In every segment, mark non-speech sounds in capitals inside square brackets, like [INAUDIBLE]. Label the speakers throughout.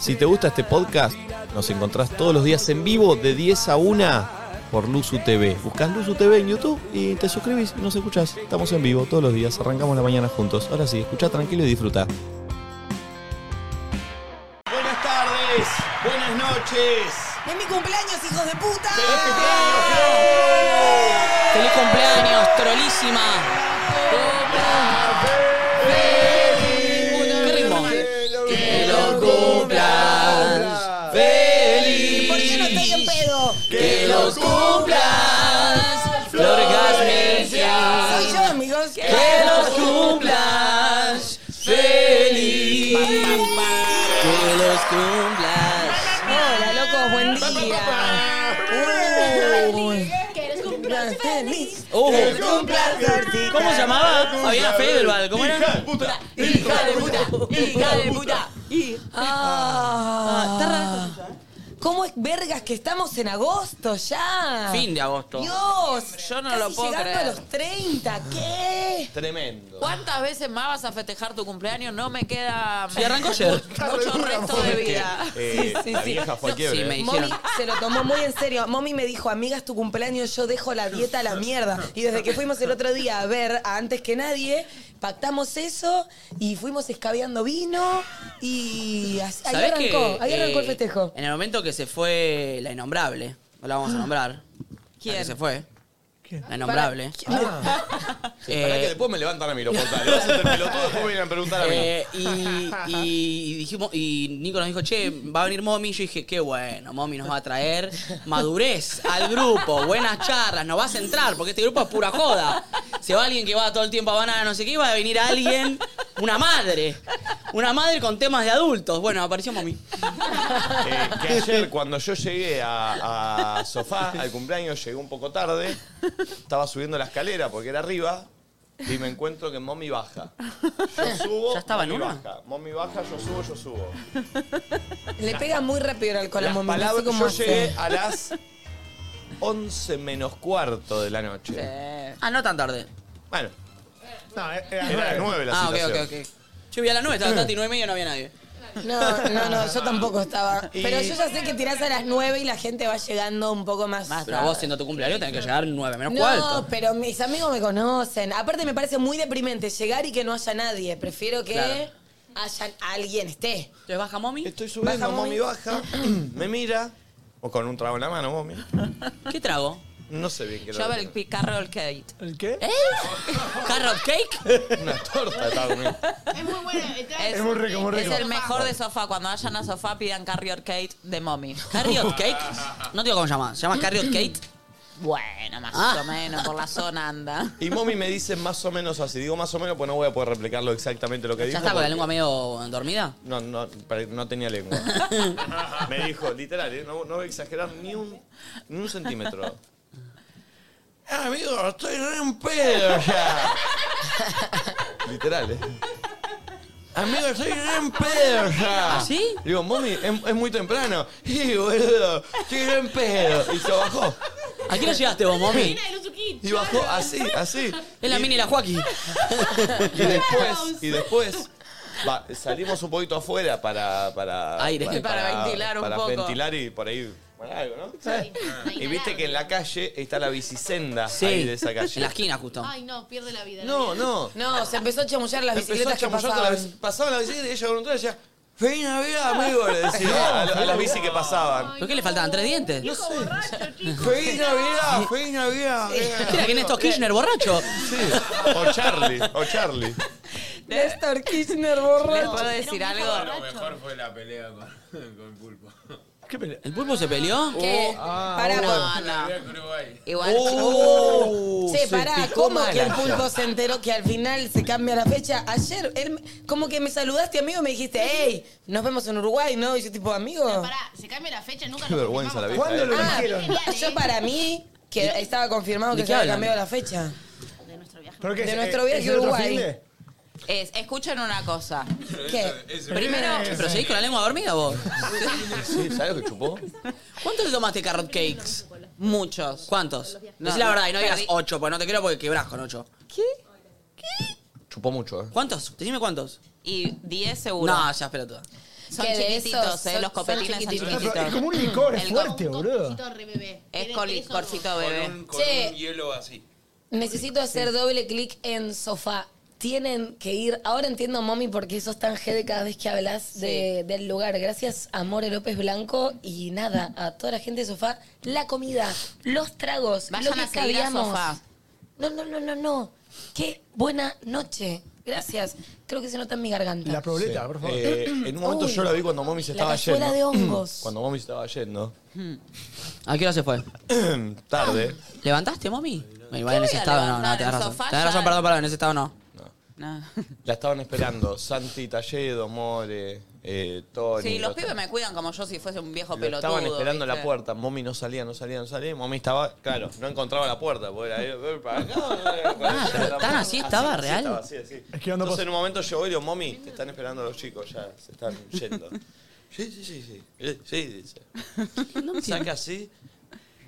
Speaker 1: Si te gusta este podcast, nos encontrás todos los días en vivo de 10 a 1 por Luzu TV. Buscás Luzu TV en YouTube y te suscribís y nos escuchás. Estamos en vivo todos los días, arrancamos la mañana juntos. Ahora sí, escucha tranquilo y disfruta. Buenas tardes, buenas noches.
Speaker 2: ¡Es mi cumpleaños, hijos de puta!
Speaker 3: ¡Feliz cumpleaños, trolísima! ¡Qué ritmo!
Speaker 4: Que lo cumplas feliz.
Speaker 2: ¿Por qué no estoy en pedo?
Speaker 4: Que los cumplas, Flor Gasmencia.
Speaker 2: Soy yo, amigos.
Speaker 4: Que los cumplas feliz. Que los cumplas.
Speaker 2: Hola, locos, buen día. Feliz.
Speaker 3: Uh,
Speaker 2: Cumplas feliz.
Speaker 3: ¿Cómo se llamaba? Fabiana Federbal, ¿cómo era?
Speaker 4: puta,
Speaker 3: ¡Hija de puta! ¡Hija de puta!
Speaker 2: Ah, está raro. ¿Cómo es vergas que estamos en agosto ya?
Speaker 3: Fin de agosto.
Speaker 2: Dios.
Speaker 3: Yo no
Speaker 2: casi
Speaker 3: lo puedo
Speaker 2: llegando
Speaker 3: creer.
Speaker 2: a los 30. ¿Qué?
Speaker 1: Tremendo.
Speaker 5: ¿Cuántas veces más vas a festejar tu cumpleaños? No me queda
Speaker 3: Si arrancó ayer.
Speaker 5: [LAUGHS] mucho resto de vida.
Speaker 1: Eh,
Speaker 2: Sí, sí,
Speaker 1: la
Speaker 2: sí.
Speaker 1: vieja fue a quiebre.
Speaker 3: Sí, me
Speaker 1: eh.
Speaker 2: Mommy
Speaker 3: dijeron.
Speaker 2: se lo tomó muy en serio. Mommy me dijo, amigas, tu cumpleaños, yo dejo la dieta a la mierda. Y desde que fuimos el otro día a ver a antes que nadie, pactamos eso y fuimos escabeando vino y así, ahí
Speaker 3: ¿Sabés que,
Speaker 2: arrancó, ahí arrancó el
Speaker 3: eh,
Speaker 2: festejo.
Speaker 3: En el momento que se fue la innombrable, no la vamos a nombrar.
Speaker 5: ¿Quién?
Speaker 3: La que se fue. La innombrable. Eh,
Speaker 1: Pará que después me levantan a mí los portales. Vas a ser pelotudo, después
Speaker 3: [LAUGHS]
Speaker 1: me vienen a preguntar a mí.
Speaker 3: Eh, y, y dijimos, y Nico nos dijo, che, va a venir Momi. Yo dije, qué bueno, Momi nos va a traer madurez al grupo, buenas charlas, nos va a centrar, porque este grupo es pura joda. Se va alguien que va todo el tiempo a banana, no sé qué, y va a venir alguien, una madre, una madre con temas de adultos. Bueno, apareció Momi.
Speaker 1: Eh, que ayer cuando yo llegué a, a Sofá al cumpleaños, llegué un poco tarde, estaba subiendo la escalera porque era arriba y me encuentro que Mommy baja. Yo subo,
Speaker 3: ¿Ya estaba en
Speaker 1: Mommy
Speaker 3: una?
Speaker 1: baja. Mommy baja, yo subo, yo subo.
Speaker 2: Le pega muy rápido el alcohol a
Speaker 1: Las
Speaker 2: Mommy. no sé
Speaker 1: palabras,
Speaker 2: cómo
Speaker 1: yo
Speaker 2: hace.
Speaker 1: llegué a las 11 menos cuarto de la noche.
Speaker 3: Ah, no tan tarde.
Speaker 1: Bueno,
Speaker 6: No, eh,
Speaker 1: era las 9 la
Speaker 3: Ah, ok,
Speaker 1: situación.
Speaker 3: ok, ok. Yo vi a las nueve, estaba Tati, nueve y media, no había nadie.
Speaker 2: No, no, no, yo tampoco estaba.
Speaker 1: Y-
Speaker 2: Pero yo ya sé que tirás a las 9 y la gente va llegando un poco más.
Speaker 3: Más, pero
Speaker 2: tarde.
Speaker 3: vos siendo tu cumpleaños tenés que llegar nueve menos
Speaker 2: No,
Speaker 3: cuarto.
Speaker 2: pero mis amigos me conocen. Aparte me parece muy deprimente llegar y que no haya nadie. Prefiero que
Speaker 3: Claro.
Speaker 2: haya alguien esté.
Speaker 3: Entonces baja Momi.
Speaker 1: estoy subiendo,
Speaker 2: Baja,
Speaker 1: Mommy
Speaker 2: Mommy.
Speaker 1: baja, [CLEARS THROAT] me mira, o con un trago en la mano, Mommy.
Speaker 3: [LAUGHS] ¿Qué trago?
Speaker 1: No sé bien qué
Speaker 5: Yo
Speaker 1: lo
Speaker 5: ver el picarro del Kate.
Speaker 6: ¿El qué?
Speaker 5: ¿Eh? [LAUGHS]
Speaker 3: ¿Carrot cake?
Speaker 1: [LAUGHS] Una torta estaba comiendo.
Speaker 7: Es muy buena. está-
Speaker 5: Es,
Speaker 6: muy rico, muy rico.
Speaker 5: es el mejor de sofá. Cuando vayan a sofá pidan Carrier Kate de
Speaker 6: [LAUGHS]
Speaker 5: mommy.
Speaker 2: [LAUGHS]
Speaker 3: ¿Carriot Cake? No te digo cómo se llama. ¿Se llama Carriot Cake?
Speaker 5: Bueno, más
Speaker 3: Ah.
Speaker 5: o menos, por la zona anda.
Speaker 1: Y Mommy me dice más o menos así. Digo más o menos, pues no voy a poder replicarlo exactamente lo que dijo.
Speaker 3: ¿Ya está con la
Speaker 1: porque-
Speaker 3: lengua medio dormida?
Speaker 1: No, no, pare- no
Speaker 3: [LAUGHS]
Speaker 1: tenía lengua. me dijo, literal, ¿eh? no, no voy a exagerar ni un, ni un centímetro. Ah, amigo, estoy re en pedo ya. [LAUGHS] literal, ¿eh? Amigo, estoy re en pedo ya.
Speaker 3: ¿Ah, sí?
Speaker 1: Digo, Mommy, es, es muy temprano. [LAUGHS] Y boludo, estoy re en pedo. Y se bajó.
Speaker 3: ¿A quién lo llegaste vos, mami?
Speaker 7: Nena de Luzuki.
Speaker 1: Y bajó así, así.
Speaker 3: Es la
Speaker 1: Y-
Speaker 3: mini y la Joaquín.
Speaker 2: [LAUGHS]
Speaker 1: Y después, y después va, salimos un poquito afuera para, para,
Speaker 3: Aire.
Speaker 5: Para ventilar un
Speaker 1: para
Speaker 5: poco.
Speaker 1: ventilar y por ahí. bueno, algo, ¿no? Y viste que en la calle está la bicisenda ahí
Speaker 3: Sí.
Speaker 1: de esa calle.
Speaker 3: En la esquina, justo.
Speaker 7: Ay, no, pierde la vida.
Speaker 1: No, no.
Speaker 2: No, se empezó a chamullar las
Speaker 1: Empezó a
Speaker 2: bicicletas que
Speaker 1: chamullar con la
Speaker 2: pasaban.
Speaker 1: bici- pasaban la bicicleta y ella con un traje decía, feliz Navidad, amigo, Ah, le decía a, a las bicis que pasaban.
Speaker 3: ¿Por qué le faltaban tres dientes?
Speaker 7: No sé.
Speaker 1: [LAUGHS]
Speaker 7: borracho, chico.
Speaker 1: Feliz Navidad, feliz Navidad.
Speaker 3: Eh, ¿Qué era que Néstor
Speaker 2: eh.
Speaker 3: Kirchner borracho?
Speaker 1: Sí. O Charlie, o Charlie. ¿Eh?
Speaker 2: Néstor Kirchner
Speaker 5: ¿Les
Speaker 2: borracho.
Speaker 5: puedo decir algo?
Speaker 8: Lo mejor fue la pelea con, [LAUGHS] con Pulpo.
Speaker 6: ¿Qué pelea?
Speaker 3: ¿El pulpo se peleó?
Speaker 2: Que-
Speaker 1: Oh, ah,
Speaker 2: pará,
Speaker 8: La
Speaker 5: No, no.
Speaker 8: pelea con Uruguay.
Speaker 5: Igual,
Speaker 1: Oh,
Speaker 2: che, pará, ¿cómo que el pulpo se enteró que al final se cambia la fecha? Ayer, él me- como que me saludaste, amigo, y me dijiste, hey, nos vemos en Uruguay, ¿no? Y yo tipo, amigo.
Speaker 7: Pará, se cambia la fecha, nunca
Speaker 1: Qué
Speaker 7: nos
Speaker 1: vergüenza
Speaker 7: confirmamos.
Speaker 1: la vieja.
Speaker 6: ¿Cuándo lo
Speaker 7: Ah,
Speaker 6: dijeron?
Speaker 7: genial, ¿eh?
Speaker 2: [LAUGHS] Yo para mí, que estaba
Speaker 3: ¿De
Speaker 2: confirmado que
Speaker 3: qué
Speaker 2: se había
Speaker 3: hablan?
Speaker 2: cambiado la fecha.
Speaker 7: De nuestro viaje.
Speaker 6: ¿Pero qué
Speaker 2: de
Speaker 6: es,
Speaker 2: nuestro
Speaker 6: eh,
Speaker 2: viaje
Speaker 6: es el otro
Speaker 2: Uruguay.
Speaker 6: fin de?
Speaker 5: es, escuchen una cosa.
Speaker 2: ¿Qué?
Speaker 3: Primero,
Speaker 6: Sí,
Speaker 3: ¿pero
Speaker 6: sí.
Speaker 3: seguís con la lengua dormida vos?
Speaker 1: Sí, ¿Sabes lo que chupó?
Speaker 3: ¿Cuántos te tomaste carrot cakes?
Speaker 5: Muchos.
Speaker 3: ¿Cuántos?
Speaker 5: No,
Speaker 3: Decí la verdad y no
Speaker 5: perdí.
Speaker 3: digas ocho, porque no te quiero porque quebrás con ocho.
Speaker 1: Chupó mucho, ¿eh?
Speaker 3: ¿Cuántos? Decime cuántos.
Speaker 5: Y 10 seguro.
Speaker 3: No, ya espera toda.
Speaker 5: Son
Speaker 9: Que de
Speaker 5: chiquititos,
Speaker 9: esos,
Speaker 5: eh,
Speaker 9: son-
Speaker 5: los
Speaker 9: son
Speaker 5: copetines son
Speaker 9: chiquititos.
Speaker 5: chiquititos.
Speaker 6: Ah, Pero es como un licor, es
Speaker 5: El
Speaker 6: fuerte, boludo.
Speaker 7: re bebé.
Speaker 5: Es
Speaker 7: ¿Tiene
Speaker 5: coli-
Speaker 7: tres o
Speaker 5: corcito
Speaker 7: dos?
Speaker 5: bebé.
Speaker 8: Con, un, con
Speaker 9: Che.
Speaker 8: un hielo así.
Speaker 2: Necesito hacer doble clic en sofá. Tienen que ir. Ahora entiendo, mami, por qué sos tan G de cada vez que hablas de- del lugar. Gracias a More López Blanco y nada, a toda la gente de sofá. La comida, los tragos,
Speaker 5: Vayan
Speaker 2: lo que
Speaker 5: a seguir a
Speaker 2: sabíamos.
Speaker 5: Sofá.
Speaker 2: No, no, no, no, no. Qué buena noche. Gracias. Creo que se nota en mi garganta.
Speaker 6: La probleta, por favor.
Speaker 1: Eh, en un momento
Speaker 2: Uy.
Speaker 1: yo la vi cuando mommy se
Speaker 2: La
Speaker 1: estaba
Speaker 2: cazuela
Speaker 1: yendo.
Speaker 2: de hongos.
Speaker 1: [CLEARS THROAT] Cuando mommy se estaba yendo.
Speaker 3: Hmm. ¿A qué hora se fue?
Speaker 1: [CLEARS THROAT] Tarde.
Speaker 3: ¿Levantaste, mami? Me igual en
Speaker 5: voy
Speaker 3: ese
Speaker 5: a
Speaker 3: estado no, no,
Speaker 5: levantar?
Speaker 3: tenés
Speaker 5: El
Speaker 3: razón.
Speaker 5: sofá
Speaker 3: Tenés
Speaker 5: ya-
Speaker 3: razón, perdón, perdón, en ese estado no.
Speaker 5: No.
Speaker 1: La estaban esperando. Santi Talledo, More, eh, Tony.
Speaker 5: Sí, los
Speaker 1: otro.
Speaker 5: pibes me cuidan como yo si fuese un viejo
Speaker 1: Lo
Speaker 5: pelotudo.
Speaker 1: estaban esperando en la
Speaker 5: ¿viste?
Speaker 1: puerta. Mommy no salía, no salía, no salía. Mommy estaba, claro, no encontraba la puerta. Porque era, eh, para acá, eh, para allá.
Speaker 3: Ah, pero tan así estaba, real.
Speaker 1: estaba así, así.
Speaker 6: Es que ando
Speaker 1: Entonces
Speaker 6: pos-
Speaker 1: en un momento llegó y le digo, Mommy, te están esperando los chicos ya, se están yendo. sí, sí, sí, sí. Eh, Sí, dice. Saca así.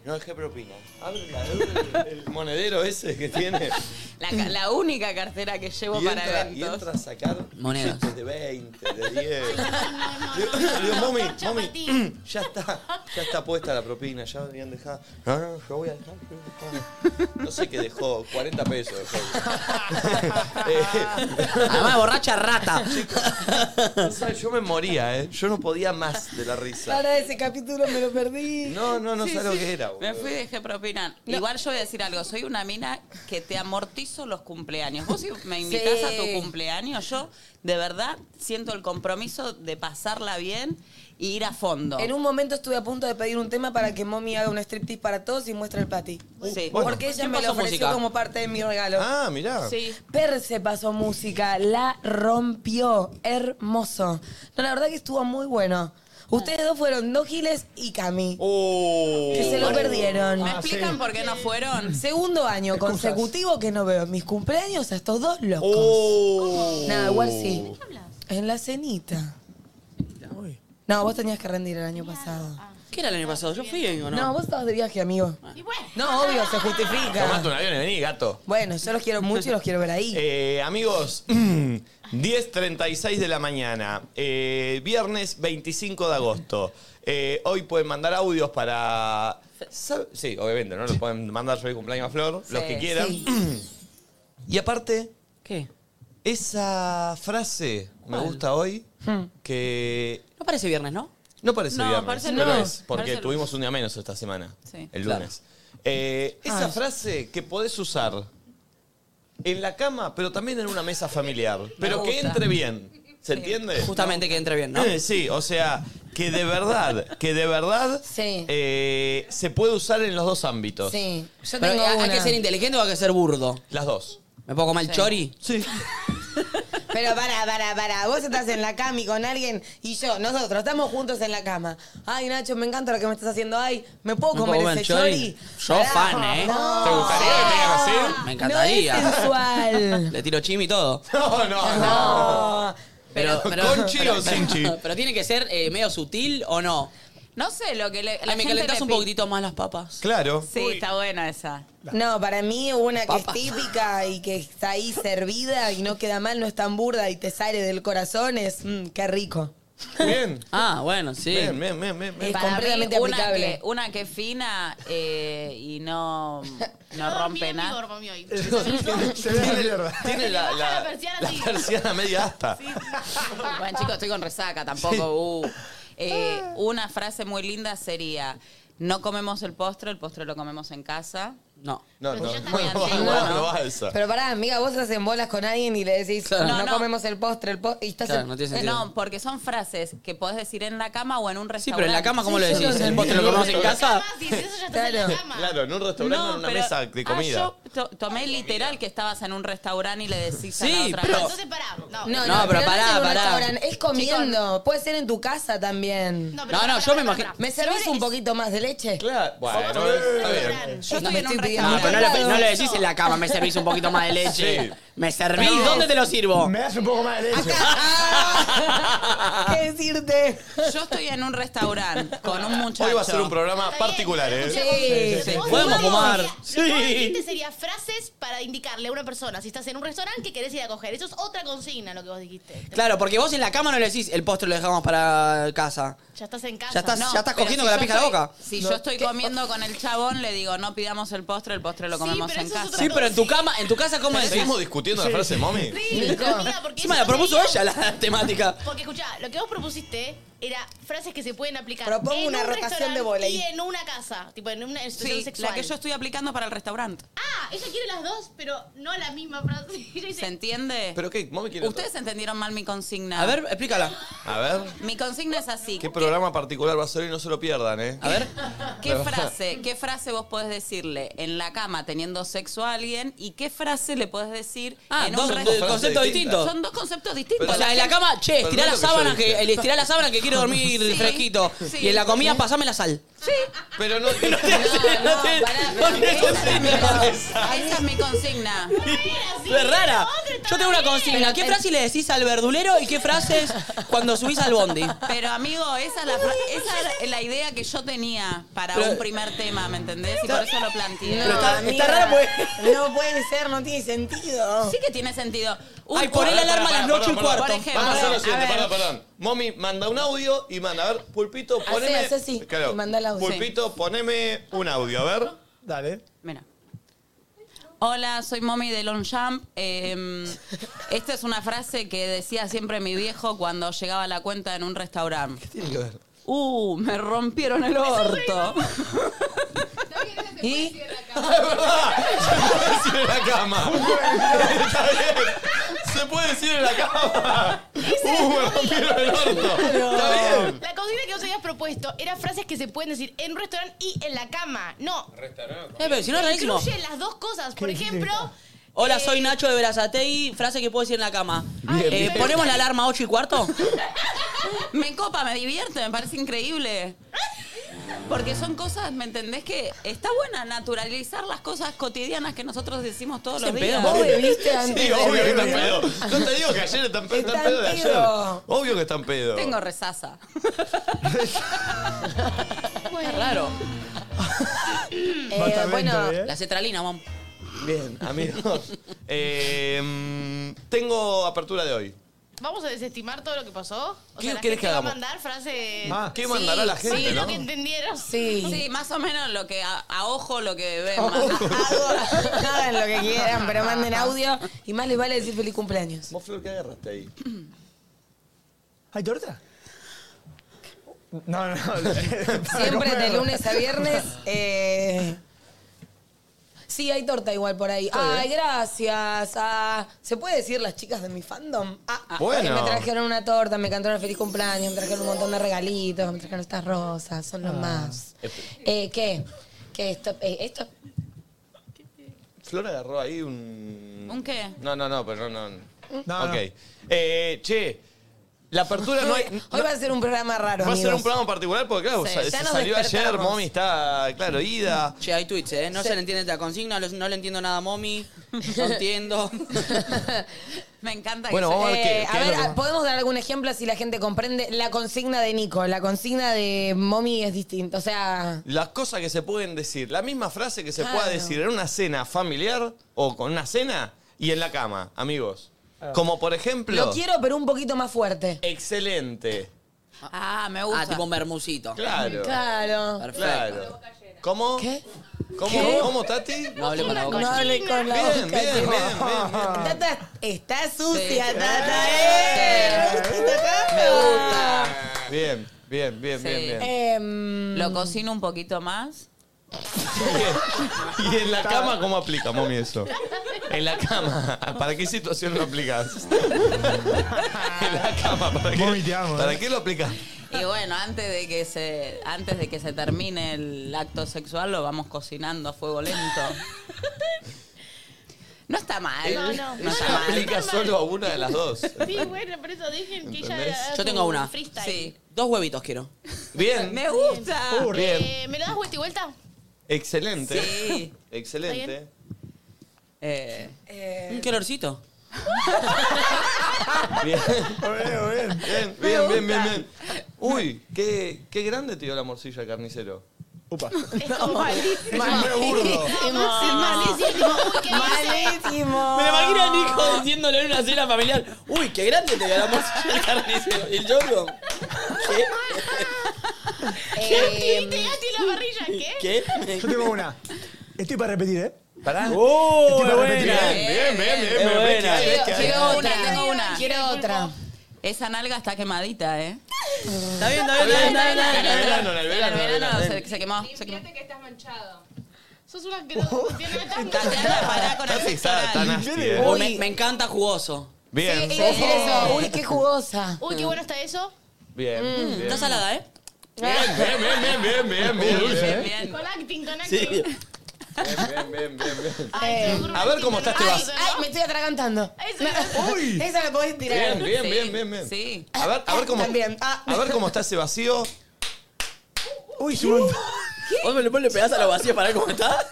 Speaker 1: No dejé propina. Abre la- abre el, el monedero ese que tiene.
Speaker 5: [LAUGHS] La, ca- la única cartera que llevo
Speaker 1: Y
Speaker 5: para
Speaker 1: entra, y
Speaker 5: eventos.
Speaker 1: entra a sacar
Speaker 3: Monedas.
Speaker 1: billetes de 20, de 10.
Speaker 7: No, no,
Speaker 1: Le
Speaker 7: no,
Speaker 1: le digo, mami,
Speaker 7: no, no, no,
Speaker 1: mami,
Speaker 7: chapatín.
Speaker 1: [CLEARS THROAT] ya está, ya está puesta la propina, ya habían dejado. No, no, yo voy a dejar. yo voy a dejar. No sé qué dejó, 40 pesos dejó. Eh,
Speaker 3: Además, de borracha
Speaker 1: [LAUGHS]
Speaker 3: rata.
Speaker 1: no sabes, yo me moría, ¿eh? Yo no podía más de la risa.
Speaker 2: Para ese capítulo me lo perdí.
Speaker 1: No, no, no
Speaker 5: Sí,
Speaker 1: sabes lo
Speaker 5: sí.
Speaker 1: que era, boludo.
Speaker 5: Me fui y dejé propina. Igual yo voy a decir algo. Soy una mina que te amortizo los cumpleaños. Vos si me invitás
Speaker 2: Sí.
Speaker 5: a tu cumpleaños, yo de verdad siento el compromiso de pasarla bien y ir a fondo.
Speaker 2: En un momento estuve a punto de pedir un tema para que mommy haga un striptease para todos y muestre el pati.
Speaker 5: Sí.
Speaker 1: Bueno.
Speaker 2: Porque ella
Speaker 3: ¿Quién
Speaker 2: me lo
Speaker 3: pasó
Speaker 2: ofreció
Speaker 3: música?
Speaker 2: como parte de mi regalo.
Speaker 1: Ah, mirá.
Speaker 5: Sí.
Speaker 2: Perse pasó música, la rompió, hermoso. No, la verdad que estuvo muy bueno. Ustedes dos fueron dos giles y Cami,
Speaker 1: Oh. Ah,
Speaker 2: que se lo perdieron. Ah,
Speaker 5: ¿Me explican
Speaker 6: sí.
Speaker 5: por qué no
Speaker 1: [LAUGHS]
Speaker 5: fueron?
Speaker 2: Segundo año
Speaker 6: Excusas.
Speaker 2: consecutivo que no veo en mis cumpleaños a estos dos locos.
Speaker 1: Oh.
Speaker 2: Nada, igual sí. En la cenita. No, vos tenías que rendir el año pasado.
Speaker 3: ¿Qué era el año pasado? ¿Yo fui o no? Ah.
Speaker 2: No, vos estabas de viaje, amigo.
Speaker 7: Y bueno.
Speaker 2: No, obvio, se
Speaker 1: Tomate un
Speaker 2: justifica.
Speaker 1: avión y vení, gato.
Speaker 2: Bueno, yo los quiero mucho y los quiero ver ahí.
Speaker 1: Eh, amigos, [CLEARS THROAT] 10.36 de la mañana, eh, viernes 25 de agosto. Eh, hoy pueden mandar audios para... ¿sabe? Sí, obviamente, ¿no? Lo pueden mandar feliz cumpleaños a Flor, los que quieran.
Speaker 2: sí.
Speaker 1: [CLEARS THROAT] Y aparte,
Speaker 3: ¿Qué?
Speaker 1: esa frase me gusta hoy, que
Speaker 3: No parece viernes, ¿no?
Speaker 1: no parece
Speaker 5: No,
Speaker 1: viernes,
Speaker 5: parece
Speaker 1: pero
Speaker 5: lunes,
Speaker 1: es, porque
Speaker 5: parece lunes.
Speaker 1: tuvimos un día menos esta semana,
Speaker 5: Sí.
Speaker 1: el lunes. Eh, esa frase que podés usar en la cama, pero también en una mesa familiar, pero que
Speaker 5: gusta.
Speaker 1: entre bien, ¿se entiende?
Speaker 3: Justamente que entre bien, ¿no?
Speaker 1: Eh, sí, o sea, que de verdad, que de verdad
Speaker 2: Sí.
Speaker 1: eh, se puede usar en los dos ámbitos.
Speaker 2: Sí, yo
Speaker 3: Pero,
Speaker 2: tengo
Speaker 3: ¿Hay hay
Speaker 2: una.
Speaker 3: que ser inteligente o hay que ser burdo?
Speaker 1: Las dos.
Speaker 3: ¿Me puedo comer el chori?
Speaker 1: Sí.
Speaker 2: Pero para, para, para. Vos estás en la cama y con alguien y yo, nosotros estamos juntos en la cama. Ay, Nacho, me encanta lo que me estás haciendo. Ay, ¿me puedo
Speaker 3: ¿Me
Speaker 2: comer
Speaker 3: puedo comer
Speaker 2: ese
Speaker 3: el
Speaker 2: chori?
Speaker 3: chori? Yo
Speaker 2: Pará.
Speaker 3: fan, ¿eh?
Speaker 2: No.
Speaker 1: ¿Te gustaría que tengas así?
Speaker 3: Me
Speaker 2: No es
Speaker 3: encantaría. [LAUGHS]
Speaker 2: sensual.
Speaker 3: Le tiro chimi y todo.
Speaker 1: No, no, no.
Speaker 2: No.
Speaker 3: Pero, pero,
Speaker 1: ¿Con chi o sin chi?
Speaker 3: [LAUGHS] pero tiene que ser eh, medio sutil o no.
Speaker 5: No sé lo que le. la
Speaker 3: Ay, me
Speaker 5: gente
Speaker 3: calentás
Speaker 5: le
Speaker 3: un
Speaker 5: pi-
Speaker 3: poquitito más las papas.
Speaker 1: Claro.
Speaker 5: Sí, está buena esa.
Speaker 2: No, para mí una que es
Speaker 3: Papa.
Speaker 2: típica y que está ahí servida y no queda mal, no es tan burda y te sale del corazón es, mm, qué rico.
Speaker 1: Bien.
Speaker 3: Ah, bueno, sí.
Speaker 1: Bien, bien, bien, bien, bien.
Speaker 2: Es
Speaker 5: Eh, Para mí,
Speaker 2: completamente
Speaker 5: una
Speaker 2: aplicable.
Speaker 5: Que, una que es fina eh, y no, no
Speaker 7: No
Speaker 5: rompe nada. [LAUGHS]
Speaker 6: Se ve la mierda.
Speaker 1: Tiene la,
Speaker 7: Baja
Speaker 1: la,
Speaker 7: la persiana,
Speaker 1: la
Speaker 7: sí.
Speaker 1: persiana media asta.
Speaker 5: Bueno, chicos, estoy con resaca tampoco. uh. Eh, una frase muy linda sería: No comemos el postre, el postre lo comemos en casa.
Speaker 3: No.
Speaker 1: No, no,
Speaker 7: Pero
Speaker 1: no,
Speaker 7: ya
Speaker 1: [LAUGHS]
Speaker 7: está
Speaker 1: no,
Speaker 7: muy
Speaker 5: Ah,
Speaker 1: no,
Speaker 7: antigua,
Speaker 1: no,
Speaker 7: ¿no?
Speaker 1: va esa.
Speaker 2: Pero pará, amiga, vos estás en bolas con alguien y le decís,
Speaker 3: Claro.
Speaker 2: no,
Speaker 5: No, no.
Speaker 2: comemos el postre, el postre. Y estás
Speaker 3: Claro,
Speaker 2: en-
Speaker 3: no tiene
Speaker 5: Eh,
Speaker 3: sentido.
Speaker 5: No, porque son frases que podés decir en la cama o en un
Speaker 3: sí,
Speaker 5: restaurante.
Speaker 3: pero en la cama, ¿cómo lo
Speaker 2: Sí, yo
Speaker 3: decís?
Speaker 2: lo
Speaker 3: ¿El postre lo
Speaker 2: entendí.
Speaker 3: comemos en casa?
Speaker 7: Si eso ya estás en
Speaker 2: Claro.
Speaker 7: la cama.
Speaker 1: Claro, en un restaurante o en una
Speaker 5: pero-
Speaker 1: mesa de
Speaker 5: Ah,
Speaker 1: comida.
Speaker 5: yo to- tomé literal que estabas en un restaurante y le decís a la
Speaker 3: Sí,
Speaker 5: otra
Speaker 3: pero-
Speaker 5: persona.
Speaker 7: Entonces pará. No.
Speaker 3: No,
Speaker 2: No, no,
Speaker 3: pero
Speaker 2: pero no
Speaker 3: pará,
Speaker 2: es en un
Speaker 3: pará.
Speaker 2: restaurante, es comiendo. Puede ser en tu casa también.
Speaker 7: No, pero
Speaker 3: No, no,
Speaker 7: pará,
Speaker 3: yo me
Speaker 7: pará,
Speaker 3: imagino.
Speaker 7: pará.
Speaker 2: ¿Me servís un poquito más de leche?
Speaker 1: Claro, bueno, está bien.
Speaker 2: No,
Speaker 5: Yo estoy
Speaker 2: me
Speaker 5: en un
Speaker 2: estoy pidiendo
Speaker 3: No,
Speaker 5: restaurante.
Speaker 3: pero no le, no le decís en la cama, me servís un poquito más de leche.
Speaker 1: Sí.
Speaker 3: ¿Me servís? ¿Dónde te lo sirvo?
Speaker 6: Me das un poco más de leche.
Speaker 1: [LAUGHS]
Speaker 2: ¿Qué decirte?
Speaker 5: Yo estoy en un restaurante con un muchacho.
Speaker 1: Hoy va a ser un programa particular, ¿eh?
Speaker 2: Sí.
Speaker 7: Vos
Speaker 3: Podemos
Speaker 7: igual
Speaker 3: fumar.
Speaker 7: sería- lo
Speaker 3: Sí.
Speaker 7: más chiste sería frases para indicarle a una persona si estás en un restaurante que querés ir a coger. Eso es otra consigna lo que vos dijiste.
Speaker 3: Claro, porque vos en la cama no le decís el postre lo dejamos para casa.
Speaker 7: Ya estás en casa.
Speaker 3: Ya estás,
Speaker 7: No,
Speaker 3: ya estás
Speaker 5: pero
Speaker 3: cogiendo con
Speaker 5: si
Speaker 3: la
Speaker 5: yo
Speaker 3: pija en la
Speaker 5: estoy-
Speaker 3: boca.
Speaker 5: Si yo estoy comiendo con el chabón, le digo, no pidamos el postre, el postre lo
Speaker 7: Sí,
Speaker 5: comemos
Speaker 7: pero
Speaker 5: en
Speaker 7: eso es
Speaker 5: casa.
Speaker 7: otra
Speaker 3: Sí, pero en tu cama, en tu casa, ¿cómo decís?
Speaker 1: ¿Seguimos discutiendo la frase, mami?
Speaker 3: [LAUGHS]
Speaker 7: Sí, amiga, porque
Speaker 3: Encima
Speaker 7: eso
Speaker 3: la propuso
Speaker 7: sería-
Speaker 3: ella la [LAUGHS] temática.
Speaker 7: Porque escuchá, lo que vos propusiste era frases que se pueden aplicar
Speaker 2: Propongo
Speaker 7: en
Speaker 2: una
Speaker 7: un
Speaker 2: rotación
Speaker 7: restaurante
Speaker 2: de vóley.
Speaker 7: y en una casa, tipo en una situación
Speaker 5: Sí,
Speaker 7: sexual.
Speaker 5: la que yo estoy aplicando para el restaurante.
Speaker 7: Ah, ella quiere las dos, pero no la misma frase. [LAUGHS] Ella dice,
Speaker 5: ¿Se entiende?
Speaker 1: ¿Pero qué? ¿Mami quiere
Speaker 5: Ustedes entendieron mal mi consigna.
Speaker 3: A ver, explícala.
Speaker 1: eh, A ver,
Speaker 5: Mi consigna es así.
Speaker 1: ¿qué programa particular va a ser y no se lo pierdan, eh?
Speaker 3: A ver.
Speaker 5: ¿Qué frase, ¿Qué frase vos podés decirle en la cama teniendo sexo a alguien? ¿Y qué frase le podés decir
Speaker 3: Ah,
Speaker 5: en
Speaker 3: dos
Speaker 5: un
Speaker 3: de-
Speaker 5: restaurante?
Speaker 3: conceptos distintos.
Speaker 5: Son dos conceptos distintos.
Speaker 3: O sea, en la
Speaker 5: gente-
Speaker 3: cama, che,
Speaker 1: Pero
Speaker 3: estirá
Speaker 1: no
Speaker 3: la
Speaker 1: es lo que yo
Speaker 3: sábana que,
Speaker 1: dije.
Speaker 3: el- estirá la sábana que
Speaker 1: [LAUGHS]
Speaker 3: quiero dormir
Speaker 5: [LAUGHS] Sí,
Speaker 3: fresquito.
Speaker 5: sí.
Speaker 3: Y en la comida pasame la sal.
Speaker 1: Pero no...
Speaker 5: No, no,
Speaker 3: tiene-
Speaker 5: pará,
Speaker 3: no tiene
Speaker 5: pero
Speaker 3: sentido.
Speaker 5: esa- Esa es mi
Speaker 3: [LAUGHS]
Speaker 5: consigna.
Speaker 7: así,
Speaker 3: Es rara.
Speaker 7: otra está
Speaker 3: Yo tengo una
Speaker 7: bien.
Speaker 3: consigna. ¿Qué frase le decís al verdulero y qué frases cuando subís al bondi?
Speaker 5: Pero amigo, esa es la, fra- esa era la idea que yo tenía para
Speaker 3: Pero-
Speaker 5: un primer tema, ¿me entendés? Y por eso lo planteé.
Speaker 3: Pero está-
Speaker 2: amiga,
Speaker 3: está raro porque-
Speaker 2: No puede ser, no tiene sentido.
Speaker 5: Sí que tiene sentido. Un-
Speaker 3: Ay, poné la alarma a las
Speaker 1: Pará,
Speaker 3: 8 y
Speaker 1: pará, pará.
Speaker 3: cuarto.
Speaker 5: Por ejemplo.
Speaker 1: Vamos a hacer lo
Speaker 5: A
Speaker 1: siguiente,
Speaker 5: ver.
Speaker 1: perdón, perdón. Mommy, manda un audio y manda. A ver, Pulpito, poneme...
Speaker 2: hacé así, y manda el audio.
Speaker 1: Pulpito, poneme un audio, a ver.
Speaker 6: Dale.
Speaker 5: Mira. Hola, soy Mommy de Longchamp. Eh, esta es una frase que decía siempre mi viejo cuando llegaba a la cuenta en un restaurante.
Speaker 1: Tiene que ver.
Speaker 5: Uh, me rompieron el orto. [LAUGHS]
Speaker 2: ¿Y?
Speaker 1: ¡Es verdad! Ah, [LAUGHS] Se puede decir en la cama. Está bien. Se puede decir en la cama. ¡Uh, me rompieron el orto! Está bien.
Speaker 7: La consigna que vos habías propuesto era frases que se pueden decir en un restaurante y en la cama. No.
Speaker 8: Restaurante.
Speaker 3: Eh, pero si no es rarísimo.
Speaker 7: Incluye las dos cosas. Por ejemplo,
Speaker 3: Hola, soy Nacho de Verazatei. Frase que puedo decir en la cama.
Speaker 7: Bien,
Speaker 3: Eh,
Speaker 7: bien.
Speaker 3: ¿Ponemos la alarma a 8 y cuarto?
Speaker 5: Me copa, me divierte, me parece increíble. Porque son cosas, ¿me entendés? Que está buena naturalizar las cosas cotidianas que nosotros decimos todos los
Speaker 3: Se empeda.
Speaker 5: días.
Speaker 2: ¿Vos bebiste antes?
Speaker 1: Sí,
Speaker 2: de
Speaker 1: obvio que
Speaker 2: venir?
Speaker 1: están pedo. No te digo que ayer están pedo, están
Speaker 2: Están
Speaker 1: pedo de ayer.
Speaker 2: pedo.
Speaker 1: Obvio que están pedo.
Speaker 5: Tengo resaza.
Speaker 3: Es raro.
Speaker 2: Eh,
Speaker 6: Batamento,
Speaker 2: bueno,
Speaker 6: ¿eh?
Speaker 3: La cetralina, mam.
Speaker 1: Bien, amigos. [LAUGHS] Eh, mm, tengo apertura de hoy.
Speaker 7: vamos a desestimar todo lo que pasó. O
Speaker 1: ¿Qué
Speaker 7: sea, la
Speaker 1: querés
Speaker 7: gente
Speaker 1: que
Speaker 7: va a
Speaker 1: hagamos?
Speaker 7: mandar
Speaker 3: [LAUGHS]
Speaker 7: frases.
Speaker 6: Ah,
Speaker 1: ¿Qué
Speaker 5: Sí,
Speaker 1: mandará la
Speaker 5: sí,
Speaker 1: gente,
Speaker 7: Más de
Speaker 1: no?
Speaker 7: lo que entendieron.
Speaker 2: sí.
Speaker 5: Sí, más o menos lo que a, a ojo lo que
Speaker 2: [LAUGHS]
Speaker 5: ven.
Speaker 2: Hago- hagan [LAUGHS] lo que quieran, pero manden audio y más les vale decir feliz cumpleaños. Mm.
Speaker 1: ¿Vos, Flor, qué agarraste ahí?
Speaker 6: ¿Hay torta? No, no.
Speaker 1: [LAUGHS]
Speaker 6: Para
Speaker 2: [LAUGHS] Siempre de
Speaker 6: comer.
Speaker 2: lunes a
Speaker 6: [LAUGHS]
Speaker 2: viernes. eh, Sí, hay torta igual por ahí. Ay, gracias. ah, ¿Se puede decir las chicas de mi fandom? Ah, ah,
Speaker 1: Bueno.
Speaker 2: que me trajeron una torta, me cantaron feliz cumpleaños, me trajeron un montón de regalitos, me trajeron estas rosas, son
Speaker 1: Ah.
Speaker 2: los más. Eh, ¿Qué? ¿Qué? Esto, eh, esto-
Speaker 1: Flor agarró ahí un...
Speaker 5: ¿Un qué?
Speaker 1: No, no, pues no, pero no, no.
Speaker 6: No,
Speaker 1: ok.
Speaker 6: no.
Speaker 1: Eh, che, la apertura no hay...
Speaker 2: Hoy va a ser un programa raro.
Speaker 1: Va a ser
Speaker 2: amigos.
Speaker 1: un programa particular porque, claro,
Speaker 2: Sí,
Speaker 1: sa-
Speaker 2: ya
Speaker 1: se
Speaker 2: nos
Speaker 1: salió ayer,
Speaker 2: despertamos.
Speaker 1: Mommy está, claro, ida.
Speaker 3: Che, hay tweets, ¿eh? No se le entiende la consigna, no- no le entiendo nada a Momi. No entiendo.
Speaker 5: Me encanta
Speaker 1: Bueno,
Speaker 5: que
Speaker 1: vamos a ver qué-
Speaker 2: Eh,
Speaker 1: qué
Speaker 2: a
Speaker 1: es
Speaker 2: ver,
Speaker 1: lo que-
Speaker 2: ah, podemos dar algún ejemplo si la gente comprende la consigna de Nico. La consigna de Mommy es distinta. O sea,
Speaker 1: Las cosas que se pueden decir, la misma frase que se
Speaker 2: Claro.
Speaker 1: pueda decir en una cena familiar o con una cena y en la cama, amigos. Como por ejemplo,
Speaker 2: lo quiero, pero un poquito más fuerte.
Speaker 1: excelente.
Speaker 5: se- Ah, me gusta.
Speaker 3: Ah, tipo un mermucito.
Speaker 1: Claro.
Speaker 2: Claro.
Speaker 3: Perfecto.
Speaker 1: Claro. ¿Cómo?
Speaker 2: ¿Qué?
Speaker 1: ¿Cómo,
Speaker 2: ¿Qué?
Speaker 1: ¿Cómo, Tati?
Speaker 3: No hable con la boca.
Speaker 2: No hable con la
Speaker 1: Bien, bien,
Speaker 2: boca
Speaker 1: bien, bien,
Speaker 2: llena.
Speaker 1: bien.
Speaker 2: [LAUGHS] Tata está sucia,
Speaker 5: Sí.
Speaker 2: Tata. eh.
Speaker 5: Me gusta.
Speaker 1: Bien, bien, bien,
Speaker 5: Sí.
Speaker 1: bien, bien.
Speaker 2: Em,
Speaker 5: Lo cocino un poquito más.
Speaker 1: ¿Y en la cama cómo aplica, mami, eso? En la cama, ¿para qué situación lo
Speaker 6: [LAUGHS]
Speaker 1: aplicas? En la cama, ¿para qué,
Speaker 6: Mami, te amo,
Speaker 1: ¿para
Speaker 6: eh.
Speaker 1: qué lo aplicas?
Speaker 5: Y bueno, antes de que se antes de que se termine el acto sexual lo vamos cocinando a fuego lento. No está mal.
Speaker 7: No, no.
Speaker 5: No está
Speaker 1: Se
Speaker 5: mal.
Speaker 1: aplica solo a una de las dos.
Speaker 7: Sí, bueno, por eso dejen que ella.
Speaker 1: ¿Entendés?
Speaker 7: haga
Speaker 3: Yo tengo
Speaker 7: su
Speaker 3: una.
Speaker 7: Freestyle.
Speaker 5: Sí.
Speaker 3: Dos huevitos quiero.
Speaker 1: Bien,
Speaker 5: Me gusta.
Speaker 1: Uh, bien.
Speaker 7: Eh, ¿Me lo das vuelta y vuelta?
Speaker 1: Excelente.
Speaker 5: Sí.
Speaker 1: Excelente.
Speaker 7: ¿Está
Speaker 3: Eh,
Speaker 2: Eh,
Speaker 3: un calorcito.
Speaker 1: [LAUGHS] Bien.
Speaker 3: [LAUGHS]
Speaker 1: bien, bien, bien, bien, bien. Uy, qué, qué grande te dio la morcilla, carnicero.
Speaker 6: Upa.
Speaker 1: [LAUGHS]
Speaker 7: Es como malísimo.
Speaker 1: Re burdo.
Speaker 7: Malísimo. Uy, ¿qué dice?
Speaker 2: Malísimo. [LAUGHS]
Speaker 3: Me lo imagino a Nico diciéndole en una cena familiar, uy, qué grande te dio la morcilla [LAUGHS] el carnicero. Y el yogo, ¿qué?
Speaker 7: Gati, viste, Gati, la parrilla, ¿qué?
Speaker 3: ¿Qué?
Speaker 6: Yo tengo una. Estoy para repetir, ¿eh?
Speaker 1: Pará.
Speaker 3: ¡Oh,
Speaker 6: Estoy
Speaker 3: es
Speaker 6: para
Speaker 3: buena!
Speaker 6: repetir, ¿eh?
Speaker 1: Bien, bien, bien, bien, bien,
Speaker 3: buena.
Speaker 1: bien, bien,
Speaker 5: Quiero,
Speaker 1: bien, bien.
Speaker 5: quiero
Speaker 7: una,
Speaker 5: otra, tengo una.
Speaker 2: Quiero otra.
Speaker 5: Esa nalga está quemadita, ¿eh?
Speaker 3: Está bien, está bien, está bien, está
Speaker 1: En
Speaker 3: bien.
Speaker 1: el verano, en el verano, en el verano.
Speaker 5: se, se quemó. Se quemó.
Speaker 9: Fíjate que estás manchado.
Speaker 7: Sos una
Speaker 2: [LAUGHS]
Speaker 7: que no funciona tan
Speaker 5: Tatiana, pará con el
Speaker 1: Está
Speaker 5: sexo
Speaker 1: sexada, está
Speaker 5: oral.
Speaker 1: nasty, eh.
Speaker 3: Oh, me, me encanta jugoso.
Speaker 1: Bien, Oh.
Speaker 2: Iba a decir eso. Uy, qué jugosa.
Speaker 7: Uy, qué bueno está eso.
Speaker 1: [LAUGHS] bien,
Speaker 7: Mm,
Speaker 1: bien.
Speaker 3: Está Mm.
Speaker 1: [LAUGHS]
Speaker 3: salada, ¿eh?
Speaker 1: Bien, bien, bien, bien, bien, bien, bien, bien.
Speaker 7: Con acting, con acting.
Speaker 3: Sí.
Speaker 1: Bien, bien, bien, bien.
Speaker 3: Eh,
Speaker 7: Ay, sos un
Speaker 1: A ver cómo este
Speaker 7: acting,
Speaker 1: estás, te
Speaker 7: ¿no?
Speaker 1: vas.
Speaker 2: Eh. Ay, me estoy atragantando.
Speaker 7: Eso, eso.
Speaker 2: Esa la podés tirar.
Speaker 1: Bien, bien, bien, bien, bien.
Speaker 5: Sí.
Speaker 1: A ver, a ver cómo.
Speaker 2: También. Ah.
Speaker 1: A ver cómo está ese vacío.
Speaker 6: Uy, es un montón.
Speaker 3: ¿Vos me le pones pedazo a la vacía para ver cómo está?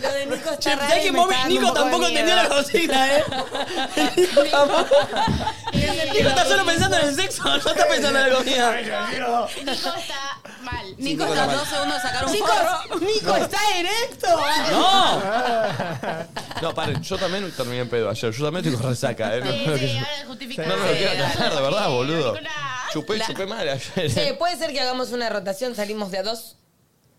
Speaker 2: Lo de Nico está
Speaker 3: Che,
Speaker 2: raro
Speaker 3: ya
Speaker 2: y
Speaker 3: que
Speaker 2: me
Speaker 3: Momi-
Speaker 2: está dando un
Speaker 3: Nico
Speaker 2: poco de
Speaker 3: tampoco entendió la
Speaker 2: miedo.
Speaker 3: cocina,
Speaker 6: [LAUGHS]
Speaker 3: ¿eh? Nico tampoco- Nico está solo pensando en el sexo, no está pensando en la comida.
Speaker 7: Nico está mal.
Speaker 5: Nico está dos segundos de sacar un
Speaker 2: Chicos, Nico está erecto.
Speaker 3: ¡No!
Speaker 1: No, paren, yo también terminé en pedo ayer. Yo también tengo resaca, eh. No,
Speaker 7: Sí,
Speaker 1: no,
Speaker 7: sí,
Speaker 1: que-
Speaker 7: ahora justifica.
Speaker 1: no, no lo
Speaker 7: Sí,
Speaker 1: quiero
Speaker 7: dale.
Speaker 1: tratar, de verdad, boludo.
Speaker 7: Nicolás.
Speaker 1: Chupé, chupé mal ayer. Eh,
Speaker 2: Che, puede ser que hagamos una rotación, salimos de a dos.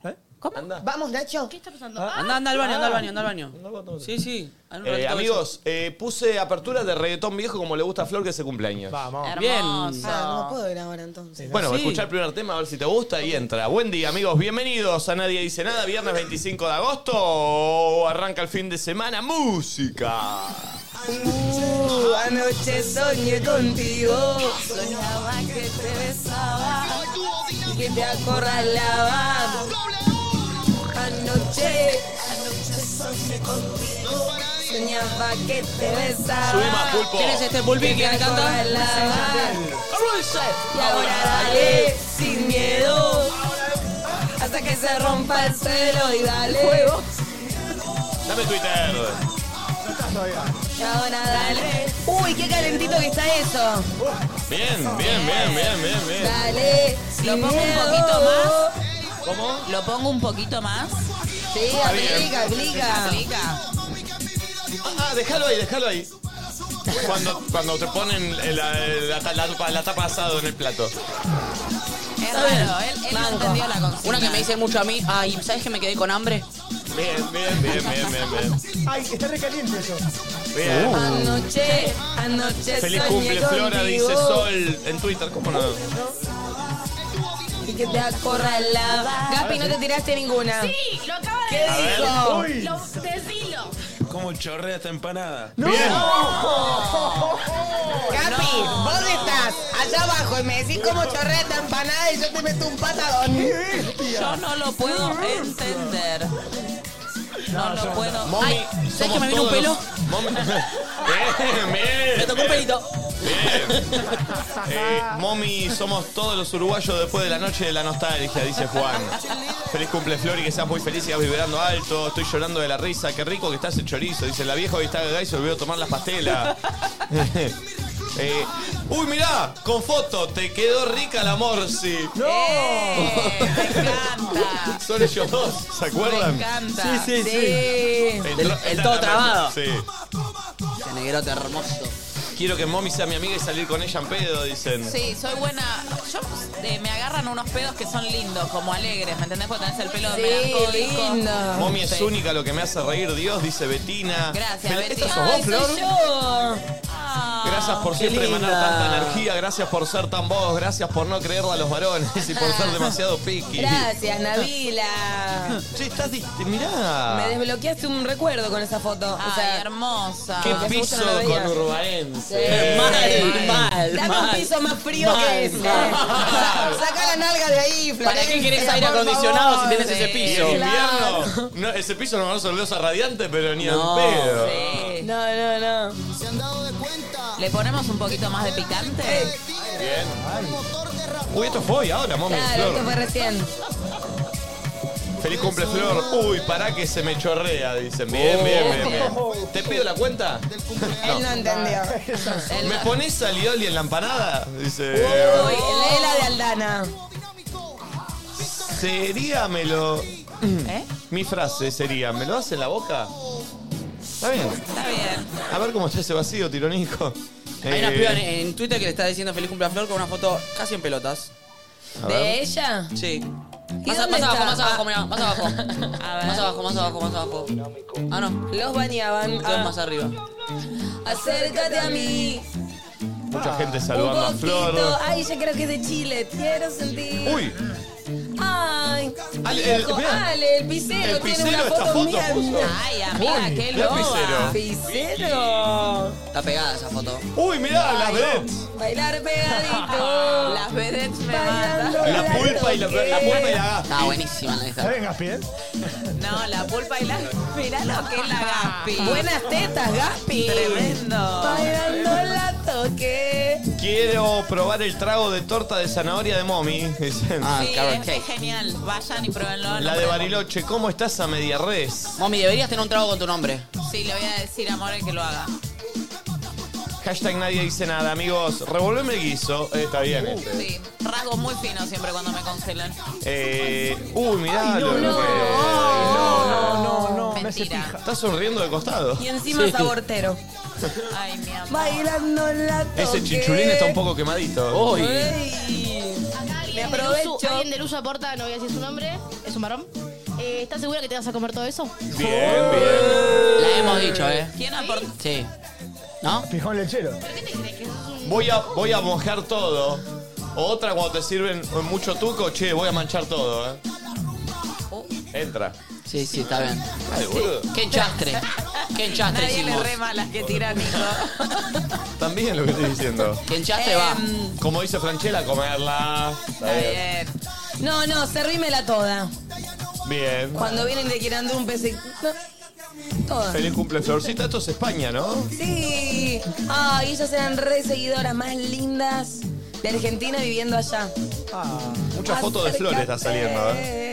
Speaker 6: ¿Eh?
Speaker 1: Anda.
Speaker 2: Vamos, Nacho.
Speaker 7: ¿Qué está pasando?
Speaker 3: Ah,
Speaker 7: Ah,
Speaker 3: Anda, anda al baño, anda al baño, anda al baño.
Speaker 1: Anda, botón.
Speaker 3: Sí, sí. Al
Speaker 1: Eh, amigos, eh, puse apertura de reggaetón viejo como le gusta a Flor que es su cumpleaños.
Speaker 6: Vamos.
Speaker 5: Hermoso.
Speaker 2: Ah, no puedo ir ahora entonces.
Speaker 1: Bueno,
Speaker 3: Sí.
Speaker 1: escuchar el primer tema, a ver si te gusta y entra. Buen día, amigos. Bienvenidos a Nadie Dice Nada. Viernes 25 de agosto. Arranca el fin de semana. Música.
Speaker 2: Uh, anoche soñé contigo.
Speaker 5: Soñaba que te besaba.
Speaker 2: y que te acorralaba. Anoche, anoche soñé contigo. Soñaba que te besaba.
Speaker 1: Sube más, pulpo.
Speaker 3: ¿Quién es este pulpi que
Speaker 2: Que
Speaker 3: le
Speaker 2: te
Speaker 3: canta?
Speaker 2: acorralaba. Y ahora dale, sin miedo. Hasta que se rompa el suelo y dale.
Speaker 1: Dame Twitter.
Speaker 2: Y ahora dale. Uy, qué calentito que está eso.
Speaker 1: Bien, bien, bien, bien, bien, bien.
Speaker 2: Dale, sin
Speaker 5: Lo pongo un
Speaker 2: miedo.
Speaker 5: poquito más.
Speaker 1: ¿Cómo?
Speaker 5: Lo pongo un poquito más.
Speaker 2: Sí,
Speaker 1: bien.
Speaker 2: aplica, aplica.
Speaker 5: Aplica.
Speaker 1: Ah, déjalo ahí, déjalo ahí. Cuando, cuando te ponen la, la, la, la tapa- la tapa asado en el plato.
Speaker 5: Es raro. Él, él no
Speaker 2: Manco.
Speaker 5: entendió la consigna.
Speaker 3: Una que me dice mucho a mí, ay, ¿sabes que me quedé con hambre?
Speaker 1: Bien, bien, bien, bien, bien, bien.
Speaker 6: Ay, está recaliente eso.
Speaker 1: Bien.
Speaker 3: Uh.
Speaker 2: Anoche, anoche
Speaker 1: Feliz
Speaker 2: soñé
Speaker 1: cumple, Flora,
Speaker 2: contigo
Speaker 1: dice Sol en Twitter. ¿Cómo no?
Speaker 2: Y que te acorralaba. Gaspi, no te tiraste ninguna.
Speaker 7: Sí, lo acaba de
Speaker 2: ¿Qué
Speaker 7: decir.
Speaker 2: dijo?
Speaker 6: Uy.
Speaker 7: Lo, decilo.
Speaker 8: ¿Cómo chorrea esta empanada?
Speaker 1: Bien.
Speaker 2: Gaspi, vos estás allá abajo y me decís cómo chorrea esta empanada y yo te meto un patadón.
Speaker 5: Yo no lo puedo entender. No lo puedo.
Speaker 1: Mami,
Speaker 3: ¿sabes que me vino un pelo?
Speaker 1: Mami. Bien, [LAUGHS] bien.
Speaker 3: Me tocó un pelito.
Speaker 1: Bien. Eh, Mami, somos todos los uruguayos después de la noche de la nostalgia, dice Juan. Feliz cumple, Flor, y que seas muy feliz, sigas vibrando alto. Estoy llorando de la risa. Qué rico que está ese chorizo. Dice, la vieja hoy está gaga y se olvidó tomar las pastelas. [LAUGHS] Eh, uy, mirá, con foto. Te quedó rica la morsi.
Speaker 6: ¡No!
Speaker 5: Eh, me encanta.
Speaker 1: [LAUGHS] Son ellos dos, ¿se
Speaker 5: Me
Speaker 1: acuerdan?
Speaker 5: encanta.
Speaker 3: sí,
Speaker 2: Sí.
Speaker 3: El-
Speaker 1: Entró-
Speaker 3: el
Speaker 1: está
Speaker 3: todo
Speaker 1: la-
Speaker 3: trabado.
Speaker 1: Sí.
Speaker 3: Ese negrote hermoso.
Speaker 1: Quiero que Mommy sea mi amiga y salir con ella en pedo, dicen.
Speaker 5: Sí, soy buena. Yo eh, me agarran unos pedos que son lindos, como alegres, ¿me entendés? Porque tenés el pelo
Speaker 2: Sí,
Speaker 5: melancólico.
Speaker 2: lindo.
Speaker 1: Mommy es
Speaker 5: Sí.
Speaker 1: única, lo que me hace reír Dios, dice Betina.
Speaker 5: Gracias,
Speaker 1: Fel-
Speaker 5: Beti.
Speaker 1: ¿Esta sos
Speaker 2: Ay,
Speaker 1: vos, Flor?
Speaker 2: soy yo.
Speaker 5: Ah,
Speaker 1: Gracias por
Speaker 3: qué
Speaker 1: siempre
Speaker 3: linda.
Speaker 1: emanar tanta energía, gracias por ser tan vos, gracias por no creerla a los varones y por
Speaker 2: [LAUGHS]
Speaker 1: ser demasiado piqui.
Speaker 2: Gracias, Navila.
Speaker 1: Che, estás dist-
Speaker 2: Me
Speaker 1: Mirá.
Speaker 2: desbloqueaste un recuerdo con esa foto.
Speaker 5: Ay,
Speaker 2: o sea,
Speaker 5: hermosa.
Speaker 1: Qué
Speaker 2: porque justo
Speaker 1: piso
Speaker 2: no lo veía.
Speaker 1: con Urbaense.
Speaker 3: Mal, mal,
Speaker 2: Dame un
Speaker 3: mal.
Speaker 2: piso más frío
Speaker 3: Mal,
Speaker 2: que ese.
Speaker 1: mal.
Speaker 2: Saca la nalga de ahí, Florencia.
Speaker 3: ¿Para qué querés aire acondicionado si tenés ese
Speaker 1: Y
Speaker 3: piso?
Speaker 1: en
Speaker 2: Claro.
Speaker 1: invierno, no, ese piso no se lo dio a radiante, pero ni
Speaker 3: No,
Speaker 1: en pedo.
Speaker 5: Sí.
Speaker 2: No, no, no.
Speaker 5: ¿Le ponemos un poquito más de picante?
Speaker 1: Bien. Uy, esto fue hoy ahora, Mommy
Speaker 2: Eh, Claro,
Speaker 1: Flor.
Speaker 2: esto fue recién.
Speaker 1: Feliz cumple, Flor. Uy, pará que se me chorrea, dicen. Bien, bien, bien, bien. ¿Te pido la cuenta?
Speaker 2: Él no entendió.
Speaker 1: ¿Me pones alioli en la empanada? Dice.
Speaker 2: Uy, Lela de Aldana.
Speaker 1: Sería, me lo... Mi frase sería, ¿me lo hace en la boca? Está bien.
Speaker 5: Está bien.
Speaker 1: A ver cómo está ese vacío, tironico.
Speaker 3: Hay una
Speaker 1: Eh,
Speaker 3: piba en, en Twitter que le está diciendo feliz cumpleaños a Flor con una foto casi en pelotas.
Speaker 1: a ver.
Speaker 2: ¿De ella?
Speaker 3: Sí.
Speaker 2: ¿Y
Speaker 3: Más, a-
Speaker 2: dónde
Speaker 3: más abajo,
Speaker 2: está?
Speaker 3: más abajo, mirá, más abajo.
Speaker 5: A ver.
Speaker 3: Más abajo, más abajo, más abajo. Ah, no.
Speaker 2: Los bañaban.
Speaker 3: Entonces
Speaker 2: Ah,
Speaker 3: más arriba.
Speaker 2: acércate a mí.
Speaker 1: Mucha gente
Speaker 2: Un
Speaker 1: saludando a Flor.
Speaker 2: poquito. Ay, yo creo que es de Chile. Quiero sentir.
Speaker 1: Uy,
Speaker 2: Ay.
Speaker 1: Ale,
Speaker 2: viejo,
Speaker 1: el- mirá.
Speaker 2: Ale, el pisero
Speaker 1: El
Speaker 2: tiene
Speaker 1: pisero
Speaker 2: una
Speaker 1: esta
Speaker 2: foto,
Speaker 1: foto
Speaker 2: mía.
Speaker 1: puso.
Speaker 5: Ay, amiga, qué
Speaker 1: mirá el
Speaker 5: loba.
Speaker 2: Pisero.
Speaker 3: Está pegada esa foto.
Speaker 1: uy, mirá, las vedettes.
Speaker 2: Bailar pegadito.
Speaker 5: Las vedettes me
Speaker 2: Bailando
Speaker 5: matan.
Speaker 1: La
Speaker 2: al
Speaker 1: pulpa y la,
Speaker 2: toque.
Speaker 1: la pulpa y la gata.
Speaker 3: Está buenísima la
Speaker 6: ¿Está
Speaker 3: esta.
Speaker 6: bien, Gaspi, eh?
Speaker 5: No, la pulpa y la... Mirá lo que es la Gaspi.
Speaker 2: Buenas tetas, Gaspi.
Speaker 5: Tremendo.
Speaker 2: Bailando la toque.
Speaker 1: Quiero probar el trago de torta de zanahoria de mommy. Dicen.
Speaker 3: Ah,
Speaker 5: Sí,
Speaker 3: carrot
Speaker 5: es,
Speaker 3: cake.
Speaker 5: es genial. Vayan y pruébenlo.
Speaker 1: la de
Speaker 5: No,
Speaker 1: Bariloche, ¿cómo estás a media res?
Speaker 3: Mami, deberías tener un trago con tu nombre.
Speaker 5: Sí, le voy a decir a More que lo haga.
Speaker 1: Hashtag nadie dice nada, amigos. Revolveme el guiso. Eh, está bien este.
Speaker 5: Sí. Rasgos muy finos siempre cuando me congelan.
Speaker 1: Eh, uy, mirá lo
Speaker 6: no.
Speaker 1: que-
Speaker 6: No, no, no, me hace
Speaker 5: Mentira.
Speaker 6: fija.
Speaker 1: Está sonriendo de costado.
Speaker 2: Y encima sabortero.
Speaker 5: Ay, mi amor.
Speaker 2: Bailando la toque.
Speaker 1: Ese chinchulín está un poco quemadito.
Speaker 3: Uy.
Speaker 2: Ey.
Speaker 7: Acá alguien,
Speaker 2: Me
Speaker 7: del Usu-
Speaker 2: aprovecho.
Speaker 7: alguien del uso aporta, no voy a decir su nombre, es un varón. Eh, ¿Estás segura que te vas a comer todo eso?
Speaker 1: Bien, bien.
Speaker 3: La hemos dicho, eh.
Speaker 5: ¿Quién aportó?
Speaker 3: Sí. ¿No?
Speaker 6: Fijón lechero.
Speaker 7: ¿Pero qué te crees? ¿Que sos un
Speaker 1: Voy a, voy a mojar todo. Otra cuando te sirven mucho tuco, che, voy a manchar todo, eh. Entra.
Speaker 3: Sí, sí, está bien.
Speaker 1: Ay, boludo.
Speaker 3: Qué enchastre. Qué enchastre
Speaker 5: Nadie le
Speaker 3: hicimos.
Speaker 5: rema las que tira Nico.
Speaker 1: También lo que estoy diciendo.
Speaker 3: Qué enchastre va.
Speaker 5: Em,
Speaker 1: Como dice Franchella, comerla. Está
Speaker 5: Está
Speaker 1: bien.
Speaker 5: bien.
Speaker 2: No, no, servímela toda.
Speaker 1: Bien.
Speaker 2: Cuando vienen de Quirandú un pez. Toda.
Speaker 1: Feliz cumple, Florcita. Esto es España, ¿no?
Speaker 2: Sí. Ay, ellas eran re seguidoras más lindas de Argentina viviendo allá.
Speaker 6: Ah,
Speaker 1: Mucha foto de flores está saliendo, ¿eh?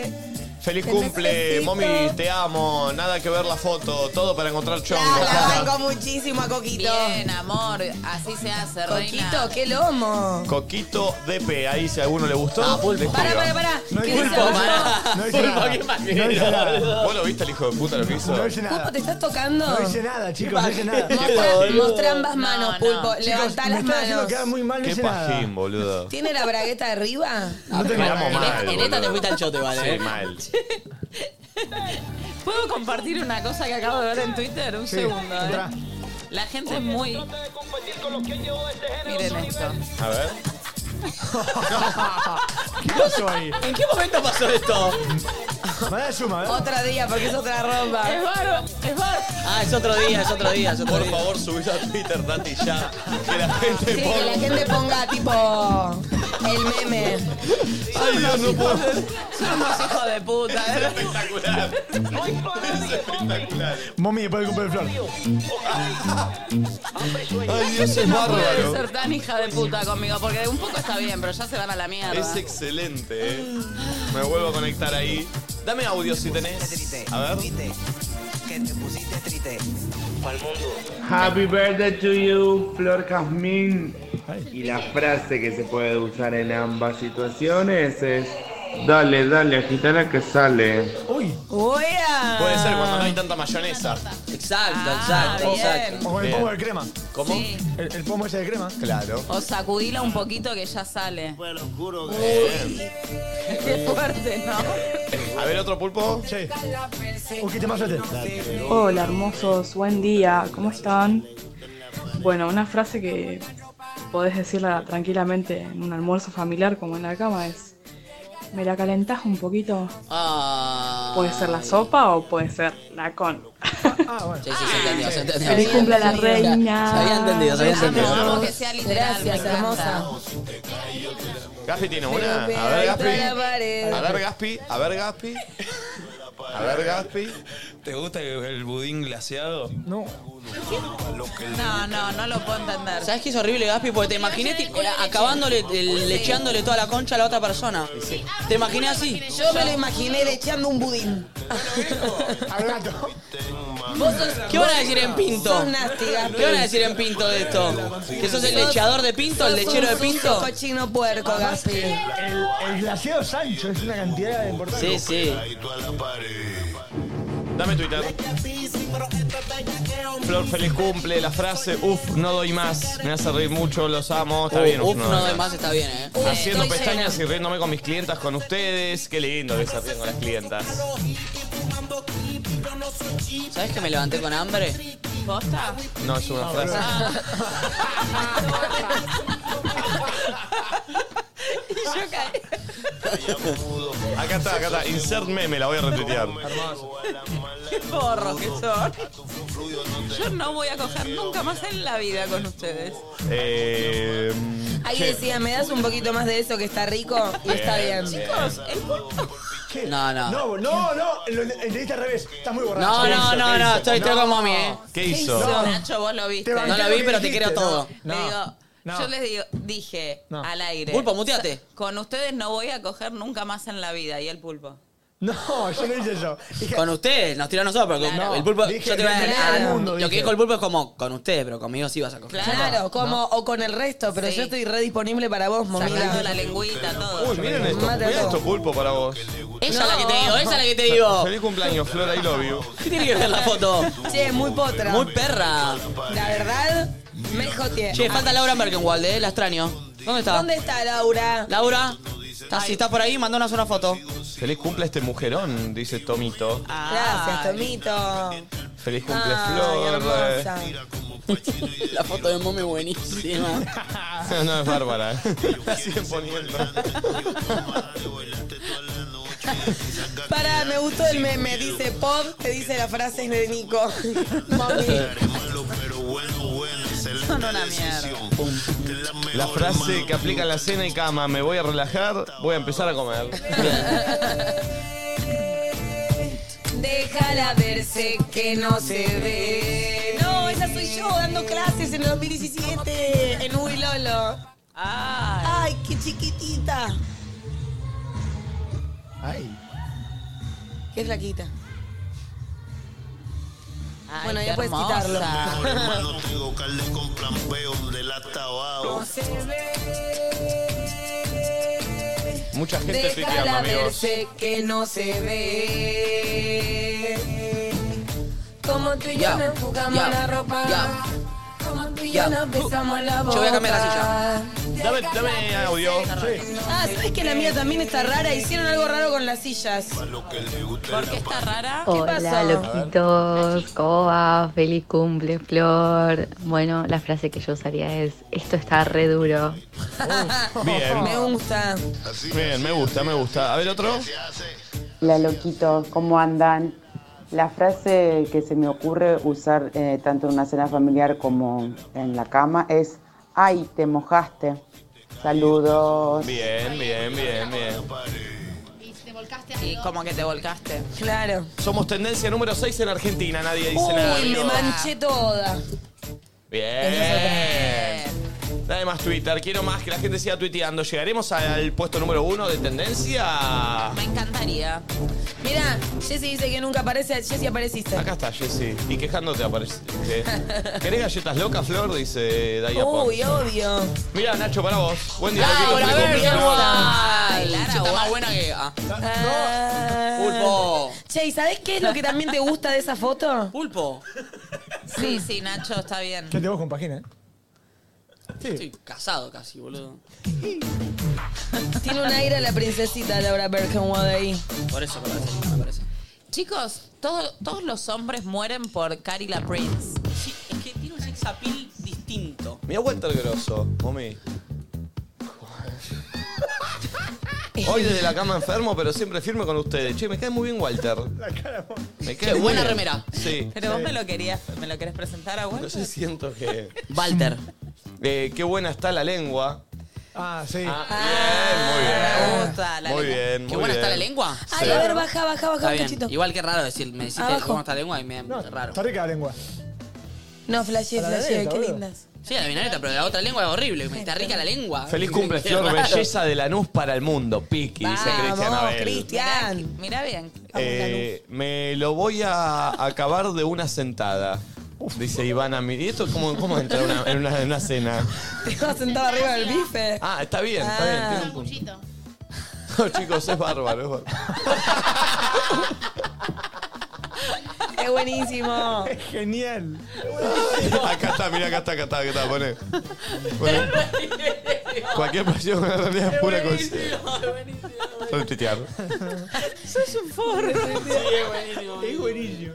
Speaker 1: Feliz
Speaker 2: Te
Speaker 1: cumple,
Speaker 2: necesito.
Speaker 1: mami, te amo. Nada que ver la foto, todo para encontrar chongo.
Speaker 2: La, la banco muchísimo a Coquito.
Speaker 5: Bien, amor. Así se hace, reina.
Speaker 2: Coquito, qué lomo.
Speaker 1: Coquito DP, ahí si a alguno le gustó.
Speaker 3: Ah, pulpo.
Speaker 1: le
Speaker 2: Pará, pará,
Speaker 1: escriba.
Speaker 2: pará.
Speaker 6: No
Speaker 2: ¿Qué
Speaker 6: hay
Speaker 2: dice
Speaker 6: pulpo,
Speaker 2: abajo?
Speaker 3: [LAUGHS] pará.
Speaker 6: No hice nada. No hice nada.
Speaker 1: ¿Vos lo viste el hijo de puta lo que hizo?
Speaker 6: No hice
Speaker 2: Pulpo,
Speaker 6: nada.
Speaker 2: ¿te estás tocando?
Speaker 6: No hice nada, chicos, no hice nada.
Speaker 2: Mostra, mostra ambas
Speaker 5: No,
Speaker 2: manos,
Speaker 5: no.
Speaker 2: Pulpo.
Speaker 5: Chicos,
Speaker 6: Chicos,
Speaker 2: Levantá
Speaker 6: me
Speaker 2: las
Speaker 6: están haciendo quedar
Speaker 2: manos.
Speaker 6: muy mal, no
Speaker 1: Qué
Speaker 6: hice nada.
Speaker 1: pajín, boludo.
Speaker 2: ¿Tiene la bragueta de arriba?
Speaker 6: No tengo
Speaker 1: Miramos
Speaker 6: nada.
Speaker 1: mal.
Speaker 3: En esta te
Speaker 1: boludo.
Speaker 3: fuiste al chote, vale.
Speaker 1: Sí, mal.
Speaker 5: ¿Puedo compartir una cosa que acabo de ver en Twitter? Un
Speaker 6: Sí,
Speaker 5: segundo. eh.
Speaker 6: entra.
Speaker 5: La gente es muy. Miren esto.
Speaker 1: A [LAUGHS] ver.
Speaker 6: ¿Qué pasó ahí?
Speaker 3: ¿En qué momento pasó esto?
Speaker 6: Para de suma, ¿eh?
Speaker 2: Otra día, porque es otra ropa.
Speaker 5: Es bárbaro, es bárbaro.
Speaker 3: Ah, es otro día, es otro día, es otro
Speaker 1: Por
Speaker 3: día.
Speaker 1: favor, subid a Twitter, Tati, ya. Que la
Speaker 2: Sí,
Speaker 1: gente
Speaker 2: que la
Speaker 1: ponga.
Speaker 2: gente ponga tipo el meme.
Speaker 1: Ay, Dios, no
Speaker 3: [LAUGHS]
Speaker 1: puedo.
Speaker 5: Son unos hijos de puta.
Speaker 3: ¿eh?
Speaker 1: Es espectacular. Es espectacular.
Speaker 6: Mommy después del cumple de flor.
Speaker 1: Ay, Dios, es
Speaker 5: No puede
Speaker 1: bárbaro.
Speaker 5: ser tan hija de puta conmigo, porque un poco está bien, pero ya se van a la mierda.
Speaker 1: Es excelente, eh. Me vuelvo a conectar ahí. Dame audio si tenés. A ver.
Speaker 9: Que te pusiste triste.
Speaker 10: Happy birthday to you, Flor Jazmín. Y la frase que se puede usar en ambas situaciones es: Dale, dale, agitala que sale.
Speaker 6: Uy,
Speaker 2: ¡Oea!
Speaker 1: Puede ser cuando no hay tanta mayonesa.
Speaker 3: Exacto,
Speaker 5: Ah,
Speaker 3: exacto, exacto.
Speaker 6: o con el
Speaker 1: Bien.
Speaker 6: pomo de crema.
Speaker 1: ¿Cómo?
Speaker 5: Sí.
Speaker 6: El, el pomo ese de crema.
Speaker 1: Claro.
Speaker 5: O sacudila un poquito que ya sale. [LAUGHS] Qué fuerte, ¿no?
Speaker 1: A ver, otro pulpo.
Speaker 6: Sí. Uy, qué temazo este.
Speaker 11: Hola hermosos, buen día, ¿cómo están? Bueno, una frase que podés decirla tranquilamente en un almuerzo familiar como en la cama es, ¿me la calentás un poquito?
Speaker 3: Ah.
Speaker 11: Puede ser la sopa o puede ser la con.
Speaker 6: Ah, bueno.
Speaker 3: Sí, sí, se entendió, se entendió.
Speaker 11: Feliz cumple a la reina.
Speaker 3: Se había entendido, se había entendido.
Speaker 5: Vamos que sea literal.
Speaker 2: Gracias,
Speaker 5: me encanta.
Speaker 2: hermosa.
Speaker 1: Gaspi tiene
Speaker 2: Pero
Speaker 1: una. A
Speaker 2: pega
Speaker 1: ver,
Speaker 2: contra la
Speaker 1: Gaspi.
Speaker 2: pared.
Speaker 1: A ver, Gaspi. A ver, Gaspi. A ver, Gaspi.
Speaker 8: ¿Te gusta el budín glaseado?
Speaker 6: No.
Speaker 5: No, no, no lo puedo entender.
Speaker 3: ¿Sabes qué es horrible, Gaspi? Porque te imaginé ti- acabándole, el- lecheándole toda la concha a la otra persona. Te imaginé así.
Speaker 2: Yo me lo imaginé lecheando un budín.
Speaker 3: ¿Qué van a decir en Pinto?
Speaker 2: Sos nasty, Gaspi.
Speaker 3: ¿Qué van a decir en Pinto de esto? ¿Que sos el lecheador de Pinto, el
Speaker 2: Sos
Speaker 3: lechero de
Speaker 2: un sucio
Speaker 3: Pinto?
Speaker 2: cochino puerco, Gaspi.
Speaker 6: El, el glaseado Sancho es una cantidad
Speaker 3: Sí,
Speaker 6: importante.
Speaker 3: sí.
Speaker 1: Dame Twitter. Flor, feliz cumple. La frase, uff, no doy más. Me hace reír mucho, los amo. Está
Speaker 3: Uh,
Speaker 1: bien,
Speaker 3: uf, no doy más, está bien, eh.
Speaker 1: Haciendo
Speaker 3: Estoy
Speaker 1: pestañas y riéndome con mis clientas, con ustedes. Qué lindo que se ríen con las clientas.
Speaker 3: ¿Sabes que me levanté con hambre?
Speaker 5: ¿Posta? Ah.
Speaker 1: No, es una frase.
Speaker 3: Ah. [LAUGHS]
Speaker 5: Y yo caí.
Speaker 1: Acá está, acá está. Insert meme, la voy a retuitear.
Speaker 5: Qué porro que son. Yo no voy a coger nunca más en la vida con ustedes.
Speaker 1: Eh,
Speaker 2: Ahí
Speaker 1: che.
Speaker 2: decía, ¿me das un poquito más de eso que está rico? Y está bien.
Speaker 1: Chicos,
Speaker 3: No, no.
Speaker 6: No, no, no, lo entendiste al revés. Estás muy borracho.
Speaker 3: No,
Speaker 6: ¿Qué
Speaker 3: no,
Speaker 6: hizo?
Speaker 3: no,
Speaker 6: ¿Qué
Speaker 3: no,
Speaker 6: hizo?
Speaker 3: estoy, estoy con mami, eh.
Speaker 1: ¿Qué hizo?
Speaker 5: Nacho, vos lo viste.
Speaker 6: Te
Speaker 3: No la
Speaker 6: banqué
Speaker 3: vi,
Speaker 6: lo
Speaker 3: pero
Speaker 6: que
Speaker 3: te quiero
Speaker 6: dijiste,
Speaker 3: todo.
Speaker 6: no.
Speaker 5: Le digo,
Speaker 6: No.
Speaker 5: Yo les digo, dije al aire.
Speaker 3: Pulpo, muteate.
Speaker 5: "Sa- [LAUGHS] Con ustedes no voy a coger nunca más en la vida. Y el pulpo.
Speaker 6: No, yo no hice eso. Dije,
Speaker 3: Con ustedes, nos tiró a nosotros, pero con-
Speaker 6: Claro.
Speaker 3: el pulpo.
Speaker 6: Dije,
Speaker 3: yo te voy a
Speaker 6: bienvenido
Speaker 3: Ah,
Speaker 6: al mundo,
Speaker 3: Lo que
Speaker 6: dije.
Speaker 3: dijo el pulpo es como con ustedes, pero conmigo sí vas a coger.
Speaker 2: Claro, como o con el resto, pero
Speaker 5: Sí.
Speaker 2: yo estoy re disponible para vos,
Speaker 5: Sacando la
Speaker 2: momita.
Speaker 5: lengüita, todo.
Speaker 1: Uy, miren esto.
Speaker 2: Mata
Speaker 1: Miren
Speaker 2: todo.
Speaker 1: esto, pulpo para vos.
Speaker 3: Esa es la que te digo, esa es la que te digo.
Speaker 1: Feliz cumpleaños, Flor, I love you.
Speaker 3: ¿Qué tiene que ver la foto?
Speaker 2: Che, muy potra.
Speaker 3: Muy perra.
Speaker 2: La verdad, me joteé.
Speaker 3: Che, falta Laura Merkenwalde, eh, la extraño. ¿Dónde está?
Speaker 2: ¿Dónde está Laura?
Speaker 3: Laura, está- si estás por ahí, mandanos una foto.
Speaker 1: Feliz cumple a este mujerón, dice Tomito.
Speaker 3: Ah.
Speaker 2: Gracias, Tomito.
Speaker 1: Feliz cumple,
Speaker 2: Ay,
Speaker 1: Flor. eh.
Speaker 2: hermosa.
Speaker 3: [LAUGHS] La foto de Momi buenísima.
Speaker 1: [LAUGHS] No, no es Bárbara. La siguen poniendo.
Speaker 2: Para, me gustó el meme. Dice Pod, te dice la frase de Nico.
Speaker 3: [LAUGHS]
Speaker 2: Mami.
Speaker 5: Son una mierda.
Speaker 1: La frase que aplica en la cena y cama, me voy a relajar, voy a empezar a comer.
Speaker 2: Déjala verse que no se ve. No, esa soy yo dando clases en el 2017 en Uy Lolo.
Speaker 5: Ah,
Speaker 2: Ay, qué chiquitita.
Speaker 6: Ay.
Speaker 2: Qué flaquita.
Speaker 5: ay,
Speaker 2: Bueno,
Speaker 5: qué
Speaker 2: ya puedes
Speaker 5: hermosa.
Speaker 2: quitarlo.
Speaker 5: [LAUGHS]
Speaker 1: Mucha gente tuiteando,
Speaker 2: Déjala
Speaker 1: amigos.
Speaker 2: verse que no se ve. Como tú y yo
Speaker 3: Ya,
Speaker 2: nos jugamos
Speaker 3: ya,
Speaker 2: la ropa.
Speaker 3: ya.
Speaker 2: Como tú y
Speaker 3: Ya.
Speaker 2: yo nos besamos la boca.
Speaker 3: Yo voy a cambiar la
Speaker 1: Dame, dame audio.
Speaker 2: Ah, ¿sabes que la mía también está rara? Hicieron algo raro con las sillas.
Speaker 5: ¿Por qué está rara?
Speaker 2: pasó?
Speaker 12: Hola, loquitos, ¿cómo va? Feliz cumple, Flor. Bueno, la frase que yo usaría es, esto está re duro.
Speaker 1: Bien,
Speaker 2: [LAUGHS] Me gusta.
Speaker 1: bien, me gusta, me gusta. A ver otro.
Speaker 13: La loquito, ¿cómo andan? La frase que se me ocurre usar eh, tanto en una cena familiar como en la cama es, ay, te mojaste. Saludos.
Speaker 1: Bien, bien, bien, bien.
Speaker 7: Y te volcaste
Speaker 5: Y como que te volcaste.
Speaker 2: Claro.
Speaker 1: Somos tendencia número 6 en Argentina, nadie dice nada.
Speaker 2: Uy, me
Speaker 1: amigo.
Speaker 2: manché toda.
Speaker 1: Bien. Dame más Twitter, quiero más que la gente siga tuiteando. ¿Llegaremos al puesto número uno de tendencia?
Speaker 5: Me encantaría.
Speaker 2: Mira, Jessy dice que nunca aparece. Jessy apareciste.
Speaker 1: Acá está, Jessy. Y quejándote apareciste. ¿Querés galletas locas, Flor? Dice Daya
Speaker 2: Uy, obvio.
Speaker 1: Mira, Nacho, para vos. Buen día.
Speaker 3: Laura
Speaker 1: Loquito, feliz cumple, Flor.
Speaker 3: Merkenwalde.
Speaker 5: Lara,
Speaker 3: Si Está más
Speaker 5: guay.
Speaker 3: buena que. ah.
Speaker 2: Ah.
Speaker 3: Pulpo.
Speaker 2: Che, ¿y sabés qué es lo que también te gusta de esa foto?
Speaker 3: Pulpo.
Speaker 5: Sí, sí, Nacho, está bien.
Speaker 6: Que te vos con página, ¿eh?
Speaker 3: Estoy casado casi, boludo.
Speaker 2: Tiene un aire a la princesita Laura Berkenwald ahí.
Speaker 3: Por eso me parece, me parece.
Speaker 5: Chicos, todo- todos los hombres mueren por Cari la Prince.
Speaker 3: Sí, es que tiene un sex appeal distinto.
Speaker 1: Mira Walter Grosso, mami. Hoy desde la cama enfermo, pero siempre firme con ustedes. Che, me cae muy bien Walter. Me cae
Speaker 3: Che,
Speaker 1: muy
Speaker 3: buena
Speaker 1: bien.
Speaker 3: remera.
Speaker 1: Sí.
Speaker 5: Pero vos me lo querías, me lo querés presentar a
Speaker 1: No
Speaker 5: Walter.
Speaker 1: sé, siento que...
Speaker 3: Walter.
Speaker 1: Eh, qué buena está la lengua.
Speaker 6: Ah, sí.
Speaker 1: Bien,
Speaker 3: gusta la
Speaker 1: muy bien. Muy
Speaker 3: lengua.
Speaker 1: bien, muy
Speaker 3: Qué buena está la
Speaker 1: bien.
Speaker 3: lengua.
Speaker 2: Ay, a ver, baja, baja, baja
Speaker 3: Está
Speaker 2: un
Speaker 3: bien.
Speaker 2: cachito.
Speaker 3: Igual que raro decir, me deciste
Speaker 2: Abajo.
Speaker 3: cómo está la lengua y me raro.
Speaker 6: Está rica la lengua.
Speaker 2: No, flashé,
Speaker 6: A la
Speaker 2: flashé,
Speaker 6: derecha,
Speaker 2: qué
Speaker 6: boludo.
Speaker 2: lindas.
Speaker 3: Sí, la vinaleta, pero la otra lengua es horrible. Me está rica la lengua.
Speaker 1: Feliz cumple,
Speaker 3: [LAUGHS] Qué
Speaker 1: Flor.
Speaker 3: raro.
Speaker 1: Belleza de Lanús para el mundo. Piqui, dice Cristian Abel.
Speaker 5: Cristian. Mirá bien.
Speaker 1: Eh, me lo voy a acabar de una sentada. Dice Ivana Mir- ¿Y esto cómo, cómo entra una- en, una, en una cena?
Speaker 2: Te vas a sentar arriba del bife.
Speaker 1: Ah, está bien, está bien. tiene un punto. No, chicos, es bárbaro. es bárbaro.
Speaker 2: [LAUGHS] Es buenísimo.
Speaker 6: Genial.
Speaker 1: Acá está, mira, acá está, acá está, acá está. Pone. Pone. Cualquier pasión en realidad es pura conciencia. Son tuitear. Ah.
Speaker 4: Sos un forro.
Speaker 6: Sí,
Speaker 4: es buenísimo.
Speaker 6: Es buenísimo.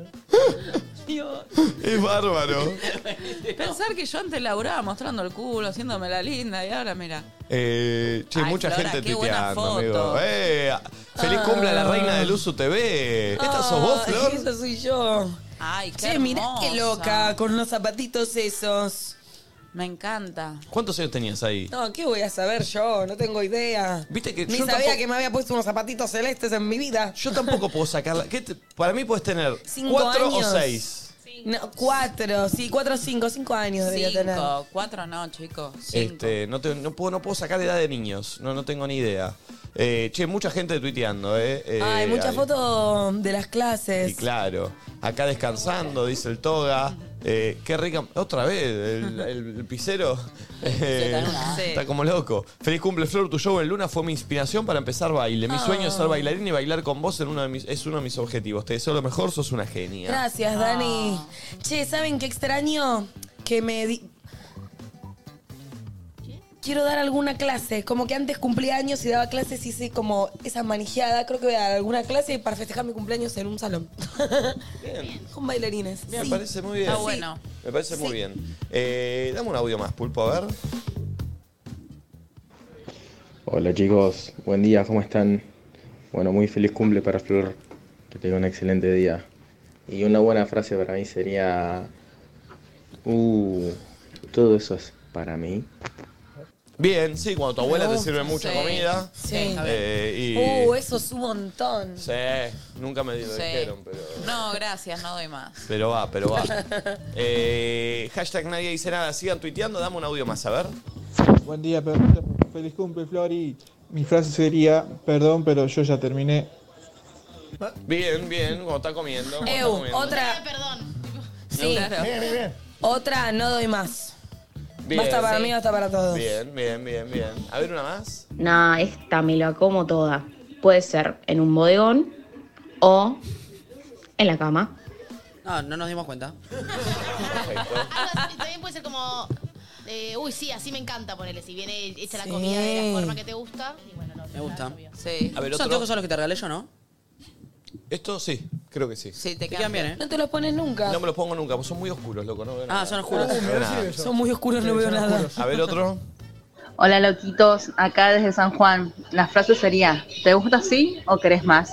Speaker 5: Dios.
Speaker 1: Es bárbaro.
Speaker 5: [LAUGHS] Pensar que yo antes laburaba mostrando el culo, haciéndome la linda y ahora mira.
Speaker 1: Eh, che,
Speaker 5: Ay,
Speaker 1: mucha
Speaker 5: Flora,
Speaker 1: gente
Speaker 5: qué buena
Speaker 1: tuiteando,
Speaker 5: foto.
Speaker 1: amigo. Eh, feliz
Speaker 5: Ah.
Speaker 1: cumple a la reina del Uso TV. Eh, ¿Esta sos vos,
Speaker 2: Ay,
Speaker 1: Flor?
Speaker 2: Esa soy yo.
Speaker 5: Ay, qué
Speaker 2: Che, mirá qué
Speaker 5: hermosa.
Speaker 2: loca, Ah, con los zapatitos esos.
Speaker 5: Me encanta.
Speaker 1: ¿Cuántos años tenías ahí?
Speaker 2: No, ¿qué voy a saber yo? No tengo idea.
Speaker 1: Viste que
Speaker 2: Ni
Speaker 1: yo
Speaker 2: sabía
Speaker 1: tampoco-
Speaker 2: que me había puesto unos zapatitos celestes en mi vida.
Speaker 1: Yo tampoco puedo sacarla. ¿Qué te- para mí puedes tener
Speaker 2: Cinco
Speaker 1: cuatro
Speaker 2: años.
Speaker 1: o seis.
Speaker 2: No, cuatro, sí, cuatro, cinco, cinco años debería tener.
Speaker 5: Cinco, cuatro no, chicos.
Speaker 1: Este, no, te- no puedo, no puedo sacar edad de niños. No, no tengo ni idea. Eh, che, mucha gente tuiteando, ¿eh? Eh,
Speaker 2: Ay, muchas
Speaker 1: al-
Speaker 2: fotos de las
Speaker 1: Y
Speaker 2: clases.
Speaker 1: claro, acá descansando, dice el toga. Eh, qué rica. Otra vez, el, el- el pisero eh,
Speaker 4: Sí.
Speaker 1: [LAUGHS] está como loco. Feliz cumple, Flor. Tu show en Luna fue mi inspiración para empezar baile. Mi
Speaker 2: Ah.
Speaker 1: sueño es ser bailarín y bailar con vos en uno de mis, es uno de mis objetivos. Te deseo lo mejor, sos una genia.
Speaker 2: Gracias, Dani. Che, ¿saben qué extraño? Que me... di- Quiero dar alguna clase. Como que antes cumplía años y daba clases y hice como esa manijeada. Creo que voy a dar alguna clase para festejar mi cumpleaños en un salón. [LAUGHS] Con bailarines.
Speaker 1: Bien,
Speaker 2: Sí.
Speaker 1: Me parece muy bien.
Speaker 2: Está bueno.
Speaker 1: Me parece muy bien. Eh, dame un audio más, Pulpo, a ver.
Speaker 14: Hola chicos, buen día, ¿cómo están? Bueno, muy feliz cumple para Flor, que tenga un excelente día. Y una buena frase para mí sería... Uh, todo eso es para mí.
Speaker 1: Bien, sí, cuando tu abuela te
Speaker 2: gusta,
Speaker 1: sirve mucha
Speaker 2: sí.
Speaker 1: comida.
Speaker 2: Sí.
Speaker 1: Eh, y-
Speaker 2: Uh, eso es un montón.
Speaker 1: Sí, nunca me lo
Speaker 5: Sí.
Speaker 1: dijeron, pero.
Speaker 5: No, gracias, no doy más.
Speaker 1: Pero va, pero
Speaker 2: [LAUGHS]
Speaker 1: va. Eh, hashtag nadie dice nada. Sigan tuiteando, dame un audio más, a ver.
Speaker 15: Buen día, perrito. Feliz cumple, Flori. Mi frase sería, perdón, pero yo ya terminé.
Speaker 1: Bien, bien, cuando está comiendo. cuando está
Speaker 2: Eu,
Speaker 1: comiendo.
Speaker 2: otra... Sí.
Speaker 1: Claro.
Speaker 6: Bien, bien, bien.
Speaker 2: Otra, no doy más.
Speaker 1: Bien.
Speaker 2: Basta para
Speaker 1: Sí.
Speaker 2: mí, basta para todos.
Speaker 1: Bien, bien, bien, bien. A ver una más.
Speaker 12: No, esta me la como toda. Puede ser en un bodegón o en la cama.
Speaker 3: No, no nos dimos cuenta.
Speaker 7: También puede ser como, eh, uy, sí, así me encanta ponerle. Si viene hecha
Speaker 3: Sí.
Speaker 7: la comida de la forma que te gusta. y bueno, no,
Speaker 3: Me gusta.
Speaker 5: Sí.
Speaker 1: A ver,
Speaker 3: Eh, ¿Son
Speaker 1: otro.
Speaker 3: todos los que te regalé yo, no?
Speaker 1: Esto sí, creo que sí.
Speaker 5: Sí, te
Speaker 3: quedan bien, ¿eh?
Speaker 2: No te los pones nunca.
Speaker 1: No me los pongo nunca, porque son muy oscuros, loco. No veo
Speaker 3: Ah,
Speaker 1: nada.
Speaker 3: son oscuros.
Speaker 1: No veo nada.
Speaker 2: Son muy oscuros, no veo nada.
Speaker 1: A ver otro.
Speaker 12: Hola loquitos, acá desde San Juan. La frase sería, ¿te gusta así o querés más?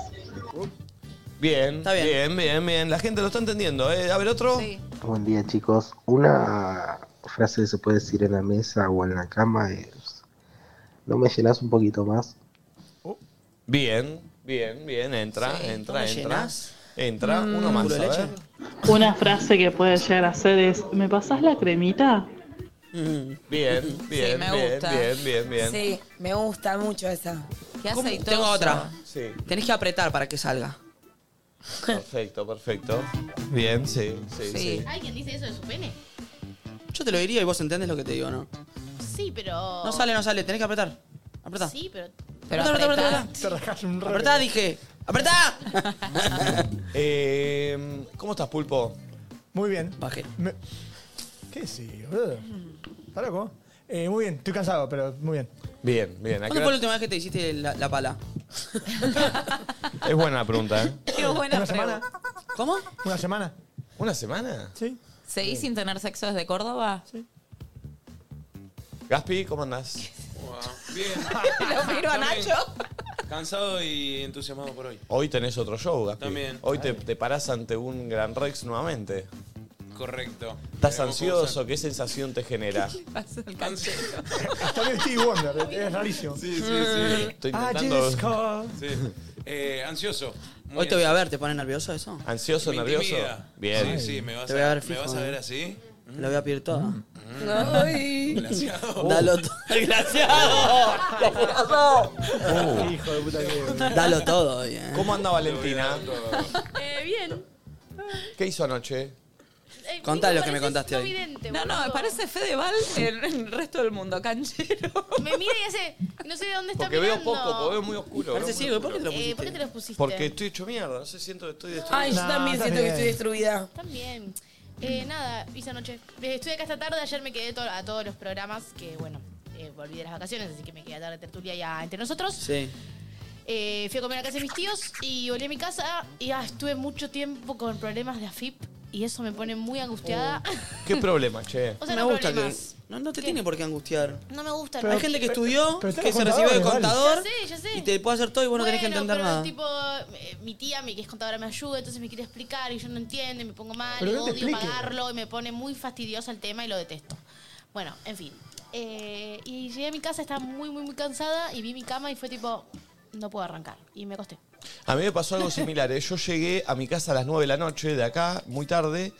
Speaker 1: Bien, bien, bien, bien, La gente lo está entendiendo. ¿eh? A ver otro.
Speaker 16: Buen día chicos. Una frase que se puede decir en la mesa o en la cama es, ¿no me llenas un poquito más?
Speaker 1: Bien, bien, bien. Entra, entra, entra.
Speaker 16: ¿Cómo llenás?
Speaker 1: Entra,
Speaker 16: Mm.
Speaker 1: uno más.
Speaker 16: ¿Culo
Speaker 1: A
Speaker 16: de
Speaker 1: ver.
Speaker 11: Una frase que puede llegar a ser es, ¿me pasás la cremita?
Speaker 1: Bien, bien, bien,
Speaker 2: me
Speaker 1: bien,
Speaker 2: gusta.
Speaker 1: bien, bien,
Speaker 2: Sí, me gusta mucho esa.
Speaker 5: ¿Qué
Speaker 3: ¿Cómo? Tengo otra.
Speaker 1: Sí.
Speaker 3: Tenés que apretar para que salga.
Speaker 1: Perfecto, perfecto. Bien, sí, sí, sí.
Speaker 7: ¿Alguien dice eso de su pene?
Speaker 3: Yo te lo diría y vos entendés lo que te digo, ¿no?
Speaker 7: Sí, pero.
Speaker 3: No sale, no sale. Tenés que apretar. Apretá.
Speaker 7: Sí, pero.
Speaker 3: Oh. Pero apretá, apretá, apretá.
Speaker 6: Te rajaste un rato.
Speaker 3: Apretá, dije. ¡Apretá!
Speaker 1: Eh, ¿Cómo estás, Pulpo?
Speaker 6: Muy bien.
Speaker 3: Bajé.
Speaker 6: Me- ¿Qué sí, boludo? ¿Está loco? Eh, muy bien, estoy cansado, pero muy bien.
Speaker 1: Bien, bien. ¿A qué
Speaker 3: ¿Cuándo fue la
Speaker 1: hora-
Speaker 3: última vez que te hiciste la, la pala?
Speaker 1: Es buena la pregunta, ¿eh?
Speaker 5: Qué buena
Speaker 6: ¿Una semana?
Speaker 3: ¿Cómo?
Speaker 6: ¿Una semana?
Speaker 1: ¿Una semana?
Speaker 6: Sí.
Speaker 5: ¿Seguís sin tener sexo desde Córdoba? Sí.
Speaker 1: Gaspi, ¿cómo andás?
Speaker 8: Bien.
Speaker 5: Lo miro a
Speaker 8: También
Speaker 5: Nacho.
Speaker 8: Cansado y entusiasmado por hoy.
Speaker 1: Hoy tenés otro show, Gaspi.
Speaker 8: También.
Speaker 1: Hoy te, te parás ante un Gran Rex nuevamente.
Speaker 8: Correcto.
Speaker 1: ¿Estás ansioso? ¿Qué sensación te
Speaker 6: [LAUGHS]
Speaker 1: genera?
Speaker 6: Está bien Steve Wonder, es rarísimo.
Speaker 8: Sí, sí,
Speaker 3: Mm.
Speaker 8: sí.
Speaker 1: Estoy
Speaker 11: Ah,
Speaker 6: I just call.
Speaker 8: Sí. Eh, ansioso. Muy
Speaker 3: Hoy te voy a ver, ¿te pone nervioso eso?
Speaker 1: ¿Ansioso,
Speaker 8: Me nervioso? intimida. Bien. Sí, sí, me vas
Speaker 3: Te voy a
Speaker 8: a-
Speaker 3: ver
Speaker 8: me
Speaker 3: fijo,
Speaker 8: vas a
Speaker 3: eh.
Speaker 8: ver así. Mm.
Speaker 3: La voy a pedir toda.
Speaker 8: Ay. Glaciado. [LAUGHS]
Speaker 3: Dalo todo. [LAUGHS] ¡Glaciado! ¡Glaciado!
Speaker 8: Oh.
Speaker 1: Hijo
Speaker 6: Uh. de puta que.
Speaker 3: Dalo todo hoy, eh.
Speaker 1: ¿Cómo anda Valentina?
Speaker 7: Eh, bien.
Speaker 1: ¿Qué hizo anoche?
Speaker 7: Eh,
Speaker 3: Contá
Speaker 7: Nico,
Speaker 3: lo que me
Speaker 7: pareces
Speaker 3: contaste
Speaker 7: no
Speaker 3: hoy.
Speaker 7: vidente,
Speaker 5: No, no,
Speaker 7: boludo.
Speaker 5: me parece eh, Fedeval en el resto del mundo, canchero.
Speaker 7: Me mira y hace, no sé de dónde está
Speaker 1: Porque veo
Speaker 7: mirando.
Speaker 1: poco, porque veo muy oscuro.
Speaker 7: Parece
Speaker 1: veo muy
Speaker 7: ciego,
Speaker 1: oscuro.
Speaker 7: ¿por qué te lo Eh, pusiste? ¿por qué te lo pusiste?
Speaker 1: Porque estoy hecho mierda, no sé, siento que estoy destruido.
Speaker 2: Ay, yo también siento que estoy destruida.
Speaker 7: También. Eh, nada, hice anoche. Eh, Estuve acá esta tarde, ayer me quedé to- a todos los programas, que bueno, eh, volví de las vacaciones, así que me quedé a tarde tertulia ya entre nosotros.
Speaker 3: Sí.
Speaker 7: Eh, fui a comer a casa de mis tíos y volví a mi casa y ah, estuve mucho tiempo con problemas de AFIP y eso me pone muy angustiada.
Speaker 1: ¿Qué problema, che?
Speaker 7: O sea,
Speaker 3: me
Speaker 7: no
Speaker 3: gusta
Speaker 7: problemas.
Speaker 3: que. No, no te tiene por qué angustiar.
Speaker 7: No me gusta.
Speaker 3: Hay gente que estudió,
Speaker 7: pero están
Speaker 3: que
Speaker 7: los
Speaker 3: se recibió de
Speaker 7: contadores, igual.
Speaker 3: contador
Speaker 7: Ya sé, ya sé.
Speaker 3: y te puede hacer todo y vos no tenés que
Speaker 7: Bueno,
Speaker 3: entender
Speaker 7: pero
Speaker 3: nada.
Speaker 7: tipo, eh, mi tía, mi- que es contadora, me ayuda, entonces me quiere explicar y yo no entiendo y me pongo mal,
Speaker 3: Pero
Speaker 7: y
Speaker 3: no te
Speaker 7: odio
Speaker 3: explique.
Speaker 7: pagarlo y me pone muy fastidiosa el tema y lo detesto. Bueno, en fin. Eh, y llegué a mi casa, estaba muy, muy, muy cansada y vi mi cama y fue tipo, no puedo arrancar. Y me acosté.
Speaker 1: A mí me pasó algo similar. ¿eh? Yo llegué a mi casa a las 9 de la noche, de acá, muy tarde,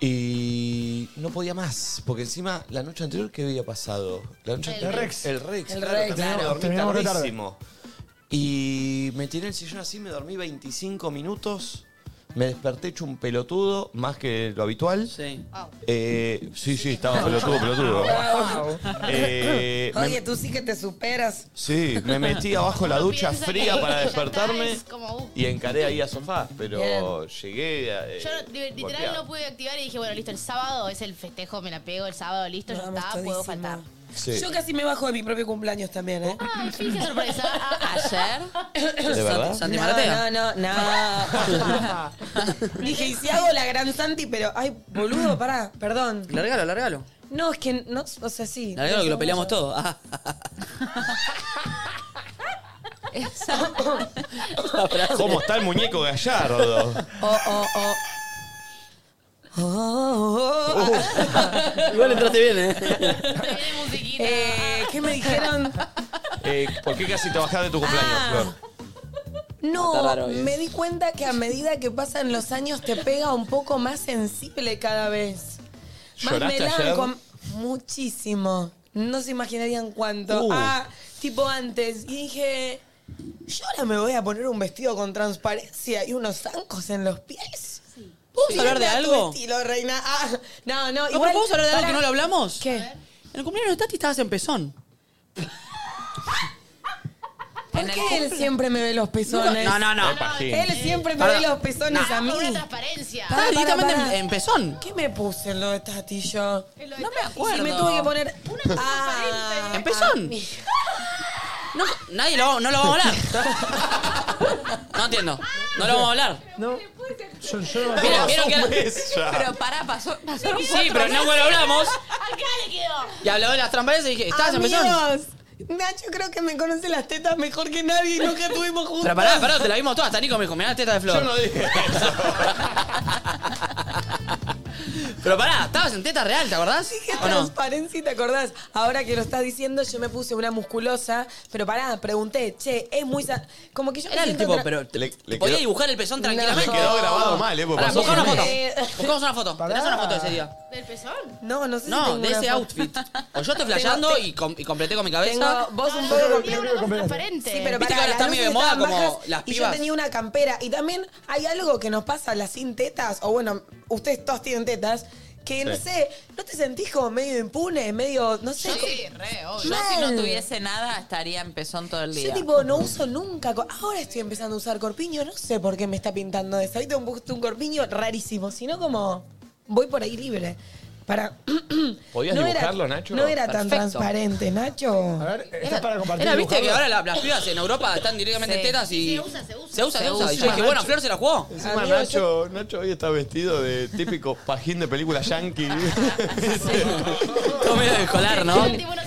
Speaker 1: y no podía más. Porque encima, la noche anterior, ¿qué había pasado? La noche
Speaker 6: El
Speaker 1: anterior,
Speaker 6: Rex.
Speaker 1: El Rex.
Speaker 6: El
Speaker 1: claro,
Speaker 6: Rex.
Speaker 1: terminé- dormí
Speaker 6: Terminamos re tarde.
Speaker 1: tardísimo. Y me tiré en el sillón así, me dormí 25 minutos. Me desperté hecho un pelotudo, más que lo habitual.
Speaker 3: Sí.
Speaker 1: Eh, sí, sí, estaba
Speaker 2: [LAUGHS]
Speaker 1: pelotudo, pelotudo. Eh, me-
Speaker 2: Oye, tú sí que te superas.
Speaker 1: Sí, me metí abajo la
Speaker 2: Uno
Speaker 1: ducha
Speaker 2: piensa
Speaker 1: fría
Speaker 2: que
Speaker 1: para
Speaker 2: ya está,
Speaker 1: despertarme
Speaker 7: es como, uh.
Speaker 1: y encaré ahí a sofá, pero llegué a. eh,
Speaker 7: Yo no- li- literal
Speaker 1: golpeado.
Speaker 7: no pude activar y dije, bueno, listo, el sábado es el festejo, me la pego, el sábado listo, ya está, puedo faltar.
Speaker 1: Sí.
Speaker 2: Yo casi me bajo de mi propio cumpleaños también, ¿eh?
Speaker 7: Ay, sí, qué sorpresa.
Speaker 2: ¿Ayer?
Speaker 1: ¿De verdad?
Speaker 2: No,
Speaker 3: Maratea?
Speaker 2: no, no, no. [LAUGHS] Dije, y si hago la gran Santi, pero. Ay, boludo, pará, perdón.
Speaker 3: Largalo, largalo.
Speaker 2: No, es que no, o sea, sí.
Speaker 3: Largalo que lo peleamos todo. Ah, la frase.
Speaker 1: ¿Cómo está el muñeco gallardo?
Speaker 2: Oh, oh, oh. Oh, oh, oh.
Speaker 3: Ah, Igual entraste bien, ¿eh?
Speaker 2: [LAUGHS] Eh, ¿Qué me dijeron?
Speaker 1: Eh, ¿Por qué casi te bajás de tu cumpleaños, Flor?
Speaker 2: No,
Speaker 1: Está raro, ¿eh? bien.
Speaker 2: me di cuenta que a medida que pasan los años te pega un poco más sensible cada vez. Más
Speaker 1: ¿Lloraste
Speaker 2: melanco.
Speaker 1: ayer?
Speaker 2: Muchísimo. No se imaginarían cuánto.
Speaker 1: Uh.
Speaker 2: Ah, tipo antes. Y dije, yo ahora me voy a poner un vestido con transparencia y unos zancos en los pies.
Speaker 3: ¿Podemos hablar de
Speaker 2: Mira tu
Speaker 3: algo?
Speaker 2: Estilo, reina. Ah,
Speaker 3: No,
Speaker 2: no, no,
Speaker 3: pero
Speaker 2: igual.
Speaker 3: ¿podemos hablar de algo
Speaker 2: pará.
Speaker 3: que no lo hablamos?
Speaker 2: ¿Qué?
Speaker 3: En el cumpleaños de Tati estabas en pezón.
Speaker 2: ¿Por qué él siempre me ve los pezones?
Speaker 3: No, no, no.
Speaker 2: Él siempre me
Speaker 3: Pará.
Speaker 2: ve los pezones
Speaker 3: No.
Speaker 2: a mí.
Speaker 7: transparencia.
Speaker 2: Pará, pará,
Speaker 3: directamente em-,
Speaker 2: pará.
Speaker 3: en- en pezón.
Speaker 2: ¿Qué me puse en lo de Tati yo?
Speaker 7: No me
Speaker 2: Y me tuve que poner. Ah,
Speaker 3: ¿En pezón? [LAUGHS] No, nadie lo, no lo vamos a hablar. No entiendo. No lo vamos a hablar.
Speaker 6: No. Yo, yo no me
Speaker 3: Mira,
Speaker 6: acuerdo.
Speaker 3: vieron que-
Speaker 1: [LAUGHS]
Speaker 5: Pero pará, pasó. pasó
Speaker 3: Sí, pero no lo hablamos.
Speaker 7: Acá le quedó.
Speaker 3: Y habló de las transparencias y dije, ¿estabas en pezón?
Speaker 2: Amigos, Nacho creo que me conoce las tetas mejor que nadie y nunca estuvimos juntos.
Speaker 3: Pero pará, pará, te la vimos todas. Hasta Nico me dijo, mirá la teta de flor.
Speaker 1: Yo no dije eso.
Speaker 3: [LAUGHS] Pero pará, estabas en teta real, ¿te acordás? ¿O no?
Speaker 2: Transparencia, ¿te acordás? Ahora que lo estás diciendo, yo me puse una musculosa, pero pará, pregunté, che, es muy... sa- Como que yo me
Speaker 3: Era el
Speaker 2: siento
Speaker 3: tipo,
Speaker 2: tra-
Speaker 3: pero te,
Speaker 1: Le-
Speaker 3: te
Speaker 1: le
Speaker 3: podía
Speaker 1: quedó-
Speaker 3: dibujar el pezón
Speaker 2: No.
Speaker 3: tranquilamente.
Speaker 1: Le quedó grabado mal, eh, porque
Speaker 3: Pará,
Speaker 1: pasó
Speaker 3: buscá una
Speaker 1: por
Speaker 3: foto.
Speaker 2: Eh.
Speaker 3: Buscamos una
Speaker 2: [LAUGHS]
Speaker 3: foto.
Speaker 2: Pará.
Speaker 3: Tenés una foto de ese día.
Speaker 7: ¿Del pezón?
Speaker 2: No, no sé si
Speaker 3: No, de
Speaker 2: tengo una
Speaker 3: ese
Speaker 2: foto.
Speaker 3: outfit. O yo estoy flasheando
Speaker 2: Tengo-
Speaker 3: y, com- y completé con mi cabeza.
Speaker 2: Tengo vos un
Speaker 7: No,
Speaker 2: poco
Speaker 7: yo
Speaker 2: complejo.
Speaker 7: tenía una cosa transparente.
Speaker 2: Sí, pero
Speaker 3: Viste que
Speaker 2: pará,
Speaker 3: ahora
Speaker 2: las
Speaker 3: está medio de
Speaker 2: luces
Speaker 3: moda
Speaker 2: estaban
Speaker 3: como
Speaker 2: bajas
Speaker 3: las
Speaker 2: Y yo
Speaker 3: pibas.
Speaker 2: tenía una campera. Y también hay algo que nos pasa a las sin tetas, o bueno, ustedes todos tienen tetas, que no
Speaker 5: Sí.
Speaker 2: sé, ¿no te sentís como medio impune? Medio, no sé. como-
Speaker 5: Yo si no
Speaker 2: Mal.
Speaker 5: tuviese nada estaría en pezón todo el
Speaker 2: Yo
Speaker 5: día.
Speaker 2: tipo no uso nunca, cor- ahora estoy empezando a usar corpiño, no sé por qué me está pintando eso. Ahorita un, un corpiño rarísimo, sino como voy por ahí libre. Para [CLEARS THROAT]
Speaker 1: ¿Podías
Speaker 2: No era-
Speaker 1: dibujarlo, Nacho?
Speaker 2: No era tan
Speaker 3: Perfecto.
Speaker 2: transparente, Nacho.
Speaker 6: A ver, está para compartir.
Speaker 3: Era, viste que
Speaker 6: dibujarlo.
Speaker 3: ahora la- las pibas en Europa están directamente
Speaker 6: Sí.
Speaker 3: en tetas y. Se usa, se usa. Se usa,
Speaker 6: Se
Speaker 3: Y
Speaker 6: usa.
Speaker 3: yo dije, bueno, Flor se la jugó.
Speaker 1: Encima Nacho, Nacho hoy está vestido de típico
Speaker 3: [LAUGHS]
Speaker 1: pajín de película yankee.
Speaker 3: Todo medio de colar, ¿no?
Speaker 7: Tengo unos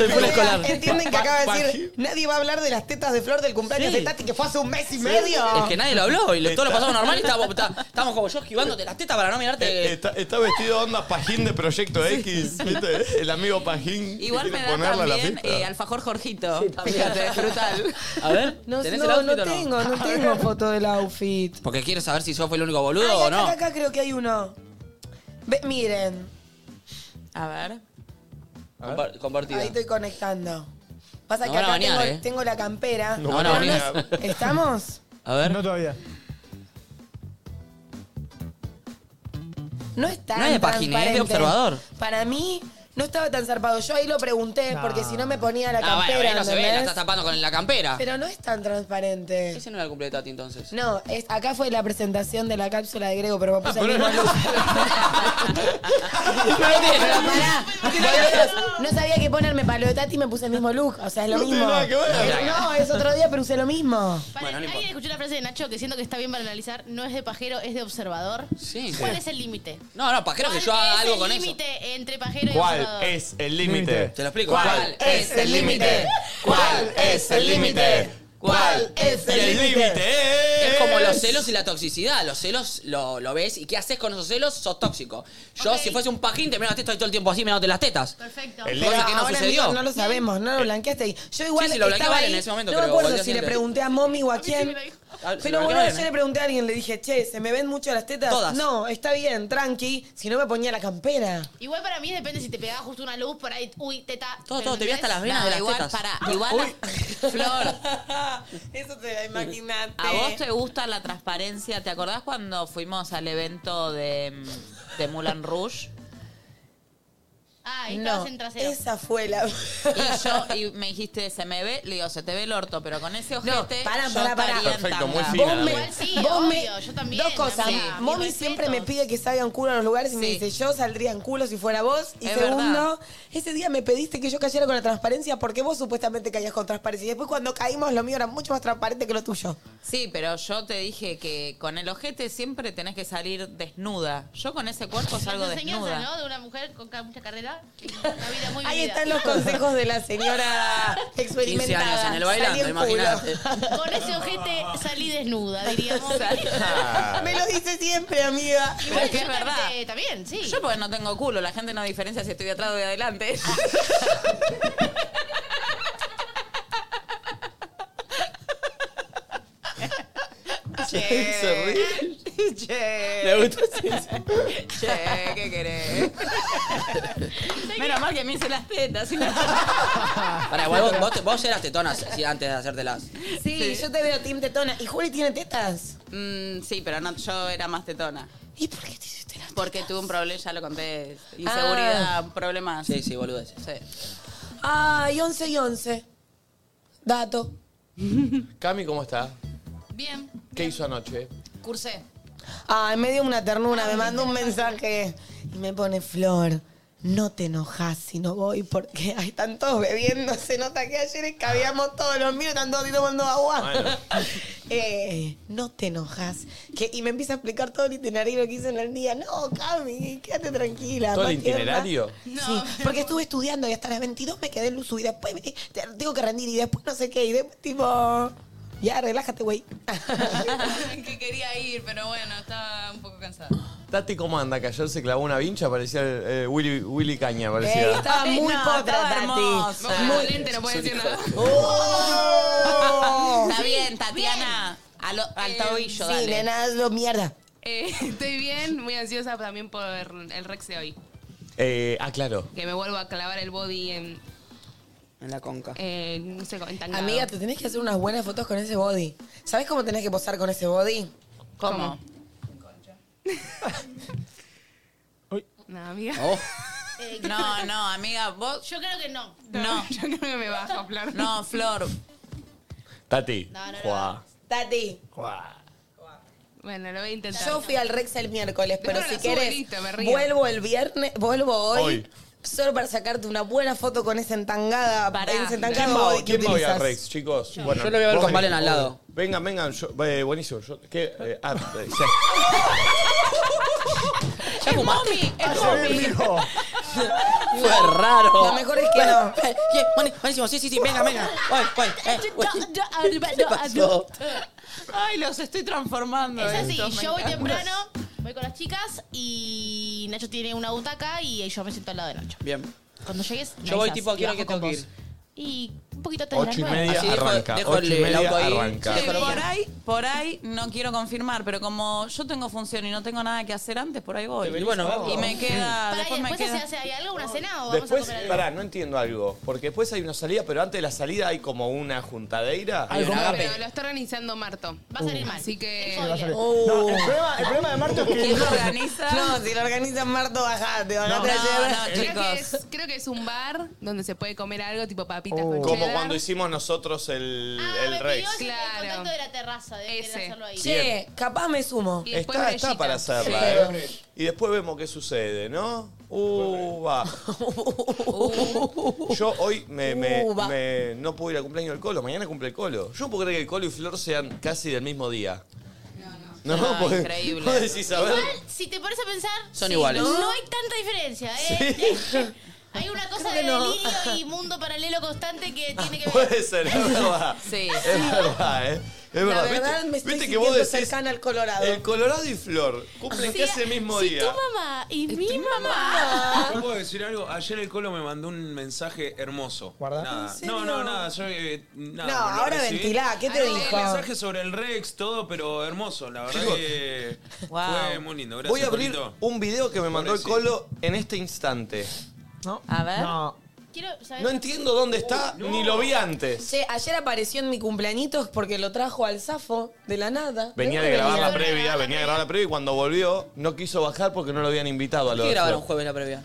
Speaker 3: [LAUGHS] Estoy fuera escolar.
Speaker 2: Entienden que acaba de decir, nadie va a hablar de las tetas de flor del cumpleaños
Speaker 3: Sí.
Speaker 2: de Tati, que fue hace un mes y medio.
Speaker 3: Es que nadie lo habló y lo- todos lo pasamos normal y estábamos, está- estábamos como yo esquivándote las tetas para no mirarte.
Speaker 1: Eh, Está, está vestido onda Pajín de Proyecto X, ¿viste? El amigo Pajín. que
Speaker 5: Igual
Speaker 1: quiere
Speaker 5: me da
Speaker 1: ponerla a la
Speaker 5: también
Speaker 1: fiesta.
Speaker 5: eh, alfajor Jorgito.
Speaker 1: también.
Speaker 5: Fíjate, es brutal.
Speaker 3: [LAUGHS] A ver,
Speaker 5: [LAUGHS]
Speaker 2: No,
Speaker 3: ¿tenés
Speaker 2: no,
Speaker 3: el outfit
Speaker 2: no
Speaker 3: o no?
Speaker 2: tengo,
Speaker 3: [LAUGHS]
Speaker 2: no tengo foto del outfit.
Speaker 3: Porque quiero saber si yo fui el único
Speaker 2: Ay,
Speaker 3: boludo
Speaker 2: acá,
Speaker 3: o no.
Speaker 2: acá, acá creo que hay uno. Ve- miren,
Speaker 5: A ver.
Speaker 3: Compar- compartido.
Speaker 2: ahí estoy conectando. Pasa
Speaker 3: Nos
Speaker 2: que
Speaker 3: van a
Speaker 2: acá
Speaker 3: bañar,
Speaker 2: tengo,
Speaker 3: eh.
Speaker 2: tengo la campera.
Speaker 3: No van a bañar.
Speaker 2: ¿Estamos?
Speaker 3: A ver.
Speaker 6: No todavía.
Speaker 2: No está.
Speaker 3: No es de página, es de observador.
Speaker 2: Para mí, no estaba tan zarpado. Yo ahí lo pregunté, porque si no me ponía la
Speaker 3: Ah, bueno,
Speaker 2: campera.
Speaker 3: ahí no se ve, la
Speaker 2: ¿entendés?
Speaker 3: estás tapando con la campera.
Speaker 2: Pero no es tan transparente.
Speaker 3: Ese no era el cumple de Tati entonces.
Speaker 2: No, es, acá fue la presentación de la cápsula de Grego, pero me
Speaker 1: Ah,
Speaker 2: puse el mismo look.
Speaker 1: [LAUGHS]
Speaker 2: Pero pará, no sabía qué ponerme palo de Tati y me puse el mismo look. O sea, es lo
Speaker 1: No tiene
Speaker 2: mismo.
Speaker 1: nada que ver.
Speaker 2: No, es otro día, pero usé lo mismo.
Speaker 7: Para, ¿Alguien escuchó la frase de Nacho que siento que está bien para analizar? No es de pajero, es de observador.
Speaker 3: Sí.
Speaker 7: ¿Cuál
Speaker 1: Sí.
Speaker 7: es el límite?
Speaker 3: No, no, pajero que yo haga algo con eso.
Speaker 7: ¿Cuál es el límite entre pajero y
Speaker 1: ¿Cuál
Speaker 7: observador?
Speaker 1: es el límite? Te
Speaker 3: lo explico.
Speaker 1: ¿Cuál es el límite? ¿Cuál es el límite? ¿Cuál
Speaker 3: es
Speaker 1: el límite?
Speaker 3: Es como los celos y la toxicidad. Los celos lo, lo ves y ¿qué haces con esos celos? Sos tóxico. Yo, si fuese un pajín, te miro las tetas y todo el tiempo así mirándote las tetas.
Speaker 7: Perfecto.
Speaker 3: El límite que no
Speaker 2: ahora,
Speaker 3: sucedió.
Speaker 2: amigo, no lo sabemos, no lo blanqueaste ahí. Yo igual
Speaker 3: Sí, sí, lo blanqueó
Speaker 2: estaba
Speaker 3: Valen
Speaker 2: ahí,
Speaker 3: en ese momento,
Speaker 2: No me
Speaker 3: pero
Speaker 2: acuerdo
Speaker 3: volvió
Speaker 2: si le
Speaker 3: siempre.
Speaker 2: pregunté a Mommy o a quién.
Speaker 3: Ah, se lo
Speaker 2: Pero
Speaker 3: blanqueó
Speaker 2: bueno,
Speaker 3: Valen.
Speaker 2: yo le pregunté a alguien, le dije, che, ¿se me ven mucho las tetas?
Speaker 3: Todas.
Speaker 2: No, está bien, tranqui, si no me ponía la campera.
Speaker 7: Igual para mí depende si te pegaba justo una luz por ahí. Uy, teta.
Speaker 3: Todo, todo, te vi hasta las venas
Speaker 5: No,
Speaker 3: de las
Speaker 5: igual,
Speaker 3: tetas.
Speaker 5: pará, igual
Speaker 3: Uy.
Speaker 5: [LAUGHS] Flor,
Speaker 2: Eso te la imaginaste.
Speaker 5: ¿a vos te gusta la transparencia? ¿Te acordás cuando fuimos al evento de, mm, de Moulin Rouge?
Speaker 7: Ah,
Speaker 2: no, esa fue la...
Speaker 5: Y yo, y me dijiste, se me ve, le digo, se te ve el orto, pero con ese ojete.
Speaker 2: pará,
Speaker 5: yo
Speaker 2: pará, pará.
Speaker 5: estaría en
Speaker 1: Perfecto, muy
Speaker 5: tanga.
Speaker 1: fina
Speaker 2: Vos me-
Speaker 1: Igual
Speaker 7: sí,
Speaker 2: [LAUGHS] vos
Speaker 7: obvio,
Speaker 2: me-
Speaker 7: yo también,
Speaker 2: Dos cosas.
Speaker 7: amiga, mis
Speaker 2: Mommy
Speaker 7: respetos.
Speaker 2: siempre me pide que salga en culo a los lugares y me dice, yo saldría en culo si fuera vos. Y
Speaker 5: Es
Speaker 2: segundo,
Speaker 5: verdad.
Speaker 2: ese día me pediste que yo cayera con la transparencia porque vos supuestamente caías con transparencia. Y después cuando caímos, lo mío era mucho más transparente que lo tuyo.
Speaker 5: Sí, pero yo te dije que con el ojete siempre tenés que salir desnuda. Yo con ese cuerpo salgo
Speaker 7: Las enseñanzas,
Speaker 5: desnuda.
Speaker 7: ¿no? De una mujer con ca-
Speaker 3: [LAUGHS]
Speaker 7: mucha carrera. Una vida muy
Speaker 2: Ahí
Speaker 7: vivida.
Speaker 2: están los consejos de la señora
Speaker 3: 15
Speaker 2: experimentada.
Speaker 3: años en el
Speaker 2: Salí
Speaker 3: bailando,
Speaker 2: en culo.
Speaker 3: imagínate.
Speaker 7: Con ese ojete salí desnuda,
Speaker 3: [LAUGHS]
Speaker 7: diríamos.
Speaker 2: [LAUGHS]
Speaker 7: [LAUGHS]
Speaker 2: Me
Speaker 3: Ah.
Speaker 2: lo dice siempre, amiga.
Speaker 5: Pero es que es verdad.
Speaker 7: También, sí.
Speaker 5: Yo porque no tengo culo, la gente no diferencia si estoy de atrás o
Speaker 2: [LAUGHS]
Speaker 5: de adelante.
Speaker 1: Se ríe.
Speaker 5: che.
Speaker 1: Le gusta, sí,
Speaker 5: Che,
Speaker 2: [LAUGHS]
Speaker 5: ¿qué querés? Menos mal que me hice las tetas. si no-
Speaker 3: Pará, igual vos, vos, te- vos eras tetonas sí, antes de hacértelas.
Speaker 2: Sí, yo te veo Tim Tetona. ¿Y Juli tiene tetas?
Speaker 5: Mm, sí, pero no, yo era más tetona.
Speaker 2: ¿Y por qué te hiciste las Ah.
Speaker 5: Porque tuve un problema, ya lo conté. Inseguridad, problemas.
Speaker 3: Sí, sí, boludeces.
Speaker 5: Sí.
Speaker 2: Ay, 11 y 11. Dato.
Speaker 1: Cami, ¿cómo está?
Speaker 7: Bien,
Speaker 1: ¿Qué hizo anoche?
Speaker 7: cursé.
Speaker 2: Ay, me dio una ternura, me mandó un mensaje y me pone Flor. No te enojas si no voy porque ahí están todos bebiendo. [LAUGHS] Se nota que ayer escabeamos todos los míos, están todos tomando agua.
Speaker 1: Bueno.
Speaker 2: [LAUGHS] Eh, no te enojas. Que, y me empieza a explicar todo el itinerario que hice en el día. No, Cami, quédate tranquila.
Speaker 1: ¿Todo el
Speaker 2: más tierna.
Speaker 1: itinerario?
Speaker 2: Sí, porque estuve estudiando y hasta las 22 me quedé en luz y después me- te- tengo que rendir y después no sé qué. Y después, tipo, ya relájate, güey.
Speaker 17: [LAUGHS] que quería ir, pero bueno, estaba un poco cansada.
Speaker 1: Tati, ¿cómo anda? Que ayer se clavó una vincha, parecía el, eh, Willy, Willy Caña, parecía.
Speaker 2: Ey, estaba
Speaker 17: Ay,
Speaker 2: muy
Speaker 17: no,
Speaker 2: potra,
Speaker 17: estaba
Speaker 2: Tati.
Speaker 17: hermosa.
Speaker 2: Muy-
Speaker 17: Excelente, no puedo decir nada.
Speaker 2: ¡Oh!
Speaker 5: Está bien, Tatiana. Al, al tobillo,
Speaker 2: Sí,
Speaker 5: dale.
Speaker 2: nena, hazlo mierda.
Speaker 17: Eh, [LAUGHS] estoy bien, muy ansiosa también por el Rex de hoy.
Speaker 1: Eh, ah, claro.
Speaker 17: Que me vuelvo a clavar el body en,
Speaker 3: En la conca.
Speaker 17: eh, no sé, en tangado.
Speaker 2: Amiga, te tenés que hacer unas buenas fotos con ese body. ¿Sabés cómo tenés que posar con ese body?
Speaker 6: [LAUGHS]
Speaker 17: ¿Cómo? No, amiga.
Speaker 6: Oh.
Speaker 5: No, no, amiga, vos.
Speaker 7: Yo creo que no.
Speaker 5: No,
Speaker 17: Yo creo que me bajo, Flor.
Speaker 5: no, Flor.
Speaker 1: Tati.
Speaker 7: No, no, no.
Speaker 1: Juá.
Speaker 2: Tati,
Speaker 1: Juá.
Speaker 17: Bueno, lo voy a intentar.
Speaker 2: yo fui al Rex el miércoles, pero
Speaker 17: Después
Speaker 2: si
Speaker 17: la subo
Speaker 2: querés,
Speaker 17: y listo, me río.
Speaker 2: vuelvo el viernes, vuelvo hoy,
Speaker 1: Hoy.
Speaker 2: solo para sacarte una buena foto con esa entangada, ese
Speaker 1: ¿Quién
Speaker 2: entangado
Speaker 1: va,
Speaker 2: body que
Speaker 1: quién va hoy a
Speaker 2: utilizas.
Speaker 1: Rex, chicos? Yo,
Speaker 3: Yo lo voy a ver con Valen al lado.
Speaker 1: Vengan, vengan. yo- eh, buenísimo. Yo, ¿qué? Eh, ah, eh, sí.
Speaker 3: ¿Ya fumaste?
Speaker 5: Es
Speaker 2: [LAUGHS]
Speaker 1: Ah, se ve el hijo.
Speaker 3: Fue raro.
Speaker 2: Lo mejor es que no.
Speaker 3: Eh, eh, buen- Buenísimo, sí, sí, sí, venga, venga. Voy, voy, eh, voy. [LAUGHS] ¿Qué pasó?
Speaker 5: Ay, los estoy transformando.
Speaker 7: Es así,
Speaker 5: estos, me
Speaker 7: yo voy
Speaker 5: encanta.
Speaker 7: temprano, voy con las chicas y Nacho tiene una butaca y yo me siento al lado de Nacho.
Speaker 3: Bien.
Speaker 7: Cuando llegues, me
Speaker 3: Yo voy
Speaker 7: avisas
Speaker 3: tipo,
Speaker 7: y
Speaker 3: quiero
Speaker 7: bajo
Speaker 3: que
Speaker 7: con
Speaker 3: tengo que
Speaker 7: vos.
Speaker 3: ir.
Speaker 7: Y un poquito antes de las
Speaker 1: Ocho y
Speaker 7: nueve.
Speaker 1: media
Speaker 3: Así dejo-
Speaker 1: arranca.
Speaker 3: dejo
Speaker 1: Ocho
Speaker 3: el-
Speaker 1: y
Speaker 3: el
Speaker 1: media
Speaker 3: auto ahí.
Speaker 1: arranca.
Speaker 5: Che, por ahí, por ahí no quiero confirmar, pero como yo tengo función y no tengo nada que hacer antes, por ahí voy.
Speaker 1: Y bueno,
Speaker 5: y me queda.
Speaker 7: Pará,
Speaker 5: después
Speaker 7: ¿y
Speaker 5: me
Speaker 7: después
Speaker 5: queda.
Speaker 7: se hace ahí algo,
Speaker 6: Oh,
Speaker 7: una cena o vamos
Speaker 1: Después,
Speaker 7: a comer algo?
Speaker 1: pará, no entiendo algo. Porque después hay una salida, pero antes de la salida hay como una juntadeira.
Speaker 17: Pero lo está organizando Marto. Va a salir mal. Así que.
Speaker 6: No, el problema, el problema de Marto es que.
Speaker 2: ¿Quién lo
Speaker 6: [LAUGHS]
Speaker 2: organiza? Oh. No, si lo organiza Marto, bajate, bajate
Speaker 17: No,
Speaker 2: ayer.
Speaker 17: no, creo, que es, creo que es un bar donde se puede comer algo tipo papitas con
Speaker 1: Oh. Como
Speaker 17: cheddar.
Speaker 1: cuando hicimos nosotros el, el Rex.
Speaker 7: El contacto de la terraza, de querer hacerlo ahí.
Speaker 1: Bien. Che,
Speaker 2: capaz me sumo.
Speaker 1: Está, está para hacerla,
Speaker 2: Sí.
Speaker 1: ¿eh? Y después vemos qué sucede, ¿no? Uh, va. Yo hoy me, me-
Speaker 2: Uh, va.
Speaker 1: me- no puedo ir al cumpleaños del Colo, mañana cumple el Colo. Yo no puedo creer que el Colo y Flor sean casi del mismo día. No, no.
Speaker 5: Ah,
Speaker 1: porque-
Speaker 5: increíble.
Speaker 1: vos decís, a ver,
Speaker 7: Igual, si te pones a pensar,
Speaker 1: Son
Speaker 7: sí,
Speaker 1: iguales.
Speaker 7: No hay tanta diferencia,
Speaker 1: [LAUGHS]
Speaker 7: ¿eh? Hay una cosa
Speaker 2: Creo que
Speaker 7: de
Speaker 2: no.
Speaker 7: delirio y mundo paralelo constante que tiene que ver.
Speaker 1: puede ser, es [LAUGHS] verdad.
Speaker 7: eh, Sí.
Speaker 1: Es verdad, ¿eh? Es
Speaker 2: La
Speaker 1: verdad.
Speaker 2: verdad
Speaker 1: ¿Viste,
Speaker 2: me estoy
Speaker 1: viste que
Speaker 2: sintiendo
Speaker 1: vos decís,
Speaker 2: cercana al Colorado.
Speaker 1: el Colorado y Flor cumplen
Speaker 7: Sí,
Speaker 1: casi el mismo
Speaker 7: si
Speaker 1: día.
Speaker 7: tu mamá y mi mamá.
Speaker 8: Yo puedo decir algo. Ayer el Colo me mandó un mensaje hermoso. Nada.
Speaker 2: ¿En serio?
Speaker 8: Ah, No, no, nada. Yo, eh, nada,
Speaker 2: No,
Speaker 8: lo
Speaker 2: ahora
Speaker 8: recibí.
Speaker 2: ventilá, ¿qué te
Speaker 8: Ah,
Speaker 2: dijo?
Speaker 8: Mensaje sobre el Rex, todo, pero hermoso. La verdad que fue muy lindo. Gracias,
Speaker 1: Voy a abrir
Speaker 8: Colito.
Speaker 1: un video que me mandó el
Speaker 8: Pobrecito.
Speaker 1: Colo en este instante.
Speaker 5: A ver.
Speaker 1: No,
Speaker 7: Quiero saber.
Speaker 1: no entiendo dónde está, ni lo vi antes.
Speaker 2: Che, ayer apareció en mi cumpleañitos porque lo trajo al Zafo de la nada.
Speaker 1: Venía
Speaker 2: ¿De
Speaker 1: de
Speaker 2: dónde
Speaker 1: grabar la
Speaker 2: venía?
Speaker 1: previa, venía de grabar la previa y cuando volvió no quiso bajar porque no lo habían invitado a lo
Speaker 3: ¿Qué
Speaker 1: de
Speaker 3: grabaron
Speaker 1: Flor.
Speaker 3: jueves la previa?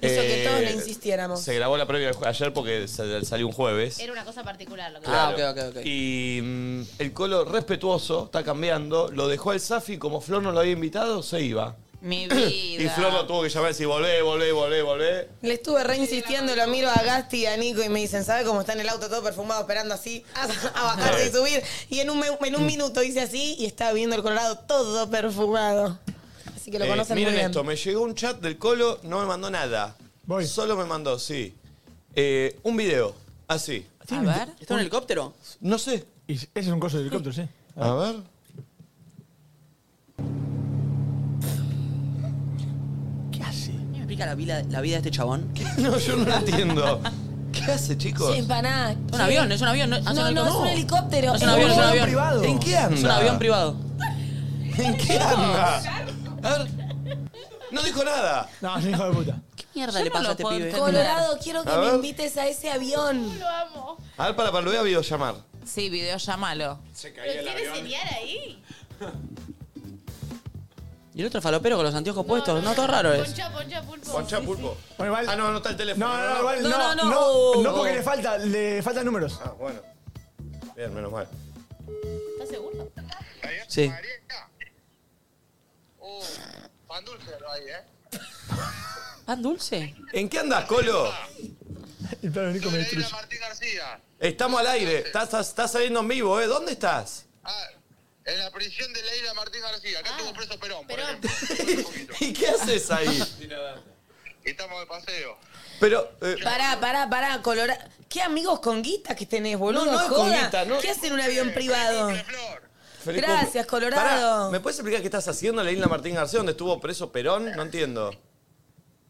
Speaker 2: Eso que
Speaker 1: Eh,
Speaker 2: todos le insistiéramos.
Speaker 1: Se grabó la previa ju- ayer porque sa- salió un jueves.
Speaker 7: Era una cosa particular lo que
Speaker 2: Ah,
Speaker 1: Claro.
Speaker 7: pasó.
Speaker 1: Y mm, el colo respetuoso está cambiando, lo dejó al Safi, como Flor no lo había invitado, se iba.
Speaker 5: Mi
Speaker 1: Y Flor lo tuvo que llamar y decir, volvé, volvé, volvé, volvé.
Speaker 2: Le estuve re insistiendo, lo miro a Gasti y a Nico y me dicen, ¿sabe cómo está en el auto todo perfumado esperando así a, a bajarse y subir? Y en un, me- en un minuto hice así y estaba viendo el Colorado todo perfumado. Así que lo
Speaker 1: Eh,
Speaker 2: conocen muy
Speaker 1: miren
Speaker 2: bien.
Speaker 1: esto, me llegó un chat del colo, no me mandó nada. Solo me mandó, sí. Eh, un video, así.
Speaker 3: A ver. ¿Está en un helicóptero?
Speaker 1: No sé.
Speaker 6: Ese es un coso de helicóptero, sí.
Speaker 1: A ver.
Speaker 3: ¿Qué hace? ¿Me explica la vida, la vida de este chabón?
Speaker 1: No, yo no lo entiendo. ¿Qué hace, chicos?
Speaker 2: Che, pará.
Speaker 3: Un avión, es un avión. No, ah,
Speaker 2: No, no, es un helicóptero.
Speaker 3: Es un avión, es un avión.
Speaker 1: ¿En qué anda?
Speaker 3: Es un avión privado.
Speaker 1: ¿En qué anda? A ver. No dijo nada.
Speaker 6: No, es un hijo de puta.
Speaker 3: ¿Qué mierda
Speaker 2: Yo
Speaker 3: le
Speaker 2: no
Speaker 3: pasa
Speaker 2: lo
Speaker 3: a este
Speaker 2: puedo
Speaker 3: pibe?
Speaker 2: Colorado, quiero que
Speaker 1: A
Speaker 2: me
Speaker 1: ver.
Speaker 2: invites a ese avión.
Speaker 7: Lo amo.
Speaker 1: A ver, para, para, lo voy a videollamar.
Speaker 5: Sí, video llamalo.
Speaker 8: Se
Speaker 7: ¿Pero quiere señal ahí?
Speaker 3: Y el otro falopero con los anteojos puestos. No, todo raro es.
Speaker 7: Poncha, poncha, pulpo.
Speaker 1: Ponchá pulpo. Ah, no, no está el teléfono.
Speaker 6: No, no, no, igual, no, no, no, no, porque le falta, le faltan números.
Speaker 1: Ah, bueno. Bien, menos mal.
Speaker 7: ¿Estás seguro?
Speaker 3: Sí.
Speaker 18: ¿eh?
Speaker 3: ¿Pan dulce?
Speaker 1: ¿En qué andas, Colo?
Speaker 6: El plano único me destruye.
Speaker 1: Estamos al aire. Estás, estás- estás saliendo en vivo, ¿eh? ¿Dónde estás?
Speaker 18: En la prisión de Leila Martín García. Acá estuvo preso Perón, por ejemplo.
Speaker 1: [LAUGHS] ¿Y qué haces ahí?
Speaker 18: Y estamos de paseo.
Speaker 1: Pero. eh,
Speaker 2: Pará, pará, pará, Colorado. ¿Qué amigos con guita que tenés, boludo?
Speaker 1: No, no es
Speaker 2: Joda.
Speaker 1: con guita, no.
Speaker 2: ¿Qué hacen en un avión privado?
Speaker 1: Feliz
Speaker 2: Gracias,
Speaker 1: cumple-
Speaker 2: Colorado.
Speaker 1: Pará, ¿Me puedes explicar qué estás haciendo en la isla Martín García, donde estuvo preso Perón? No entiendo.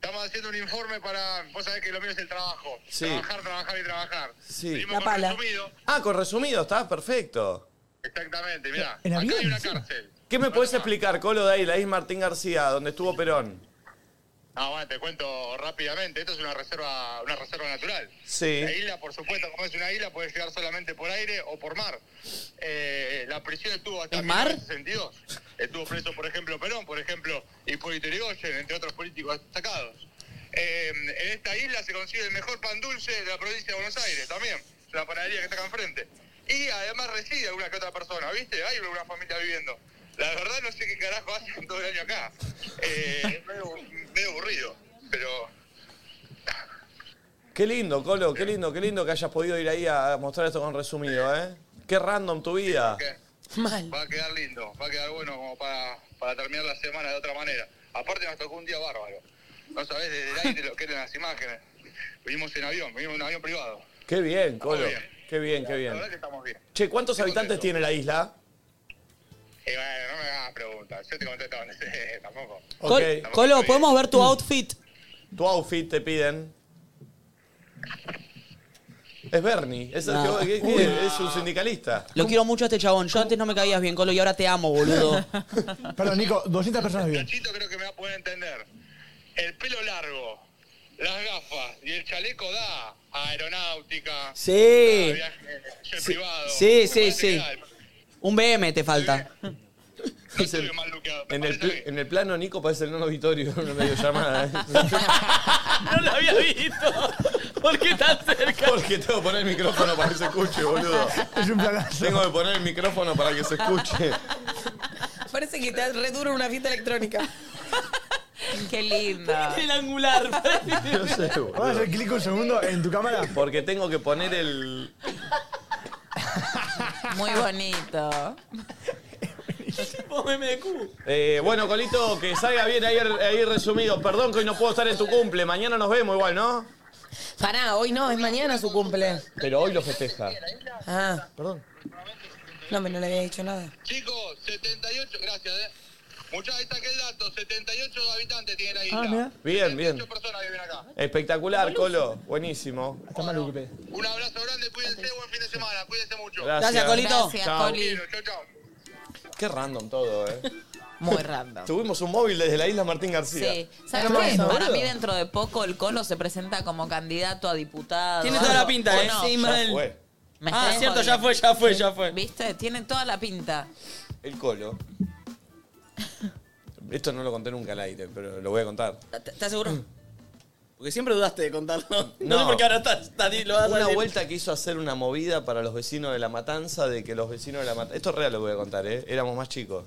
Speaker 18: Estamos haciendo un informe para. Vos sabés que lo mío es el trabajo.
Speaker 1: Sí.
Speaker 18: Trabajar, trabajar y trabajar.
Speaker 1: Sí.
Speaker 18: Venimos con resumido.
Speaker 1: Ah, con resumido, está perfecto.
Speaker 18: Exactamente, mirá.
Speaker 1: ¿En
Speaker 18: acá
Speaker 1: avión?
Speaker 18: hay una cárcel.
Speaker 1: ¿Qué me puedes explicar, Colo, de ahí, la isla Martín García, donde estuvo Perón?
Speaker 18: Ah, bueno, te cuento rápidamente. Esto es una reserva, una reserva natural.
Speaker 1: Sí.
Speaker 18: La isla, por supuesto, como es una isla, puedes llegar solamente por aire o por mar. Eh, la prisión estuvo hasta
Speaker 3: ¿En mar?
Speaker 18: 1962. Estuvo preso, por ejemplo, Perón, por ejemplo, Hipólito Yrigoyen, entre otros políticos destacados. Eh, en esta isla se consigue el mejor pan dulce de la provincia de Buenos Aires también. Es una panadería que está acá enfrente. Y además reside alguna que otra persona, ¿viste? Hay alguna familia viviendo. La verdad no sé qué carajo hacen todo el año acá. Eh, es medio, medio aburrido, pero
Speaker 1: Qué lindo, Colo, qué lindo, qué lindo que hayas podido ir ahí a mostrar esto con resumido, ¿eh? Qué random tu vida.
Speaker 18: va a quedar lindo, va a quedar bueno como para, para terminar la semana de otra manera. Aparte nos tocó un día bárbaro. No sabés desde el aire lo que eran las imágenes. Vinimos en avión, vinimos en un avión privado.
Speaker 1: Qué bien, Colo.
Speaker 18: bien.
Speaker 1: Qué bien, qué
Speaker 18: La
Speaker 1: bien.
Speaker 18: verdad que estamos bien.
Speaker 1: Che, ¿cuántos habitantes tiene la isla?
Speaker 18: Y bueno, no me hagas preguntas. Yo te contesto donde sé, [LAUGHS] tampoco.
Speaker 1: Ok.
Speaker 18: Tampoco
Speaker 3: Colo,
Speaker 18: estoy-
Speaker 3: ¿podemos ver tu outfit?
Speaker 1: Tu outfit te piden. Es Bernie, es, Sergio-
Speaker 3: No.
Speaker 1: ¿qué- qué? es un sindicalista.
Speaker 3: Lo quiero mucho a este chabón. Yo antes no me caías bien, Colo, y ahora te amo, boludo.
Speaker 6: Perdón, Nico, 200 personas bien.
Speaker 18: El pelo largo, las gafas y el chaleco da aeronáutica.
Speaker 3: Sí.
Speaker 18: da viaje, jet privado.
Speaker 3: Sí, sí,
Speaker 18: Me parece que
Speaker 3: sí.
Speaker 18: da, me
Speaker 3: Un BM te falta.
Speaker 1: Es el- en, el pl- en el plano Nico parece el nono Vitorio en [LAUGHS] una ¿eh? videollamada.
Speaker 4: [LAUGHS] No lo había visto. ¿Por qué tan cerca?
Speaker 1: Porque tengo que poner el micrófono para que se escuche, boludo.
Speaker 6: Es un planazo.
Speaker 1: Tengo que poner el micrófono para que se escuche.
Speaker 2: [LAUGHS] Parece que te reduro una fiesta [LAUGHS] electrónica. [LAUGHS]
Speaker 5: Qué lindo.
Speaker 3: El angular.
Speaker 1: No sé,
Speaker 6: ¿Vas a
Speaker 1: boludo.
Speaker 6: hacer clic un segundo en tu cámara?
Speaker 1: Porque tengo que poner el.
Speaker 3: [LAUGHS]
Speaker 5: Muy bonito.
Speaker 1: Eh, bueno, Colito, que salga bien ahí, ahí resumido. Perdón que hoy no puedo estar en tu cumple. Mañana nos vemos igual, ¿no?
Speaker 2: Pará, hoy no, es mañana su cumple.
Speaker 1: Pero hoy lo festeja.
Speaker 2: Ah.
Speaker 1: Perdón.
Speaker 2: No, me no le había dicho nada.
Speaker 18: Chicos, 78, gracias, eh. Muchachos, ahí saqué el dato, 78 habitantes tiene la
Speaker 1: Ah,
Speaker 18: isla.
Speaker 1: Bien, bien.
Speaker 18: personas viven acá.
Speaker 1: Espectacular, Colo. Buenísimo.
Speaker 6: Está mal
Speaker 18: Un abrazo grande, cuídense, buen fin de semana, cuídense mucho.
Speaker 1: Gracias. Gracias, Colito. Gracias, Chao. Coli.
Speaker 18: Quiero, chau, chau.
Speaker 1: Qué random todo, ¿eh?
Speaker 5: Muy random.
Speaker 1: Tuvimos un móvil desde la isla Martín García.
Speaker 5: Sí. ¿Sabes
Speaker 1: Hermoso,
Speaker 5: qué?
Speaker 1: boludo.
Speaker 5: Para mí dentro de poco el Colo se presenta como candidato a diputado.
Speaker 3: Tiene toda la pinta,
Speaker 5: ¿O
Speaker 3: ¿eh?
Speaker 5: no?
Speaker 3: Sí, mal.
Speaker 5: Me
Speaker 3: Ah,
Speaker 5: estás
Speaker 3: cierto,
Speaker 5: jodiendo.
Speaker 3: ya fue, ya fue, ya fue.
Speaker 5: ¿Viste? Tiene toda la pinta.
Speaker 1: El Colo. Esto no lo conté nunca al aire, pero lo voy a contar. Mm.
Speaker 3: ¿Estás seguro? Porque siempre dudaste de contarlo. [LAUGHS] No,
Speaker 1: No.
Speaker 3: sé por qué ahora estás, estás- Ah, lo vas a
Speaker 1: Una
Speaker 3: decir.
Speaker 1: vuelta quiso hacer una movida para los vecinos de La Matanza, de que los vecinos de La Matanza... Esto es real lo que voy a contar, ¿eh? Éramos más chicos.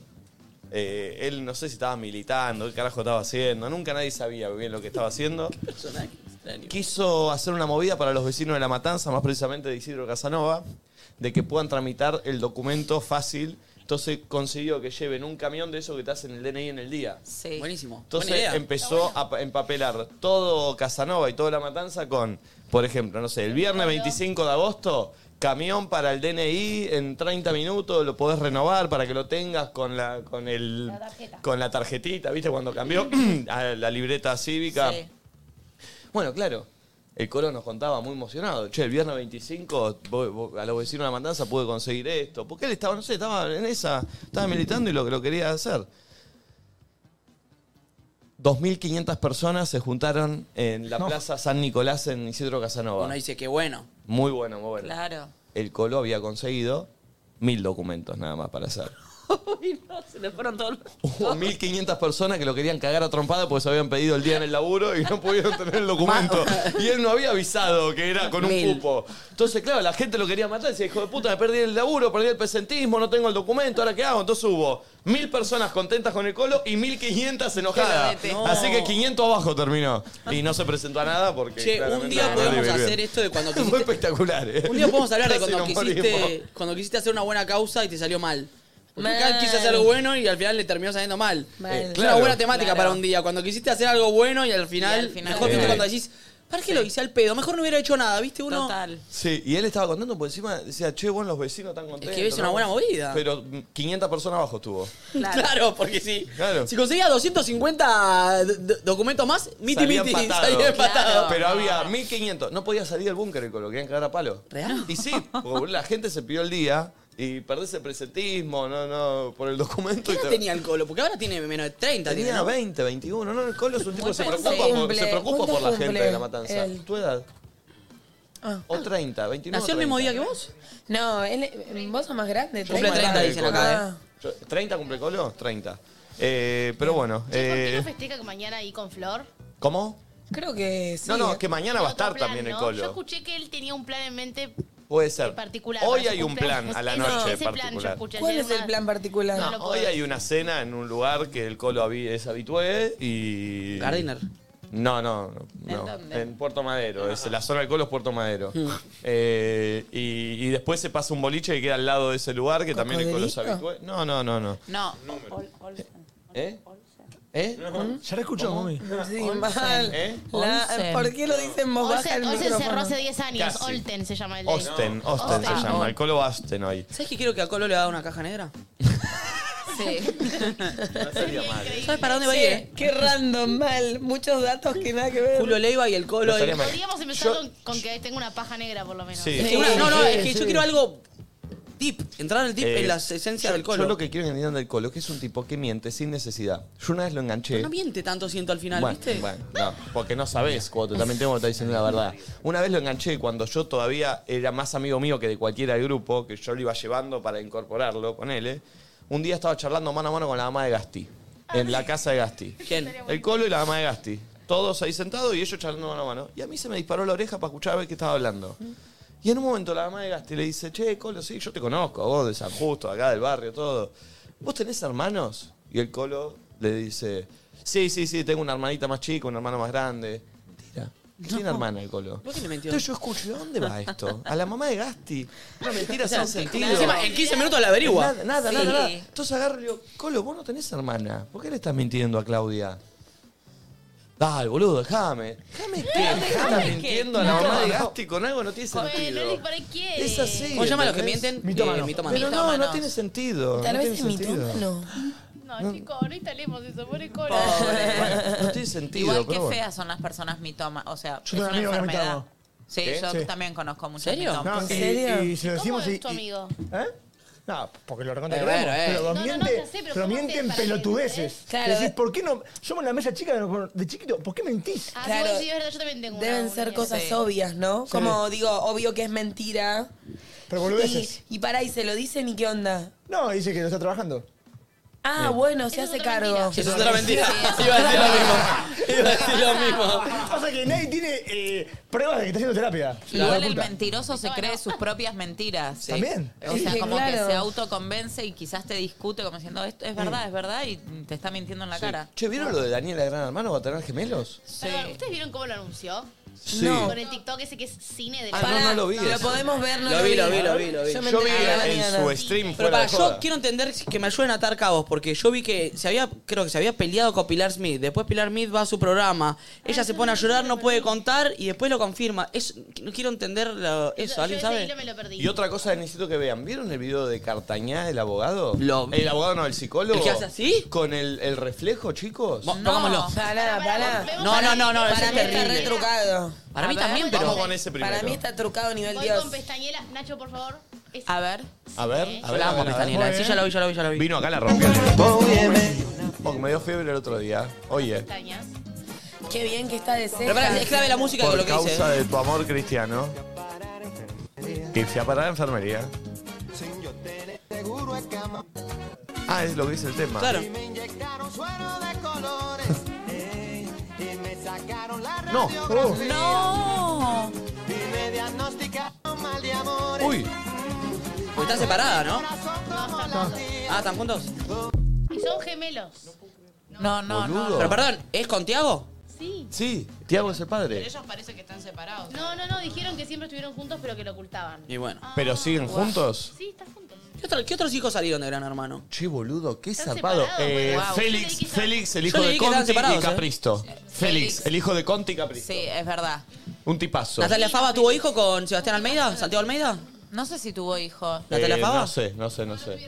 Speaker 1: Eh, él no sé si estaba militando, qué carajo estaba haciendo. Nunca nadie sabía bien lo que estaba haciendo.
Speaker 3: Personaje extraño.
Speaker 1: Quiso hacer una movida para los vecinos de La Matanza, más precisamente de Isidro Casanova, de que puedan tramitar el documento fácil. Entonces consiguió que lleven un camión de eso que te hacen el DNI en el día.
Speaker 5: Sí.
Speaker 3: Buenísimo. Buena
Speaker 1: Entonces eh,
Speaker 3: idea.
Speaker 1: empezó a pa- empapelar todo Casanova y toda la matanza con, por ejemplo, no sé, el viernes 25 de agosto, camión para el DNI en 30 minutos, lo podés renovar para que lo tengas con la con el con la tarjetita, ¿viste?
Speaker 3: [CLEARS THROAT]
Speaker 1: Cuando cambió a la libreta cívica. Bueno, claro. El coro nos contaba muy emocionado. Che, el viernes 25 voy- voy- a los vecinos de la matanza pude conseguir esto. Porque él estaba, no sé, estaba en esa, estaba militando y lo, lo quería hacer. 2.500 personas se juntaron en la
Speaker 3: No.
Speaker 1: Plaza San Nicolás en Isidro Casanova.
Speaker 3: Uno dice, qué bueno.
Speaker 1: Muy bueno, muy
Speaker 3: [LAUGHS]
Speaker 1: bueno.
Speaker 5: Claro.
Speaker 1: El Colo había conseguido mil documentos nada más para hacer.
Speaker 5: Uy, no, se le fueron todos los...
Speaker 1: Hubo 1.500 personas que lo querían cagar a trompada porque se habían pedido el día en el laburo y no pudieron tener el documento. Y él no había avisado que era con un
Speaker 3: Mil.
Speaker 1: cupo. Entonces, claro, la gente lo quería matar. Decía, hijo de puta, me perdí el laburo, perdí el presentismo, no tengo el documento, ¿ahora qué hago? Entonces hubo mil personas contentas con el Colo y 1.500 enojadas.
Speaker 3: Que lo detesto.
Speaker 1: Así que 500 abajo terminó. Y no se presentó a nada porque...
Speaker 3: Che, un
Speaker 1: claramente
Speaker 3: día
Speaker 1: no
Speaker 3: podemos
Speaker 1: le iba bien.
Speaker 3: hacer esto de cuando [LAUGHS]
Speaker 1: Fue
Speaker 3: quisiste...
Speaker 1: espectacular, ¿eh?
Speaker 3: Un día podemos hablar de
Speaker 1: [LAUGHS] Casi
Speaker 3: cuando
Speaker 1: nos morimos.
Speaker 3: quisiste, cuando quisiste hacer una buena causa y te salió mal. Porque acá
Speaker 5: Mal.
Speaker 3: quise hacer algo bueno y al final le terminó saliendo mal.
Speaker 5: Mal.
Speaker 3: Es
Speaker 1: claro.
Speaker 3: una buena temática
Speaker 5: Claro.
Speaker 3: para un día. Cuando quisiste hacer algo bueno y al final,
Speaker 5: Y al final-
Speaker 3: mejor viste
Speaker 1: Sí.
Speaker 3: cuando decís, ¿para qué lo hice al pedo? Mejor no hubiera hecho nada, ¿viste? Uno. [LAUGHS]
Speaker 5: Total.
Speaker 1: Sí, y él estaba contento porque encima decía, che, bueno, los vecinos están contentos.
Speaker 3: que es una
Speaker 1: ¿no?
Speaker 3: buena movida.
Speaker 1: Pero mm, 500 personas abajo estuvo.
Speaker 3: Claro. porque si,
Speaker 1: Claro.
Speaker 3: si conseguía 250 d- d- documentos más, miti
Speaker 1: Salía
Speaker 3: miti,
Speaker 1: empatado.
Speaker 3: salía
Speaker 1: [LAUGHS]
Speaker 3: empatado.
Speaker 1: Pero había 1500. No podía salir del búnker el Colo, querían cagar a palo.
Speaker 3: ¿Real?
Speaker 1: Y sí, porque boludo, la gente se pidió el día y perdés el presentismo, no, no, por el documento.
Speaker 3: ¿Qué
Speaker 1: y
Speaker 3: edad
Speaker 1: te-
Speaker 3: tenía el colo? Porque ahora tiene menos de 30.
Speaker 1: Tenía
Speaker 3: tiene, ¿no?
Speaker 1: 20, 21. No, el Colo es un tipo que se
Speaker 3: pensado.
Speaker 1: preocupa, por,
Speaker 3: Cumple.
Speaker 1: se preocupa por la
Speaker 2: ¿Cuánto
Speaker 1: gente
Speaker 2: cumple
Speaker 1: de la matanza.
Speaker 2: él?
Speaker 1: ¿Tu edad?
Speaker 3: Ah,
Speaker 1: O 30, 29.
Speaker 2: Ah. ¿Nació el mismo
Speaker 1: 30.
Speaker 2: día que
Speaker 3: vos?
Speaker 2: No, él, eh, vos sos más grande.
Speaker 1: Cumple 30, dicen acá,
Speaker 2: Ah.
Speaker 1: ¿eh? Yo- ¿30 cumple Colo? 30. Eh, pero bueno.
Speaker 7: ¿Por qué no
Speaker 1: Eh,
Speaker 7: festeja que mañana ahí con Flor?
Speaker 1: ¿Cómo?
Speaker 2: Creo que sí.
Speaker 1: No, no, que mañana va a estar
Speaker 7: Plan,
Speaker 1: también el
Speaker 7: ¿no? Yo
Speaker 1: Colo.
Speaker 7: escuché que él tenía un plan en mente
Speaker 1: Puede ser.
Speaker 7: particular.
Speaker 1: Hoy
Speaker 7: para su
Speaker 1: hay un plan
Speaker 7: cumpleaños.
Speaker 1: a la
Speaker 7: Ese-
Speaker 1: noche
Speaker 7: ese plan yo
Speaker 1: particular.
Speaker 7: escuché
Speaker 2: ¿Cuál
Speaker 7: ayer
Speaker 2: es el
Speaker 7: más.
Speaker 2: plan particular? [LAUGHS]
Speaker 7: No, lo
Speaker 1: Hoy
Speaker 7: puedo
Speaker 1: hay una cena en un lugar que el Colo habí- es habitué y...
Speaker 3: Gardiner.
Speaker 1: No, no, no.
Speaker 3: ¿En
Speaker 1: no.
Speaker 3: dónde?
Speaker 1: En Puerto Madero. Es, la zona del Colo es Puerto Madero.
Speaker 12: Mm.
Speaker 1: Eh, y, y después se pasa un boliche que queda al lado de ese lugar que también el Colo es
Speaker 2: ¿Cocodrilo?
Speaker 1: habitué. No, no, no, no.
Speaker 5: No.
Speaker 1: ¿Eh? ¿Eh?
Speaker 6: Ya la escuchó, mami.
Speaker 2: Sí, mal. La-
Speaker 1: Olsen.
Speaker 2: ¿Por qué lo dicen en voz baja el
Speaker 7: Olsen, Olsen cerró
Speaker 2: micrófono?
Speaker 7: hace 10 años.
Speaker 1: Casi.
Speaker 7: Olten se llama el de-
Speaker 1: Osten, Osten se
Speaker 7: Osten.
Speaker 1: llama. El colo Osten hoy.
Speaker 3: ¿Sabes que quiero que a Colo le haga una caja negra?
Speaker 5: Sí.
Speaker 1: No sería mal.
Speaker 3: ¿Sabes para dónde va a
Speaker 2: Sí,
Speaker 3: ir? eh?
Speaker 2: Qué random, mal. Muchos datos que nada que ver.
Speaker 3: Julio Leiva y el Colo.
Speaker 1: No estaría mal.
Speaker 7: Podríamos empezar con, con que tenga una paja negra, por lo menos.
Speaker 1: Sí.
Speaker 3: Es que una- no, no, es que
Speaker 1: Sí.
Speaker 3: yo quiero algo deep. Entrar al deep
Speaker 1: Eh,
Speaker 3: en las esencias
Speaker 1: yo-
Speaker 3: del Colo.
Speaker 1: Yo lo que quiero que entiendan del colo es que es un tipo que miente sin necesidad. Yo una vez lo enganché.
Speaker 3: No miente tanto, siento, al final,
Speaker 1: Bueno,
Speaker 3: ¿viste?
Speaker 1: bueno, no, porque no sabés cuando te también tengo que estar diciendo la verdad. Una vez lo enganché cuando yo todavía era más amigo mío que de cualquiera del grupo, que yo lo iba llevando para incorporarlo, ponele. Un día estaba charlando mano a mano con la mamá de Gasti, en la casa de Gasti.
Speaker 3: ¿Quién?
Speaker 1: El colo y la mamá de Gasti. Todos ahí sentados y ellos charlando mano a mano. Y a mí se me disparó la oreja para escuchar a ver qué estaba hablando. Y en un momento la mamá de Gasti le dice, che, Colo, sí, yo te conozco, vos de San Justo, acá del barrio, todo. ¿Vos tenés hermanos? Y el Colo le dice, sí, sí, sí, tengo una hermanita más chica, un hermano más grande. Tira. Tiene hermana el Colo.
Speaker 3: ¿Por qué le mintió?
Speaker 1: Entonces yo escucho, ¿de dónde va esto?
Speaker 3: [LAUGHS]
Speaker 1: A la mamá de Gasti. Una mentira
Speaker 3: O sea, que-
Speaker 1: sin sentido.
Speaker 3: Encima, en 15 minutos la averigua.
Speaker 1: Nada, nada,
Speaker 3: Sí.
Speaker 1: nada, nada. Entonces agarro y le digo, Colo, vos no tenés hermana. ¿Por qué le estás mintiendo a Claudia? Dale, boludo, déjame. Déjame que estás mintiendo a la mamá de Gasti con algo que no tiene sentido.
Speaker 7: Bueno, ¿para qué?
Speaker 1: Es así.
Speaker 3: ¿Cómo se llama los que
Speaker 1: ¿entendés?
Speaker 3: mienten?
Speaker 1: Mitómanos.
Speaker 3: Eh, mitómanos.
Speaker 1: Pero no, no
Speaker 3: Mitómanos.
Speaker 1: tiene sentido.
Speaker 2: Tal
Speaker 1: no
Speaker 2: vez
Speaker 1: tiene
Speaker 2: es
Speaker 1: sentido.
Speaker 2: mitómano.
Speaker 7: No, chicos, no instalemos eso, pobre cola.
Speaker 1: No tiene sentido.
Speaker 5: Igual
Speaker 1: pero
Speaker 5: que
Speaker 1: bueno.
Speaker 5: feas son las personas mitomas. O sea,
Speaker 1: Yo
Speaker 5: es
Speaker 1: tengo
Speaker 5: una
Speaker 1: amigos que
Speaker 5: enfermedad.
Speaker 1: mitómanos.
Speaker 5: Sí,
Speaker 1: ¿Qué?
Speaker 5: yo
Speaker 1: Sí.
Speaker 5: también conozco muchos
Speaker 6: No,
Speaker 5: mitomas.
Speaker 6: y- Y, se lo decimos
Speaker 7: ¿Cómo
Speaker 6: y,
Speaker 7: es
Speaker 5: [LAUGHS]
Speaker 7: tu
Speaker 6: y-
Speaker 7: amigo?
Speaker 6: ¿Eh? No, porque lo recontra
Speaker 3: Eh,
Speaker 6: creemos,
Speaker 3: bueno, eh.
Speaker 6: Pero los
Speaker 7: No, no, no,
Speaker 6: miente,
Speaker 7: ya sé, pero
Speaker 6: pero
Speaker 7: ¿cómo
Speaker 6: mienten
Speaker 7: haces para
Speaker 6: pelotudeces.
Speaker 2: Claro.
Speaker 6: Decís, ¿por qué no? Somos la mesa chica de, de chiquito, ¿por qué mentís?
Speaker 7: Ah,
Speaker 2: Claro.
Speaker 7: sí, vos decís, es verdad, yo también tengo una,
Speaker 2: Deben
Speaker 7: una
Speaker 2: ser
Speaker 7: mierda.
Speaker 2: cosas
Speaker 7: Sí.
Speaker 2: obvias, ¿no? Como digo, obvio que es mentira.
Speaker 6: Pero
Speaker 2: Y,
Speaker 6: boludeces.
Speaker 2: y pará, y se lo dicen y qué onda.
Speaker 6: No, dice que no está trabajando.
Speaker 2: Ah, bueno, se hace cargo.
Speaker 3: Eso es otra mentira. [LAUGHS] Iba a decir lo mismo. [LAUGHS] Iba a decir lo mismo.
Speaker 6: Pasa que nadie tiene eh, pruebas de que está haciendo terapia. Hijo
Speaker 5: Igual
Speaker 6: de
Speaker 5: el
Speaker 6: puta.
Speaker 5: mentiroso se cree sus propias mentiras.
Speaker 6: También.
Speaker 5: O sea,
Speaker 2: Sí,
Speaker 5: como
Speaker 2: claro.
Speaker 5: que se autoconvence y quizás te discute como diciendo, esto es verdad, es verdad, y te está mintiendo en la cara.
Speaker 1: Che, ¿vieron lo de Daniela Gran Hermano? ¿Va a tener gemelos?
Speaker 7: Perdón, ¿ustedes vieron cómo lo anunció?
Speaker 1: Sí. No.
Speaker 7: Con el TikTok ese que es cine de
Speaker 1: Ah, no, no lo vi.
Speaker 2: Lo podemos ver, no
Speaker 3: Lo vi, lo vi, lo vi, lo vi.
Speaker 2: Yo me
Speaker 1: Yo vi
Speaker 2: enteré a la
Speaker 1: en
Speaker 2: mañana.
Speaker 1: su stream
Speaker 3: Pero
Speaker 1: fuera
Speaker 3: para,
Speaker 1: de joda.
Speaker 3: yo quiero entender que me ayuden a atar cabos, porque yo vi que se había, creo que se había peleado con Pilar Smith. Después Pilar Smith va a su programa. Ella se pone a llorar, no puede contar y después lo confirma. Es, no quiero entender lo- eso,
Speaker 7: Yo
Speaker 3: ¿alguien
Speaker 7: ese
Speaker 3: sabe?
Speaker 7: hilo me lo perdí.
Speaker 1: Y otra cosa que necesito que vean, ¿vieron el video de Cartañá, el abogado?
Speaker 3: Lo vi.
Speaker 1: El abogado no, el psicólogo.
Speaker 3: ¿El que hace así?
Speaker 1: Con el, el reflejo, chicos.
Speaker 3: Mo- Pongámoslo.
Speaker 2: Pará, pará.
Speaker 7: Vemos
Speaker 3: No, no, no, no,
Speaker 2: Para
Speaker 3: eso es
Speaker 2: mí está
Speaker 3: terrible.
Speaker 2: retrucado.
Speaker 3: Para mí
Speaker 5: A ver,
Speaker 3: también,
Speaker 1: Vamos
Speaker 3: pero.
Speaker 1: con ese primero.
Speaker 2: Para mí está trucado nivel
Speaker 7: Voy
Speaker 2: Dios.
Speaker 7: con pestañela. Nacho, por favor. Es-
Speaker 5: A ver.
Speaker 1: A ver, a ver.
Speaker 3: La amo,
Speaker 1: a ver, a ver.
Speaker 3: Pestañela. Sí, ya lo vi, ya lo vi, ya lo vi.
Speaker 1: Vino acá la rompió. Porque me dio fiebre el otro día. Oye.
Speaker 7: Pestañas.
Speaker 2: Qué bien que está de
Speaker 3: Pero pará,
Speaker 2: cerca.
Speaker 3: es clave la música de
Speaker 1: Por
Speaker 3: lo que dice. ¿eh?
Speaker 1: causa de tu amor cristiano. Y se para la enfermería. Ah, es lo que dice el tema.
Speaker 3: Claro.
Speaker 1: No.
Speaker 5: ¡No!
Speaker 1: Uy.
Speaker 3: Porque están separadas, ¿no? Ah, ¿están juntos?
Speaker 7: Y son gemelos.
Speaker 5: No, no, no.
Speaker 1: Boludo.
Speaker 3: Pero perdón, ¿es con Tiago?
Speaker 7: Sí.
Speaker 1: Sí, Tiago es el padre.
Speaker 17: Ellos parece que están separados.
Speaker 7: No, no, no. Dijeron que siempre estuvieron juntos, pero que lo ocultaban.
Speaker 3: Y bueno.
Speaker 1: ¿Pero siguen juntos?
Speaker 7: Sí, están juntos.
Speaker 3: ¿Qué, otro- qué otros hijos salieron de Gran Hermano?
Speaker 1: Che, boludo, qué
Speaker 7: Están
Speaker 1: zarpado.
Speaker 7: separados,
Speaker 1: Eh,
Speaker 7: boludo. Wow. Yo leí que
Speaker 1: Félix,
Speaker 7: estaban-
Speaker 1: Félix, el
Speaker 3: Yo
Speaker 1: hijo
Speaker 3: leí
Speaker 1: de
Speaker 3: que estaban
Speaker 1: Conti y
Speaker 3: separados, ¿eh?
Speaker 1: Capristo. Félix, el hijo de Conti y Capristo.
Speaker 5: Sí, es verdad.
Speaker 1: Un tipazo.
Speaker 3: ¿Natalia Fava tuvo hijo con Sebastián Almeida? ¿Santiago Almeida?
Speaker 5: No sé si tuvo hijo.
Speaker 3: ¿Natalia
Speaker 1: Eh,
Speaker 3: Fava?
Speaker 1: No sé, no sé, no sé.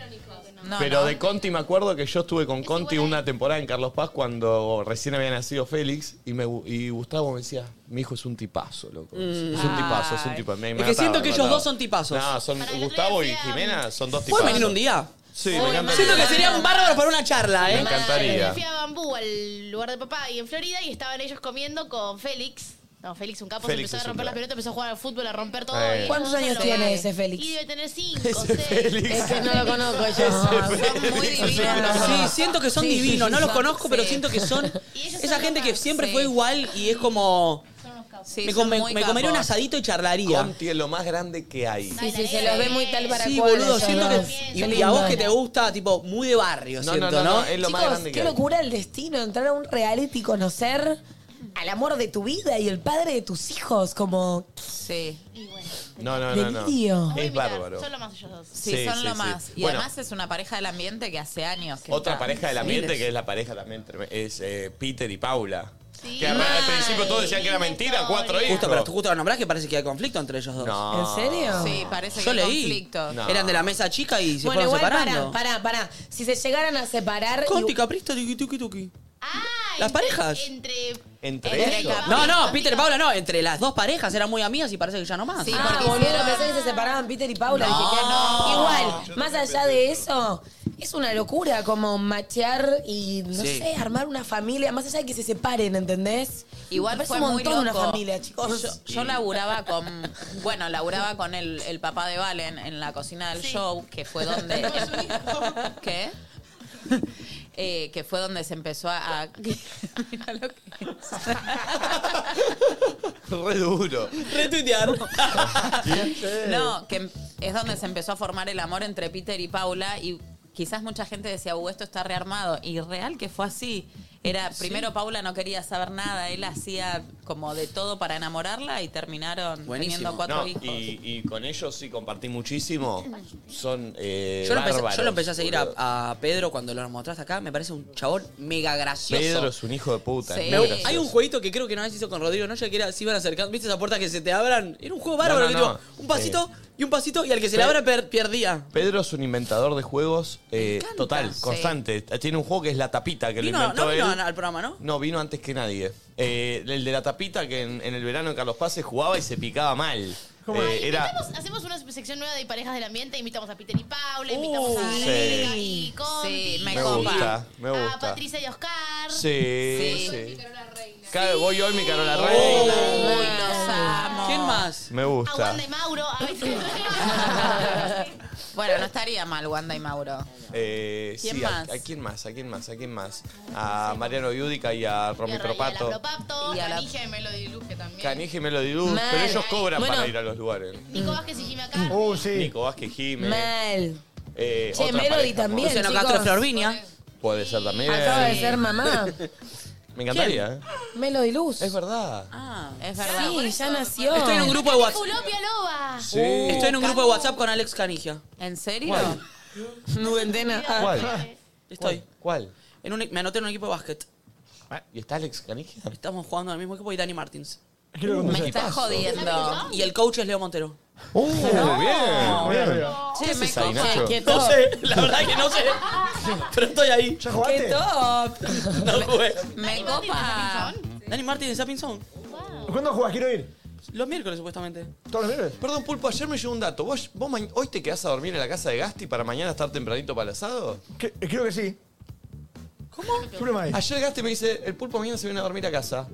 Speaker 5: No,
Speaker 1: Pero
Speaker 5: no.
Speaker 1: de Conti me acuerdo que yo estuve con Conti una temporada en Carlos Paz cuando recién había nacido Félix y, me, gu- y Gustavo me decía, mi hijo es un tipazo, loco. Es un tipazo, es un tipazo. Me- me
Speaker 3: Mm. Es que siento
Speaker 1: mataba,
Speaker 3: que
Speaker 1: me
Speaker 3: ellos
Speaker 1: mataba.
Speaker 3: dos son tipazos.
Speaker 1: No, son
Speaker 7: Para el otro
Speaker 1: Gustavo y
Speaker 7: día fui a-
Speaker 1: Jimena son dos tipazos.
Speaker 3: ¿Pueden venir un día?
Speaker 1: Sí, me encantaría.
Speaker 3: Siento que serían bárbaros para una charla,
Speaker 1: Me
Speaker 3: ¿eh?
Speaker 1: encantaría.
Speaker 7: Yo fui a Bambú, al lugar de papá, y en Florida, y estaban ellos comiendo con Félix. No, Félix, un capo,
Speaker 1: Félix
Speaker 7: se empezó
Speaker 1: es
Speaker 7: a
Speaker 1: un
Speaker 7: romper las
Speaker 1: crack.
Speaker 7: pelotas, empezó a jugar al fútbol, a romper todo.
Speaker 1: Eh.
Speaker 7: y ellos
Speaker 2: ¿Cuántos
Speaker 7: dos
Speaker 2: años
Speaker 7: lo-
Speaker 2: tiene ese Félix?
Speaker 7: Y debe tener cinco,
Speaker 1: Ese
Speaker 7: seis.
Speaker 1: Félix.
Speaker 2: Ese no lo conozco yo.
Speaker 5: Son muy divinos.
Speaker 3: Sí, siento que son
Speaker 2: Sí, sí,
Speaker 3: divinos.
Speaker 2: sí,
Speaker 3: No los
Speaker 2: son-
Speaker 3: conozco, pero
Speaker 5: sí.
Speaker 3: siento que
Speaker 2: [LAUGHS]
Speaker 3: son
Speaker 7: ellos
Speaker 3: esa
Speaker 7: son
Speaker 3: gente que
Speaker 7: capaz,
Speaker 3: siempre
Speaker 5: sí.
Speaker 3: fue igual y es como...
Speaker 7: Son unos capos.
Speaker 5: Sí,
Speaker 3: me,
Speaker 5: son
Speaker 3: come-
Speaker 5: muy
Speaker 3: me comería un
Speaker 5: capos.
Speaker 3: asadito y charlaría.
Speaker 1: Conti es lo más grande que hay.
Speaker 2: Sí, sí, se los ve muy tal para
Speaker 3: Sí,
Speaker 2: cual
Speaker 3: boludo,
Speaker 2: esos
Speaker 3: siento que...
Speaker 2: dos.
Speaker 3: Y,
Speaker 2: Qué
Speaker 3: y a vos
Speaker 2: lindo.
Speaker 3: que te gusta, tipo, muy de barrio,
Speaker 1: No,
Speaker 3: siento, ¿no?
Speaker 1: no, no, no, es lo más
Speaker 2: Chicos,
Speaker 1: grande que
Speaker 2: qué
Speaker 1: hay.
Speaker 2: locura el destino, entrar a un reality, conocer al amor de tu vida y el padre de tus hijos, como...
Speaker 5: Sí.
Speaker 7: Y bueno,
Speaker 1: No, no, no.
Speaker 2: Delirio.
Speaker 1: no. Es bárbaro.
Speaker 7: Son lo más ellos dos.
Speaker 5: Sí,
Speaker 1: Sí,
Speaker 5: son
Speaker 1: sí,
Speaker 5: lo
Speaker 1: sí.
Speaker 5: más. Y
Speaker 1: Bueno.
Speaker 5: además es una pareja del ambiente que hace años que
Speaker 1: Otra
Speaker 5: está.
Speaker 1: pareja del ambiente,
Speaker 5: Sí.
Speaker 1: que es la pareja también, trem- es eh, Peter y Paula. Que al al principio todos decían que era mentira, cuatro hijos.
Speaker 3: Justo, pero tú justo lo nombrás que parece que hay conflicto entre ellos dos.
Speaker 1: No. ¿En serio?
Speaker 5: Sí, parece
Speaker 3: Yo
Speaker 5: que hay
Speaker 3: leí.
Speaker 5: conflicto. No.
Speaker 3: Eran de la mesa chica y se
Speaker 2: bueno,
Speaker 3: fueron
Speaker 2: igual
Speaker 3: separando.
Speaker 2: pará, pará, pará. Si se llegaran a separar.
Speaker 3: Conti, Capristo, tuki, tuki, tuki. Las parejas.
Speaker 7: Entre.
Speaker 1: Entre ellos.
Speaker 3: No, no, Peter y Paula no. Entre las dos parejas eran muy amigas y parece que ya no más.
Speaker 2: ah, boludo, pensé que se separaban Peter y Paula.
Speaker 3: No.
Speaker 2: Dije que no.
Speaker 3: Yo
Speaker 2: Igual, más allá de eso, es una locura como machear y, no
Speaker 3: Sí.
Speaker 2: sé, armar una familia, más allá de que se separen, ¿entendés?
Speaker 5: Igual
Speaker 2: Me parece
Speaker 5: fue
Speaker 2: un
Speaker 5: muy
Speaker 2: montón una
Speaker 5: loco.
Speaker 2: familia, chicos.
Speaker 5: Yo, yo laburaba con, bueno, laburaba con el, el papá de Valen en la cocina del show, que
Speaker 7: [LAUGHS]
Speaker 5: fue donde. ¿Qué? [LAUGHS] Eh, que fue donde se empezó
Speaker 2: [LAUGHS]
Speaker 5: a. a- Mira lo que
Speaker 1: Re duro.
Speaker 3: Retuitear.
Speaker 5: No, que em- es donde se empezó a formar el amor entre Peter y Paula y quizás mucha gente decía, uh, esto está rearmado. Y real que fue así. Era,
Speaker 3: Sí.
Speaker 5: primero Paula no quería saber nada, él hacía como de todo para enamorarla y terminaron teniendo cuatro
Speaker 1: No,
Speaker 5: hijos.
Speaker 1: y, y con ellos sí compartí muchísimo. Son eh,
Speaker 3: Yo lo, empecé,
Speaker 1: bárbaros,
Speaker 3: yo lo empecé a seguir a,
Speaker 1: boludo.
Speaker 3: a Pedro cuando lo mostraste acá. Me parece un chabón mega gracioso.
Speaker 1: Pedro es un hijo de puta. es
Speaker 3: Me-
Speaker 1: muy gracioso.
Speaker 3: Hay un jueguito que creo que una vez hizo con Rodrigo Noya que era si iban acercando, ¿viste esas puertas que se te abran? Era un juego bárbaro,
Speaker 1: No, no,
Speaker 3: que
Speaker 1: no.
Speaker 3: tipo, un pasito y un pasito y al que se le abra per- perdía.
Speaker 1: Pedro es un inventador de juegos eh, total, constante. Tiene un juego que es la tapita que
Speaker 3: Vino-
Speaker 1: lo inventó
Speaker 3: no vino
Speaker 1: él.
Speaker 3: al programa, ¿no?
Speaker 1: No, vino antes que nadie. Eh, el de la tapita que en, en el verano en Carlos Paz se jugaba y se picaba mal. Eh, era
Speaker 7: Hacemos, hacemos una sección nueva de parejas del ambiente. Invitamos a Peter y Paula, invitamos a
Speaker 1: Uh, sí.
Speaker 7: Rebeca y Conti.
Speaker 5: Sí,
Speaker 1: me gusta, me
Speaker 7: A
Speaker 1: gusta.
Speaker 7: Patricia y Oscar.
Speaker 1: Sí, sí.
Speaker 7: Soy
Speaker 1: Claro, voy hoy mi Carola Rey.
Speaker 5: ¿Quién
Speaker 3: más?
Speaker 1: Me gusta.
Speaker 5: Aguante.
Speaker 7: De Mauro. a veces-
Speaker 5: [LAUGHS] Bueno, no estaría mal Wanda y Mauro.
Speaker 1: Eh,
Speaker 5: ¿Quién
Speaker 1: sí, a-
Speaker 5: más?
Speaker 1: A, quién más? ¿A quién más? ¿A quién más? A Mariano Biudica y a Romy Propato.
Speaker 7: Propapto,
Speaker 5: Y a la-
Speaker 7: Canija y Melody Luque también.
Speaker 1: Canije y Melody Luz,
Speaker 7: Mal.
Speaker 1: pero ellos cobran
Speaker 7: Bueno.
Speaker 1: para ir a los lugares.
Speaker 2: Mm.
Speaker 7: Nico Vázquez y Jimmy acá.
Speaker 1: Uh, sí. Nico Vázquez Jiménez.
Speaker 2: Mal.
Speaker 1: Eh,
Speaker 2: Che,
Speaker 1: otra
Speaker 2: Melody
Speaker 1: pareja,
Speaker 2: también,
Speaker 1: Luciano
Speaker 2: chicos.
Speaker 1: Castro Puede ser también.
Speaker 2: Acaba de
Speaker 3: [LAUGHS]
Speaker 2: ser mamá.
Speaker 1: Me encantaría, ¿eh?
Speaker 2: Melody Luz. Es
Speaker 1: verdad.
Speaker 5: Ah, es
Speaker 2: verdad. Sí, ya nació.
Speaker 3: Estoy en un grupo de WhatsApp.
Speaker 7: Fulopia Loba.
Speaker 3: Oh.
Speaker 1: Sí.
Speaker 3: Estoy en un grupo de WhatsApp con Alex Canigia.
Speaker 5: ¿En serio?
Speaker 3: [LAUGHS] ¿Cuál?
Speaker 2: Nubentena.
Speaker 3: Ah.
Speaker 1: ¿Cuál?
Speaker 3: Estoy.
Speaker 1: ¿Cuál?
Speaker 3: En un- me anoté en un equipo de básquet. Ah,
Speaker 1: ¿Y está Alex Canigia?
Speaker 3: Estamos jugando en el mismo equipo y Dani Martins.
Speaker 1: Quiero conocer. Me estás
Speaker 5: jodiendo.
Speaker 3: Y el coach es Leo Montero.
Speaker 1: ¡Uh!
Speaker 3: No.
Speaker 1: Bien, bien.
Speaker 3: Che,
Speaker 1: ¿Qué
Speaker 3: me
Speaker 1: haces ahí,
Speaker 3: copa.
Speaker 1: Nacho?
Speaker 3: Che, No sé, [LAUGHS] la verdad que no sé. Pero estoy ahí.
Speaker 6: ¿Ya
Speaker 3: jugaste?
Speaker 5: top!
Speaker 3: No jugué.
Speaker 5: Me copa.
Speaker 3: Dani Martins de Sapinson.
Speaker 1: ¿eh?
Speaker 6: ¿Cuándo jugás? Quiero ir.
Speaker 3: Los miércoles, supuestamente.
Speaker 6: ¿Todos los miércoles?
Speaker 1: Perdón, Pulpo, ayer me llegó un dato. ¿Vos, vos ma- hoy te quedás a dormir en la casa de Gasti para mañana estar tempranito para el asado?
Speaker 6: Eh, creo que Pues sí.
Speaker 5: ¿Cómo?
Speaker 1: Ayer Gasti me dice, el Pulpo mañana se viene a dormir a casa.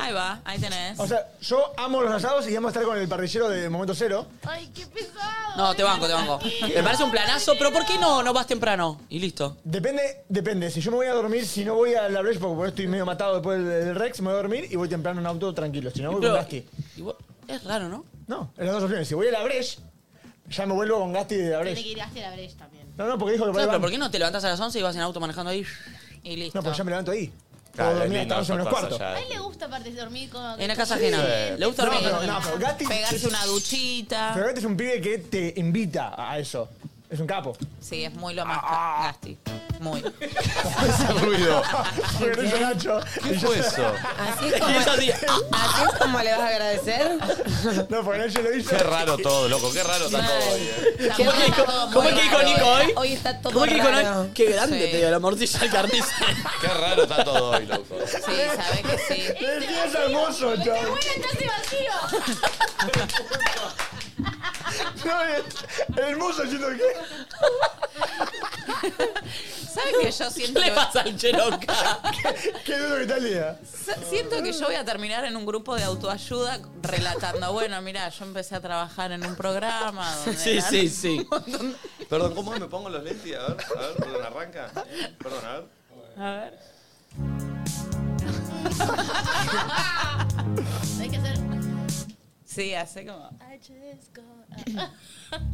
Speaker 5: Ahí va, ahí tenés.
Speaker 6: O sea, yo amo los asados y amo estar con el parrillero de Momento Cero.
Speaker 7: Ay, qué pesado.
Speaker 3: No, te banco, te banco. Me parece un planazo, pero ¿por qué no, no vas temprano? Y listo.
Speaker 6: Depende, depende. Si yo me voy a dormir, si no voy a la Breche, porque por ahí estoy medio matado después del, del Rex, me voy a dormir y voy temprano en auto tranquilo. Si no, voy
Speaker 3: Pero-
Speaker 6: con Gasti.
Speaker 3: Es raro, ¿no?
Speaker 6: No, en las dos opciones. Si voy a la Breche, ya me vuelvo con Gasti de la
Speaker 7: Tiene
Speaker 6: Breche.
Speaker 7: que ir hacia la Breche también.
Speaker 6: No, no, porque dijo que
Speaker 3: Claro, pero
Speaker 6: van.
Speaker 3: ¿por qué no te levantás a las 11 y vas en auto manejando ahí? Y listo.
Speaker 6: No, porque ya me levanto ahí.
Speaker 3: Claro,
Speaker 6: Puedo dormir
Speaker 3: es lindo
Speaker 6: hasta 11 menos
Speaker 3: estar
Speaker 6: cuarto.
Speaker 7: A él le gusta aparte dormir con.
Speaker 3: En la casa ajena.
Speaker 6: Sí.
Speaker 3: Le gusta
Speaker 6: No,
Speaker 3: dormir.
Speaker 6: pero- no, pero Gatti-
Speaker 5: Pegarse una duchita.
Speaker 6: Pero Gatti es un pibe que te invita a a eso. Es un capo. Ah,
Speaker 5: Sí, es muy lo más ca- Gasti.
Speaker 1: [LAUGHS]
Speaker 5: Muy.
Speaker 1: Ese
Speaker 6: [LAUGHS]
Speaker 1: ruido.
Speaker 6: Regreso, Nacho.
Speaker 1: ¿Qué fue eso?
Speaker 2: Así es como, [LAUGHS] así es como le vas a agradecer.
Speaker 6: No, porque Nacho lo hizo.
Speaker 1: Qué raro todo, loco. Qué raro está [LAUGHS] todo hoy, eh.
Speaker 2: Está
Speaker 3: ¿Cómo es que
Speaker 2: muy
Speaker 3: dijo-
Speaker 2: raro,
Speaker 3: cómo es
Speaker 2: muy
Speaker 3: que dijo
Speaker 2: raro.
Speaker 3: Nico hoy?
Speaker 2: Hoy está todo
Speaker 3: ¿Cómo es que dijo,
Speaker 2: raro.
Speaker 3: no? Qué grande
Speaker 2: Sí.
Speaker 3: te dio la morcilla al carnice.
Speaker 1: [LAUGHS] Qué raro está todo hoy, loco.
Speaker 5: Sí, sabés que sí.
Speaker 6: es hermoso,
Speaker 7: ¡Te voy a casi vacío!
Speaker 6: No, es hermoso, siento que.
Speaker 5: ¿Sabes que yo siento
Speaker 3: ¿Qué le pasa al Cheroca?
Speaker 6: [LAUGHS] Qué duro que está el día.
Speaker 5: S- Siento que yo voy a terminar en un grupo de autoayuda relatando, bueno, mira, yo empecé a trabajar en un programa. donde
Speaker 3: [LAUGHS] Sí,
Speaker 5: eran-
Speaker 3: sí, sí.
Speaker 1: Perdón, ¿cómo es? me pongo los lentes? y A ver, a ver, perdón, arranca. Perdón, a ver.
Speaker 5: A
Speaker 2: [LAUGHS]
Speaker 5: ver.
Speaker 7: Hay que hacer.
Speaker 5: Sí, hace como.
Speaker 7: I just go.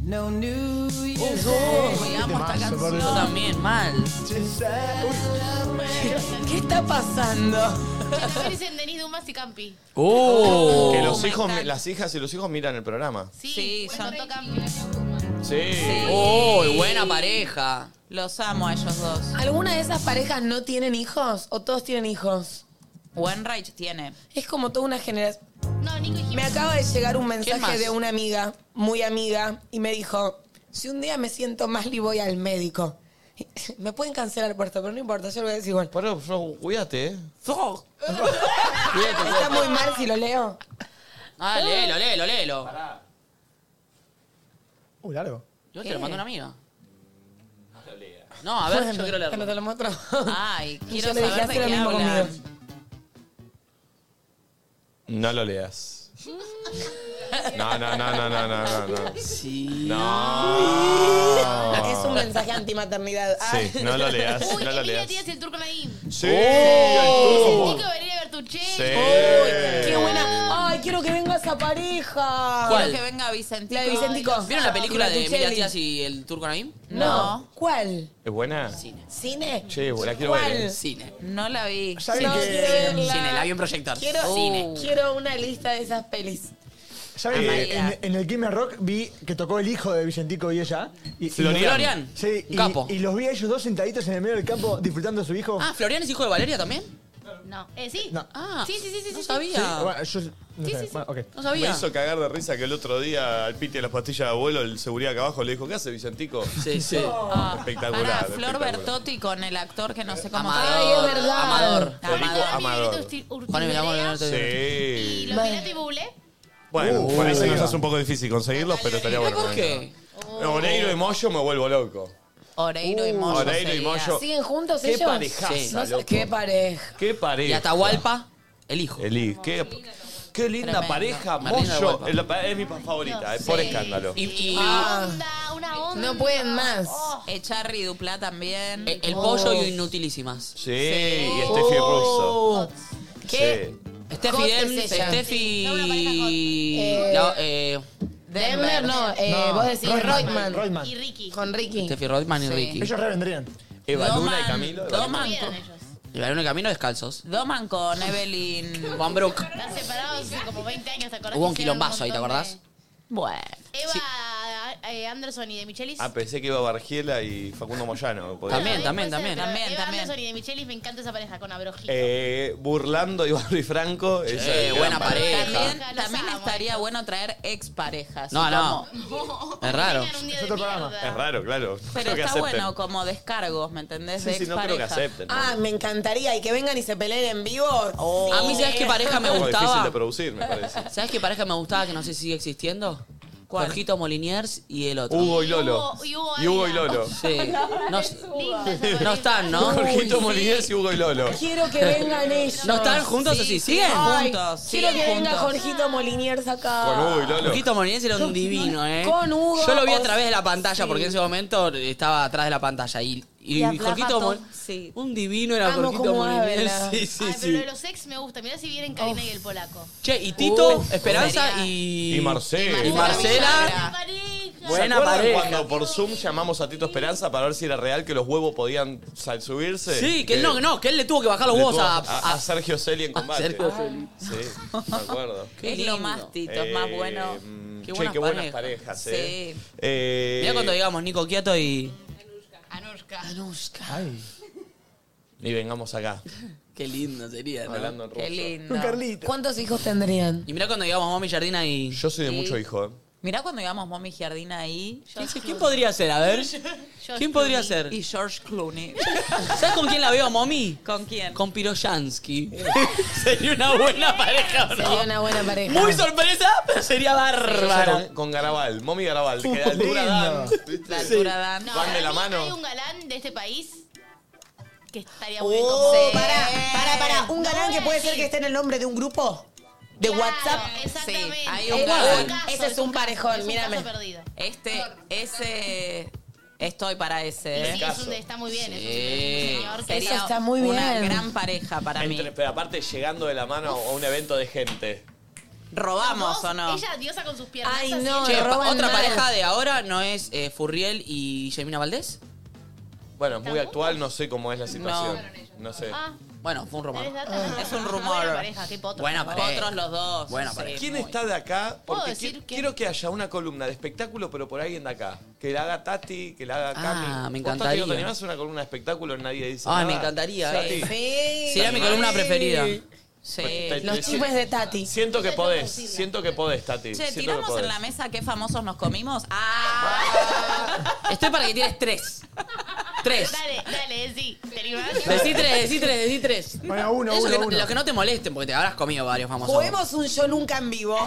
Speaker 5: No New
Speaker 7: Year's
Speaker 5: Uy, amo esta
Speaker 7: Temazo,
Speaker 5: canción.
Speaker 7: boludo.
Speaker 5: también, mal.
Speaker 2: ¿Qué está pasando?
Speaker 7: Después dicen Denis Dumas y Campi.
Speaker 3: Uh.
Speaker 1: Oh. que los hijos, mi- las hijas y los hijos miran el programa.
Speaker 5: Sí, son...
Speaker 1: Sí.
Speaker 3: ¡Oh, buena pareja!
Speaker 5: Los amo a ellos dos.
Speaker 2: ¿Alguna de esas parejas no tienen hijos? ¿O todos tienen hijos?
Speaker 5: Wenreich tiene.
Speaker 2: Es como toda una generación. Me acaba de llegar un
Speaker 5: más?
Speaker 2: mensaje de una amiga, muy amiga, y me dijo: Si un día me siento mal y voy al médico. [LAUGHS] Me pueden cancelar por esto, pero no importa, yo lo voy a decir igual.
Speaker 1: Pará, Flo, cuídate, ¿eh?
Speaker 2: Está muy mal si lo leo.
Speaker 3: Ah, léelo, léelo, léelo.
Speaker 6: Uy, largo.
Speaker 3: Yo
Speaker 5: ¿Qué?
Speaker 3: te lo mando a una amiga. No, a ver,
Speaker 2: Bueno,
Speaker 3: yo quiero leerlo.
Speaker 2: cuando te lo muestro.
Speaker 5: Ay, quiero
Speaker 2: Yo le dije,
Speaker 5: saber
Speaker 2: "Hace
Speaker 5: de
Speaker 2: lo
Speaker 5: qué
Speaker 2: mismo
Speaker 5: hablan".
Speaker 2: conmigo.
Speaker 1: No lo leas. No, no, no, no, no, no, no, no.
Speaker 3: Sí.
Speaker 1: No.
Speaker 2: Es un mensaje antimaternidad. Ay.
Speaker 1: Sí, no lo leas,
Speaker 7: Uy,
Speaker 1: no lo
Speaker 7: Emilia
Speaker 1: leas.
Speaker 7: Díaz y el turco Naim.
Speaker 1: Sí,
Speaker 7: Oh.
Speaker 1: el
Speaker 7: Nico Valeria Bertucci.
Speaker 13: Oh.
Speaker 1: Sí. Eh.
Speaker 2: Qué
Speaker 3: Ah,
Speaker 2: buena. Ay, quiero que venga esa pareja.
Speaker 3: ¿Cuál?
Speaker 5: Quiero que venga Vicentico.
Speaker 2: La de Vicentico.
Speaker 3: ¿Vieron la película de
Speaker 2: Bertuccelli.
Speaker 3: Emilia Díaz y el turco Naim?
Speaker 2: No. ¿Cuál?
Speaker 1: ¿Es buena?
Speaker 2: ¿Cine?
Speaker 1: Che, la quiero
Speaker 2: ¿Cuál?
Speaker 1: ver. eh.
Speaker 3: Cine.
Speaker 5: No la vi.
Speaker 6: ¿Saben
Speaker 2: No,
Speaker 6: que-
Speaker 2: quiero verla.
Speaker 3: Cine, la vi en proyector. Oh.
Speaker 2: Quiero,
Speaker 3: Cine.
Speaker 2: quiero una lista de esas pelis.
Speaker 6: ¿Saben
Speaker 2: Eh,
Speaker 6: que en, en el Kimmer Rock vi que tocó el hijo de Vicentico y ella? Y, y-
Speaker 3: Florian. Florian.
Speaker 6: Sí,
Speaker 3: Un
Speaker 6: y,
Speaker 3: capo.
Speaker 6: y los vi a ellos dos sentaditos en el medio del campo disfrutando de su hijo.
Speaker 3: Ah, ¿Florian es hijo de Valeria también?
Speaker 7: No. Eh, sí.
Speaker 6: No.
Speaker 3: Ah,
Speaker 7: Sí, sí, sí, sí. sí, sí.
Speaker 6: Sí, bueno, yo no
Speaker 7: Sí,
Speaker 6: sé.
Speaker 7: sí, sí.
Speaker 6: Bueno, ok.
Speaker 3: No
Speaker 1: Me hizo cagar de risa que el otro día al Piti de las pastillas de abuelo, el seguridad acá abajo, le dijo, ¿qué hace Vicentico?
Speaker 3: Sí, sí.
Speaker 5: Ah,
Speaker 1: Espectacular.
Speaker 5: pará,
Speaker 1: espectacular.
Speaker 5: Flor Bertotti con el actor que no sé cómo
Speaker 3: Amador.
Speaker 5: se llama.
Speaker 3: Ay, es verdad. Amador.
Speaker 1: Federico Amador.
Speaker 3: Juan Emiliano Leonardo
Speaker 1: Sí.
Speaker 7: Los Pilato y Buble.
Speaker 1: Bueno,
Speaker 3: Uh,
Speaker 1: por ahí se nos
Speaker 3: bueno.
Speaker 1: hace un poco difícil conseguirlos, pero estaría bueno.
Speaker 3: ¿Por qué?
Speaker 1: No, Oreiro y Moyo me vuelvo loco.
Speaker 5: Oreiro y Moyo.
Speaker 1: Oreiro y
Speaker 5: sería.
Speaker 1: Moyo.
Speaker 2: ¿Siguen juntos
Speaker 1: Qué
Speaker 2: ellos?
Speaker 1: parejaza,
Speaker 2: No sé,
Speaker 1: loco.
Speaker 2: qué pareja.
Speaker 1: Qué pareja.
Speaker 3: Y Atahualpa, el hijo.
Speaker 1: El hijo. Qué, qué linda
Speaker 3: Tremendo.
Speaker 1: pareja.
Speaker 3: Marlene
Speaker 1: Moyo
Speaker 3: Atahualpa.
Speaker 1: es, la- es mi favorita, eh, por escándalo.
Speaker 3: Y, y-
Speaker 2: Ah. No pueden más. Oh.
Speaker 5: Echarri Eh, Duplá también.
Speaker 3: Oh. Eh, el, el pollo y inutilísimas.
Speaker 1: Sí, y Steffi
Speaker 3: Oh.
Speaker 1: Russo.
Speaker 2: ¿Qué?
Speaker 3: Steffi
Speaker 2: Hot
Speaker 3: Dem,
Speaker 2: es ella.
Speaker 3: Steffi.
Speaker 2: Eh,
Speaker 3: la- eh,
Speaker 2: Demler, no. eh,
Speaker 3: No,
Speaker 2: Vos decís Roitman.
Speaker 3: Reutemann.
Speaker 2: Y Ricky. Con Ricky.
Speaker 3: Steffi Rodman y Ricky.
Speaker 6: Ellos revendrían.
Speaker 1: Eva
Speaker 3: Doman,
Speaker 1: Luna y Camilo. Eva Luna.
Speaker 5: Doman con,
Speaker 3: Y Valero y Camino descalzos.
Speaker 5: Doman con Evelyn.
Speaker 3: Juan
Speaker 1: [LAUGHS]
Speaker 3: Brook.
Speaker 7: Están separados hace como 20 años, ¿te acordás?
Speaker 3: Hubo
Speaker 7: que
Speaker 3: un
Speaker 7: hicieron
Speaker 3: quilombazo ahí, ¿te
Speaker 7: montón de-
Speaker 3: acordás?
Speaker 5: Bueno.
Speaker 7: Eva eh, Anderson y de Michelis.
Speaker 1: Ah, pensé que iba Bargiela y Facundo Moyano. podía
Speaker 3: También,
Speaker 1: ser.
Speaker 3: también, también.
Speaker 7: Pero
Speaker 5: también,
Speaker 7: Eva
Speaker 5: también.
Speaker 7: Anderson y de Michelis, me encanta esa pareja con Abrojito.
Speaker 1: Eh, burlando Ibarro y Franco. esa es gran
Speaker 3: buena pareja.
Speaker 5: También, también estaría bueno traer exparejas.
Speaker 3: No, no.
Speaker 5: como-
Speaker 3: Es raro.
Speaker 1: Es raro, claro.
Speaker 5: Pero
Speaker 1: Creo que
Speaker 5: está
Speaker 1: acepten.
Speaker 5: bueno
Speaker 1: [LAUGHS]
Speaker 5: como descargos, ¿me entendés? De
Speaker 1: Sí, sí, no creo que
Speaker 5: expareja.
Speaker 1: acepten.
Speaker 2: Ah, me encantaría. Y que vengan y se peleen en vivo.
Speaker 5: Oh.
Speaker 3: A mí, ¿sabes qué pareja me
Speaker 1: Es como difícil
Speaker 3: gustaba?
Speaker 1: de producir, me
Speaker 5: [LAUGHS]
Speaker 1: parece.
Speaker 3: ¿Sabes qué pareja me gustaba que no sé si sigue existiendo? Jorgito Moliniers y el otro.
Speaker 1: Hugo y Lolo.
Speaker 7: Y Hugo,
Speaker 1: Y Hugo y Lolo.
Speaker 3: Sí. No,
Speaker 7: Linda esa pareja.
Speaker 3: no están, ¿no?
Speaker 1: Jorgito Molinés y Hugo y Lolo.
Speaker 2: Quiero que vengan ellos.
Speaker 3: ¿No están juntos así? ¿Siguen?
Speaker 2: Ay,
Speaker 5: Juntos,
Speaker 2: Quiero
Speaker 5: siguen
Speaker 2: que venga
Speaker 5: juntos.
Speaker 2: Jorgito Moliniers acá.
Speaker 1: Con Hugo y Lolo.
Speaker 3: Jorgito Moliniers era un divino, ¿eh?
Speaker 2: Con Hugo,
Speaker 3: Yo lo vi
Speaker 2: o
Speaker 3: a través de la pantalla
Speaker 2: sí.
Speaker 3: porque en ese momento estaba atrás de la pantalla. Y, y,
Speaker 5: Y hablaba
Speaker 3: Jorgito
Speaker 5: todo,
Speaker 3: Mol-
Speaker 5: Sí.
Speaker 3: Un divino era
Speaker 2: Amo
Speaker 3: Jorgito
Speaker 2: cómo
Speaker 3: Moliniers. [LAUGHS]
Speaker 2: habla.
Speaker 3: Sí, sí,
Speaker 7: Ay, pero lo
Speaker 3: sí.
Speaker 7: de los ex me gusta. Mirá si vienen Karina y el polaco.
Speaker 3: Che, y Tito,
Speaker 1: Uf,
Speaker 3: Esperanza y.
Speaker 1: Y Marcelo.
Speaker 3: Y Marcela.
Speaker 7: Pareja.
Speaker 3: Buena
Speaker 1: ¿Se acuerdan
Speaker 3: pareja.
Speaker 1: cuando por Zoom llamamos a Tito Esperanza para ver si era real que los huevos podían sal- subirse?
Speaker 3: Sí, que él no, que no, que él le tuvo que bajar los
Speaker 1: le
Speaker 3: huevos
Speaker 1: tuvo
Speaker 3: a.
Speaker 1: a,
Speaker 3: a-
Speaker 1: a Sergio Celi en combate.
Speaker 3: Sergio Selly.
Speaker 1: Sí, me acuerdo.
Speaker 3: Qué
Speaker 5: es lo
Speaker 3: lindo.
Speaker 5: más tito, es más
Speaker 1: Eh,
Speaker 5: bueno.
Speaker 1: mm,
Speaker 3: Qué
Speaker 1: che,
Speaker 3: buenas
Speaker 1: qué buenas
Speaker 3: parejas.
Speaker 1: parejas,
Speaker 5: Sí.
Speaker 1: eh. Eh,
Speaker 3: Mirá cuando digamos Nico Quieto y.
Speaker 17: Anushka.
Speaker 1: Y vengamos acá,
Speaker 3: [LAUGHS] Qué lindo sería, ¿no?
Speaker 1: hablando en ruso.
Speaker 5: Qué lindo.
Speaker 2: ¿Cuántos hijos tendrían?
Speaker 3: Y mirá cuando digamos Mami Jardina y.
Speaker 1: Yo soy de
Speaker 5: Sí.
Speaker 1: mucho hijo, ¿eh?
Speaker 5: Mirá cuando íbamos Mommy Jardina ahí.
Speaker 3: ¿Quién, quién podría ser? A
Speaker 7: [LAUGHS]
Speaker 3: ver. ¿Quién podría ser?
Speaker 5: Y George Clooney.
Speaker 3: [LAUGHS] ¿Sabes con quién la veo, Mami?
Speaker 5: ¿Con quién?
Speaker 3: Con
Speaker 5: [LAUGHS]
Speaker 3: Piroyansky. sería una buena pareja, ¿o
Speaker 2: Sería
Speaker 3: no?
Speaker 2: una buena pareja.
Speaker 3: Muy sorpresa, pero sería
Speaker 1: Yo soy
Speaker 3: bárbara.
Speaker 1: Con, con Garabal, Momi Garabal, que de altura
Speaker 6: lindo.
Speaker 1: dan. ¿viste?
Speaker 5: La altura dan.
Speaker 7: No,
Speaker 1: Van de
Speaker 7: para
Speaker 1: la
Speaker 7: mí
Speaker 1: mano.
Speaker 7: Hay un galán de este país que estaría muy bien
Speaker 2: Oh,
Speaker 7: como-
Speaker 5: Sí.
Speaker 2: pará, pará, pará. Un
Speaker 7: No
Speaker 2: galán
Speaker 7: voy
Speaker 2: que
Speaker 7: a
Speaker 2: puede ser
Speaker 7: decir.
Speaker 2: que esté en el nombre de un grupo de
Speaker 7: Claro,
Speaker 2: WhatsApp.
Speaker 7: Exactamente.
Speaker 5: Sí, hay
Speaker 7: Es
Speaker 5: un
Speaker 7: un
Speaker 5: galán.
Speaker 7: caso,
Speaker 2: Ese es un
Speaker 7: caso,
Speaker 2: parejón,
Speaker 7: es un
Speaker 2: mírame.
Speaker 7: caso perdido.
Speaker 5: Este, ese. Estoy para
Speaker 7: Y
Speaker 5: ese.
Speaker 7: sí,
Speaker 5: ¿eh?
Speaker 7: es un- está muy bien. Es un señor que
Speaker 5: Sería
Speaker 2: Eso está muy
Speaker 5: Una
Speaker 2: bien.
Speaker 5: gran pareja para mí.
Speaker 1: Entre- pero aparte llegando de la mano a un evento de gente.
Speaker 5: ¿Robamos o no?
Speaker 7: Ella diosa con sus piernas.
Speaker 2: Ay,
Speaker 7: así.
Speaker 2: no,
Speaker 3: Che, pa-
Speaker 2: roban
Speaker 3: otra
Speaker 2: mal.
Speaker 3: pareja de ahora no es eh, Furriel y Gemina Valdés.
Speaker 1: Bueno, muy
Speaker 7: ¿Tampoco?
Speaker 1: actual, no sé cómo es la situación. No sé.
Speaker 7: Ah.
Speaker 3: Bueno, fue un rumor.
Speaker 7: ¿Tenés data?
Speaker 3: Es un
Speaker 7: Buena
Speaker 3: rumor.
Speaker 7: pareja, qué potros.
Speaker 3: Buena pareja.
Speaker 5: Potros los dos.
Speaker 3: Buena
Speaker 5: Sí.
Speaker 3: pareja.
Speaker 1: ¿Quién está de acá?
Speaker 7: ¿Puedo
Speaker 1: Porque
Speaker 7: decir
Speaker 1: qui- quiero que haya una columna de espectáculo, pero por alguien de acá. Que la haga Tati, que la haga Cami.
Speaker 3: Ah, me
Speaker 1: ¿Vos, Tati, no te
Speaker 3: encantaría.
Speaker 1: animás a una columna de espectáculo en Nadie Dice
Speaker 3: Ay,
Speaker 1: Nada?
Speaker 3: me encantaría,
Speaker 1: Tati. Pues,
Speaker 3: eh. Sí. Sería mi columna preferida.
Speaker 5: Sí.
Speaker 2: Los chismes de Tati.
Speaker 1: Siento que podés, siento que podés, Tati.
Speaker 5: Che,
Speaker 1: siento que
Speaker 5: tiramos
Speaker 1: podés.
Speaker 5: en la mesa qué famosos nos comimos. Ah,
Speaker 3: Estoy para que tires tres. Tres.
Speaker 7: Dale, dale, sí. ¿Te animás?
Speaker 3: Decí tres, decí tres, decí tres.
Speaker 6: Bueno, uno,
Speaker 3: Eso
Speaker 6: uno,
Speaker 3: que no-
Speaker 6: uno.
Speaker 3: Los que no te molesten, porque te habrás comido varios famosos.
Speaker 2: Juguemos un yo nunca en vivo.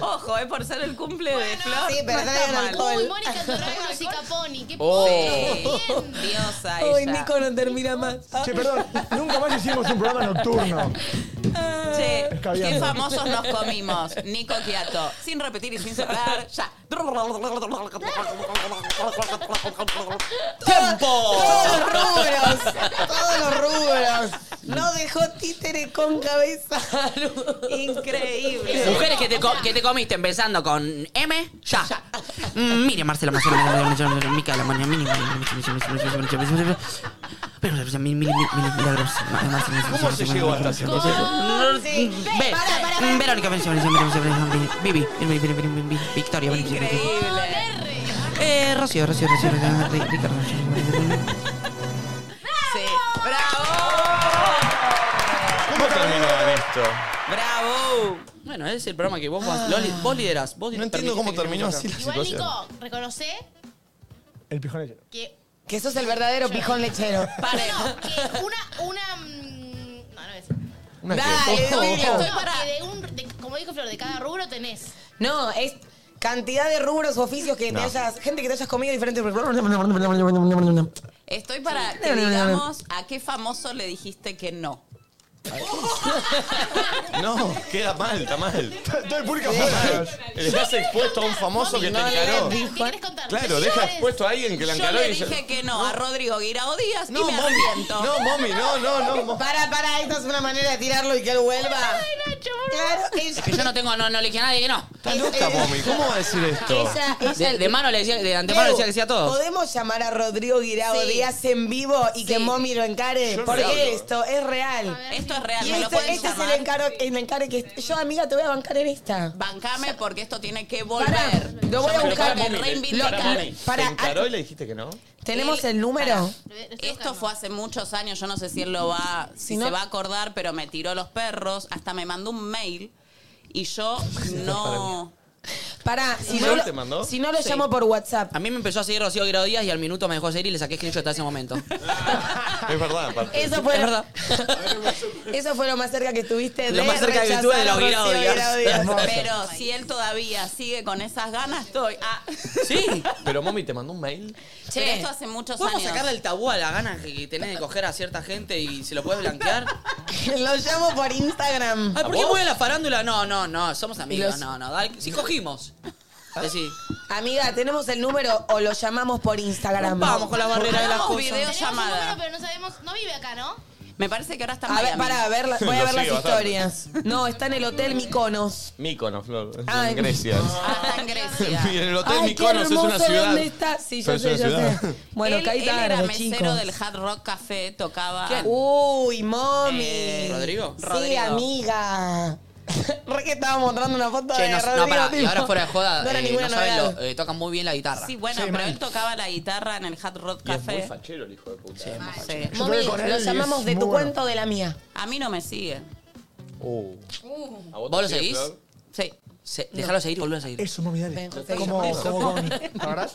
Speaker 5: Ojo, eh, por ser el cumple de Flor.
Speaker 2: sí, pero
Speaker 5: no
Speaker 2: traigan
Speaker 5: está mal.
Speaker 2: alcohol.
Speaker 7: Uy, Mónica
Speaker 5: [LAUGHS]
Speaker 7: Torragos y Caponi. ¿Qué
Speaker 3: Oh.
Speaker 7: potro. Bien.
Speaker 5: Eh, Diosa
Speaker 2: Ay,
Speaker 5: ella.
Speaker 2: Nico no termina más.
Speaker 6: Che, perdón, nunca más hicimos un programa nocturno.
Speaker 5: Che,
Speaker 6: Escabeando.
Speaker 5: ¿qué famosos nos comimos? Nico Quiato. Sin repetir y sin cerrar, ya.
Speaker 3: ¡Tiempo!
Speaker 2: Todos los rubros. Todos los rubros. No dejó títere con cabeza. [LAUGHS] Increíble.
Speaker 3: Mujeres que te, co- que te comiste empezando con M, ya. Mm, Mire, Marcela, Marcela, Marcela, Marcela, Marcela, Micaela, María, Mini, Mini, Mini, Mini, Mini, Mini, Mini, Mini, Mini, pero, pero, Mini, Mini, Mini, Milagros, Ma- Marcela, Marcela,
Speaker 1: ¿Cómo se
Speaker 3: Marcela,
Speaker 1: llegó
Speaker 3: Marcela,
Speaker 1: hasta
Speaker 3: Marcela,
Speaker 1: ese
Speaker 3: Marcela,
Speaker 2: Sí.
Speaker 3: Marcela, Ve-
Speaker 2: Para, para, para.
Speaker 3: Mm, Verónica, Verónica, Verónica, Verónica, Verónica, Vivi, Vivi, Vivi, Vivi, Vivi, Victoria, Vivi, Vivi, Vivi. Eh, Rocío, Rocío, Rocío, Rocío, Ri- Ricardo,
Speaker 5: Sí. ¡Bravo!
Speaker 1: ¿Cómo terminaban esto?
Speaker 5: ¡Bravo!
Speaker 3: Bueno, ese es el programa que vos, vas- lo li- vos liderás. Vos
Speaker 1: No entiendo cómo terminó así la
Speaker 7: Igual,
Speaker 1: situación.
Speaker 7: Nico, reconocé
Speaker 6: El pijón lechero.
Speaker 7: que
Speaker 2: Que sos el verdadero pijón lechero.
Speaker 7: No, que una, una. mm, No, no es.
Speaker 2: ¿Una qué? Dale, dilo.
Speaker 7: No, que de un, de- como dijo Flor, de cada rubro tenés.
Speaker 2: No, es cantidad de rubros u oficios que te hayas. Gente que te hayas comido diferentes.
Speaker 5: Estoy para que digamos a qué famoso le dijiste que no.
Speaker 1: No, queda mal, está mal.
Speaker 6: Todo el público afuera.
Speaker 1: Estás expuesto a un famoso que te encaró. Claro, deja expuesto a alguien que la
Speaker 5: Yo
Speaker 1: encaró
Speaker 5: le
Speaker 1: y
Speaker 5: dije que no, a Rodrigo Guirao Díaz
Speaker 1: No,
Speaker 5: y me
Speaker 1: mami.
Speaker 5: arrepiento.
Speaker 1: No, mami, no, no, no. mo-
Speaker 2: Para, para, esta es una manera de tirarlo y que él vuelva. Claro, es-
Speaker 3: Que yo no tengo, no, no le dije a nadie que no.
Speaker 1: Está
Speaker 2: eh,
Speaker 1: loca, mami. ¿Cómo va a decir esto?
Speaker 2: Esa- esa-
Speaker 3: De, de mano le decía, de antemano le decía que sí a todos.
Speaker 2: ¿Podemos llamar a Rodrigo Guirao
Speaker 5: Sí.
Speaker 2: Díaz en vivo y que Momi lo encare?
Speaker 1: Yo no
Speaker 2: Porque
Speaker 1: le hablo.
Speaker 2: esto es real.
Speaker 5: Esto es real,
Speaker 2: Y
Speaker 5: me lo
Speaker 2: esto-
Speaker 5: pueden
Speaker 2: este es el
Speaker 5: llamar.
Speaker 2: encaro, el encare que. Yo, amiga, te voy a bancar en esta.
Speaker 5: Bancame porque esto tiene que
Speaker 2: Pará,
Speaker 5: volver.
Speaker 2: lo voy a
Speaker 1: Pero
Speaker 2: buscar.
Speaker 1: para, mami,
Speaker 5: Reinvindicar.
Speaker 1: le- para, mami,
Speaker 2: Para-
Speaker 1: ¿Te encaró y le dijiste que no?
Speaker 2: ¿Tenemos
Speaker 5: Él-
Speaker 2: el número?
Speaker 5: Pará. Esto fue hace muchos años, yo no sé si él lo va, si,
Speaker 2: no-
Speaker 5: se va a acordar, pero me tiró los perros, hasta me mandó un mail y
Speaker 1: [LAUGHS]
Speaker 5: yo no.
Speaker 2: Pará, Ah, si
Speaker 1: ¿Un
Speaker 2: no,
Speaker 1: mail
Speaker 2: lo-
Speaker 1: te mandó?
Speaker 2: si no lo
Speaker 3: Sí.
Speaker 2: llamo por WhatsApp.
Speaker 3: A mí me empezó a seguir Rocío Guirao Díaz y al minuto me dejó seguir y le saqué screenshot hasta ese momento.
Speaker 1: [LAUGHS] Es verdad, aparte.
Speaker 2: Eso fue,
Speaker 3: Es verdad.
Speaker 2: [LAUGHS] eso fue lo más cerca que estuviste de
Speaker 3: Lo más cerca que estuve de
Speaker 2: rechazar
Speaker 3: los
Speaker 2: a Rocío
Speaker 3: Guirao Díaz.
Speaker 2: Guirao Díaz.
Speaker 5: Pero si él todavía sigue con esas ganas, estoy. Ah.
Speaker 3: Sí.
Speaker 1: Pero mami, ¿te mandó un mail?
Speaker 5: Che, Pero esto hace muchos
Speaker 3: ¿Podemos
Speaker 5: años.
Speaker 3: sacar del tabú a la gana que tenés de coger a cierta gente y se lo puedes blanquear?
Speaker 2: [LAUGHS] Lo llamo por Instagram.
Speaker 3: Ay, ¿por qué voy a la farándula? No, no, no, somos amigos.
Speaker 2: Los-
Speaker 3: No, no, dale, si cogimos. Decí,
Speaker 2: Amiga, tenemos el número o lo llamamos por Instagram.
Speaker 3: vamos con la barrera de las
Speaker 5: Hagamos
Speaker 3: cosas.
Speaker 7: Tenemos un número,
Speaker 5: videollamada.
Speaker 7: pero no sabemos. No vive acá, ¿no?
Speaker 5: Me parece que ahora está en
Speaker 2: A ver,
Speaker 5: Miami.
Speaker 2: para ver, la- voy a
Speaker 1: Lo
Speaker 2: ver las
Speaker 1: sigue bastante.
Speaker 2: historias. No, está en el Hotel Miconos.
Speaker 1: Míconos, Flor. es
Speaker 2: Ay. [LAUGHS]
Speaker 1: En Grecia.
Speaker 5: Ah, está en Grecia.
Speaker 1: Y en el hotel
Speaker 2: Ay, qué
Speaker 1: Mykonos es una
Speaker 2: hermoso
Speaker 1: ciudad.
Speaker 2: dónde está. Sí, yo
Speaker 1: Pero
Speaker 2: sé,
Speaker 1: es
Speaker 2: yo
Speaker 1: una ciudad.
Speaker 2: sé. Bueno,
Speaker 5: él,
Speaker 2: caí
Speaker 5: él era
Speaker 2: tarde,
Speaker 5: mesero
Speaker 2: chicos.
Speaker 5: del Hard Rock Café, tocaba.
Speaker 3: Ah, ¿Quién?
Speaker 2: Uy, mami.
Speaker 5: Eh,
Speaker 3: ¿Rodrigo?
Speaker 2: Sí,
Speaker 5: Rodrigo.
Speaker 2: amiga. [LAUGHS] Re que estaba mostrando una foto
Speaker 3: Che,
Speaker 2: de
Speaker 3: no,
Speaker 2: Rodrigo.
Speaker 3: no, pará, y
Speaker 2: tipo.
Speaker 3: ahora fuera de joda,
Speaker 2: No era
Speaker 3: eh,
Speaker 2: ninguna
Speaker 3: no saben,
Speaker 2: novedad.
Speaker 3: lo- eh, tocan muy bien la guitarra.
Speaker 5: Sí, bueno, pero él tocaba la guitarra en el Hard Rock
Speaker 1: Y es muy
Speaker 5: Café.
Speaker 1: fachero el hijo de puta.
Speaker 5: Sí.
Speaker 6: Yo estuve con
Speaker 2: Mami,
Speaker 6: él
Speaker 2: lo
Speaker 6: y
Speaker 2: llamamos
Speaker 6: es
Speaker 2: de
Speaker 6: muy
Speaker 2: tu
Speaker 6: bueno.
Speaker 2: cuento o de la mía.
Speaker 5: A mí no me sigue.
Speaker 1: Uh. ¿A te
Speaker 3: ¿Vos lo
Speaker 1: sigue,
Speaker 3: seguís?
Speaker 1: Flor?
Speaker 5: Sí.
Speaker 3: Se- déjalo seguir y volvés a seguir.
Speaker 6: Eso, mami, dale.
Speaker 2: Ven, José,
Speaker 6: Como,
Speaker 2: llamame.
Speaker 6: como con. ¿La verdad?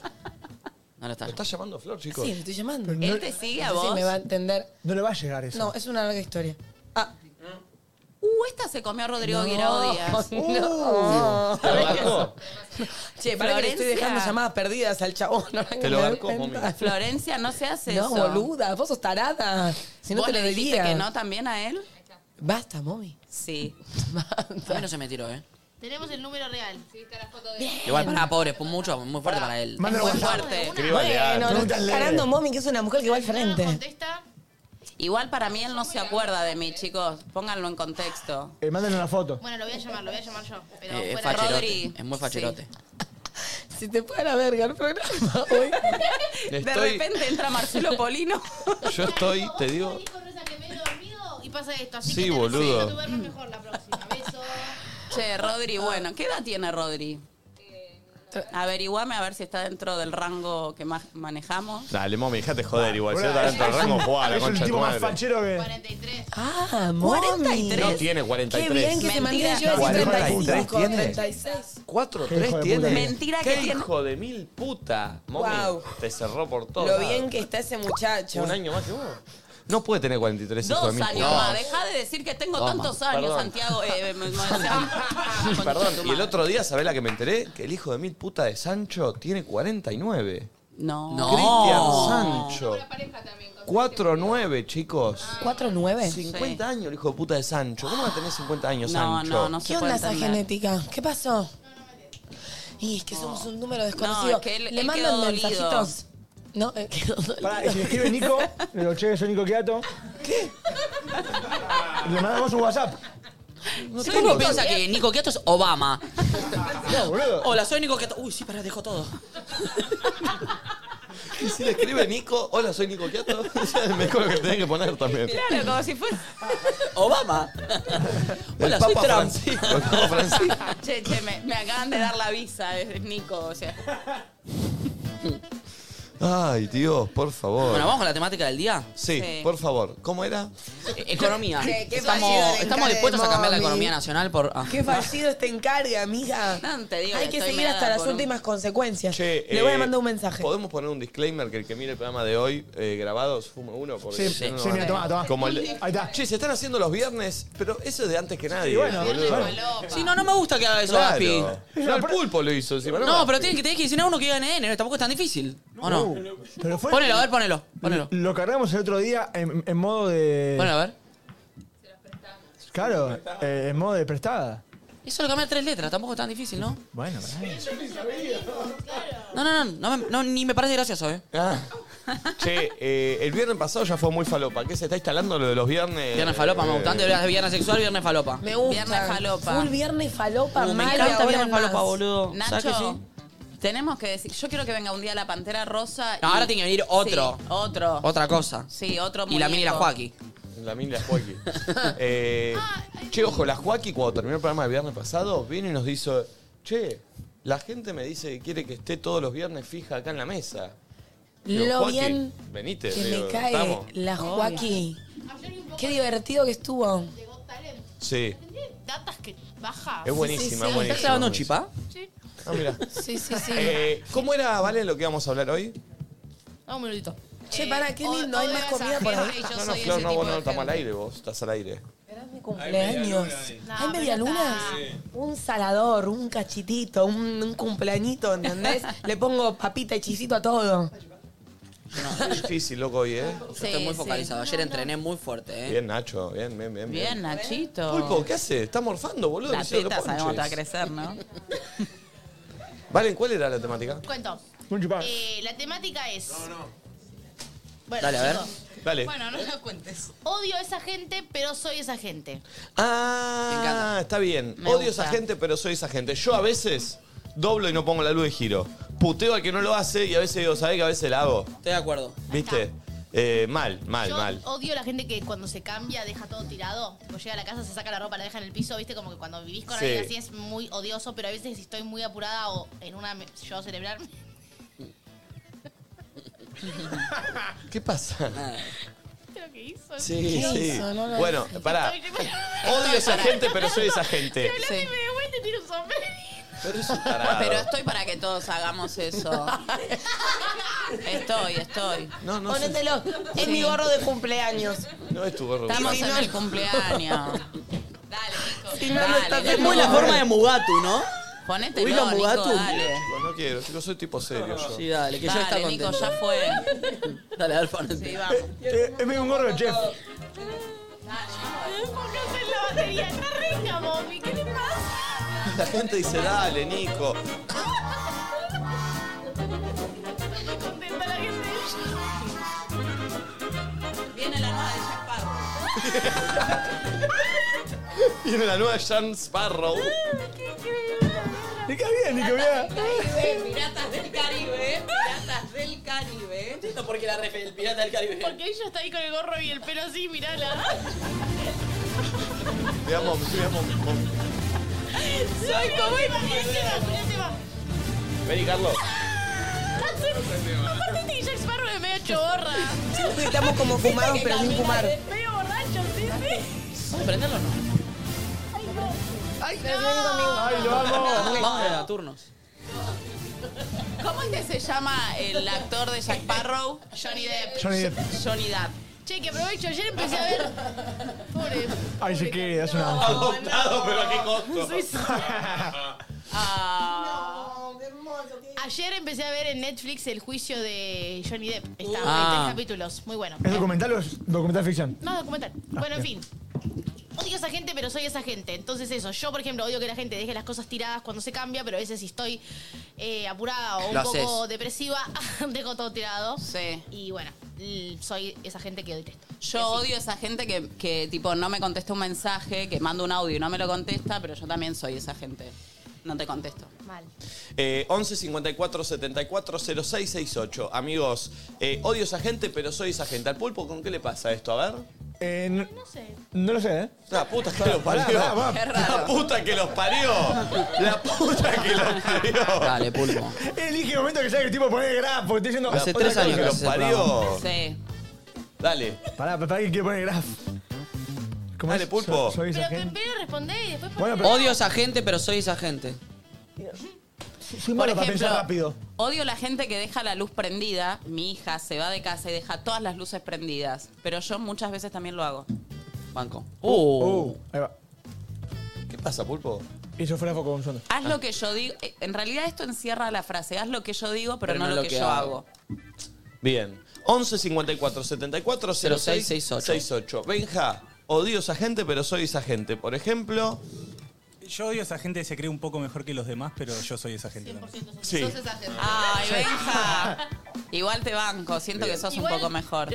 Speaker 3: No lo está.
Speaker 1: Lo está llamando Flor, chicos.
Speaker 2: Sí, le estoy llamando.
Speaker 6: Pero
Speaker 5: ¿Él
Speaker 6: no,
Speaker 5: te sigue a
Speaker 2: No sé
Speaker 5: vos?
Speaker 2: si me va a entender.
Speaker 6: no le va a llegar eso.
Speaker 2: No, es una larga historia. Ah,
Speaker 5: Uh, esta se comió a Rodrigo
Speaker 2: [LAUGHS] no.
Speaker 5: Guirao
Speaker 1: Uh.
Speaker 5: Díaz.
Speaker 6: Uh.
Speaker 2: No.
Speaker 1: ¿Te lo bancó?
Speaker 2: Che, para que le estoy
Speaker 5: Florencia.
Speaker 2: dejando llamadas perdidas al chabón. No,
Speaker 1: Te lo
Speaker 2: me doy
Speaker 1: banco,
Speaker 2: cuenta.
Speaker 1: mami.
Speaker 5: Florencia, no se hace
Speaker 2: No,
Speaker 5: eso.
Speaker 2: boluda, vos sos tarada. Si no
Speaker 5: ¿Vos
Speaker 2: te lo
Speaker 5: le dijiste
Speaker 2: diría.
Speaker 5: que no también a él?
Speaker 2: Basta, mami.
Speaker 5: Sí.
Speaker 3: A mí no se me tiró, ¿eh?
Speaker 7: Tenemos el número real.
Speaker 3: Igual, pará, pobre, fue mucho, muy fuerte para él.
Speaker 6: Mándalo
Speaker 5: Muy
Speaker 6: WhatsApp.
Speaker 5: fuerte.
Speaker 1: Escríbale a-
Speaker 2: Bueno, lo está
Speaker 6: Pregúntale.
Speaker 2: encarando mami, que es una mujer que va al
Speaker 7: No nos
Speaker 2: frente.
Speaker 7: contesta.
Speaker 5: Igual para mí él no se acuerda de mí, chicos. Pónganlo en contexto.
Speaker 6: Eh, mándale una foto.
Speaker 7: Bueno, lo voy a llamar, lo voy a llamar yo. Pero
Speaker 3: Eh, es
Speaker 7: fuera de
Speaker 5: fachero.
Speaker 7: Rodri.
Speaker 5: Rodri.
Speaker 3: facherote. Es muy facherote.
Speaker 2: Si te puede la verga el programa [LAUGHS] hoy.
Speaker 1: Estoy,
Speaker 5: De repente entra Marcelo Polino.
Speaker 1: Yo estoy, te digo,
Speaker 7: pasa [LAUGHS] esto. Así
Speaker 1: Sí,
Speaker 7: que te
Speaker 1: boludo.
Speaker 7: recomiendo tu verme mejor la próxima.
Speaker 5: Che, Rodri, bueno, ¿qué edad tiene Rodri? Averiguame a ver si está dentro del rango que más manejamos.
Speaker 1: Dale, mami, déjate joder igual. Si
Speaker 6: Boludo,
Speaker 1: no está dentro del
Speaker 6: es
Speaker 1: rango,
Speaker 6: un-
Speaker 1: jugá a la
Speaker 6: es un
Speaker 1: concha de tu
Speaker 6: tipo más
Speaker 1: madre.
Speaker 6: fachero que.
Speaker 2: Ah,
Speaker 1: No tiene 43.
Speaker 2: Qué bien que se mantiene. Yo iba a decir 35, 36.
Speaker 1: 4
Speaker 2: Qué hijo
Speaker 1: 3
Speaker 2: de
Speaker 1: tiene.
Speaker 2: puta. Mentira
Speaker 1: ¿Qué
Speaker 2: que tiene.
Speaker 1: hijo de mil puta. Mami,
Speaker 2: Guau.
Speaker 1: te cerró por todo.
Speaker 2: Lo bien que está ese muchacho.
Speaker 1: Un año más que vos. No puede tener 43 hijo de
Speaker 5: Dos
Speaker 1: mil
Speaker 5: años
Speaker 1: puta.
Speaker 5: más. Deja de decir que tengo
Speaker 1: Toma,
Speaker 5: tantos años,
Speaker 1: perdón.
Speaker 5: Santiago. eh, me- me- me-
Speaker 1: No, Perdón, y el otro día, ¿sabés la que me enteré? Que el hijo de mil puta de Sancho tiene 49.
Speaker 5: No.
Speaker 2: No.
Speaker 1: Cristian Sancho. 4-9, chicos.
Speaker 2: 4-9.
Speaker 1: 50 años el hijo de puta de Sancho. ¿Cómo va a tener 50 años,
Speaker 5: No,
Speaker 1: Sancho?
Speaker 5: no, no se
Speaker 2: ¿Qué onda esa genética? ¿Qué pasó? Y es que somos un número desconocido.
Speaker 5: No, es que él-
Speaker 2: Le
Speaker 5: él
Speaker 2: mandan
Speaker 5: quedó
Speaker 2: mensajitos. No, eh, [LAUGHS] quedó
Speaker 6: Pará, Ah, y
Speaker 2: dolido.
Speaker 6: si le escribe Nico, le digo, che, soy Nico Quiato. ¿Qué? Le mandamos un WhatsApp.
Speaker 3: No
Speaker 6: tengo
Speaker 3: uno piensa que Nico Quieto es Obama.
Speaker 6: No, boludo.
Speaker 3: Hola, soy Nico Quieto. Uy, sí, pará, dejo todo.
Speaker 1: Y si le escribe Nico, hola, soy Nico Quiato. [LAUGHS] Me dijo lo que tenés que poner también.
Speaker 5: Claro, como si fuese.
Speaker 3: Obama.
Speaker 1: El
Speaker 3: Hola, soy
Speaker 1: Papa
Speaker 3: Trump.
Speaker 1: Francisco. El Papa Francisco.
Speaker 5: Che, che, me, me acaban de dar la visa, es Nico, o sea.
Speaker 1: Ay, Dios, por favor.
Speaker 3: Bueno, vamos con la temática del día.
Speaker 1: Sí,
Speaker 3: Sí.
Speaker 1: por favor. ¿Cómo era?
Speaker 3: Eh, Economía.
Speaker 2: Che, qué fallido el
Speaker 3: Estamos, estamos
Speaker 2: encargo,
Speaker 3: dispuestos a cambiar la
Speaker 2: mami.
Speaker 3: economía nacional por. ah.
Speaker 2: Qué fallido este encargue, amiga.
Speaker 5: digo
Speaker 2: Hay
Speaker 5: que
Speaker 2: que
Speaker 5: estoy
Speaker 2: seguir
Speaker 5: meada
Speaker 2: hasta las
Speaker 5: por un-
Speaker 2: últimas consecuencias.
Speaker 1: Che,
Speaker 2: Le voy
Speaker 1: eh,
Speaker 2: a mandar un mensaje.
Speaker 1: Podemos poner un disclaimer que el que mire el programa de hoy eh, grabado se fume uno porque
Speaker 6: Sí,
Speaker 1: si no,
Speaker 6: sí,
Speaker 1: no
Speaker 6: mira,
Speaker 1: va-
Speaker 6: toma, toma.
Speaker 1: Como el de-
Speaker 6: Ahí está.
Speaker 1: Che, se están haciendo los viernes, pero eso es de antes que nadie.
Speaker 6: Sí, bueno,
Speaker 1: boludo.
Speaker 3: Sí, no, no me gusta que haga eso,
Speaker 1: Claro.
Speaker 3: Gaspi.
Speaker 1: No, el pulpo lo hizo encima.
Speaker 3: No, pero tienes que, tenés que decir a uno que gane N, tampoco es tan difícil. ¿O no?
Speaker 1: Uh.
Speaker 6: Pero fue-
Speaker 3: Ponelo, a ver, ponelo. Ponelo.
Speaker 6: Lo cargamos el otro día en, en modo de.
Speaker 3: Bueno, a ver.
Speaker 6: Claro, eh, en modo de prestada.
Speaker 3: Eso lo cambia tres letras, tampoco es tan difícil, ¿no?
Speaker 6: Bueno, pará.
Speaker 3: No, no, no, no, me- no, ni me parece gracioso, ¿eh?
Speaker 1: Ah. Che, eh, el viernes pasado ya fue muy falopa. ¿Qué se está instalando lo de los viernes?
Speaker 3: Viernes falopa, me
Speaker 1: Eh,
Speaker 3: gusta. Antes hablabas de viernes sexual, viernes falopa.
Speaker 2: Me gusta.
Speaker 5: Viernes falopa.
Speaker 2: Full viernes falopa,
Speaker 3: Uh, me
Speaker 2: mal,
Speaker 3: encanta
Speaker 2: ahora
Speaker 3: viernes
Speaker 2: más.
Speaker 3: falopa, boludo. ¿Sabes
Speaker 5: Nacho,
Speaker 3: que sí?
Speaker 5: tenemos que decir. Yo quiero que venga un día la pantera rosa. y-
Speaker 3: No, ahora tiene que venir otro.
Speaker 5: Sí, otro.
Speaker 3: Otra cosa.
Speaker 5: Sí, otro
Speaker 3: Y la mini la
Speaker 5: muñeco.
Speaker 3: Joaquín.
Speaker 1: La mini la
Speaker 2: [LAUGHS]
Speaker 1: Joaquí. Eh, che, ojo, la Joaquí cuando terminó el programa el viernes pasado, vino y nos dijo, che, la gente me dice que quiere que esté todos los viernes fija acá en la mesa.
Speaker 2: Lo
Speaker 1: "Joaquí,
Speaker 2: bien
Speaker 1: Venite,
Speaker 2: Que
Speaker 1: digo,
Speaker 2: me cae
Speaker 1: estamos".
Speaker 2: la Joaquín. Qué divertido que estuvo.
Speaker 1: Sí,
Speaker 7: Datas que baja.
Speaker 1: es buenísima, es buenísima.
Speaker 3: ¿Estás grabando un
Speaker 1: buenísima.
Speaker 3: chipá?
Speaker 1: Ah, mira.
Speaker 2: Sí, sí, sí.
Speaker 1: Eh, ¿Cómo era, Vale, lo que íbamos a hablar hoy?
Speaker 7: Dame un minutito. Eh,
Speaker 2: Che, pará, qué lindo, hay más comida por ahí.
Speaker 1: no, no, Flor, no, vos no estamos al aire, vos estás al aire.
Speaker 2: Mi cumpleaños. ¿Hay medialunas?
Speaker 1: Sí.
Speaker 2: Un salador, un cachitito, un, un cumpleañito, ¿entendés? Le pongo papita y chisito a todo.
Speaker 1: Es difícil, loco, hoy, ¿eh?
Speaker 3: Yo estoy muy focalizado. Ayer entrené muy fuerte, ¿eh?
Speaker 1: Bien, Nacho, bien, bien, bien.
Speaker 5: Bien, Nachito.
Speaker 1: Pulpo, ¿qué hace? Está morfando, boludo.
Speaker 5: La
Speaker 1: diciendo que
Speaker 5: teta sabemos que va a
Speaker 1: ponches.
Speaker 5: crecer, ¿no?
Speaker 1: Valen, ¿cuál era la temática?
Speaker 7: Cuento.
Speaker 6: Un
Speaker 7: Eh, la temática es. No, no.
Speaker 1: Dale, a ver. Dale.
Speaker 7: Bueno, no lo cuentes. Odio a esa gente, pero soy esa gente.
Speaker 1: Ah, está bien.
Speaker 7: Me
Speaker 1: Odio
Speaker 7: gusta.
Speaker 1: esa gente, pero soy esa gente. Yo a veces doblo y no pongo la luz de giro. Puteo al que no lo hace y a veces digo, ¿sabés que a veces la hago?
Speaker 3: Estoy de acuerdo.
Speaker 1: ¿Viste? Eh, mal, mal,
Speaker 7: Yo
Speaker 1: mal.
Speaker 7: odio a la gente que cuando se cambia deja todo tirado. Tipo, llega a la casa, se saca la ropa, la deja en el piso. Viste, como que cuando vivís con
Speaker 1: Sí.
Speaker 7: alguien así es muy odioso, pero a veces si estoy muy apurada o en una. me- Yo celebrar. [LAUGHS]
Speaker 1: ¿Qué pasa?
Speaker 7: Creo que hizo.
Speaker 1: Sí,
Speaker 7: ¿Qué
Speaker 1: sí.
Speaker 7: hizo? No lo
Speaker 1: bueno,
Speaker 7: hice.
Speaker 1: pará.
Speaker 7: Estoy-
Speaker 1: Odio a esa gente, pero soy esa gente.
Speaker 7: Pero hablaste y me devuelvo y te tiro un sombrero.
Speaker 1: Pero es un tarado.
Speaker 5: Pero estoy para que todos hagamos
Speaker 3: [LAUGHS]
Speaker 5: eso. Estoy, estoy.
Speaker 1: No, no sé.
Speaker 2: Ponételo. Es
Speaker 5: Sí.
Speaker 2: mi gorro de cumpleaños.
Speaker 1: No es tu gorro.
Speaker 5: Estamos en
Speaker 3: [LAUGHS]
Speaker 5: el [LAUGHS] cumpleaños.
Speaker 2: Si no, no estás
Speaker 5: Dale,
Speaker 2: en
Speaker 3: Es muy la
Speaker 2: humor.
Speaker 3: forma de Mugatu, ¿no?
Speaker 7: Este
Speaker 5: Ponete
Speaker 3: Uy, la
Speaker 5: Nico,
Speaker 3: Mugatu.
Speaker 5: dale.
Speaker 1: Chicos, no quiero, chicos, soy tipo serio yo.
Speaker 3: Sí, dale, que ya está
Speaker 5: Dale, Nico,
Speaker 3: contento.
Speaker 5: ya
Speaker 3: [LAUGHS]
Speaker 5: fue.
Speaker 3: Dale, Alfa, no
Speaker 5: Sí,
Speaker 3: te-
Speaker 5: vamos.
Speaker 6: Eh, es medio un gorro de chef.
Speaker 7: Ah, Pónganse en la batería. Está rica, mami. ¿Qué le pasa?
Speaker 1: La gente dice, dale, Nico.
Speaker 7: Contenta la gente del
Speaker 5: Viene la nueva de Jack
Speaker 3: [LAUGHS]
Speaker 1: Viene la nueva Jan Sparrow.
Speaker 6: Nico, bien, Nico, bien.
Speaker 5: Caribe, Piratas del Caribe, Piratas del
Speaker 3: Caribe. No entiendo por qué la refe el pirata del Caribe.
Speaker 7: Porque ella está ahí con el gorro y el pelo así, mirala.
Speaker 1: Veamos, veamos.
Speaker 7: Soy como el pirata.
Speaker 1: Vení, Carlos.
Speaker 7: Aparte, Jack Sparrow es medio chorra.
Speaker 2: Estamos como fumados, pero sin fumar.
Speaker 7: Medio borracho, sí, sí.
Speaker 3: ¿Puedo prenderlo o no?
Speaker 7: Ay,
Speaker 5: Pero no. viene conmigo.
Speaker 3: Ay,
Speaker 5: lo amo.
Speaker 3: Vamos a turnos.
Speaker 5: ¿Cómo es que se llama el actor de Jack Parrow? Johnny Depp.
Speaker 6: Johnny Depp.
Speaker 5: Johnny Depp.
Speaker 7: Che, que aprovecho, ayer
Speaker 5: em-
Speaker 7: empecé a ver. Pobre.
Speaker 6: Ay, yo qué, es una.
Speaker 1: Adoptado, pero a qué costo.
Speaker 7: Ah. Ayer empecé a ver en Netflix el juicio de Johnny Depp. Está
Speaker 6: Ah.
Speaker 7: 23 capítulos, muy bueno.
Speaker 6: [LAUGHS] ¿Es documental o es documental ficción?
Speaker 7: No, documental.
Speaker 6: Ah,
Speaker 7: bueno, en fin.
Speaker 6: bien.
Speaker 7: Odio a esa gente, pero soy esa gente. Entonces eso, yo por ejemplo odio que la gente deje las cosas tiradas cuando se cambia, pero a veces si estoy eh, apurada o un
Speaker 5: Lo
Speaker 7: poco
Speaker 5: haces.
Speaker 7: depresiva, [LAUGHS] dejo todo tirado. Sí. Y bueno, l- soy esa gente que detesto.
Speaker 5: Yo odio esa gente que, que, tipo, no me contesta un mensaje, que manda un audio y no me lo contesta, pero yo también soy esa gente. No te contesto.
Speaker 7: Mal.
Speaker 1: Eh, 11 54 74 06 68. Amigos, eh, odio esa gente, pero soy esa gente. ¿Al pulpo con qué le pasa esto? A ver.
Speaker 6: Eh, no,
Speaker 7: sé.
Speaker 6: No lo sé, ¿eh?
Speaker 1: La puta que los parió.
Speaker 6: Pará, pará,
Speaker 1: La puta que los parió. La puta que los parió.
Speaker 3: Dale, pulpo.
Speaker 6: Elige el momento que sabe que el tipo pone graf, porque estoy diciendo.
Speaker 1: Hace
Speaker 6: otra
Speaker 1: tres años
Speaker 6: cosa.
Speaker 1: que hace ese programa.
Speaker 5: Sí.
Speaker 1: Dale.
Speaker 6: Pará, pará, que quiero poner graf. ¿Cómo
Speaker 1: Dale, pulpo.
Speaker 6: Soy esa
Speaker 7: Pero
Speaker 6: gente.
Speaker 7: primero respondé y después
Speaker 3: Odio a esa gente, pero soy esa gente.
Speaker 6: Soy malo para pensar rápido.
Speaker 5: Odio la gente que deja la luz prendida. Mi hija se va de casa y deja todas las luces prendidas. Pero yo muchas veces también lo hago.
Speaker 3: Banco.
Speaker 6: Uh, ahí va.
Speaker 1: ¿Qué pasa, pulpo?
Speaker 6: Eso fuera foco con sonda.
Speaker 5: Haz lo que yo digo. Eh, En realidad esto encierra la frase. Haz lo que yo digo, pero, no, lo, que, yo hago.
Speaker 1: Bien. 11 54 74 06 68. 68. Benja, odio esa gente, pero soy esa gente. Por ejemplo.
Speaker 19: Yo odio a esa gente que se cree un poco mejor que los demás, pero yo soy esa gente. también.
Speaker 1: Sí.
Speaker 5: Ay, [LAUGHS] Benja. Igual te banco. Siento que sos un poco mejor.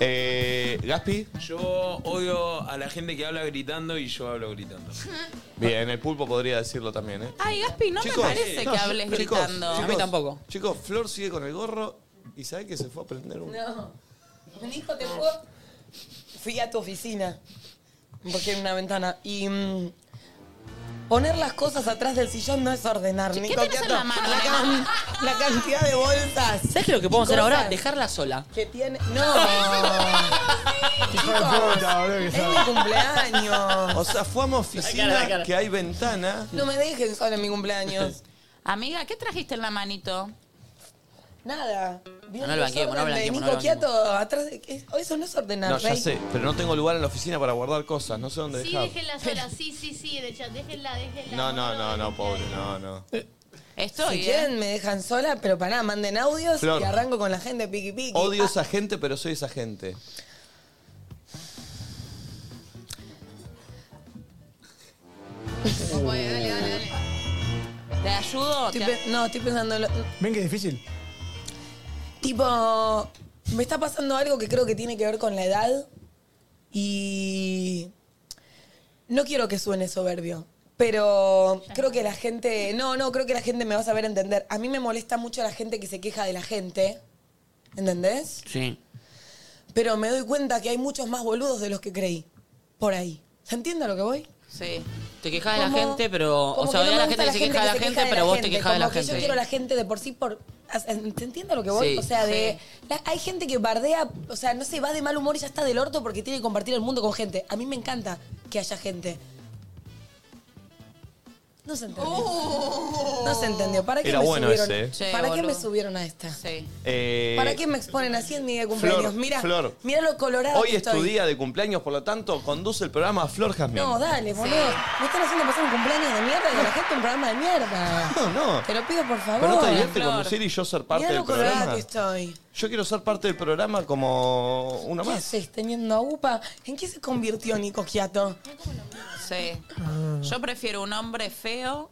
Speaker 1: Eh, Gaspi.
Speaker 8: Yo odio a la gente que habla gritando y yo hablo
Speaker 3: [LAUGHS]
Speaker 8: gritando.
Speaker 1: Bien, el pulpo podría decirlo también, ¿eh?
Speaker 5: [LAUGHS] Ay, Gaspi, no me parece que hables gritando.
Speaker 1: tampoco. Chicos, Flor sigue con el gorro y sabe que se fue a prender un.
Speaker 2: No. Nico, te puedo. Fui a tu oficina. Porque en una ventana. Y. mm, poner las cosas atrás del sillón no es ordenar,
Speaker 3: Che, ¿qué
Speaker 2: Nico.
Speaker 3: tenés
Speaker 2: quieto.
Speaker 3: en la mano,
Speaker 2: la,
Speaker 3: eh?
Speaker 2: can- la cantidad de bolsas.
Speaker 3: ¿Sabes qué es lo que podemos hacer ahora? Dejarla sola.
Speaker 2: Que tiene. ¡No!
Speaker 6: Hijo de puta, boludo, que
Speaker 2: ¡Es mi cumpleaños!
Speaker 1: O sea, fue a mi oficina
Speaker 2: La cara, la cara.
Speaker 1: que hay ventana.
Speaker 2: No me dejen sola en mi cumpleaños.
Speaker 5: [LAUGHS] Amiga, ¿qué trajiste en la manito?
Speaker 2: Nada. Bien,
Speaker 1: No lo banquemos, no lo
Speaker 2: desorden de
Speaker 1: banquemos,
Speaker 2: Nico
Speaker 1: no lo banquemos.
Speaker 2: Quiato, atrás de- ¿qué? Eso no es ordenar,
Speaker 1: No, ya
Speaker 2: Rey.
Speaker 1: sé, pero no tengo lugar en la oficina para guardar cosas, no sé dónde
Speaker 7: Sí,
Speaker 1: dejar.
Speaker 7: déjenla sola, sí, sí, sí, en el chat, déjenla, déjenla.
Speaker 1: No, no, no, no, pobre, no, no.
Speaker 5: Estoy, eh.
Speaker 2: Si quieren, me dejan sola, pero para nada, manden audios
Speaker 1: Flor.
Speaker 2: y arranco con la gente piqui piqui.
Speaker 1: Odio esa gente, pero soy esa gente.
Speaker 5: ¿Te ayudo? o
Speaker 2: Ah. Estoy
Speaker 5: te-
Speaker 2: pe- no, estoy pensando. en lo-
Speaker 6: Ven que es difícil.
Speaker 2: Tipo, me está pasando algo que creo que tiene que ver con la edad. Y. No quiero que suene soberbio. Pero creo que la gente. No, no, creo que la gente me va a saber entender. A mí me molesta mucho la gente que se queja de la gente. ¿Entendés?
Speaker 3: Sí.
Speaker 2: Pero me doy cuenta que hay muchos más boludos de los que creí. Por ahí. ¿Se entiende a lo que voy?
Speaker 5: Sí.
Speaker 3: Te quejas de la
Speaker 2: Como-
Speaker 3: gente, pero. O
Speaker 2: como
Speaker 3: sea,
Speaker 2: que
Speaker 3: odias
Speaker 2: no
Speaker 3: a
Speaker 2: me
Speaker 3: la gente
Speaker 2: gusta
Speaker 3: que se queja de la gente,
Speaker 2: que
Speaker 3: pero vos te
Speaker 2: gente,
Speaker 3: quejas de la
Speaker 2: como que Yo quiero
Speaker 3: gente.
Speaker 2: la gente de por sí por. ¿Se entiende a lo que voy?
Speaker 3: Sí,
Speaker 2: o sea, de. la- hay gente que bardea, o sea, no sé, va de mal humor y ya está del orto porque tiene que compartir el mundo con gente. A mí me encanta que haya gente. No se entendió.
Speaker 3: Oh.
Speaker 2: No se entendió. ¿Para qué
Speaker 1: Era
Speaker 2: me
Speaker 1: bueno
Speaker 2: subieron?
Speaker 1: ese, eh. Che,
Speaker 2: ¿Para qué
Speaker 1: boludo.
Speaker 2: me subieron a esta?
Speaker 1: Eh,
Speaker 2: ¿Para qué me exponen así en mi día de cumpleaños?
Speaker 1: Flor,
Speaker 2: mira,
Speaker 1: Flor.
Speaker 2: mira lo colorado
Speaker 1: Hoy
Speaker 2: que
Speaker 1: es tu
Speaker 2: estoy.
Speaker 1: día de cumpleaños, por lo tanto, conduce el programa Flor Jazmín.
Speaker 2: No, dale, boludo. Me están haciendo pasar un cumpleaños de mierda y a la gente un programa de mierda.
Speaker 1: [LAUGHS] No, no.
Speaker 2: Te lo pido por favor.
Speaker 1: Pero no te divierte conducir y yo ser parte
Speaker 2: Mirá
Speaker 1: del
Speaker 2: lo colorada
Speaker 1: programa.
Speaker 2: que estoy.
Speaker 1: Yo quiero ser parte del programa como uno
Speaker 2: ¿Qué
Speaker 1: más.
Speaker 2: haces teniendo a UPA? ¿En qué se convirtió Nico Quiato?
Speaker 5: Sí. Yo prefiero un hombre feo.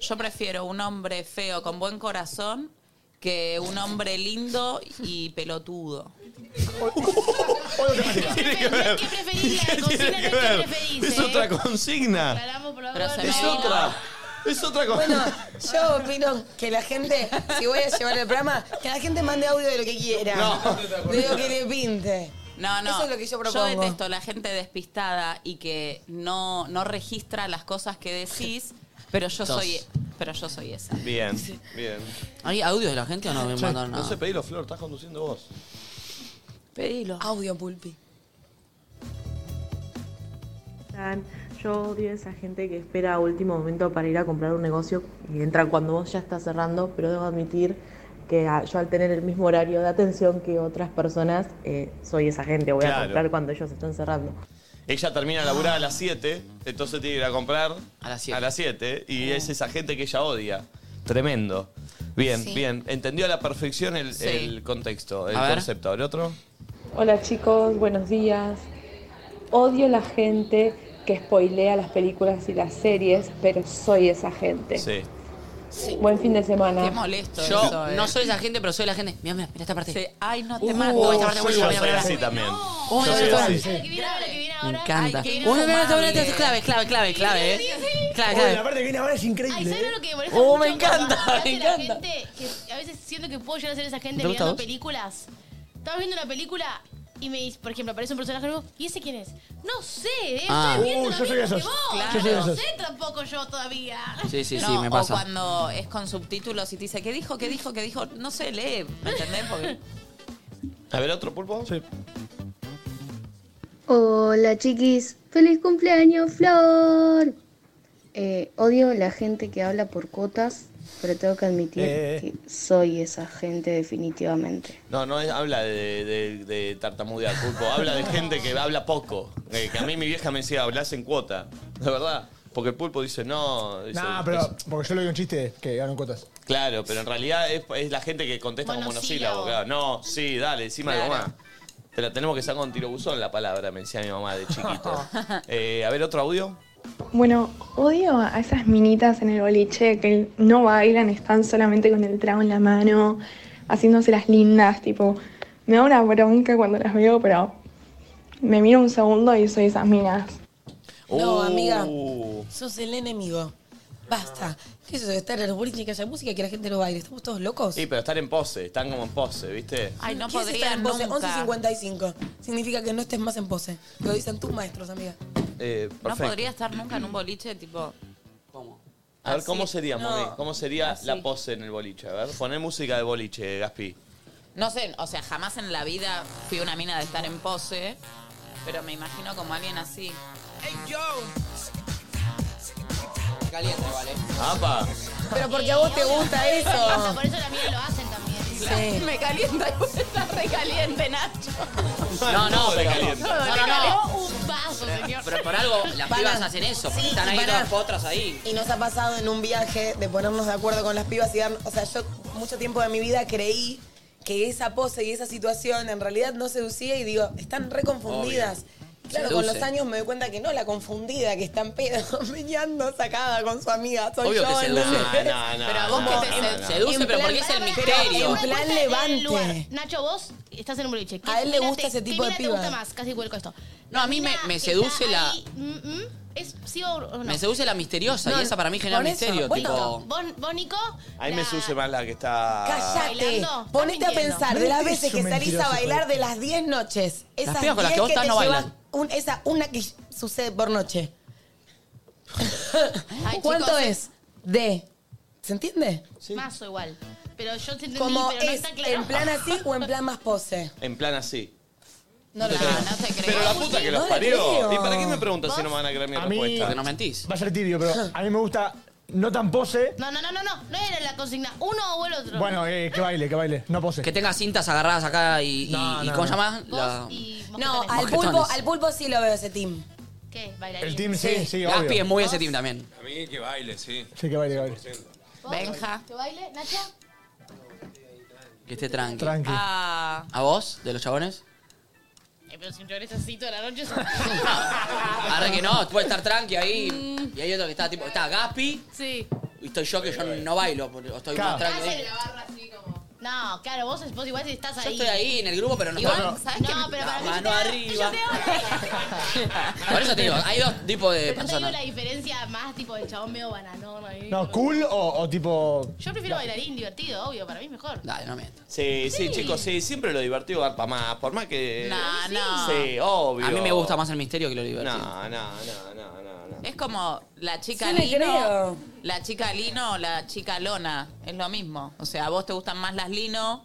Speaker 5: Yo prefiero un hombre feo con buen corazón que un hombre lindo y pelotudo.
Speaker 1: tiene que ver? [LAUGHS]
Speaker 7: ¿Qué preferís?
Speaker 2: eh?
Speaker 1: ¿Qué tiene que ver? Es otra consigna.
Speaker 7: Aclaramos, por
Speaker 5: Pero se me
Speaker 1: Es
Speaker 5: vino.
Speaker 1: otra. Es otra cosa.
Speaker 2: Bueno, yo opino que la gente, si voy a llevar el programa, que la gente mande audio de lo que quiera.
Speaker 5: No.
Speaker 2: de lo que le pinte.
Speaker 5: No, no.
Speaker 2: Eso es lo que yo propongo.
Speaker 5: Yo detesto la gente despistada y que no, no registra las cosas que decís, pero yo
Speaker 3: Sos.
Speaker 5: soy pero yo soy esa.
Speaker 1: Bien, bien.
Speaker 3: ¿Hay audios de la gente o no me
Speaker 1: Che,
Speaker 3: mandan nada?
Speaker 1: No sé, pedilo, Flor, estás conduciendo vos.
Speaker 2: Pedilo. Audio pulpi.
Speaker 20: Están- Yo odio esa gente que espera a último momento para ir a comprar un negocio y entra cuando vos ya estás cerrando, pero debo admitir que a- yo al tener el mismo horario de atención que otras personas, eh, soy esa gente, voy
Speaker 1: Claro.
Speaker 20: a comprar cuando ellos están cerrando.
Speaker 1: Ella termina de laburar a las 7, entonces tiene que ir a comprar
Speaker 3: a las Oh.
Speaker 1: 7. y es esa gente que ella odia. Tremendo. Bien,
Speaker 21: Sí.
Speaker 1: bien. Entendió a la perfección el,
Speaker 21: Sí.
Speaker 1: el contexto, el
Speaker 21: A ver.
Speaker 1: concepto. ¿Habrá otro?
Speaker 21: Hola chicos, buenos días. Odio la gente que spoilea las películas y las series, pero soy esa gente.
Speaker 1: Sí.
Speaker 21: Buen fin de semana.
Speaker 5: Qué molesto
Speaker 3: Yo
Speaker 5: eso, eh.
Speaker 3: no soy esa gente, pero soy la gente. Mira, mira, mira esta parte.
Speaker 5: Ay, no te
Speaker 3: Uh,
Speaker 5: mato.
Speaker 3: no,
Speaker 5: esta parte
Speaker 3: yo
Speaker 5: voy yo,
Speaker 3: soy
Speaker 5: voy yo, voy yo.
Speaker 3: así
Speaker 1: también.
Speaker 3: Oh,
Speaker 5: Yo
Speaker 3: no,
Speaker 5: soy
Speaker 3: no,
Speaker 5: así.
Speaker 3: no, no. Me
Speaker 5: Ay,
Speaker 3: encanta.
Speaker 5: que viene
Speaker 3: Uy, mira, mira,
Speaker 5: fumable.
Speaker 3: mira, mira, clave, clave, clave, clave, eh. Clave,
Speaker 6: Uy, la
Speaker 3: clave.
Speaker 6: parte que viene ahora es increíble. ¿eh?
Speaker 7: lo que me molesta
Speaker 3: Oh, me
Speaker 7: mucho?
Speaker 3: encanta,
Speaker 7: Que
Speaker 3: me
Speaker 7: la
Speaker 3: encanta.
Speaker 7: gente que a veces siento que puedo llegar a ser esa gente
Speaker 3: ¿Te gusta
Speaker 7: mirando
Speaker 3: vos?
Speaker 7: películas. Estaba viendo una película y me dice, por ejemplo, aparece un personaje nuevo. ¿Y ese quién es? No sé, eh,
Speaker 3: Ah.
Speaker 7: estoy viendo
Speaker 3: Uh, yo
Speaker 7: lo
Speaker 3: soy
Speaker 7: mismo
Speaker 3: de
Speaker 7: que
Speaker 3: esos.
Speaker 7: vos.
Speaker 5: Claro. Yo soy de
Speaker 7: No
Speaker 5: esos.
Speaker 7: sé tampoco yo todavía.
Speaker 3: Sí, sí,
Speaker 5: No,
Speaker 3: sí, me pasa.
Speaker 5: O cuando es con subtítulos y te dice, ¿qué dijo? ¿Qué dijo? ¿Qué dijo? No sé, lee. ¿Me entendés? Porque
Speaker 1: ¿A ver otro pulpo? Sí.
Speaker 22: Hola chiquis, feliz cumpleaños Flor. Eh, odio la gente que habla por cuotas, pero tengo que admitir
Speaker 1: Eh, eh.
Speaker 22: que soy esa gente definitivamente.
Speaker 1: No, no es- habla de, de, de tartamudear, pulpo. Habla de gente que habla poco. Eh, que a mí mi vieja me decía, hablas en cuota. De verdad. Porque el pulpo dice, no. Dice,
Speaker 6: Nah,
Speaker 1: es-
Speaker 6: pero porque yo le digo un chiste que ganan cuotas.
Speaker 1: Claro, pero en realidad es, es la gente que contesta como monosílabo. Claro. No, sí, dale, encima de
Speaker 5: Claro.
Speaker 1: mamá. Te la tenemos que sacar con tirobuzón la palabra, me decía mi mamá de chiquito. Eh, a ver, otro audio.
Speaker 23: Bueno, odio a esas minitas en el boliche que no bailan, están solamente con el trago en la mano, haciéndose las lindas, tipo, me da una bronca cuando las veo, pero me miro un segundo y soy esas minas.
Speaker 2: No, amiga, sos el enemigo. Basta. ¿Qué es eso de estar en el boliche y que haya música y que la gente no baile? ¿Estamos todos locos?
Speaker 1: Sí, pero están en pose, están como en pose, ¿viste?
Speaker 5: Ay, no
Speaker 2: ¿Qué es
Speaker 5: podría
Speaker 2: estar en pose?
Speaker 5: nunca.
Speaker 2: 11.55. Significa que no estés más en pose. Lo dicen tus maestros, amiga.
Speaker 1: Eh,
Speaker 5: no
Speaker 1: perfecto.
Speaker 5: podría estar nunca en un boliche tipo.
Speaker 1: A ver,
Speaker 5: así.
Speaker 1: ¿cómo sería,
Speaker 5: No.
Speaker 1: mami? ¿Cómo sería la pose en el boliche? A ver, poné música de boliche, Gaspi.
Speaker 5: No sé, o sea, jamás en la vida fui una mina de estar en pose, pero me imagino como alguien así.
Speaker 3: Caliente, vale.
Speaker 1: ¡Apa!
Speaker 2: Pero porque a vos te gusta eso.
Speaker 7: Por eso las mías lo hacen también.
Speaker 2: Sí.
Speaker 5: Me calienta y vos estás re caliente, Nacho.
Speaker 3: No, no, pero. No, no, no.
Speaker 7: Un vaso, señor.
Speaker 3: Pero por algo las
Speaker 2: Para.
Speaker 3: pibas hacen eso, porque
Speaker 2: Sí,
Speaker 3: están ahí
Speaker 2: para.
Speaker 3: todas potras ahí.
Speaker 2: Y nos ha pasado en un viaje de ponernos de acuerdo con las pibas y dar. O sea, yo mucho tiempo de mi vida creí que esa pose y esa situación en realidad no seducía y digo, están re confundidas. Claro, con
Speaker 3: Seduce.
Speaker 2: los años me doy cuenta que no, la confundida que está en pedo, [LAUGHS] meñando, sacada con su amiga. Soy
Speaker 3: Obvio
Speaker 2: yo,
Speaker 3: que seduce.
Speaker 2: ¿entendés?
Speaker 1: No, no,
Speaker 3: Pero a vos
Speaker 2: no,
Speaker 3: que te
Speaker 2: no,
Speaker 3: sed-
Speaker 1: no.
Speaker 3: seduce,
Speaker 2: En
Speaker 3: pero
Speaker 2: plan-
Speaker 3: porque es el
Speaker 2: Pero
Speaker 3: misterio.
Speaker 2: en plan
Speaker 7: Puesta en
Speaker 2: levante.
Speaker 7: lugar. Nacho, vos estás en un boliche. ¿Qué
Speaker 2: A él le
Speaker 7: mina
Speaker 2: gusta
Speaker 7: te-
Speaker 2: ese
Speaker 7: qué
Speaker 2: tipo de
Speaker 7: mina
Speaker 2: piba.
Speaker 7: te gusta más? Casi vuelco esto.
Speaker 3: No, a mí me, me seduce la.
Speaker 7: Mm, mm, ¿Es sí o o no?
Speaker 3: Me seduce la misteriosa
Speaker 7: No,
Speaker 3: y esa para mí genera
Speaker 7: por eso,
Speaker 3: misterio,
Speaker 7: vos,
Speaker 3: tipo.
Speaker 7: Vos, vos, Nico,
Speaker 1: Ahí me suce más la que está.
Speaker 2: Cállate.
Speaker 7: Bailando,
Speaker 2: Eh, Ponete a
Speaker 7: estás
Speaker 2: pensar de
Speaker 7: mintiendo.
Speaker 2: las veces que
Speaker 1: Eso,
Speaker 2: salís a
Speaker 1: mentiroso,
Speaker 2: bailar
Speaker 1: soy.
Speaker 2: de las 10 noches. Esas
Speaker 3: pibas con las
Speaker 2: 10
Speaker 3: que vos estás
Speaker 2: te
Speaker 3: no
Speaker 2: llevas
Speaker 3: bailan.
Speaker 2: un- esa una que sucede por noche.
Speaker 7: Ay,
Speaker 2: [LAUGHS] ¿Cuánto
Speaker 7: chicos,
Speaker 2: es? De. ¿Se entiende?
Speaker 7: mazo igual. Pero yo te entendí,
Speaker 2: Como
Speaker 7: pero no
Speaker 2: es
Speaker 7: está claro.
Speaker 2: en
Speaker 7: [LAUGHS]
Speaker 2: plan así o en plan más pose.
Speaker 1: En plan así.
Speaker 2: No
Speaker 1: te creo. Pero la puta que
Speaker 6: No
Speaker 1: los
Speaker 6: le
Speaker 1: parió.
Speaker 6: creo.
Speaker 1: ¿Y para qué me preguntas si no me van a creer mi
Speaker 6: A mí-
Speaker 1: respuesta?
Speaker 6: Porque no
Speaker 3: mentís.
Speaker 6: Va a ser tibio, pero a mí me gusta no tan pose.
Speaker 7: No, no, no, no, no. No era la consigna. Uno o el otro.
Speaker 6: Bueno, eh, que baile, que baile, no pose.
Speaker 3: Que tenga cintas agarradas acá y. y- y- ¿Cómo se llama? La-
Speaker 2: No, al
Speaker 3: Mosquetones.
Speaker 2: pulpo, al pulpo sí lo veo ese team.
Speaker 7: ¿Qué?
Speaker 3: Eh,
Speaker 6: El team sí, sí, obvio.
Speaker 3: Gaspi es muy ese team también.
Speaker 8: A mí que baile, sí.
Speaker 6: Sí, que baile, que baile.
Speaker 5: Benja.
Speaker 7: ¿Tu baile, Nacho?
Speaker 3: Que esté tranqui.
Speaker 6: Tranqui.
Speaker 5: Ah.
Speaker 3: ¿A vos? ¿De los chabones?
Speaker 7: Eh, pero si llores así toda la noche.
Speaker 3: Ahora que no, puede estar tranqui ahí. Y hay otro que está tipo. Está Gaspi.
Speaker 7: Mm. Sí.
Speaker 3: Y estoy yo que yo no bailo, porque estoy más tranqui.
Speaker 7: la barra así como. No, claro, vos, vos igual si estás ahí.
Speaker 3: Yo estoy ahí en el grupo, pero no.
Speaker 7: Igual,
Speaker 3: no, no.
Speaker 7: ¿sabes qué? No, pero para mí. yo
Speaker 3: Mano
Speaker 7: te-
Speaker 3: arriba.
Speaker 7: yo te-
Speaker 3: [LAUGHS] Por eso te digo, hay dos tipos de
Speaker 7: Pero no te digo
Speaker 3: personas.
Speaker 7: la diferencia más tipo de chabón medio bananón ahí.
Speaker 6: No, cool o, o tipo.
Speaker 7: Yo prefiero bailarín divertido, obvio, para mí es mejor.
Speaker 3: Dale, no mientas.
Speaker 1: Sí, sí, chicos, sí, siempre lo divertido garpa más, por más que...
Speaker 5: No, no.
Speaker 1: Sí, obvio.
Speaker 3: A mí me gusta más el misterio que lo divertido.
Speaker 1: No, no, no, no, no. no.
Speaker 5: Es como la chica
Speaker 2: Sí, le
Speaker 5: Lino.
Speaker 2: creo.
Speaker 5: La chica Lino o la chica Lona. Es lo mismo. O sea, a vos te gustan más las Lino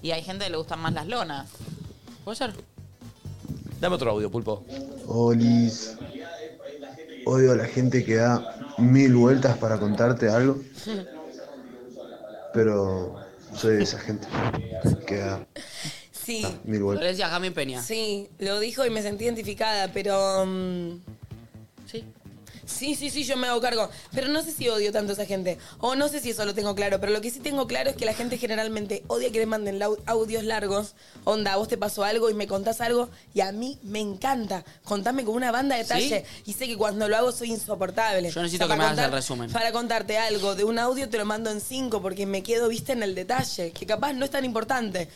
Speaker 5: y hay gente que le gustan más las Lonas. ¿Puede ser?
Speaker 1: Dame otro audio, pulpo.
Speaker 9: Olis. Odio a la gente que da mil vueltas para contarte algo, pero soy de esa gente que da
Speaker 2: Sí.
Speaker 9: mil vueltas.
Speaker 3: decía Jamie Peña.
Speaker 2: Sí, lo dijo y me sentí identificada, pero. mm,
Speaker 3: sí.
Speaker 2: Sí, sí, sí, yo me hago cargo. Pero no sé si odio tanto a esa gente. O no sé si eso lo tengo claro. Pero lo que sí tengo claro es que la gente generalmente odia que les manden lau- audios largos. Onda, a vos te pasó algo y me contás algo. Y a mí me encanta. Contame con una banda de
Speaker 3: ¿Sí?
Speaker 2: detalle. Y sé que cuando lo hago soy insoportable.
Speaker 3: Yo necesito
Speaker 2: O sea,
Speaker 3: que
Speaker 2: para
Speaker 3: me hagas el resumen.
Speaker 2: Para contarte algo de un audio te lo mando en cinco porque me quedo, viste, en el detalle. Que capaz no es tan importante.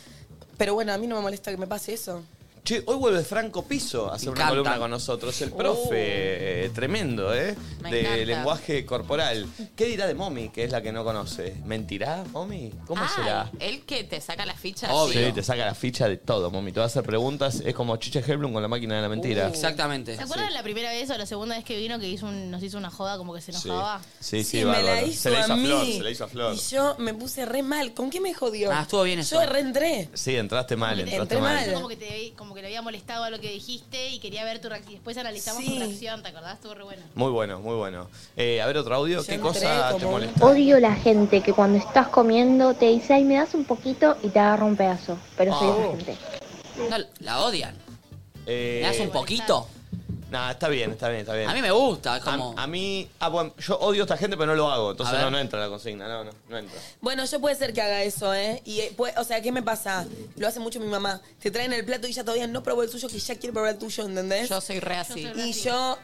Speaker 2: Pero bueno, a mí no me molesta que me pase eso.
Speaker 1: Che, hoy vuelve Franco Piso a hacer una
Speaker 2: encanta.
Speaker 1: columna con nosotros. El profe,
Speaker 2: Oh.
Speaker 1: eh, tremendo, ¿eh?
Speaker 2: Me
Speaker 1: de
Speaker 2: encanta.
Speaker 1: lenguaje corporal. ¿Qué dirá de Momi, que es la que no conoce? ¿Mentirá, Momi?
Speaker 3: Ah,
Speaker 1: ¿Cómo será?
Speaker 5: El que te saca las fichas.
Speaker 1: Sí, te saca la ficha de todo, Momi. Te va a hacer preguntas. Es como Chiche Helblum con la máquina de la mentira.
Speaker 3: Uh, exactamente.
Speaker 7: ¿Se acuerdan la primera vez o la segunda vez que vino que hizo un- nos hizo una joda como que se
Speaker 1: Sí,
Speaker 7: enojaba?
Speaker 1: sí, sí,
Speaker 2: Sí, me la
Speaker 1: bárbaro.
Speaker 2: hizo
Speaker 1: se la hizo
Speaker 2: a
Speaker 1: a
Speaker 2: mí.
Speaker 1: Flor, se la hizo a Flor.
Speaker 2: Y yo me puse re mal. ¿Con qué me jodió?
Speaker 1: Ah, estuvo bien eso.
Speaker 2: Yo reentré.
Speaker 1: Sí, entraste mal, entraste
Speaker 2: Entré
Speaker 1: mal.
Speaker 7: Como que, te, como que le había molestado a lo que dijiste y quería ver tu reacción. Después analizamos tu reacción, ¿te acordás? Estuvo re bueno.
Speaker 1: Muy bueno, muy bueno. Eh, a ver otro audio. ¿Qué
Speaker 7: entré
Speaker 1: cosa te
Speaker 7: como
Speaker 1: molesta?
Speaker 10: Odio la gente que cuando estás comiendo te dice, ay, me das un poquito y te agarra un pedazo. Pero soy
Speaker 3: Ah.
Speaker 10: esa
Speaker 1: Oh.
Speaker 10: gente.
Speaker 3: No, la odian.
Speaker 1: Eh,
Speaker 3: ¿Le das un poquito?
Speaker 1: Nah, está bien, está bien, está bien.
Speaker 3: A mí me gusta, es
Speaker 1: A-
Speaker 3: como-
Speaker 1: A, mí, ah, bueno, yo odio a esta gente, pero no lo hago. Entonces
Speaker 3: A ver.
Speaker 1: no, no entra la consigna, no, no,
Speaker 3: [LAUGHS]
Speaker 1: no entra.
Speaker 2: Bueno, yo puede ser que haga eso, ¿eh? Y, eh, puede- o sea, ¿qué me pasa? Lo hace mucho mi mamá. Te traen el plato y ya todavía no probó el suyo, que ya quiere probar el tuyo, ¿entendés? Yo
Speaker 5: soy re así.
Speaker 2: Y yo...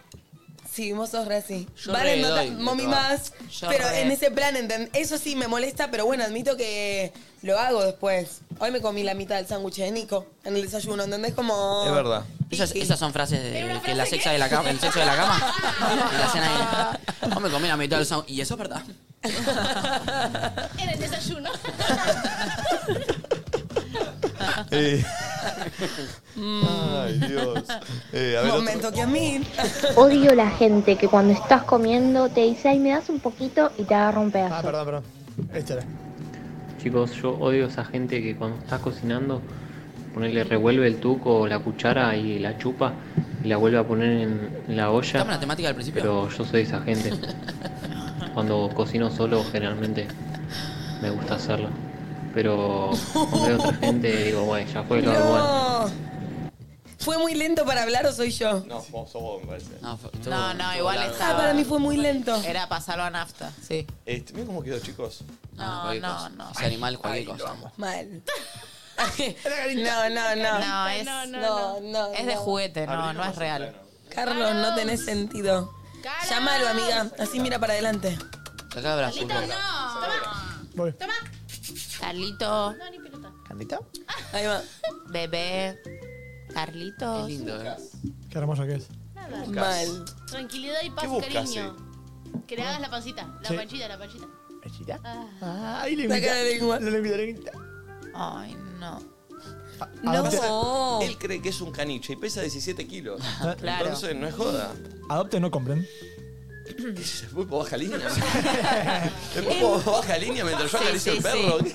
Speaker 2: Sí, vos sos re así.
Speaker 5: Yo
Speaker 2: vale,
Speaker 5: re
Speaker 2: no
Speaker 5: doy
Speaker 2: ta-
Speaker 5: de
Speaker 2: mami
Speaker 5: probar.
Speaker 2: más.
Speaker 5: Yo
Speaker 2: pero
Speaker 5: re.
Speaker 2: en ese plan, ¿entendés? Eso sí me molesta, pero bueno, admito que lo hago después. Hoy me comí la mitad del sándwich de Nico en el desayuno, ¿entendés? Como...
Speaker 3: Es verdad. Esas, esas son frases de que la sexta de la cama, el sexo de la cama. y la cena de- No me comí la mitad del sound. Y eso es verdad.
Speaker 2: [LAUGHS]
Speaker 7: En el [LAUGHS] desayuno.
Speaker 2: [LAUGHS]
Speaker 1: Eh. Ay, Dios. Eh, a ver, otro.
Speaker 2: Mm. Momento que a mí...
Speaker 10: Odio la gente que cuando estás comiendo te dice, ay, me das un poquito y te agarra un pedazo.
Speaker 6: Ah, perdón, perdón. Este era.
Speaker 13: Chicos, yo odio esa gente que cuando estás cocinando, ponerle revuelve el tuco o la cuchara y la chupa y la vuelve a poner en la olla.
Speaker 3: Estamos en la temática del principio.
Speaker 13: Pero yo soy esa gente. cuando cocino solo, generalmente me gusta hacerlo. Pero cuando veo otra gente, digo, bueno, ya fue lo igual.
Speaker 2: No. ¿Fue muy lento para hablar o soy yo?
Speaker 1: No, vos sos vos, me parece.
Speaker 5: No, no, igual
Speaker 2: Ah,
Speaker 5: estaba.
Speaker 2: para mí fue muy lento.
Speaker 5: Era pasarlo a nafta. Sí.
Speaker 1: Este, mira cómo quedó, chicos.
Speaker 5: No,
Speaker 3: Ah, Cualquier
Speaker 5: no,
Speaker 3: cosa.
Speaker 5: no.
Speaker 3: Ese animal, cualquier cosa.
Speaker 1: [LAUGHS]
Speaker 2: Mal. No, no, no.
Speaker 5: No, es, no,
Speaker 2: no, no,
Speaker 5: es de
Speaker 2: no.
Speaker 5: juguete, no, no es real.
Speaker 2: Carlos, no tenés sentido. Llámalo, amiga. Así mira para adelante.
Speaker 3: Te acaba de abrazar.
Speaker 5: Toma. Toma. Carlito. Ah.
Speaker 6: ¿Carlito?
Speaker 2: Ahí va.
Speaker 5: Bebé. Carlitos.
Speaker 3: Qué lindo, eh.
Speaker 6: Qué hermoso que es.
Speaker 7: Nada.
Speaker 6: Buscas. Mal.
Speaker 7: Tranquilidad y paz,
Speaker 6: ¿Qué buscas,
Speaker 7: cariño.
Speaker 1: eh?
Speaker 7: Que le hagas la pancita, la
Speaker 6: Sí.
Speaker 7: panchita, la panchita.
Speaker 6: ¿Panchita?
Speaker 7: Ah.
Speaker 6: Ahí le
Speaker 7: Saca
Speaker 6: invita.
Speaker 7: la
Speaker 2: lengua.
Speaker 6: Le invita, le invita.
Speaker 5: Ay, no.
Speaker 1: Adopta- Él cree que es un caniche y pesa 17 kilos.
Speaker 6: Claro.
Speaker 1: Entonces no es joda.
Speaker 6: Adopten,
Speaker 3: [LAUGHS]
Speaker 6: no compren.
Speaker 1: El pulpo baja línea. El pulpo baja línea mientras yo
Speaker 5: Sí,
Speaker 1: acaricio
Speaker 5: sí,
Speaker 1: el perro.
Speaker 5: sí.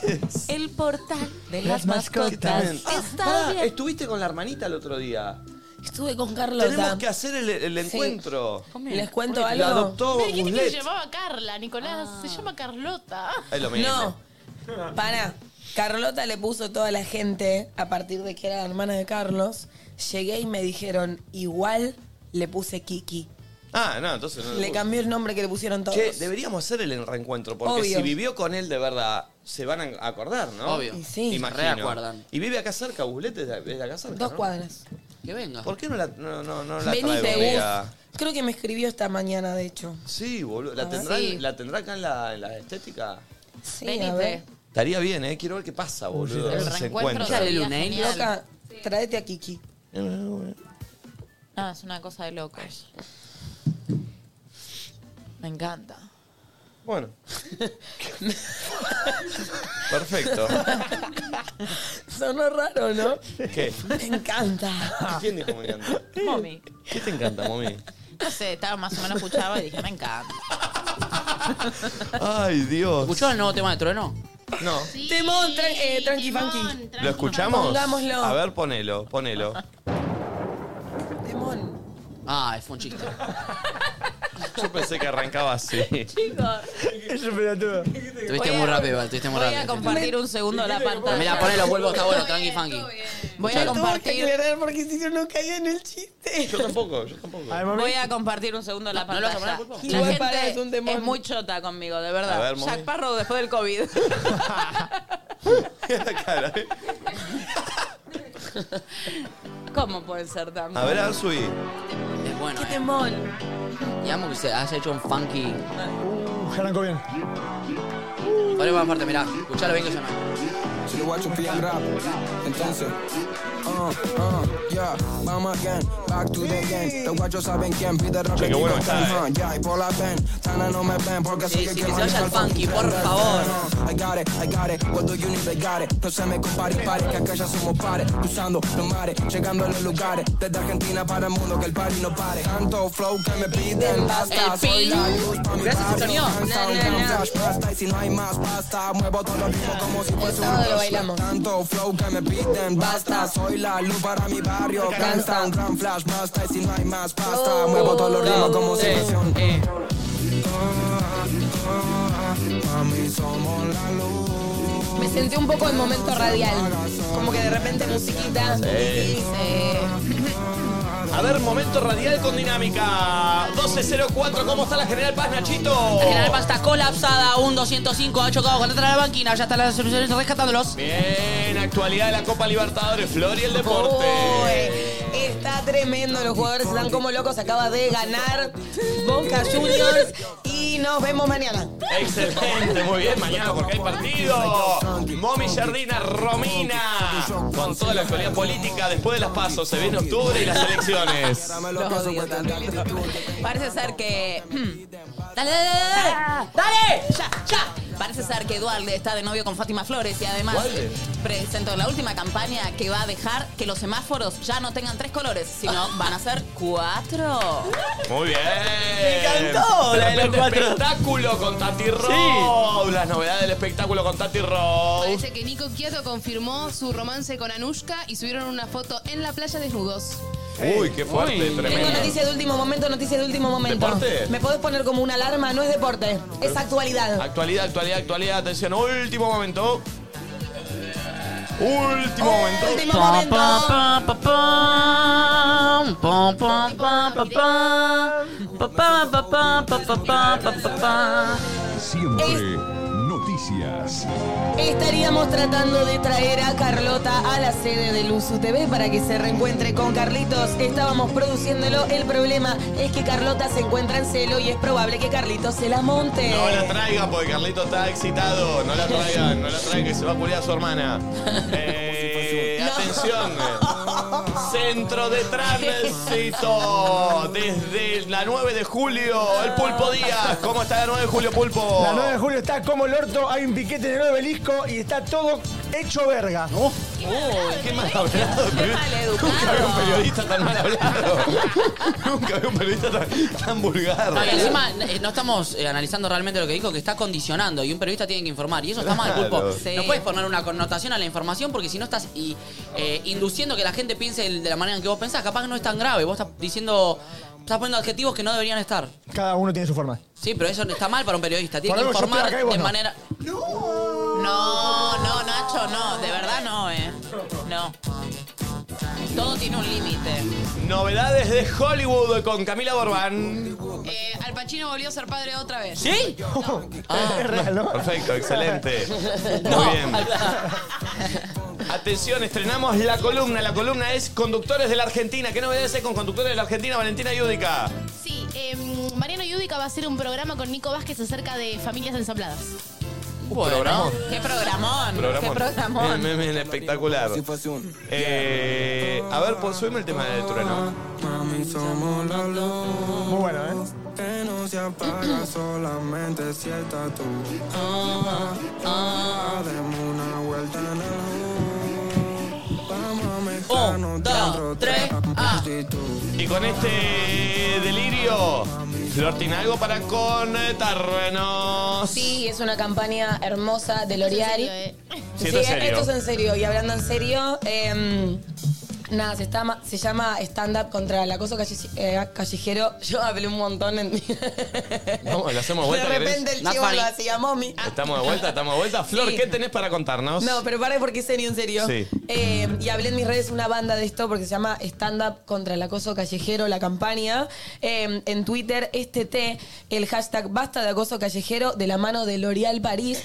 Speaker 5: El portal de las,
Speaker 1: Las
Speaker 5: mascotas.
Speaker 1: mascotas.
Speaker 5: Está
Speaker 1: Ah,
Speaker 5: bien.
Speaker 1: Estuviste con la hermanita el otro día.
Speaker 2: Estuve con Carlota.
Speaker 1: Tenemos que hacer el, el encuentro.
Speaker 2: ¿Les cuento
Speaker 1: Lo
Speaker 2: algo? Ah.
Speaker 1: adoptó
Speaker 7: Me dijiste que se
Speaker 1: Guslet.
Speaker 7: llamaba Carla, Nicolás. Se llama Carlota.
Speaker 1: Es lo mismo.
Speaker 2: No. Para. Carlota le puso toda la gente, a partir de que era la hermana de Carlos, llegué y me dijeron, igual le puse Kiki.
Speaker 1: Ah, no, entonces no.
Speaker 2: Le cambió el nombre que le pusieron todos.
Speaker 1: Che, deberíamos hacer el reencuentro, porque
Speaker 2: Obvio.
Speaker 1: si vivió con él de verdad, se van a acordar, ¿no?
Speaker 3: Obvio. Y
Speaker 2: sí.
Speaker 1: Imagino.
Speaker 3: Reacuerdan.
Speaker 1: Y vive acá cerca, Buslet es de- es de acá cerca.
Speaker 2: Dos
Speaker 1: ¿no?
Speaker 2: cuadras.
Speaker 3: Que venga.
Speaker 1: ¿Por qué no la, no, no, no la
Speaker 2: Venite,
Speaker 1: traigo,
Speaker 2: Gus.
Speaker 1: amiga?
Speaker 2: Creo que me escribió esta mañana, de hecho.
Speaker 1: Sí, boludo.
Speaker 2: Ah.
Speaker 1: ¿La, tendrá,
Speaker 2: Sí.
Speaker 1: ¿La tendrá acá en la, en la estética?
Speaker 2: Sí,
Speaker 5: Venite.
Speaker 2: a ver.
Speaker 1: Estaría bien, ¿eh? Quiero ver qué pasa, boludo.
Speaker 2: El
Speaker 1: A ver si se
Speaker 5: reencuentro
Speaker 1: encuentra.
Speaker 5: sería genial.
Speaker 2: Loca, tráete a Kiki.
Speaker 1: Eh,
Speaker 5: No, Ah, es una cosa de locos. Me encanta.
Speaker 1: Bueno.
Speaker 5: [LAUGHS]
Speaker 1: Perfecto.
Speaker 2: Sonó raro, ¿no?
Speaker 1: ¿Qué?
Speaker 2: Me encanta.
Speaker 1: ¿Quién dijo me encanta?
Speaker 5: Mami.
Speaker 1: ¿Qué te encanta, mami?
Speaker 5: No sé, estaba más o menos escuchaba y dije, me encanta.
Speaker 1: Ay, Dios.
Speaker 3: ¿Escuchó el nuevo tema de Trueno?
Speaker 1: No.
Speaker 2: Temón, tran- eh, tranqui, funky.
Speaker 1: ¿Lo escuchamos?
Speaker 2: Pongámoslo.
Speaker 1: A ver, ponelo, ponelo.
Speaker 3: Ah, fue un chiste.
Speaker 1: Yo pensé que arrancaba así.
Speaker 5: [LAUGHS] Chicos.
Speaker 6: Eso es pelotudo.
Speaker 3: Estuviste muy rápido, igual, estuviste muy
Speaker 5: Voy a
Speaker 3: rápido.
Speaker 5: compartir un segundo la pantalla.
Speaker 3: Mira, ponelo, vuelvo, está bueno, tranqui, funky.
Speaker 5: Voy a
Speaker 2: Hay
Speaker 5: compartir.
Speaker 2: que aclarar porque si yo no caía en el chiste.
Speaker 1: Yo tampoco, yo tampoco.
Speaker 5: Voy a compartir un segundo la
Speaker 2: ¿No lo vas a
Speaker 5: pantalla.
Speaker 2: poner, por favor?
Speaker 5: La
Speaker 2: Igual pará, es un
Speaker 5: gente
Speaker 2: demonio.
Speaker 5: es muy chota conmigo, de verdad.
Speaker 1: A ver, Momi.
Speaker 5: Jack Parro después del COVID.
Speaker 1: Mira [LAUGHS] la cara, ¿eh?
Speaker 5: ¿Cómo pueden ser tan
Speaker 1: A ver, a ver, subí.
Speaker 3: Es bueno. eh.
Speaker 5: ¡Qué temón!
Speaker 3: Y amo que se has hecho un funky.
Speaker 6: Uh, arrancó bien.
Speaker 3: Ahora más fuerte, mirá. Escuchalo bien que suena.
Speaker 12: Si los guachos piden rap, entonces. Uh, uh, yeah, vamos again, back to the game. Los guachos saben quién pide rap.
Speaker 1: Che, qué bueno está,
Speaker 12: Uh, yeah, y por la pen, Tana no me ven porque
Speaker 3: Sí,
Speaker 12: sé
Speaker 3: sí,
Speaker 12: que
Speaker 3: que
Speaker 12: quiero
Speaker 3: se vaya
Speaker 12: manejar
Speaker 3: el funky, por
Speaker 12: con-
Speaker 3: favor.
Speaker 12: Uh, I got it, I got it, what do you need, I got it. No se me compare, pare, que acá ya somos pares. Cruzando los mares, llegando a los lugares. Desde Argentina para el mundo, que el party no pare. Tanto flow que me piden, basta,
Speaker 3: El
Speaker 12: soy la
Speaker 3: pin.
Speaker 12: luz pa' mi
Speaker 3: Gracias,
Speaker 12: barrio.
Speaker 3: Antonio.
Speaker 12: Cansado,
Speaker 3: Na, na,
Speaker 12: tengo
Speaker 3: na.
Speaker 12: flash, basta, y si no hay más pasta, muevo todo lo mismo como si fuese un
Speaker 2: sábado lo
Speaker 12: rush.
Speaker 2: bailamos.
Speaker 12: Tanto flow que me piden, basta, soy la luz para mi barrio. Cansa un gran flash, basta, y si no hay más pasta,
Speaker 2: Oh.
Speaker 12: muevo todo lo ritmo como si fuese un
Speaker 2: Eh.
Speaker 12: Mami, somos la luz.
Speaker 2: Me sentí un poco en momento radial. Como que de repente musiquita.
Speaker 1: Sí. A ver, momento radial con dinámica. 1204, ¿cómo está la General Paz, Nachito?
Speaker 3: La General Paz está colapsada, un 205 ha chocado contra la banquina, ya están las soluciones rescatándolos.
Speaker 1: Bien, actualidad de la Copa Libertadores, Flor y el deporte.
Speaker 2: Uy, está tremendo, los jugadores están como locos, acaba de ganar Boca Juniors y nos vemos mañana.
Speaker 1: Excelente, muy bien, mañana porque hay partido. Momi Jardina, Romina, con toda la actualidad política después de las pasos, se viene octubre y las elecciones.
Speaker 5: Los odio tanto. Parece ser que. [CLEARS THROAT] ¡Dale, dale, dale! ¡Dale! ¡Dale! ¡Ya, ya! Parece ser que Dualde está de novio con Fátima Flores y además
Speaker 1: Dualde.
Speaker 5: presentó la última campaña que va a dejar que los semáforos ya no tengan tres colores,
Speaker 2: [LAUGHS]
Speaker 5: sino van a ser cuatro.
Speaker 1: Muy bien. Me
Speaker 4: encantó la de los cuatro.
Speaker 1: espectáculo con Tati Rowe. Las novedades del espectáculo con Tati Rowe.
Speaker 17: Parece que Nico Quieto confirmó su romance con Anushka y subieron una foto en la playa desnudos.
Speaker 1: Uy, qué fuerte,
Speaker 2: Tengo
Speaker 1: tremendo.
Speaker 2: noticias de último momento, noticias de último momento.
Speaker 1: ¿Deporte?
Speaker 2: ¿Me podés poner como una alarma? No es deporte, es actualidad.
Speaker 1: Actualidad, actualidad, actualidad. Atención, último momento. Último momento.
Speaker 2: Oh, Último momento.
Speaker 1: Ah.
Speaker 14: Siempre noticias.
Speaker 2: Estaríamos tratando de traer a Carlota a la sede de Luzu TV para que se reencuentre con Carlitos. Estábamos produciéndolo. El problema es que Carlota se encuentra en celo y es probable que Carlitos se la monte.
Speaker 1: No la traiga porque Carlito está excitado. No la traigan, no la traigan, que se va a culiar a
Speaker 2: [LAUGHS]
Speaker 1: su hermana. Eh, atención. Centro de Tránsito. Desde la 9 de julio, el Pulpo Díaz. ¿Cómo está la 9 de julio, Pulpo?
Speaker 6: La 9 de julio está como el orto, hay un piquete en el obelisco y está todo hecho verga.
Speaker 1: Uy, qué mal hablado. que-
Speaker 5: maleducado.
Speaker 1: Nunca había un periodista tan mal hablado. [LAUGHS] Nunca había un periodista tan, tan vulgar.
Speaker 3: No, y encima eh, no estamos eh, analizando realmente lo que dijo, que está condicionando y un periodista tiene que informar. Y eso está mal,
Speaker 1: Claro.
Speaker 3: pulpo.
Speaker 1: Sí.
Speaker 3: No puedes poner una connotación a la información porque si no estás y, eh, induciendo que la gente piense de la manera en que vos pensás, capaz que no es tan grave. Vos estás diciendo, estás poniendo adjetivos que no deberían estar.
Speaker 6: Cada uno tiene
Speaker 1: [LAUGHS]
Speaker 6: su forma.
Speaker 3: Sí, pero eso está mal para un periodista. Tiene
Speaker 6: Por
Speaker 3: que
Speaker 6: algo yo estoy
Speaker 3: informar
Speaker 6: acá y
Speaker 3: de
Speaker 6: vos no.
Speaker 3: manera.
Speaker 5: No, no, Nacho, no, de verdad no, eh. No. Todo tiene un límite.
Speaker 1: Novedades de Hollywood con Camila Borbán.
Speaker 17: Eh, Al Pacino volvió a ser padre otra vez.
Speaker 3: ¿Sí?
Speaker 6: Es real, ¿no?
Speaker 1: Ah, Perfecto, excelente. Muy bien. [LAUGHS] Atención, estrenamos la columna. La columna es Conductores de la Argentina. ¿Qué novedades hay con Conductores de la Argentina? Valentina Yudica.
Speaker 7: Sí, em, Mariano Yudica va a hacer un programa con Nico Vázquez acerca de familias ensambladas.
Speaker 1: programón.
Speaker 5: Qué programón. Qué programón.
Speaker 1: Bien, bien, bien, espectacular. Eh, a ver, pues, subime el tema de
Speaker 12: Ah,
Speaker 1: trueno.
Speaker 6: Muy bueno, ¿eh?
Speaker 12: Que no se apaga [CLEARS THROAT] solamente si está tú. Ah, Demos una vuelta en el hood. Vamos a mezclarnos dentro de la
Speaker 6: ah.
Speaker 12: multitud.
Speaker 1: Y con este delirio, Flor tiene algo para contarnos.
Speaker 2: Sí, es una campaña hermosa de L'Oreal.
Speaker 1: Sí, esto es serio.
Speaker 2: esto es en serio. Y hablando en serio, em, nada, se, está ma- se llama Stand Up contra el acoso calle- eh, callejero. Yo hablé un montón en [LAUGHS]
Speaker 1: Vamos, lo hacemos de vuelta.
Speaker 2: De
Speaker 1: ¿querés?
Speaker 2: repente el chivo lo hacía, mami. Ah.
Speaker 1: Estamos de vuelta, estamos de vuelta. Flor,
Speaker 2: Sí.
Speaker 1: ¿qué tenés para contarnos?
Speaker 2: No, pero para porque es serio, en serio.
Speaker 1: Sí.
Speaker 2: Eh, y hablé en mis redes una banda de esto porque se llama Stand Up contra el acoso callejero, la campaña. Eh, en Twitter, este té, el hashtag basta de acoso callejero de la mano de L'Oréal París.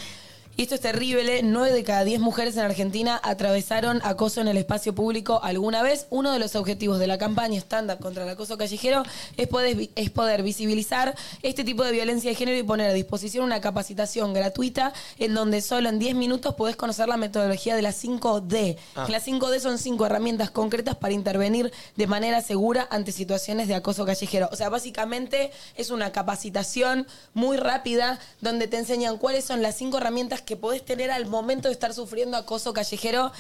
Speaker 2: Y esto es terrible, 9 de cada 10 mujeres en Argentina atravesaron acoso en el espacio público alguna vez. Uno de los objetivos de la campaña Stand Up contra el acoso callejero es poder, es poder visibilizar este tipo de violencia de género y poner a disposición una capacitación gratuita en donde solo en 10 minutos podés conocer la metodología de las 5D.
Speaker 11: Ah.
Speaker 2: Las 5D son cinco herramientas concretas para intervenir de manera segura ante situaciones de acoso callejero. O sea, básicamente es una capacitación muy rápida donde te enseñan cuáles son las cinco herramientas que podés tener al momento de estar sufriendo acoso callejero.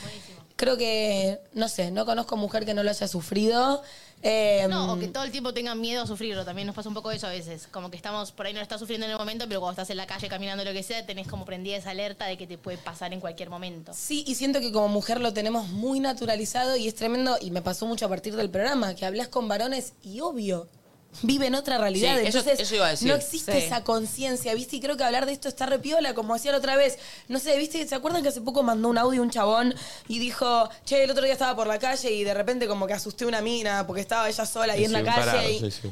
Speaker 2: Creo que, no sé, no conozco mujer que no lo haya sufrido. Eh,
Speaker 7: No, o que todo el tiempo tengan miedo a sufrirlo. También nos pasa un poco eso a veces. Como que estamos, por ahí no lo estás sufriendo en el momento, pero cuando estás en la calle caminando lo que sea, tenés como prendida esa alerta de que te puede pasar en cualquier momento.
Speaker 2: Sí, y siento que como mujer lo tenemos muy naturalizado y es tremendo, y me pasó mucho a partir del programa, que hablas con varones y obvio, viven otra realidad.
Speaker 3: Sí, eso-
Speaker 2: Entonces,
Speaker 3: eso iba a decir.
Speaker 2: no existe
Speaker 3: Sí.
Speaker 2: esa conciencia, ¿viste? Y creo que hablar de esto está repiola, como hacía la otra vez. No sé, ¿viste? ¿Se acuerdan que hace poco mandó un audio un chabón y dijo, che, el otro día estaba por la calle y de repente como que asusté una mina porque estaba ella sola ahí en la
Speaker 1: Sí,
Speaker 2: calle
Speaker 1: parado,
Speaker 2: y-
Speaker 1: sí, sí.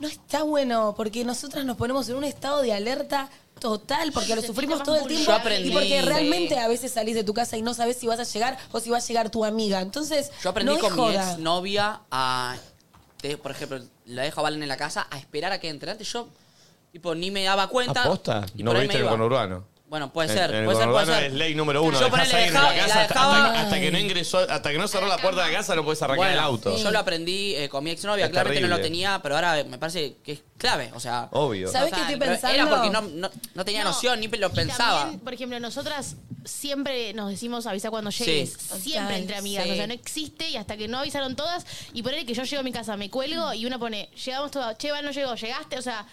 Speaker 2: no está bueno, porque nosotras nos ponemos en un estado de alerta total, porque lo sufrimos todo el tiempo.
Speaker 3: Yo aprendí.
Speaker 2: Y
Speaker 3: Sí.
Speaker 2: porque realmente a veces salís de tu casa y no sabes si vas a llegar o si va a llegar tu amiga. Entonces,
Speaker 3: Yo aprendí
Speaker 2: no es
Speaker 3: con mi
Speaker 2: joda.
Speaker 3: ex novia a. te- por ejemplo, la dejo a Valen en la casa a esperar a que entre. Antes yo, tipo, ni me daba cuenta.
Speaker 1: ¿Aposta?
Speaker 3: Y
Speaker 1: ¿No
Speaker 3: por ahí
Speaker 1: viste
Speaker 3: me
Speaker 1: el
Speaker 3: iba.
Speaker 1: conurbano?
Speaker 3: Bueno, puede
Speaker 1: En-
Speaker 3: ser.
Speaker 1: en el
Speaker 3: puede ser, puede
Speaker 1: conurbano
Speaker 3: ser.
Speaker 1: es ley número uno.
Speaker 3: Yo
Speaker 1: dejás
Speaker 3: ponele,
Speaker 1: a alguien en la
Speaker 3: dejaba-
Speaker 1: casa
Speaker 3: la
Speaker 1: hasta- hasta,
Speaker 3: dejaba-
Speaker 1: hasta que no ingresó, hasta que no cerró la puerta de la casa no puedes arrancar el
Speaker 3: Bueno,
Speaker 1: auto.
Speaker 3: Yo lo aprendí eh, con mi exnovia,
Speaker 1: Es
Speaker 3: claramente no lo
Speaker 1: terrible.
Speaker 3: tenía, pero ahora me parece que es clave, o sea...
Speaker 1: Obvio.
Speaker 2: ¿Sabés
Speaker 3: total,
Speaker 2: qué estoy
Speaker 3: pero Era
Speaker 2: pensando?
Speaker 3: porque no, no- no tenía noción, ni lo pensaba.
Speaker 7: También, por ejemplo, nosotras siempre nos decimos avisa cuando llegues.
Speaker 3: Sí. Total,
Speaker 7: Siempre entre amigas.
Speaker 3: sí.
Speaker 7: O sea, no existe y hasta que no avisaron todas. Y por ahí que yo llego a mi casa, me cuelgo y una pone, llegamos todas, che, Val no llegó, llegaste. O sea,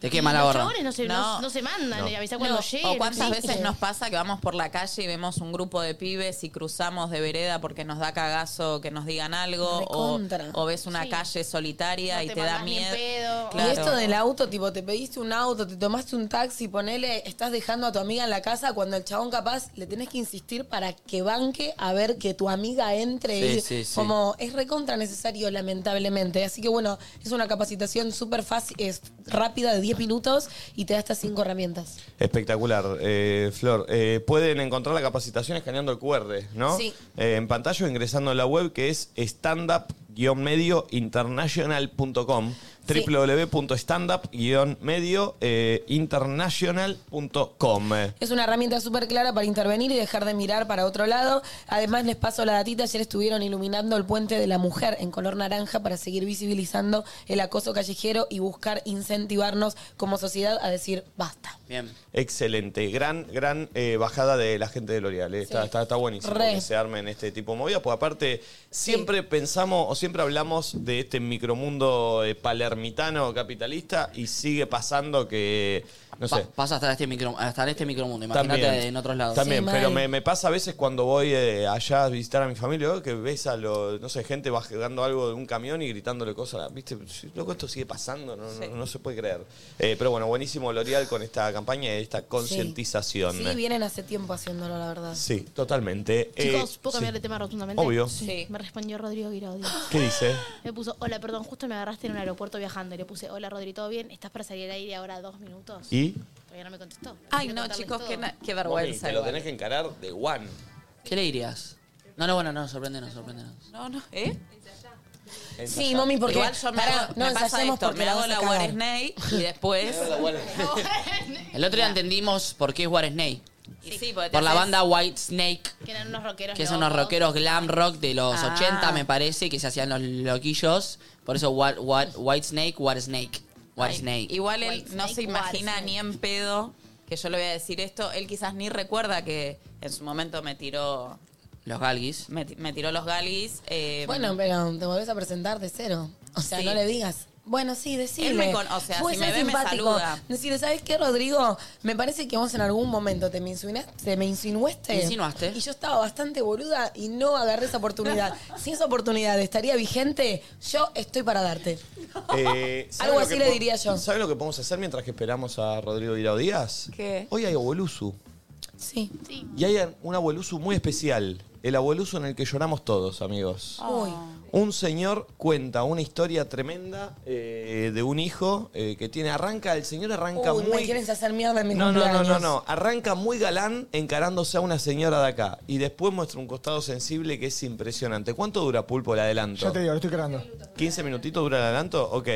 Speaker 3: Te quema la
Speaker 7: los
Speaker 3: gorra.
Speaker 7: chabones no se, no.
Speaker 5: No.
Speaker 7: no se mandan,
Speaker 3: No.
Speaker 7: le avisa cuando
Speaker 5: No,
Speaker 7: llegue.
Speaker 5: O cuántas
Speaker 7: no
Speaker 5: veces
Speaker 7: existe.
Speaker 5: nos pasa que vamos por la calle y vemos un grupo de pibes y cruzamos de vereda porque nos da cagazo que nos digan algo. O,
Speaker 2: Recontra.
Speaker 5: o ves una calle solitaria y te, da miedo. Claro.
Speaker 2: Y esto del auto, tipo, te pediste un auto, te tomaste un taxi, ponele, estás dejando a tu amiga en la casa cuando el chabón capaz le tenés que insistir para que banque a ver que tu amiga entre.
Speaker 3: Sí,
Speaker 2: y
Speaker 3: sí, sí.
Speaker 2: Como es recontra necesario, lamentablemente. Así que bueno, es una capacitación súper fácil, es rápida de 10 minutos y te da estas cinco herramientas.
Speaker 1: Espectacular, eh, Flor. Eh, pueden encontrar la capacitación escaneando el QR, ¿no?
Speaker 2: Sí.
Speaker 1: Eh, en pantalla o ingresando a la web que es standup-mediointernational.com www.standup-mediointernational.com
Speaker 2: Es una herramienta súper clara para intervenir y dejar de mirar para otro lado. Además, les paso la datita. Ayer estuvieron iluminando el puente de la mujer en color naranja para seguir visibilizando el acoso callejero y buscar incentivarnos como sociedad a decir basta.
Speaker 3: Bien.
Speaker 1: Excelente. Gran, gran eh, bajada de la gente de L'Oreal. eh. Está, está, está buenísimo
Speaker 2: Re.
Speaker 1: que se armen este tipo de movidas, porque aparte siempre pensamos o siempre hablamos de este micromundo eh, palermitano capitalista y sigue pasando que, no sé,
Speaker 3: Pa- pasa hasta este, micro, hasta este micromundo, imagínate en otros lados.
Speaker 1: También, pero me, me pasa a veces cuando voy eh, allá a visitar a mi familia, ¿no? que ves a los, no sé, gente bajando algo de un camión y gritándole cosas. ¿Viste? Loco, esto sigue pasando, no, no- no se puede creer. Eh, pero bueno, buenísimo L'Oreal con esta campaña y esta concientización.
Speaker 2: Sí, vienen hace tiempo haciéndolo, la verdad.
Speaker 1: Sí, totalmente. Eh,
Speaker 7: Chicos, ¿puedo
Speaker 1: sí.
Speaker 7: cambiar de tema rotundamente?
Speaker 1: Obvio.
Speaker 7: Sí. Me respondió Rodrigo Giraudio.
Speaker 1: [LAUGHS] ¿Qué dice?
Speaker 7: Me puso, hola, perdón, justo me agarraste en un aeropuerto viajando. Y le puse, hola, Rodri, ¿todo bien? ¿Estás para salir al aire ahora dos minutos?
Speaker 1: ¿Y?
Speaker 7: Todavía no me contestó.
Speaker 5: Ay,
Speaker 7: Quiero
Speaker 5: no,
Speaker 7: contarles
Speaker 5: chicos,
Speaker 7: todo.
Speaker 5: qué, na- qué vergüenza.
Speaker 1: Te lo
Speaker 5: igual.
Speaker 1: tenés que encarar de one.
Speaker 3: ¿Qué le dirías? No, no, bueno, no, sorpréndenos, sorpréndenos.
Speaker 5: No, no, ¿eh?
Speaker 2: Sí, mami, porque-
Speaker 5: Igual yo me,
Speaker 2: pará,
Speaker 5: hago-
Speaker 2: no,
Speaker 5: me pasa
Speaker 2: ensayemos
Speaker 5: esto,
Speaker 2: porque
Speaker 5: me
Speaker 2: la
Speaker 5: hago
Speaker 2: vas a
Speaker 5: la
Speaker 2: cagar.
Speaker 5: [LAUGHS] War Snake y después...
Speaker 3: El otro día entendimos por qué es War Snake.
Speaker 5: Y sí, porque te
Speaker 3: Por la
Speaker 5: haces-
Speaker 3: banda White Snake,
Speaker 7: Que eran unos rockeros.
Speaker 3: que son unos
Speaker 7: locos.
Speaker 3: rockeros glam rock de los
Speaker 7: Ah.
Speaker 3: 80, me parece, que se hacían los loquillos. Por eso White, White, White Snake, What Snake. What Snake.
Speaker 5: Igual él no se imagina ni en pedo que yo le voy a decir esto. Él quizás ni recuerda que en su momento me tiró,
Speaker 3: Los Galgis.
Speaker 5: me, ti- me tiró los galgis. eh,
Speaker 2: Bueno, pero te volvés a presentar de cero. O sea,
Speaker 5: Sí.
Speaker 2: no le digas. Bueno, sí, decime.
Speaker 5: Él me con- o sea,
Speaker 2: Fue
Speaker 5: si
Speaker 2: ser
Speaker 5: me ve, me saluda.
Speaker 2: Decirle, ¿sabes qué, Rodrigo? Me parece que vos en algún momento te me insinuaste. Me insinuaste.
Speaker 3: Insinuaste.
Speaker 2: Y yo estaba bastante boluda y no agarré esa
Speaker 5: [LAUGHS]
Speaker 2: oportunidad. si esa oportunidad estaría vigente, yo estoy para darte.
Speaker 5: [LAUGHS]
Speaker 1: Eh, ¿sabe
Speaker 2: Algo
Speaker 1: lo que
Speaker 2: así le
Speaker 1: po-
Speaker 2: diría yo.
Speaker 1: ¿Sabe lo que podemos hacer mientras que esperamos a Rodrigo Virao Díaz?
Speaker 2: ¿Qué?
Speaker 1: Hoy hay abuelusu.
Speaker 2: Sí.
Speaker 1: Y hay un abuelusu muy especial. El abuelusu en el que lloramos todos, amigos.
Speaker 5: Ah.
Speaker 2: Uy.
Speaker 1: Un señor cuenta una historia tremenda eh, de un hijo eh, que tiene. Arranca, el señor arranca
Speaker 2: Uy, me
Speaker 1: muy.
Speaker 2: quieren hacer mierda en mi
Speaker 1: No, no, no,
Speaker 2: cumpleaños.
Speaker 1: no, no. Arranca muy galán encarándose a una señora de acá. Y después muestra un costado sensible que es impresionante. ¿Cuánto dura Pulpo el adelanto?
Speaker 6: Ya te digo, lo estoy creando.
Speaker 1: 15 minutitos dura el adelanto, ok.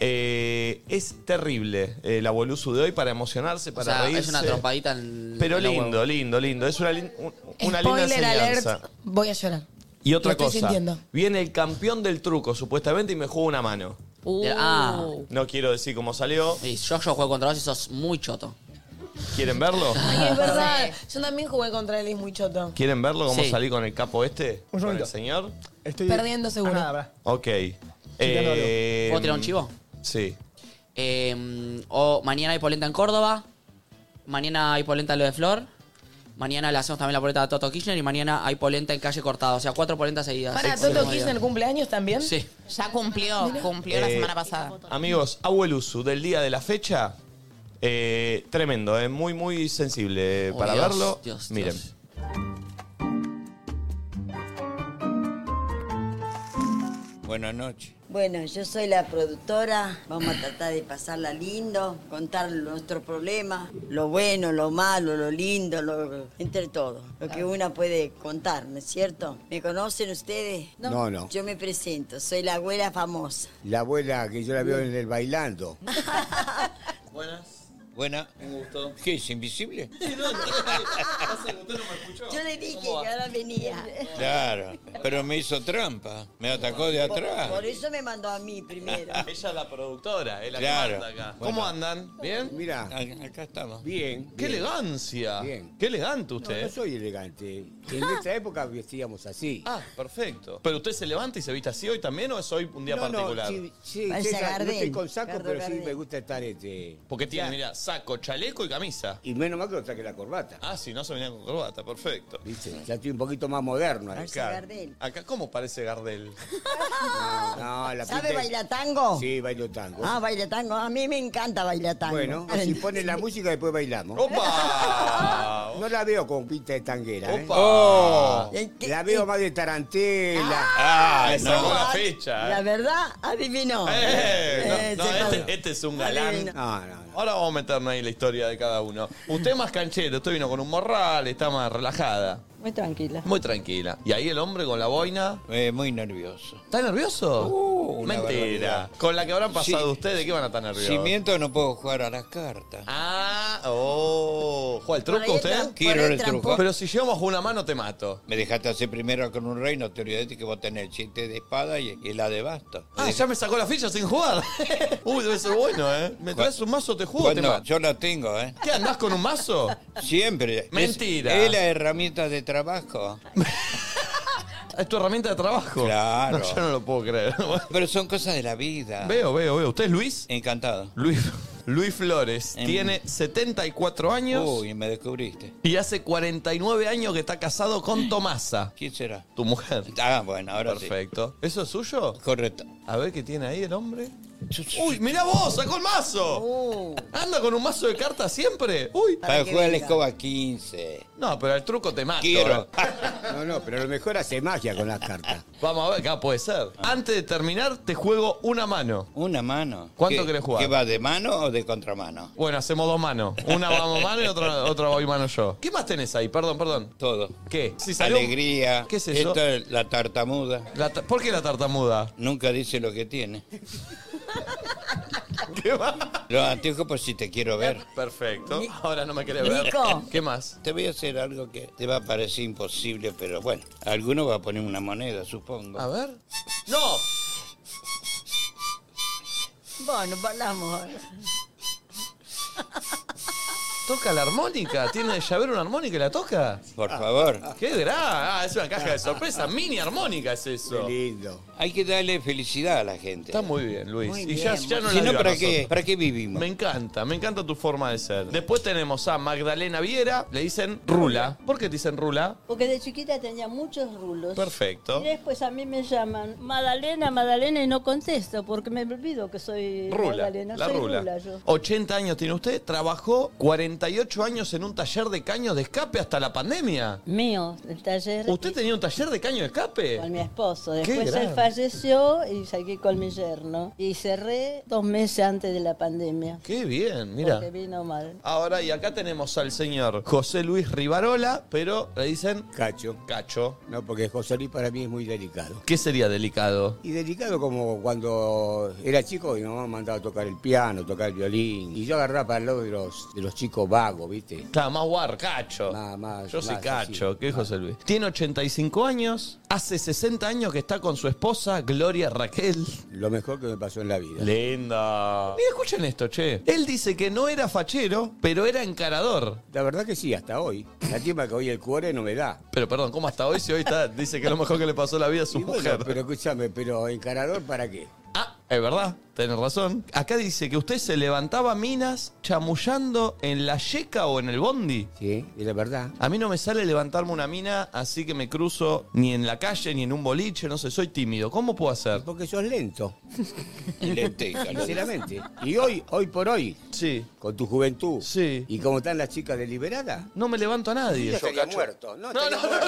Speaker 1: Eh, es terrible eh, el abuelusu de hoy para emocionarse, para
Speaker 3: o sea,
Speaker 1: reírse.
Speaker 3: es una trompadita en
Speaker 1: Pero
Speaker 3: en la
Speaker 1: lindo, lindo, lindo. Es una, lin- un- una linda
Speaker 2: Spoiler
Speaker 1: enseñanza.
Speaker 2: alert. Voy a llorar.
Speaker 1: Y otra
Speaker 2: Lo estoy
Speaker 1: cosa.
Speaker 2: sintiendo.
Speaker 1: Viene el campeón del truco, supuestamente, y me juega una mano.
Speaker 2: Uh.
Speaker 5: Uh.
Speaker 3: hueva. Ah.
Speaker 1: No quiero decir cómo salió.
Speaker 3: Y yo, yo juego contra vos y sos muy choto. [LAUGHS]
Speaker 1: ¿Quieren verlo?
Speaker 2: Ay, es
Speaker 5: [LAUGHS]
Speaker 2: verdad. Yo también jugué contra él y es muy choto.
Speaker 1: ¿Quieren verlo cómo
Speaker 2: Sí.
Speaker 1: salí con el capo este?
Speaker 2: Un
Speaker 1: ¿Con
Speaker 2: segundito.
Speaker 1: el señor?
Speaker 2: Perdiendo seguro.
Speaker 5: Ah,
Speaker 1: Ok.
Speaker 3: Chequeando
Speaker 1: Eh,
Speaker 3: algo. ¿Puedo tirar un chivo?
Speaker 1: Sí.
Speaker 3: Eh, o mañana hay polenta en Córdoba. Mañana hay polenta en Lo de Flor. Mañana le hacemos también la polenta a Toto Kirchner y mañana hay polenta en calle cortada. O sea, cuatro polentas seguidas.
Speaker 2: Para,
Speaker 3: Sí,
Speaker 2: Toto
Speaker 3: sí.
Speaker 2: Kirchner cumple años también.
Speaker 3: Sí.
Speaker 5: ya cumplió, cumplió la
Speaker 1: Eh,
Speaker 5: semana pasada.
Speaker 1: Amigos, Abuelusu del día de la fecha. eh, tremendo, es muy, muy sensible eh,
Speaker 3: Oh,
Speaker 1: para
Speaker 3: Dios,
Speaker 1: verlo.
Speaker 3: Dios,
Speaker 1: Miren.
Speaker 3: Dios.
Speaker 11: Buenas noches.
Speaker 15: Bueno, yo soy la productora, vamos a tratar de pasarla lindo, contar nuestro problema, lo bueno, lo malo, lo lindo, lo, entre todo, lo que una puede contar, ¿no es cierto? ¿Me conocen ustedes?
Speaker 16: No, no.
Speaker 15: Yo me presento, soy la abuela famosa.
Speaker 16: La abuela que yo la veo en el bailando.
Speaker 11: Buenas.
Speaker 16: Buena.
Speaker 11: Un gusto.
Speaker 16: ¿Qué es invisible?
Speaker 15: Yo le dije que ahora venía.
Speaker 16: Claro. Pero me hizo trampa. Me atacó de
Speaker 15: Por, por
Speaker 16: atrás.
Speaker 15: eso me mandó a mí primero.
Speaker 1: Ella es la productora, es la
Speaker 16: Claro.
Speaker 1: que manda acá.
Speaker 16: Bueno.
Speaker 1: ¿Cómo andan? ¿Bien?
Speaker 16: Mira, acá estamos. Bien.
Speaker 1: ¡Qué
Speaker 16: bien.
Speaker 1: elegancia!
Speaker 16: Bien.
Speaker 1: ¡Qué elegante usted! eh.
Speaker 16: No, no soy elegante. En esta época vestíamos así.
Speaker 1: Ah, perfecto. ¿Pero usted se levanta y se viste así hoy también o es hoy un día
Speaker 16: no,
Speaker 1: particular?
Speaker 16: No, sí, sí,
Speaker 15: Parece
Speaker 16: César, no
Speaker 15: Gardel.
Speaker 16: estoy con saco,
Speaker 15: Ricardo
Speaker 16: pero sí
Speaker 15: Gardel.
Speaker 16: me gusta estar este.
Speaker 1: Porque tiene,
Speaker 16: o sea,
Speaker 1: mira, saco, chaleco y camisa.
Speaker 16: Y menos mal que lo traje la corbata.
Speaker 1: Ah, sí, no se venía con corbata, perfecto.
Speaker 16: ¿Viste? Ya estoy un poquito más moderno. ¿eh? ahí.
Speaker 1: Acá, acá, ¿cómo parece Gardel?
Speaker 16: No, la
Speaker 15: ¿Sabe
Speaker 16: pinta-
Speaker 15: bailar tango?
Speaker 16: Sí, bailo tango.
Speaker 15: Ah, baila tango. A mí me encanta bailar tango.
Speaker 16: Bueno, si ponen la música después bailamos. [LAUGHS] No la veo con pinta de tanguera. ¿eh?
Speaker 15: Opa.
Speaker 16: Oh.
Speaker 15: ¿Y qué-
Speaker 16: La veo más de tarantela.
Speaker 1: Ah,
Speaker 16: esa
Speaker 1: sacó la fecha.
Speaker 15: La verdad, adivinó.
Speaker 1: Eh,
Speaker 15: Eh,
Speaker 1: no, no,
Speaker 15: se jodió.
Speaker 1: este, este es un galán. Ahora vamos a meternos ahí en la historia de cada uno. Usted más canchero, usted vino con un morral, está más relajada,
Speaker 24: Muy tranquila.
Speaker 1: muy tranquila. Y ahí el hombre con la boina.
Speaker 16: Eh, muy nervioso.
Speaker 1: ¿Está nervioso?
Speaker 3: Uh,
Speaker 16: una
Speaker 1: Mentira.
Speaker 16: barbaridad.
Speaker 1: Con la que habrán pasado
Speaker 16: Sí.
Speaker 1: ustedes, ¿qué van a estar nerviosos?
Speaker 16: Si miento no puedo jugar a las cartas.
Speaker 1: Ah, oh. ¿Juega el
Speaker 16: Por ahí
Speaker 1: truco
Speaker 16: es
Speaker 1: usted?
Speaker 16: trampo- Quiero por ahí el truco. trampo.
Speaker 1: Pero si llevamos una mano, te mato.
Speaker 16: Me dejaste hacer primero con un reino, te olvidaste que vos tenés el 7 de espada y, y la de basta.
Speaker 1: Ah, ya me sacó la ficha sin
Speaker 16: [LAUGHS]
Speaker 1: jugar. Uy, debe ser bueno, ¿eh? Me traes un mazo, te juego, te mato.
Speaker 16: yo la tengo, ¿eh?
Speaker 1: ¿Qué andás con un mazo?
Speaker 16: Siempre. Es- er-
Speaker 1: Mentira.
Speaker 16: Es, la herramienta de trabajo.
Speaker 1: [LAUGHS] Es tu herramienta de trabajo.
Speaker 16: Claro.
Speaker 1: No, yo no lo puedo creer. [LAUGHS]
Speaker 16: Pero son cosas de la vida.
Speaker 1: Veo, veo, veo. ¿Usted es Luis?
Speaker 16: Ah. Encantado.
Speaker 1: Luis, [LAUGHS] Luis Flores
Speaker 16: Em.
Speaker 1: tiene 74 años
Speaker 16: Uy, me descubriste.
Speaker 1: y hace 49 años que está casado con Tomasa.
Speaker 16: ¿Quién será?
Speaker 1: Tu mujer.
Speaker 16: Ah, bueno, ahora sí.
Speaker 1: Perfecto. ¿Eso es suyo?
Speaker 16: Correcto.
Speaker 1: A ver qué tiene ahí el hombre. Uy, mirá vos, sacó el mazo. Anda con un mazo de cartas siempre. Uy.
Speaker 16: Para jugar la escoba 15.
Speaker 1: No, pero el truco te mata.
Speaker 16: Quiero. [LAUGHS] No, no, pero a lo mejor hace magia con las cartas.
Speaker 1: Vamos a ver, acá puede ser.
Speaker 16: Ah.
Speaker 1: Antes de terminar, te juego una mano.
Speaker 16: Una mano.
Speaker 1: ¿Cuánto
Speaker 16: ¿Qué-
Speaker 1: querés jugar?
Speaker 16: ¿Qué va de mano o de contramano?
Speaker 1: Bueno, hacemos dos manos. Una vamos mano y otra, otra voy mano yo. ¿Qué más tenés ahí? Perdón, perdón.
Speaker 16: Todo.
Speaker 1: ¿Qué? Si salió-
Speaker 16: Alegría.
Speaker 1: ¿Qué es eso?
Speaker 16: Esto es la tartamuda.
Speaker 1: ¿Por qué la tartamuda?
Speaker 16: Nunca dice lo que tiene.
Speaker 1: [LAUGHS] ¿Qué va?
Speaker 11: Lo anteojos por si te quiero ver.
Speaker 1: Perfecto. Ahora no me querés ver.
Speaker 11: Nico.
Speaker 1: ¿Qué más?
Speaker 11: Te voy a hacer algo que te va a parecer imposible, pero bueno, alguno va a poner una moneda, supongo.
Speaker 1: A ver. ¡No!
Speaker 15: Bueno, hablamos.
Speaker 1: Toca la armónica. ¿Tiene el llavero una armónica y la toca?
Speaker 11: Por favor.
Speaker 1: ¡Qué gra! Ah, es una caja de sorpresa. Mini armónica es eso. Qué
Speaker 11: lindo. Hay que darle felicidad a la gente.
Speaker 1: Está muy bien, Luis.
Speaker 11: Muy
Speaker 1: y
Speaker 11: bien,
Speaker 1: ya,
Speaker 11: muy
Speaker 1: ya
Speaker 11: bien.
Speaker 1: no la
Speaker 11: Si no,
Speaker 1: dio a
Speaker 11: ¿para qué?
Speaker 1: nosotros.
Speaker 11: ¿Para qué vivimos?
Speaker 1: Me encanta, me encanta tu forma de ser. Después tenemos a Magdalena Viera, le dicen Rula. ¿Por qué te dicen Rula?
Speaker 18: Porque de chiquita tenía muchos rulos.
Speaker 1: Perfecto.
Speaker 18: Y después a mí me llaman Madalena, Madalena y no contesto porque me olvido que soy
Speaker 1: Rula,
Speaker 18: Madalena.
Speaker 1: la
Speaker 18: soy
Speaker 1: rula.
Speaker 18: yo.
Speaker 1: 80 años tiene usted, trabajó 48 años en un taller de caños de escape hasta la pandemia.
Speaker 18: Mío, el taller
Speaker 1: ¿Usted tenía un taller de caños de
Speaker 18: con
Speaker 1: escape?
Speaker 18: mi esposo. Después
Speaker 1: gran.
Speaker 18: él falleció y saqué con mi yerno. Y cerré dos meses antes de la pandemia.
Speaker 1: Qué bien, mira.
Speaker 18: Porque vino mal.
Speaker 1: Ahora, y acá tenemos al señor José Luis Rivarola, pero le dicen... Cacho. Cacho.
Speaker 16: No, porque José Luis para mí es muy delicado.
Speaker 1: ¿Qué sería delicado?
Speaker 16: Y delicado como cuando era chico y mi mamá me mandaba a tocar el piano, tocar el violín. Y yo agarraba para el lado de los, de los chicos vagos, ¿viste?
Speaker 1: Claro, más guar, cacho. Yo soy
Speaker 16: más
Speaker 1: Cacho, ¿qué es José Luis? Tiene 85 años, hace 60 años que está con su esposa Gloria Raquel.
Speaker 16: Lo mejor que me pasó en la vida.
Speaker 1: Linda. Mira, escuchen esto, che. Él dice que no era fachero, pero era encarador.
Speaker 16: La verdad que sí, hasta hoy. La tiempo que hoy el cuore no me da.
Speaker 1: Pero perdón, ¿cómo hasta hoy si hoy está, dice que lo mejor que le pasó la vida a su
Speaker 16: Y bueno,
Speaker 1: mujer? Ah.
Speaker 16: pero escúchame, pero encarador para qué?
Speaker 1: Es verdad, tenés razón. Acá dice que usted se levantaba minas chamullando en la yeca o en el bondi.
Speaker 16: Sí, es la verdad.
Speaker 1: A mí no me sale levantarme una mina, así que me cruzo ni en la calle ni en un boliche, no sé, soy tímido. ¿Cómo puedo hacer?
Speaker 16: Porque sos lento.
Speaker 11: Lenteja. lo
Speaker 16: Sinceramente. Y hoy, hoy por hoy.
Speaker 1: Sí.
Speaker 16: Con tu juventud.
Speaker 1: Sí.
Speaker 16: Y como están las chicas deliberadas.
Speaker 1: No me levanto a nadie.
Speaker 16: Yo estaría
Speaker 1: Cacho.
Speaker 16: muerto. No,
Speaker 1: No,
Speaker 16: estaría
Speaker 1: no.
Speaker 16: muerto.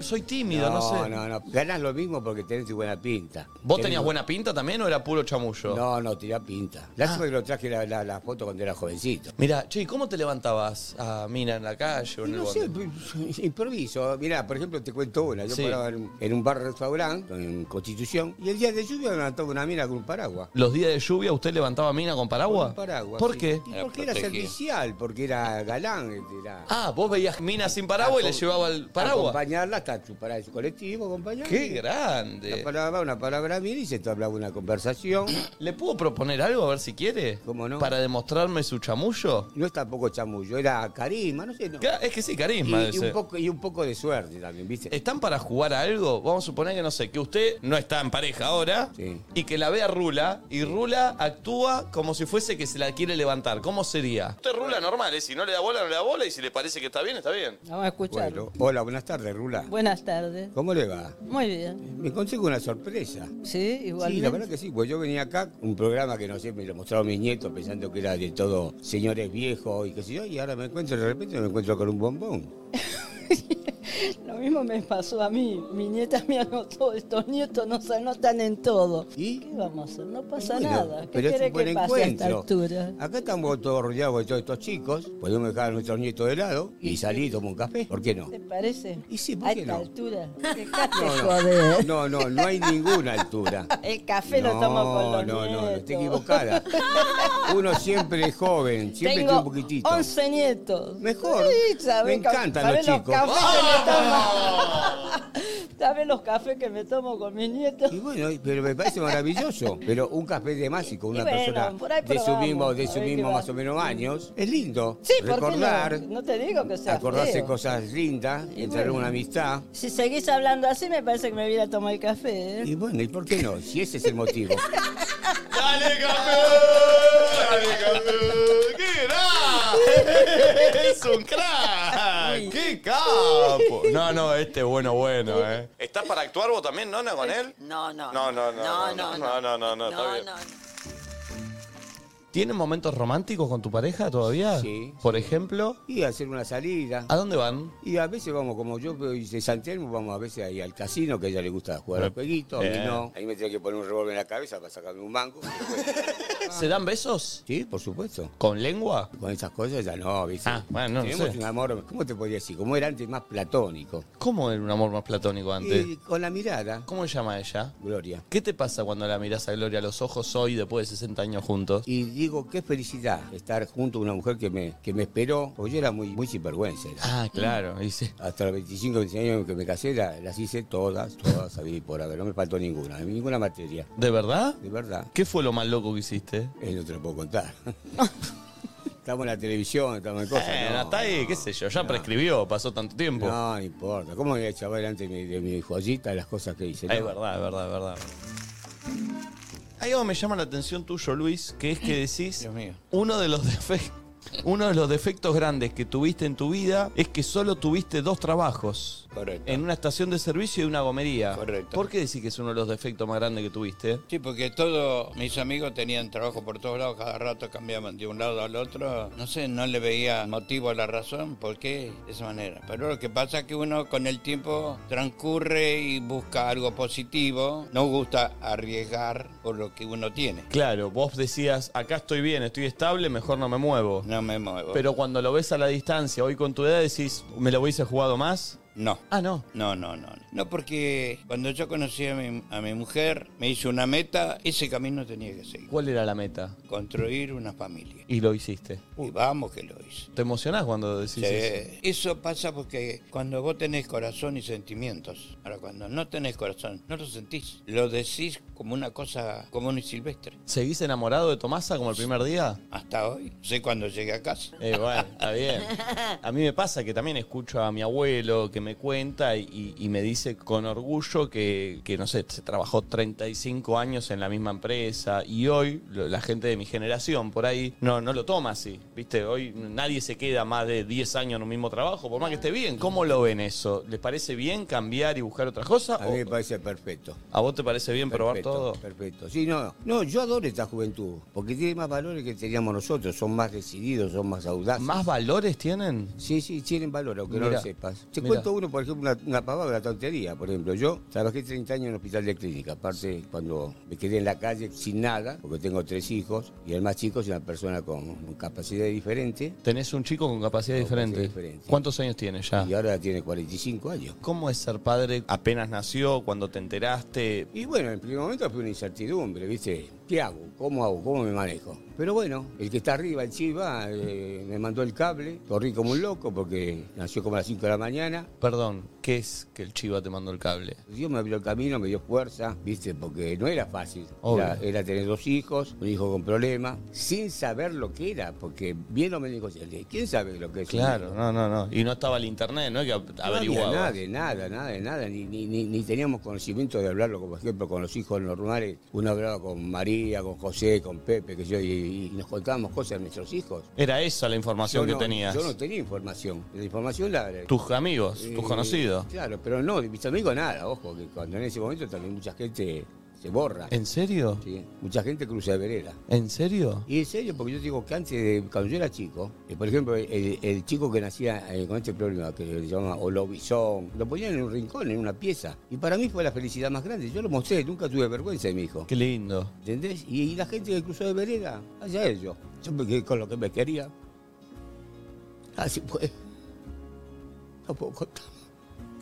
Speaker 1: Soy tímido, no, sé.
Speaker 16: No, no, Ganás lo mismo porque tenés buena pinta.
Speaker 1: ¿Vos
Speaker 16: Tenés
Speaker 1: tenías
Speaker 16: bu-
Speaker 1: buena pinta también o era puro chamullo? Ah.
Speaker 16: No, no, tenía pinta. Lástima que lo traje la, la- la foto cuando era jovencito.
Speaker 1: Mira, che, ¿y cómo te levantabas a mina en la calle o en
Speaker 16: Y
Speaker 1: el
Speaker 16: No sé,
Speaker 1: bondi?
Speaker 16: pues, [LAUGHS] improviso. Mirá, por ejemplo, te cuento una. Yo
Speaker 1: Sí.
Speaker 16: paraba en, un- en un bar-restaurante, en Constitución, y el día de lluvia me levantaba una mina con un paraguas.
Speaker 1: ¿Los días de lluvia usted levantaba mina con paraguas?
Speaker 16: Con paraguas,
Speaker 1: ¿Por
Speaker 16: sí.
Speaker 1: qué?
Speaker 16: Y porque era servicial, porque era galán. Era
Speaker 1: Ah, vos veías minas sin paraguas y le llevaba el paraguas.
Speaker 16: Acompañarla hasta su, para su colectivo, acompañarla.
Speaker 1: ¡Qué grande!
Speaker 16: Una palabra, una palabra mía y se te hablaba una conversación.
Speaker 1: [CLEARS THROAT] ¿Le puedo proponer algo a ver si quiere?
Speaker 16: ¿Cómo no?
Speaker 1: ¿Para demostrarme su chamullo?
Speaker 16: No es tampoco chamullo, era carisma, no sé. No.
Speaker 1: Claro, Es que sí, carisma.
Speaker 16: Y- y,
Speaker 1: debe
Speaker 16: un
Speaker 1: ser.
Speaker 16: poco, y un poco de suerte también, ¿viste?
Speaker 1: ¿Están para jugar a algo? Vamos a suponer que no sé, que usted no está en pareja ahora y que la vea Rula y Rula actúa como si fuese que se la quiere levantar. ¿Cómo sería? Usted Rula normal, ¿eh? si no le da bola, no le da bola y si le parece que está bien, está bien.
Speaker 18: Vamos a escuchar.
Speaker 16: Bueno, hola, buenas tardes, Rula.
Speaker 18: Buenas tardes.
Speaker 16: ¿Cómo le va?
Speaker 18: Muy bien.
Speaker 16: Me consigo una sorpresa.
Speaker 18: Sí, igual.
Speaker 16: Sí, la verdad que sí, pues yo venía acá, un programa que no sé, me lo mostraron mis nietos pensando que era de todo señores viejos y qué sé yo, y ahora me encuentro, de repente me encuentro con un bombón.
Speaker 18: Lo mismo me pasó a mí. Mi nieta me anotó, estos nietos nos anotan en todo.
Speaker 16: ¿Y?
Speaker 18: ¿Qué vamos a hacer? No pasa
Speaker 16: Bueno,
Speaker 18: nada. ¿Qué
Speaker 16: pero es
Speaker 18: quiere
Speaker 16: un buen
Speaker 18: que pase a esta
Speaker 16: encuentro.
Speaker 18: altura?
Speaker 16: Acá estamos todos rodeados de todos estos chicos, podemos dejar a nuestros nietos de lado y salir y tomar un café, ¿por qué no?
Speaker 18: ¿Te parece?
Speaker 16: ¿Y sí,
Speaker 18: a
Speaker 16: qué
Speaker 18: esta
Speaker 16: no?
Speaker 18: altura.
Speaker 16: [LAUGHS]
Speaker 18: Dejate
Speaker 16: No,
Speaker 18: joder.
Speaker 16: no, no, no, no hay ninguna altura.
Speaker 18: El café lo
Speaker 16: No,
Speaker 18: tomo con los
Speaker 16: no, no, no,
Speaker 18: nietos.
Speaker 16: está equivocada. Uno siempre es joven, siempre
Speaker 18: Tengo
Speaker 16: tiene un poquitito.
Speaker 18: 11 nietos.
Speaker 16: Mejor.
Speaker 18: ¿sabés
Speaker 16: Me
Speaker 18: ca-
Speaker 16: encantan los
Speaker 18: sabés
Speaker 16: chicos. ¡Ah!
Speaker 18: Cafés que me tomo? [LAUGHS] ¿Sabés los cafés que me tomo con mis nietos?
Speaker 16: Y bueno, pero me parece maravilloso. Pero un café de más y con una
Speaker 18: Y bueno, por ahí
Speaker 16: persona de su
Speaker 18: probamos,
Speaker 16: mismo, de
Speaker 18: a
Speaker 16: su
Speaker 18: ver qué
Speaker 16: mismo
Speaker 18: va.
Speaker 16: más o menos años, es lindo.
Speaker 18: Sí, ¿por qué
Speaker 16: Recordar,
Speaker 18: no? No te digo que sea
Speaker 16: acordarse
Speaker 18: feo.
Speaker 16: cosas lindas, entrar en
Speaker 18: bueno.
Speaker 16: una amistad.
Speaker 18: Si seguís hablando así, me parece que me voy a ir a tomar el café. ¿eh?
Speaker 16: Y bueno, ¿y por qué no? Si ese es el motivo.
Speaker 1: ¡Dale, ¡Qué ¡Ah!
Speaker 15: [LAUGHS]
Speaker 1: ¡Es un crack! ¡Qué
Speaker 13: [LAUGHS]
Speaker 1: capo! No, no, este es bueno, bueno, ¿eh? ¿Estás para actuar vos también, Nona, con él?
Speaker 15: No, no.
Speaker 1: No, no, no.
Speaker 15: No,
Speaker 1: No,
Speaker 15: no,
Speaker 1: no, no, no, no, está bien.
Speaker 15: no.
Speaker 1: ¿Tienen momentos románticos con tu pareja todavía?
Speaker 16: Sí.
Speaker 1: Por ejemplo,
Speaker 16: Y hacer una salida.
Speaker 1: ¿a dónde van?
Speaker 16: Y a veces vamos, como yo y de Santelmo, vamos a veces ahí al casino, que a ella le gusta jugar al
Speaker 1: Eh.
Speaker 16: jueguito, a mí
Speaker 1: Eh.
Speaker 16: no. Ahí me tiene que poner un revólver en la cabeza para sacarme un mango.
Speaker 1: ¿Se dan besos?
Speaker 16: Sí, por supuesto.
Speaker 1: ¿Con lengua?
Speaker 16: Con esas cosas ya no, ¿viste?
Speaker 1: Ah, bueno, no
Speaker 16: Tenemos
Speaker 1: sé.
Speaker 16: un amor, ¿cómo te podría decir? Como era antes más platónico.
Speaker 1: ¿Cómo era un amor más platónico antes?
Speaker 16: Y con la mirada.
Speaker 1: ¿Cómo se llama ella?
Speaker 16: Gloria.
Speaker 1: ¿Qué te pasa cuando la mirás a Gloria a los ojos hoy, después de 60 años juntos?
Speaker 16: Y digo, qué felicidad estar junto a una mujer que me, que me esperó, porque yo era muy, muy sinvergüenza. era. Mm.
Speaker 1: Ah, claro, dice.
Speaker 16: Hasta los 25, 26 años que me casé, la- las hice todas, todas, sabía por haber, no me faltó ninguna, ninguna materia.
Speaker 1: ¿De verdad?
Speaker 16: De verdad.
Speaker 1: ¿Qué fue lo más loco que hiciste?
Speaker 16: Eh, no te lo puedo contar. estamos en la televisión, estamos en cosas.
Speaker 1: Eh,
Speaker 16: no,
Speaker 1: hasta ahí, qué sé yo, ya prescribió, pasó tanto tiempo.
Speaker 16: No, no importa. ¿Cómo voy a chaval antes de mi, de mi joyita las cosas que hice?
Speaker 1: Ah, Es
Speaker 16: No.
Speaker 1: verdad, es verdad, es verdad. Hay algo que oh, me llama la atención tuyo, Luis, que es que decís, uno de los defectos... Uno de los defectos grandes que tuviste en tu vida es que solo tuviste dos trabajos.
Speaker 11: Correcto.
Speaker 1: En una estación de servicio y una gomería. Correcto. ¿Por qué decís que es uno de los defectos más grandes que tuviste?
Speaker 11: Sí, porque todos mis amigos tenían trabajo por todos lados, cada rato cambiaban de un lado al otro. No sé, no le veía motivo a la razón, por qué de esa manera. Pero lo que pasa es que uno con el tiempo transcurre y busca algo positivo. No gusta arriesgar por lo que uno tiene.
Speaker 1: Claro, vos decías, acá estoy bien, estoy estable, mejor no me muevo.
Speaker 11: No me muevo.
Speaker 1: Pero cuando lo ves a la distancia, hoy con tu edad, decís, ¿me lo hubiese jugado más?
Speaker 11: No.
Speaker 1: Ah, no.
Speaker 11: No, no, no. No, porque cuando yo conocí a mi, a mi mujer, me hice una meta, ese camino tenía que seguir.
Speaker 1: ¿Cuál era la meta?
Speaker 11: Construir una familia.
Speaker 1: Y lo hiciste.
Speaker 11: Y vamos que lo hice.
Speaker 1: ¿Te emocionás cuando decís
Speaker 11: Sí,
Speaker 1: eso?
Speaker 11: Eso pasa porque cuando vos tenés corazón y sentimientos, ahora cuando no tenés corazón, no lo sentís. Lo decís como una cosa común y silvestre.
Speaker 1: ¿Seguís enamorado de Tomasa como el primer día?
Speaker 11: Hasta hoy, sé cuando llegué a casa.
Speaker 1: Eh, bueno, está
Speaker 16: [LAUGHS]
Speaker 1: bien. A mí me pasa que también escucho a mi abuelo que me cuenta y, y me dice con orgullo que, que, no sé, se trabajó 35 años en la misma empresa y hoy lo- la gente de mi generación por ahí no, no lo toma así. Viste, hoy nadie se queda más de 10 años en un mismo trabajo, por más que esté bien. ¿Cómo lo ven eso? ¿Les parece bien cambiar y buscar otra cosa?
Speaker 16: A mí me
Speaker 1: ¿O-
Speaker 16: parece perfecto.
Speaker 1: ¿A vos te parece bien probar
Speaker 16: Perfecto,
Speaker 1: todo?
Speaker 16: Perfecto. Sí, no, no, yo adoro esta juventud, porque tiene más valores que teníamos nosotros, son más decididos, son más audaces.
Speaker 1: ¿Más valores tienen?
Speaker 16: Sí, sí, tienen valor, aunque no
Speaker 1: Mirá,
Speaker 16: lo sepas. Te
Speaker 1: mirá.
Speaker 16: cuento uno, por ejemplo, una, una pavada, una tontería. Por ejemplo, yo trabajé 30 años en un hospital de clínica. Aparte, cuando me quedé en la calle sin nada, porque tengo tres hijos, y el más chico es una persona con, con capacidad diferente.
Speaker 1: Tenés un chico con capacidad
Speaker 16: Con capacidad
Speaker 1: diferente.
Speaker 16: diferente.
Speaker 1: ¿Cuántos años tiene ya?
Speaker 16: Y ahora tiene 45 años.
Speaker 1: ¿Cómo es ser padre apenas nació, cuando te enteraste?
Speaker 16: Y bueno, en primer momento fue una incertidumbre, ¿viste? ¿Qué hago? ¿Cómo hago? ¿Cómo me manejo? Pero bueno, el que está arriba, el Chiva, eh, me mandó el cable. Corrí como un loco porque nació como a las 5 de la mañana.
Speaker 1: Perdón, ¿qué es que el chiva te mandó el cable?
Speaker 16: Dios me abrió el camino, me dio fuerza, ¿viste? Porque no era fácil.
Speaker 1: Obvio.
Speaker 16: Era, era tener dos hijos, un hijo con problemas, sin saber lo que era, porque bien lo me dijo, ¿quién sabe lo que es? un
Speaker 1: Claro,
Speaker 16: hijo?
Speaker 1: no, no, no. Y no estaba el internet, ¿no? es Que
Speaker 16: No había
Speaker 1: averiguaba.
Speaker 16: nada, de nada, nada, de nada, ni, ni, ni- ni teníamos conocimiento de hablarlo, como por ejemplo con los hijos normales. Uno hablaba con María, con José, con Pepe, que yo, y, y nos contábamos cosas de nuestros hijos.
Speaker 1: Era esa la información
Speaker 16: Yo
Speaker 1: que
Speaker 16: no-
Speaker 1: tenías.
Speaker 16: Yo no tenía información. La información la.
Speaker 1: Tus amigos, tus
Speaker 16: Eh,
Speaker 1: conocidos.
Speaker 16: Claro, pero no, de mis amigos nada, ojo, que cuando en ese momento también mucha gente se borra.
Speaker 1: ¿En serio?
Speaker 16: Sí, mucha gente cruza de vereda.
Speaker 1: ¿En serio?
Speaker 16: Y en serio, porque yo te digo que antes, de, cuando yo era chico, eh, por ejemplo, el, el chico que nacía eh, con este problema, que se llama olobizón, lo ponían en un rincón, en una pieza. Y para mí fue la felicidad más grande. Yo lo mostré, nunca tuve vergüenza de mi hijo.
Speaker 1: Qué lindo.
Speaker 16: ¿Entendés? Y, y la gente que cruzó de vereda, allá ellos. Yo me quedé con lo que me quería. Así fue. Tampoco,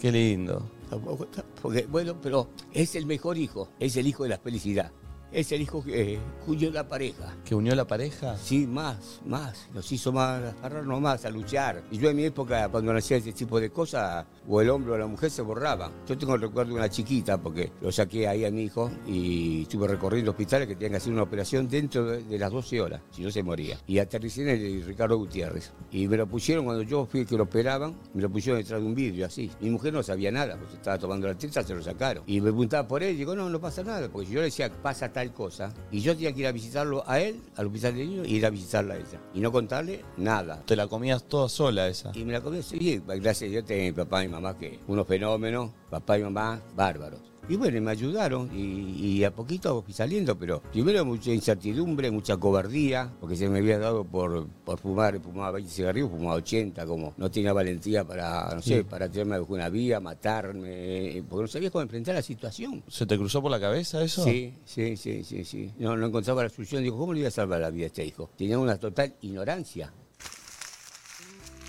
Speaker 1: Qué lindo.
Speaker 16: tampoco, porque bueno, pero es el mejor hijo, es el hijo de la felicidad. Es el hijo que eh, cuyo la pareja.
Speaker 1: ¿Que unió la pareja?
Speaker 16: Sí, más, más. Nos hizo más, agarrarnos más, a luchar. Y yo en mi época, cuando nacía ese tipo de cosas, o el hombro de la mujer se borraba. Yo tengo el recuerdo de una chiquita, porque lo saqué ahí a mi hijo y estuve recorriendo hospitales que tenían que hacer una operación dentro de, de las 12 horas, si no se moría. Y aterricé en el Ricardo Gutiérrez. Y me lo pusieron cuando yo fui el que lo operaban, me lo pusieron detrás de un vidrio, así. Mi mujer no sabía nada, porque estaba tomando la teta, se lo sacaron. Y me preguntaba por él, y digo, no, no pasa nada, porque si yo le decía, pasa tal cosa, y yo tenía que ir a visitarlo a él, al hospital de niños, y ir a visitarla a ella. Y no contarle nada.
Speaker 1: Te la comías toda sola esa.
Speaker 16: Y me la comí así, bien. gracias a Dios tenía mi papá y mi mamá, que unos fenómenos, papá y mamá, bárbaros. Y bueno, y me ayudaron y, y a poquito fui saliendo, pero primero mucha incertidumbre, mucha cobardía, porque se me había dado por, por fumar, fumaba 20 cigarrillos, fumaba 80, como no tenía valentía para, no sé,
Speaker 1: Sí.
Speaker 16: para tirarme a una vía, matarme, eh, porque no sabía cómo enfrentar la situación.
Speaker 1: ¿Se te cruzó por la cabeza eso?
Speaker 16: Sí, sí, sí, sí, sí. No, no encontraba la solución. Digo, ¿cómo le iba a salvar la vida a este hijo? Tenía una total ignorancia.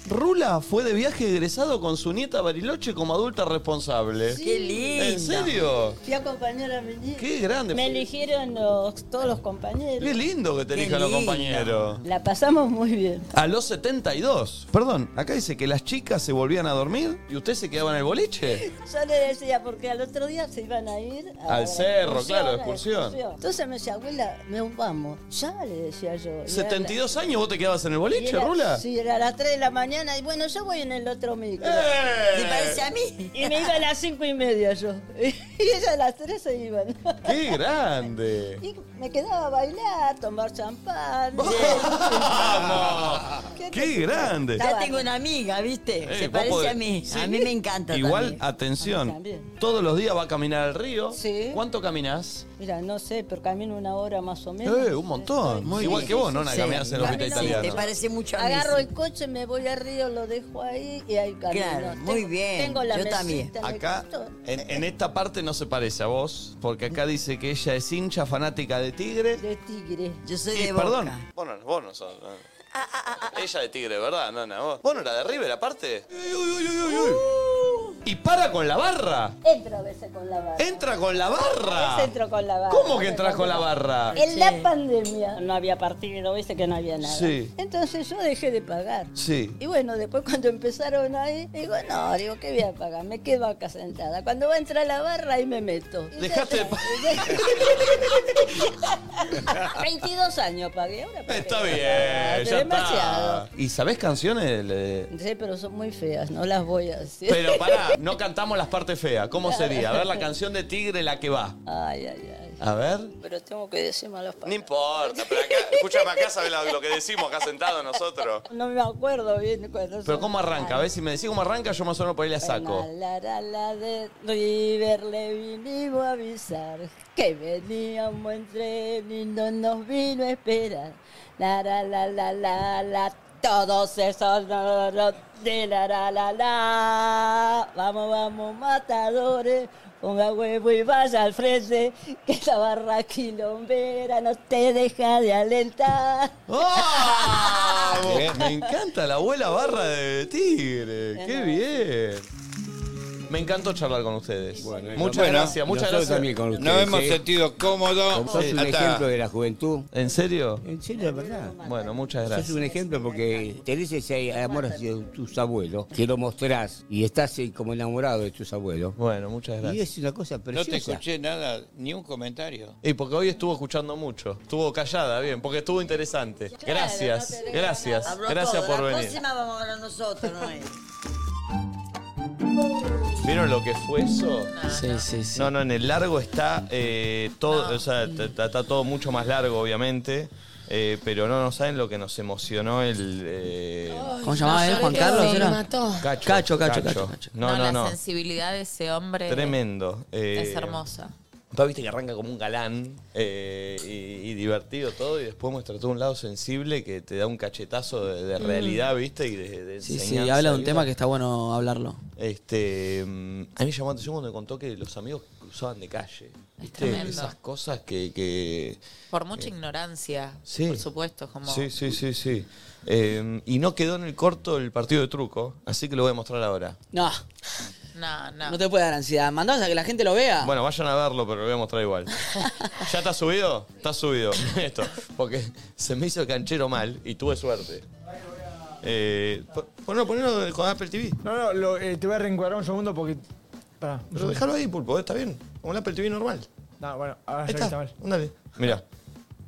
Speaker 1: Rula fue de viaje egresado con su nieta a Bariloche como adulta responsable.
Speaker 22: Sí. Qué lindo.
Speaker 1: ¿En serio?
Speaker 22: Fui a acompañar a mi niña.
Speaker 1: Qué grande.
Speaker 22: Me eligieron los- todos los compañeros.
Speaker 1: Qué lindo que te
Speaker 22: Qué
Speaker 1: elijan los
Speaker 22: lindo.
Speaker 1: compañeros.
Speaker 22: La pasamos muy bien.
Speaker 1: A los 72. Perdón, acá dice que las chicas se volvían a dormir y usted se quedaba en el boliche.
Speaker 22: Yo le decía, porque al otro día se iban a ir a
Speaker 1: Al
Speaker 22: la
Speaker 1: cerro, claro,
Speaker 22: a la
Speaker 1: excursión.
Speaker 22: Entonces me decía, abuela, me vamos. Ya le decía yo. Y era la-
Speaker 1: 72 años vos te quedabas en el
Speaker 22: y
Speaker 1: boliche,
Speaker 22: era-
Speaker 1: Rula.
Speaker 22: Sí, era a las 3 de la mañana y bueno, yo voy en el otro micro.
Speaker 1: ¿Te
Speaker 22: parece a mí? Y me iba a las 5 y media yo. [LAUGHS] Y ella a las 3 se iban.
Speaker 1: Qué grande.
Speaker 22: Y me quedaba a bailar,
Speaker 1: [LAUGHS]
Speaker 22: tomar champán.
Speaker 1: ¡Vamos! ¡Qué grande!
Speaker 15: Ya tengo una amiga, ¿viste?
Speaker 1: Eh,
Speaker 15: Se
Speaker 1: vos
Speaker 15: parece
Speaker 1: podés-
Speaker 15: a mí.
Speaker 1: Sí.
Speaker 15: A mí me encanta
Speaker 1: Igual,
Speaker 15: también.
Speaker 1: atención,
Speaker 22: también.
Speaker 1: todos los días va a caminar al río.
Speaker 22: Sí.
Speaker 1: ¿Cuánto caminás?
Speaker 22: Mira, no sé, pero camino una hora más o menos.
Speaker 1: Eh, un montón.
Speaker 22: Muy
Speaker 1: Igual
Speaker 22: bien.
Speaker 1: que vos, ¿no? Una
Speaker 15: Sí.
Speaker 1: caminás en la hospital
Speaker 15: Camino, sí,
Speaker 1: italiana.
Speaker 15: te parece mucho a mí,
Speaker 22: Agarro
Speaker 15: sí.
Speaker 22: el coche, me voy al río, lo dejo ahí y ahí camino.
Speaker 15: Claro, muy
Speaker 22: Tengo-
Speaker 15: bien.
Speaker 22: Tengo la
Speaker 15: Yo
Speaker 22: mesita,
Speaker 15: también.
Speaker 22: me
Speaker 1: Acá,
Speaker 22: gusta.
Speaker 1: en, en esta parte no se parece a vos, porque acá dice que ella es hincha fanática de Tigre.
Speaker 22: De tigre.
Speaker 15: Yo soy
Speaker 1: Y,
Speaker 15: de
Speaker 1: perdón,
Speaker 15: Boca. Ah,
Speaker 1: vos no, vos no sos, no. Ella de Tigre, ¿verdad, nana? ¿Vos, vos no era de River, aparte? Y para con la barra.
Speaker 22: Entro a veces con la barra.
Speaker 1: Entra con la
Speaker 22: A
Speaker 1: barra.
Speaker 22: veces entro con la barra.
Speaker 1: ¿Cómo que entras con la barra?
Speaker 22: En la pandemia no había partido, viste que no había nada.
Speaker 1: Sí.
Speaker 22: Entonces yo dejé de pagar.
Speaker 1: Sí.
Speaker 22: Y bueno, después [LAUGHS] cuando empezaron ahí, digo, no, digo, ¿qué voy a pagar? Me quedo acá sentada. Cuando va a entrar la barra, ahí me meto. Y
Speaker 1: Dejaste de pagar.
Speaker 22: [LAUGHS]
Speaker 1: [LAUGHS]
Speaker 22: ya- 22 años pagué, ahora pagué.
Speaker 1: Está bien, ya
Speaker 22: Eh, Demasiado.
Speaker 1: está. ¿Y sabés canciones? del, eh?
Speaker 22: Sí, pero son muy feas, no las voy a decir.
Speaker 1: Pero pará, no cantamos las partes feas. ¿Cómo
Speaker 22: Claro.
Speaker 1: sería? A ver, la canción de Tigre, la que va.
Speaker 22: [LAUGHS] Ay, ay, ay.
Speaker 1: A ver.
Speaker 22: Pero tengo que decir malas
Speaker 1: No importa, pero acá, escúchame, acá sabés lo, lo que decimos acá sentados nosotros.
Speaker 22: No me acuerdo bien cuando
Speaker 1: Pero ¿cómo arranca? A ver, si me decís cómo arranca, yo más o menos por ahí la saco.
Speaker 22: La, la, la de River le vinimos a avisar que venía un buen tren y no nos vino a esperar. La, la, la, la, la, la, todos esos no, no, de la, la, la, la. Vamos, vamos, matadores, ponga huevo y vaya al frente, que esa barra quilombera no te deja de alentar.
Speaker 1: Ah, vos, Me encanta la abuela barra de Tigre. ¡Qué bien! Me encantó charlar con ustedes. muchas
Speaker 11: Bueno,
Speaker 1: gracias,
Speaker 11: nosotros
Speaker 1: muchas gracias.
Speaker 11: también con ustedes, Nos hemos ¿eh? sentido cómodos.
Speaker 16: Como sos un
Speaker 11: Hasta-
Speaker 16: ejemplo de la juventud.
Speaker 1: ¿En serio?
Speaker 16: En serio, la verdad.
Speaker 1: Bueno, muchas
Speaker 16: Sos un
Speaker 1: gracias.
Speaker 16: ejemplo porque tenés ese amor hacia tus abuelos, que lo mostrás y estás eh, como enamorado de tus abuelos.
Speaker 1: Bueno, muchas
Speaker 16: Y
Speaker 1: gracias.
Speaker 16: es una cosa
Speaker 11: No te
Speaker 16: preciosa.
Speaker 11: escuché nada, ni un comentario.
Speaker 1: Y porque hoy estuvo escuchando mucho. Estuvo callada, bien, porque estuvo interesante.
Speaker 15: no
Speaker 1: Gracias,
Speaker 15: te digo
Speaker 1: gracias,
Speaker 15: Habló
Speaker 1: gracias
Speaker 15: todo.
Speaker 1: por
Speaker 15: la
Speaker 1: venir.
Speaker 15: próxima vamos a hablar nosotros, ¿no es?
Speaker 1: ¿Vieron lo que fue eso? Sí, sí, sí. No, no, en el largo está eh, todo, o sea, t- t- está todo mucho más largo, obviamente. eh, pero no, no saben lo que nos emocionó el. eh,
Speaker 3: ¿Cómo se llamaba él? ¿Juan Carlos?
Speaker 5: me
Speaker 3: era?
Speaker 5: mató.
Speaker 1: Cacho,
Speaker 3: Cacho,
Speaker 1: Cacho,
Speaker 3: cacho, cacho.
Speaker 1: No, no,
Speaker 5: la
Speaker 1: no.
Speaker 5: sensibilidad de ese hombre
Speaker 1: Tremendo. eh,
Speaker 5: es hermosa.
Speaker 1: Papá, viste que arranca como un galán eh, y, y divertido todo, y después muestra todo un lado sensible que te da un cachetazo de, de
Speaker 3: Mm.
Speaker 1: realidad, viste, y de, de
Speaker 3: Sí, sí,
Speaker 1: enseñanza,
Speaker 3: habla de un
Speaker 1: ¿viste?
Speaker 3: tema que está bueno hablarlo.
Speaker 1: Este, mm, a mí me llamó la atención cuando me contó que los amigos cruzaban de calle. ¿viste?
Speaker 5: tremendo.
Speaker 1: Esas cosas que. que-
Speaker 5: Por mucha
Speaker 1: eh,
Speaker 5: ignorancia,
Speaker 1: sí.
Speaker 5: por supuesto, como
Speaker 1: Sí, sí, sí, sí. Eh, y no quedó en el corto el partido de truco, así que lo voy a mostrar ahora.
Speaker 3: No,
Speaker 5: no, no.
Speaker 3: no te puede dar ansiedad. Mandamos a que la gente lo
Speaker 5: Ah.
Speaker 3: vea.
Speaker 1: Bueno, vayan a verlo, pero lo voy a
Speaker 5: [LAUGHS]
Speaker 1: mostrar igual. ¿Ya está subido? Está subido. [LAUGHS] Esto. Porque se me hizo canchero mal y tuve suerte. Eh, po- ponelo, ponelo con Apple TV.
Speaker 6: No, no, lo, eh, te voy a reencuadrar un segundo porque. Pará.
Speaker 1: Pero déjalo ahí, pulpo, está bien. Como el Apple TV normal.
Speaker 6: No, bueno, ahora
Speaker 1: Ahí
Speaker 6: ya que
Speaker 1: está.
Speaker 6: está mal.
Speaker 1: Dale. Mirá.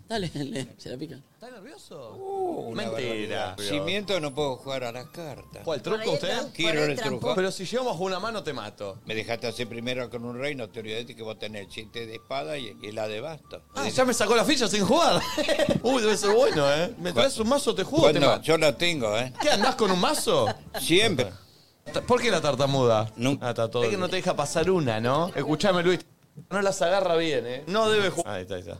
Speaker 3: Dale, dale, se la pica.
Speaker 1: ¿Estás nervioso?
Speaker 11: Uh, Una
Speaker 1: Mentira.
Speaker 11: barbaridad. Si miento, no puedo jugar a las cartas.
Speaker 1: ¿Cuál truco usted?
Speaker 11: Quiero el truco.
Speaker 1: Pero si llevamos una mano, te mato.
Speaker 11: Me dejaste hacer primero con un reino, te olvidaste que vos tenés el chiste de espada y, y la de basto.
Speaker 1: Ah, ya me sacó la ficha sin jugar. [LAUGHS] Uy, debe ser bueno, ¿eh? Me traes un mazo, te juego, te
Speaker 11: Bueno,
Speaker 1: mato.
Speaker 11: yo lo tengo, ¿eh?
Speaker 1: ¿Qué andás con un mazo?
Speaker 11: Siempre.
Speaker 1: Ah, ¿Por qué la tartamuda? Nunca. es que no te deja pasar una, ¿no? Escuchame, Luis. No las agarra bien, ¿eh? No debe jugar. Ahí está, ahí está.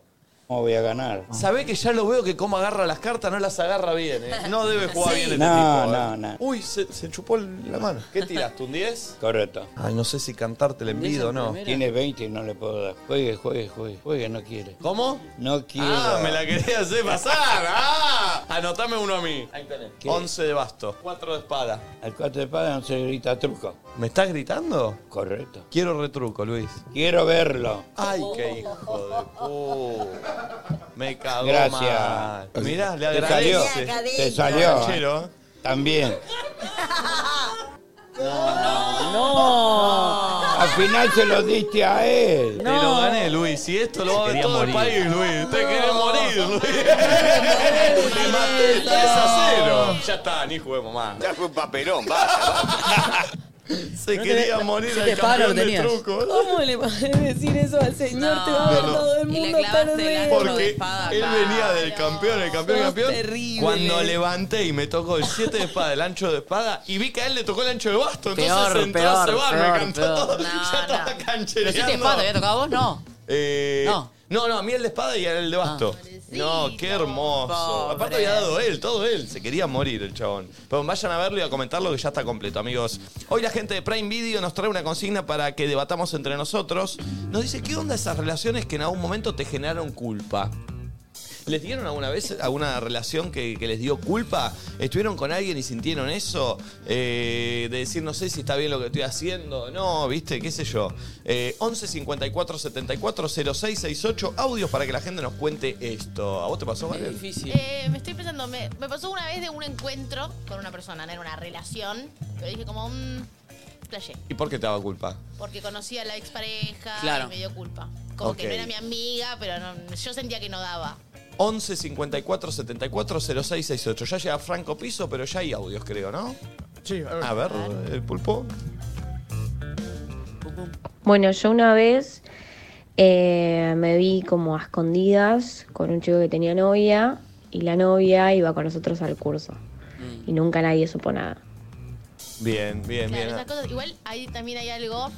Speaker 11: ¿Cómo voy a ganar?
Speaker 1: Sabé que ya lo veo que como agarra las cartas, no las agarra bien, ¿eh? No debe jugar bien este
Speaker 11: No,
Speaker 1: tipo. ¿eh?
Speaker 11: no, no.
Speaker 1: Uy, se, se chupó el- la mano. ¿Qué tiraste? ¿Un 10?
Speaker 11: Correcto.
Speaker 1: Ay, no sé si cantarte el envido o no.
Speaker 11: Tiene 20 y no le puedo dar. Juegue, juegue, juegue. Juegue, no quiere.
Speaker 1: ¿Cómo?
Speaker 11: No quiere.
Speaker 1: Ah, me la quería hacer pasar. Ah, anotame uno a mí. Ahí tenés. 11 de basto. 4 de espada.
Speaker 11: Al cuatro de espada no se grita truco.
Speaker 1: ¿Me estás gritando?
Speaker 11: Correcto.
Speaker 1: Quiero retruco, Luis.
Speaker 11: Quiero verlo.
Speaker 1: Ay, qué hijo de puta. Me cagó mal.
Speaker 11: Gracias.
Speaker 1: Mirá, le
Speaker 11: Te salió.
Speaker 1: agradece.
Speaker 11: Te salió.
Speaker 1: Canchero, ¿eh?
Speaker 11: ¿eh? También.
Speaker 4: No.
Speaker 11: Al final se lo diste a él.
Speaker 1: Te lo gané, Luis. Y esto lo va a ver
Speaker 11: Quería
Speaker 1: todo el
Speaker 11: morir.
Speaker 1: país, Luis. Te querés morir, Luis. Te maté 3 a 0. Ya está, ni juguemos más. Ya fue un papelón, vaya. [LAUGHS] Se
Speaker 4: No te-
Speaker 1: quería morir
Speaker 4: si
Speaker 1: al
Speaker 4: te pago, lo
Speaker 1: campeón de
Speaker 4: tenías.
Speaker 1: truco.
Speaker 2: ¿Cómo le podés decir eso al señor? Te va a ver
Speaker 1: No, no.
Speaker 2: todo el
Speaker 1: Y le
Speaker 2: mundo
Speaker 5: clavaste
Speaker 2: tarde.
Speaker 5: el astro de
Speaker 1: Porque
Speaker 5: espada,
Speaker 1: él
Speaker 5: claro.
Speaker 1: venía del campeón, el campeón, el
Speaker 2: Sos
Speaker 1: campeón.
Speaker 2: terrible.
Speaker 1: Cuando levanté y me tocó el 7 de espada, el ancho de espada, y vi que a él le tocó el ancho de basto. Entonces
Speaker 4: Peor,
Speaker 1: entró a
Speaker 4: peor,
Speaker 1: cebar, me
Speaker 4: peor,
Speaker 1: cantó
Speaker 4: peor.
Speaker 1: todo.
Speaker 4: No,
Speaker 1: [LAUGHS] ya estaba
Speaker 5: Pero
Speaker 1: canchereando.
Speaker 5: si te espada, ¿te había tocado a vos? No.
Speaker 1: Eh,
Speaker 5: No.
Speaker 1: No, no, a mí el de espada y a él el de basto.
Speaker 5: Ah.
Speaker 1: no, qué hermoso. Aparte había dado él, todo él. Se quería morir el chabón. Pero vayan a verlo y a comentarlo que ya está completo, amigos. Hoy la gente de Prime Video nos trae una consigna para que debatamos entre nosotros. Nos dice, ¿qué onda esas relaciones que en algún momento te generaron culpa? ¿Les dieron alguna vez alguna relación que, que les dio culpa? ¿Estuvieron con alguien y sintieron eso? Eh, de decir, no sé si está bien lo que estoy haciendo, no, viste, qué sé yo. Eh, 11 54 74 06 68, audios para que la gente nos cuente esto. ¿A vos te pasó, Valen?
Speaker 7: Eh, me estoy pensando, me, me pasó una vez de un encuentro con una persona, no era una relación, pero dije como un flashé,
Speaker 1: ¿Y por qué te daba culpa?
Speaker 7: porque conocí a la expareja
Speaker 1: Claro.
Speaker 7: y me dio culpa. Como que
Speaker 1: Ok.
Speaker 7: no era mi amiga, pero no- yo sentía que no daba.
Speaker 1: 11 54 74 06 68. Ya llega Franco Piso, pero ya hay audios, creo, ¿no?
Speaker 6: Sí,
Speaker 1: A ver, el pulpo.
Speaker 19: Bueno, yo una vez eh, me vi como a escondidas con un chico que tenía novia y la novia iba con nosotros al curso.
Speaker 1: Mm.
Speaker 19: Y nunca nadie supo nada.
Speaker 1: Bien, bien,
Speaker 7: Claro,
Speaker 1: bien.
Speaker 7: esas cosas. Igual ahí también hay algo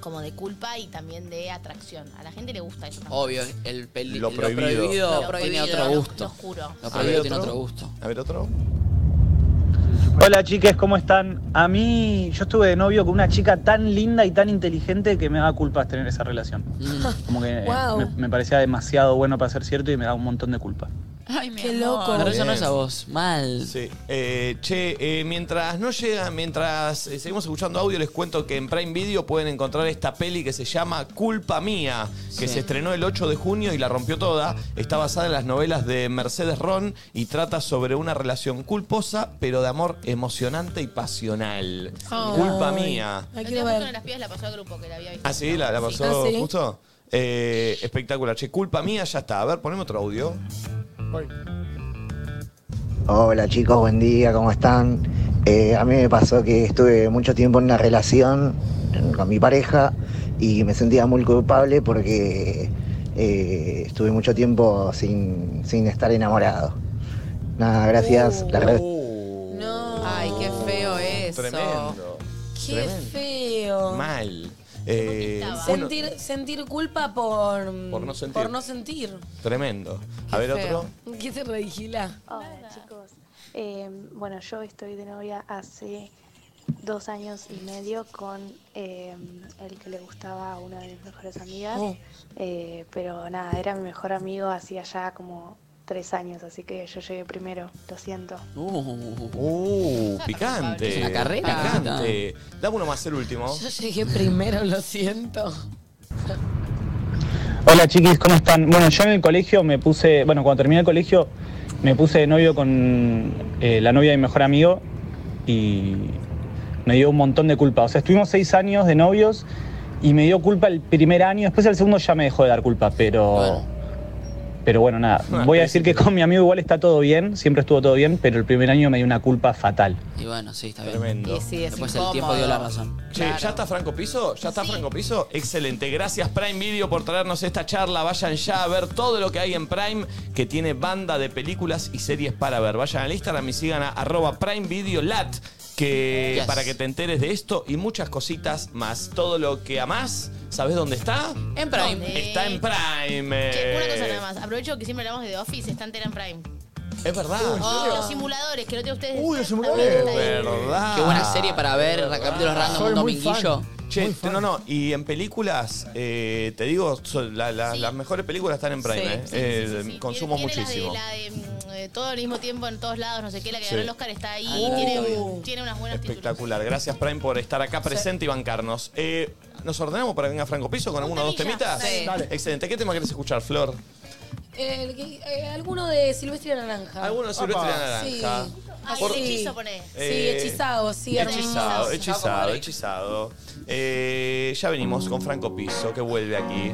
Speaker 7: como de culpa y también de atracción. A la gente le gusta eso. también.
Speaker 3: Obvio, el peli-
Speaker 1: Lo prohibido.
Speaker 7: Lo
Speaker 3: tiene
Speaker 7: prohibido,
Speaker 3: otro
Speaker 7: lo-
Speaker 3: gusto.
Speaker 7: lo juro.
Speaker 3: Lo
Speaker 1: A
Speaker 3: prohibido
Speaker 1: ver,
Speaker 3: tiene
Speaker 1: otro.
Speaker 3: otro gusto.
Speaker 1: A ver, otro.
Speaker 20: Hola chicas, ¿cómo están? A mí, yo estuve de novio con una chica tan linda y tan inteligente que me daba culpas tener esa relación.
Speaker 3: Mm.
Speaker 20: Como que eh,
Speaker 5: Guau.
Speaker 20: me, me parecía demasiado bueno para ser cierto y me daba un montón de culpa.
Speaker 5: Ay, mi
Speaker 3: Qué
Speaker 5: amor.
Speaker 3: loco. Pero eso no es a
Speaker 1: vos, mal. Sí. Eh, che, eh, mientras no llega, mientras eh, seguimos escuchando audio, les cuento que en Prime Video pueden encontrar esta peli que se llama Culpa Mía, que se estrenó el 8 de junio y la rompió toda. Está basada en las novelas de Mercedes Ron y trata sobre una relación culposa, pero de amor emocionante y pasional.
Speaker 7: Ay.
Speaker 1: Culpa Mía.
Speaker 7: Lo
Speaker 2: quiero
Speaker 7: tenía justo
Speaker 2: ver.
Speaker 7: una de las pibas la pasó al grupo que la había visto.
Speaker 1: Ah, sí, la, la pasó
Speaker 7: Ah, sí.
Speaker 1: justo. Eh, espectacular. Che, Culpa Mía ya está. A ver, poneme otro audio.
Speaker 21: Hola chicos, buen día, ¿cómo están? Eh, a mí me pasó que estuve mucho tiempo en una relación con mi pareja y me sentía muy culpable porque eh, estuve mucho tiempo sin, sin estar enamorado. Nada, gracias.
Speaker 9: Oh.
Speaker 21: La verdad-
Speaker 5: Ay, qué feo eso.
Speaker 1: Tremendo.
Speaker 2: Qué
Speaker 1: Tremendo.
Speaker 2: feo.
Speaker 1: Mal. Eh, uno-
Speaker 2: Sentir, sentir culpa por,
Speaker 1: Por no sentir.
Speaker 2: por no sentir.
Speaker 1: tremendo. A ver otro.
Speaker 2: ¿Qué te regila?
Speaker 24: Hola chicos, Eh, bueno yo estoy de novia hace dos años y medio con eh, el que le gustaba a una de mis mejores amigas,
Speaker 25: Oh.
Speaker 24: Eh, pero nada, era mi mejor amigo hacía ya como tres años, así que yo llegué primero, lo siento.
Speaker 1: Uh, picante.
Speaker 3: Es una carrera.
Speaker 1: Picante. Dame uno más el último.
Speaker 2: Yo llegué primero, lo siento.
Speaker 20: Hola chiquis, ¿cómo están? Bueno, yo en el colegio me puse, bueno, cuando terminé el colegio me puse de novio con eh, la novia de mi mejor amigo y me dio un montón de culpa. O sea, estuvimos seis años de novios y me dio culpa el primer año, después el segundo ya me dejó de dar culpa, pero... Pero bueno, nada, voy a decir que con mi amigo igual está todo bien, siempre estuvo todo bien, pero el primer año me dio una culpa fatal.
Speaker 3: Y bueno, sí, está bien.
Speaker 1: Tremendo.
Speaker 3: Después el tiempo dio la razón.
Speaker 1: Che, ¿ya está Franco Piso? ¿Ya está Franco Piso? Excelente. Gracias Prime Video por traernos esta charla. Vayan ya a ver todo lo que hay en Prime, que tiene banda de películas y series para ver. Vayan al Instagram y sigan a arroba Prime Video Lat, que
Speaker 3: Yes.
Speaker 1: para que te enteres de esto y muchas cositas más. Todo lo que amás ¿Sabés dónde está?
Speaker 7: En Prime.
Speaker 1: Está en Prime.
Speaker 7: Che, una
Speaker 1: Eh.
Speaker 7: cosa nada más. Aprovecho que siempre hablamos de The Office, está entera en Prime.
Speaker 1: Es verdad. Ah.
Speaker 7: Y los simuladores, que el otro día ustedes.
Speaker 6: Uy, los
Speaker 1: Es verdad.
Speaker 3: Qué buena serie para ver, capítulos random un dominguillo.
Speaker 1: Che, no, no, y en películas, eh, te digo, son la- la- las mejores películas están en Prime,
Speaker 7: Sí,
Speaker 1: eh.
Speaker 7: sí, sí,
Speaker 1: Eh,
Speaker 7: sí, sí.
Speaker 1: Consumo
Speaker 7: Tiene la de-
Speaker 1: muchísimo.
Speaker 7: La de, mm, eh, todo al mismo tiempo en todos lados, no sé qué, la que
Speaker 1: Sí.
Speaker 7: ganó el Oscar está ahí.
Speaker 1: Ah,
Speaker 7: tiene, tiene unas buenas títulos.
Speaker 1: Espectacular. Gracias, Prime, por estar acá presente y bancarnos. Eh, ¿Nos ordenamos para que venga Franco Piso con alguno o dos
Speaker 8: temilla.
Speaker 1: temitas?
Speaker 8: Sí. Dale.
Speaker 1: Excelente. ¿Qué tema querés escuchar, Flor?
Speaker 8: El que- eh, alguno de Silvestre Naranja.
Speaker 1: Alguno de Silvestre Naranja.
Speaker 8: Sí.
Speaker 1: Ah, Por-
Speaker 8: sí.
Speaker 1: hechizo
Speaker 7: ponés.
Speaker 8: Sí, hechizado, sí,
Speaker 1: Hechizado,
Speaker 8: hermoso.
Speaker 1: hechizado, hechizado. Eh, ya venimos con Franco Piso, que vuelve aquí.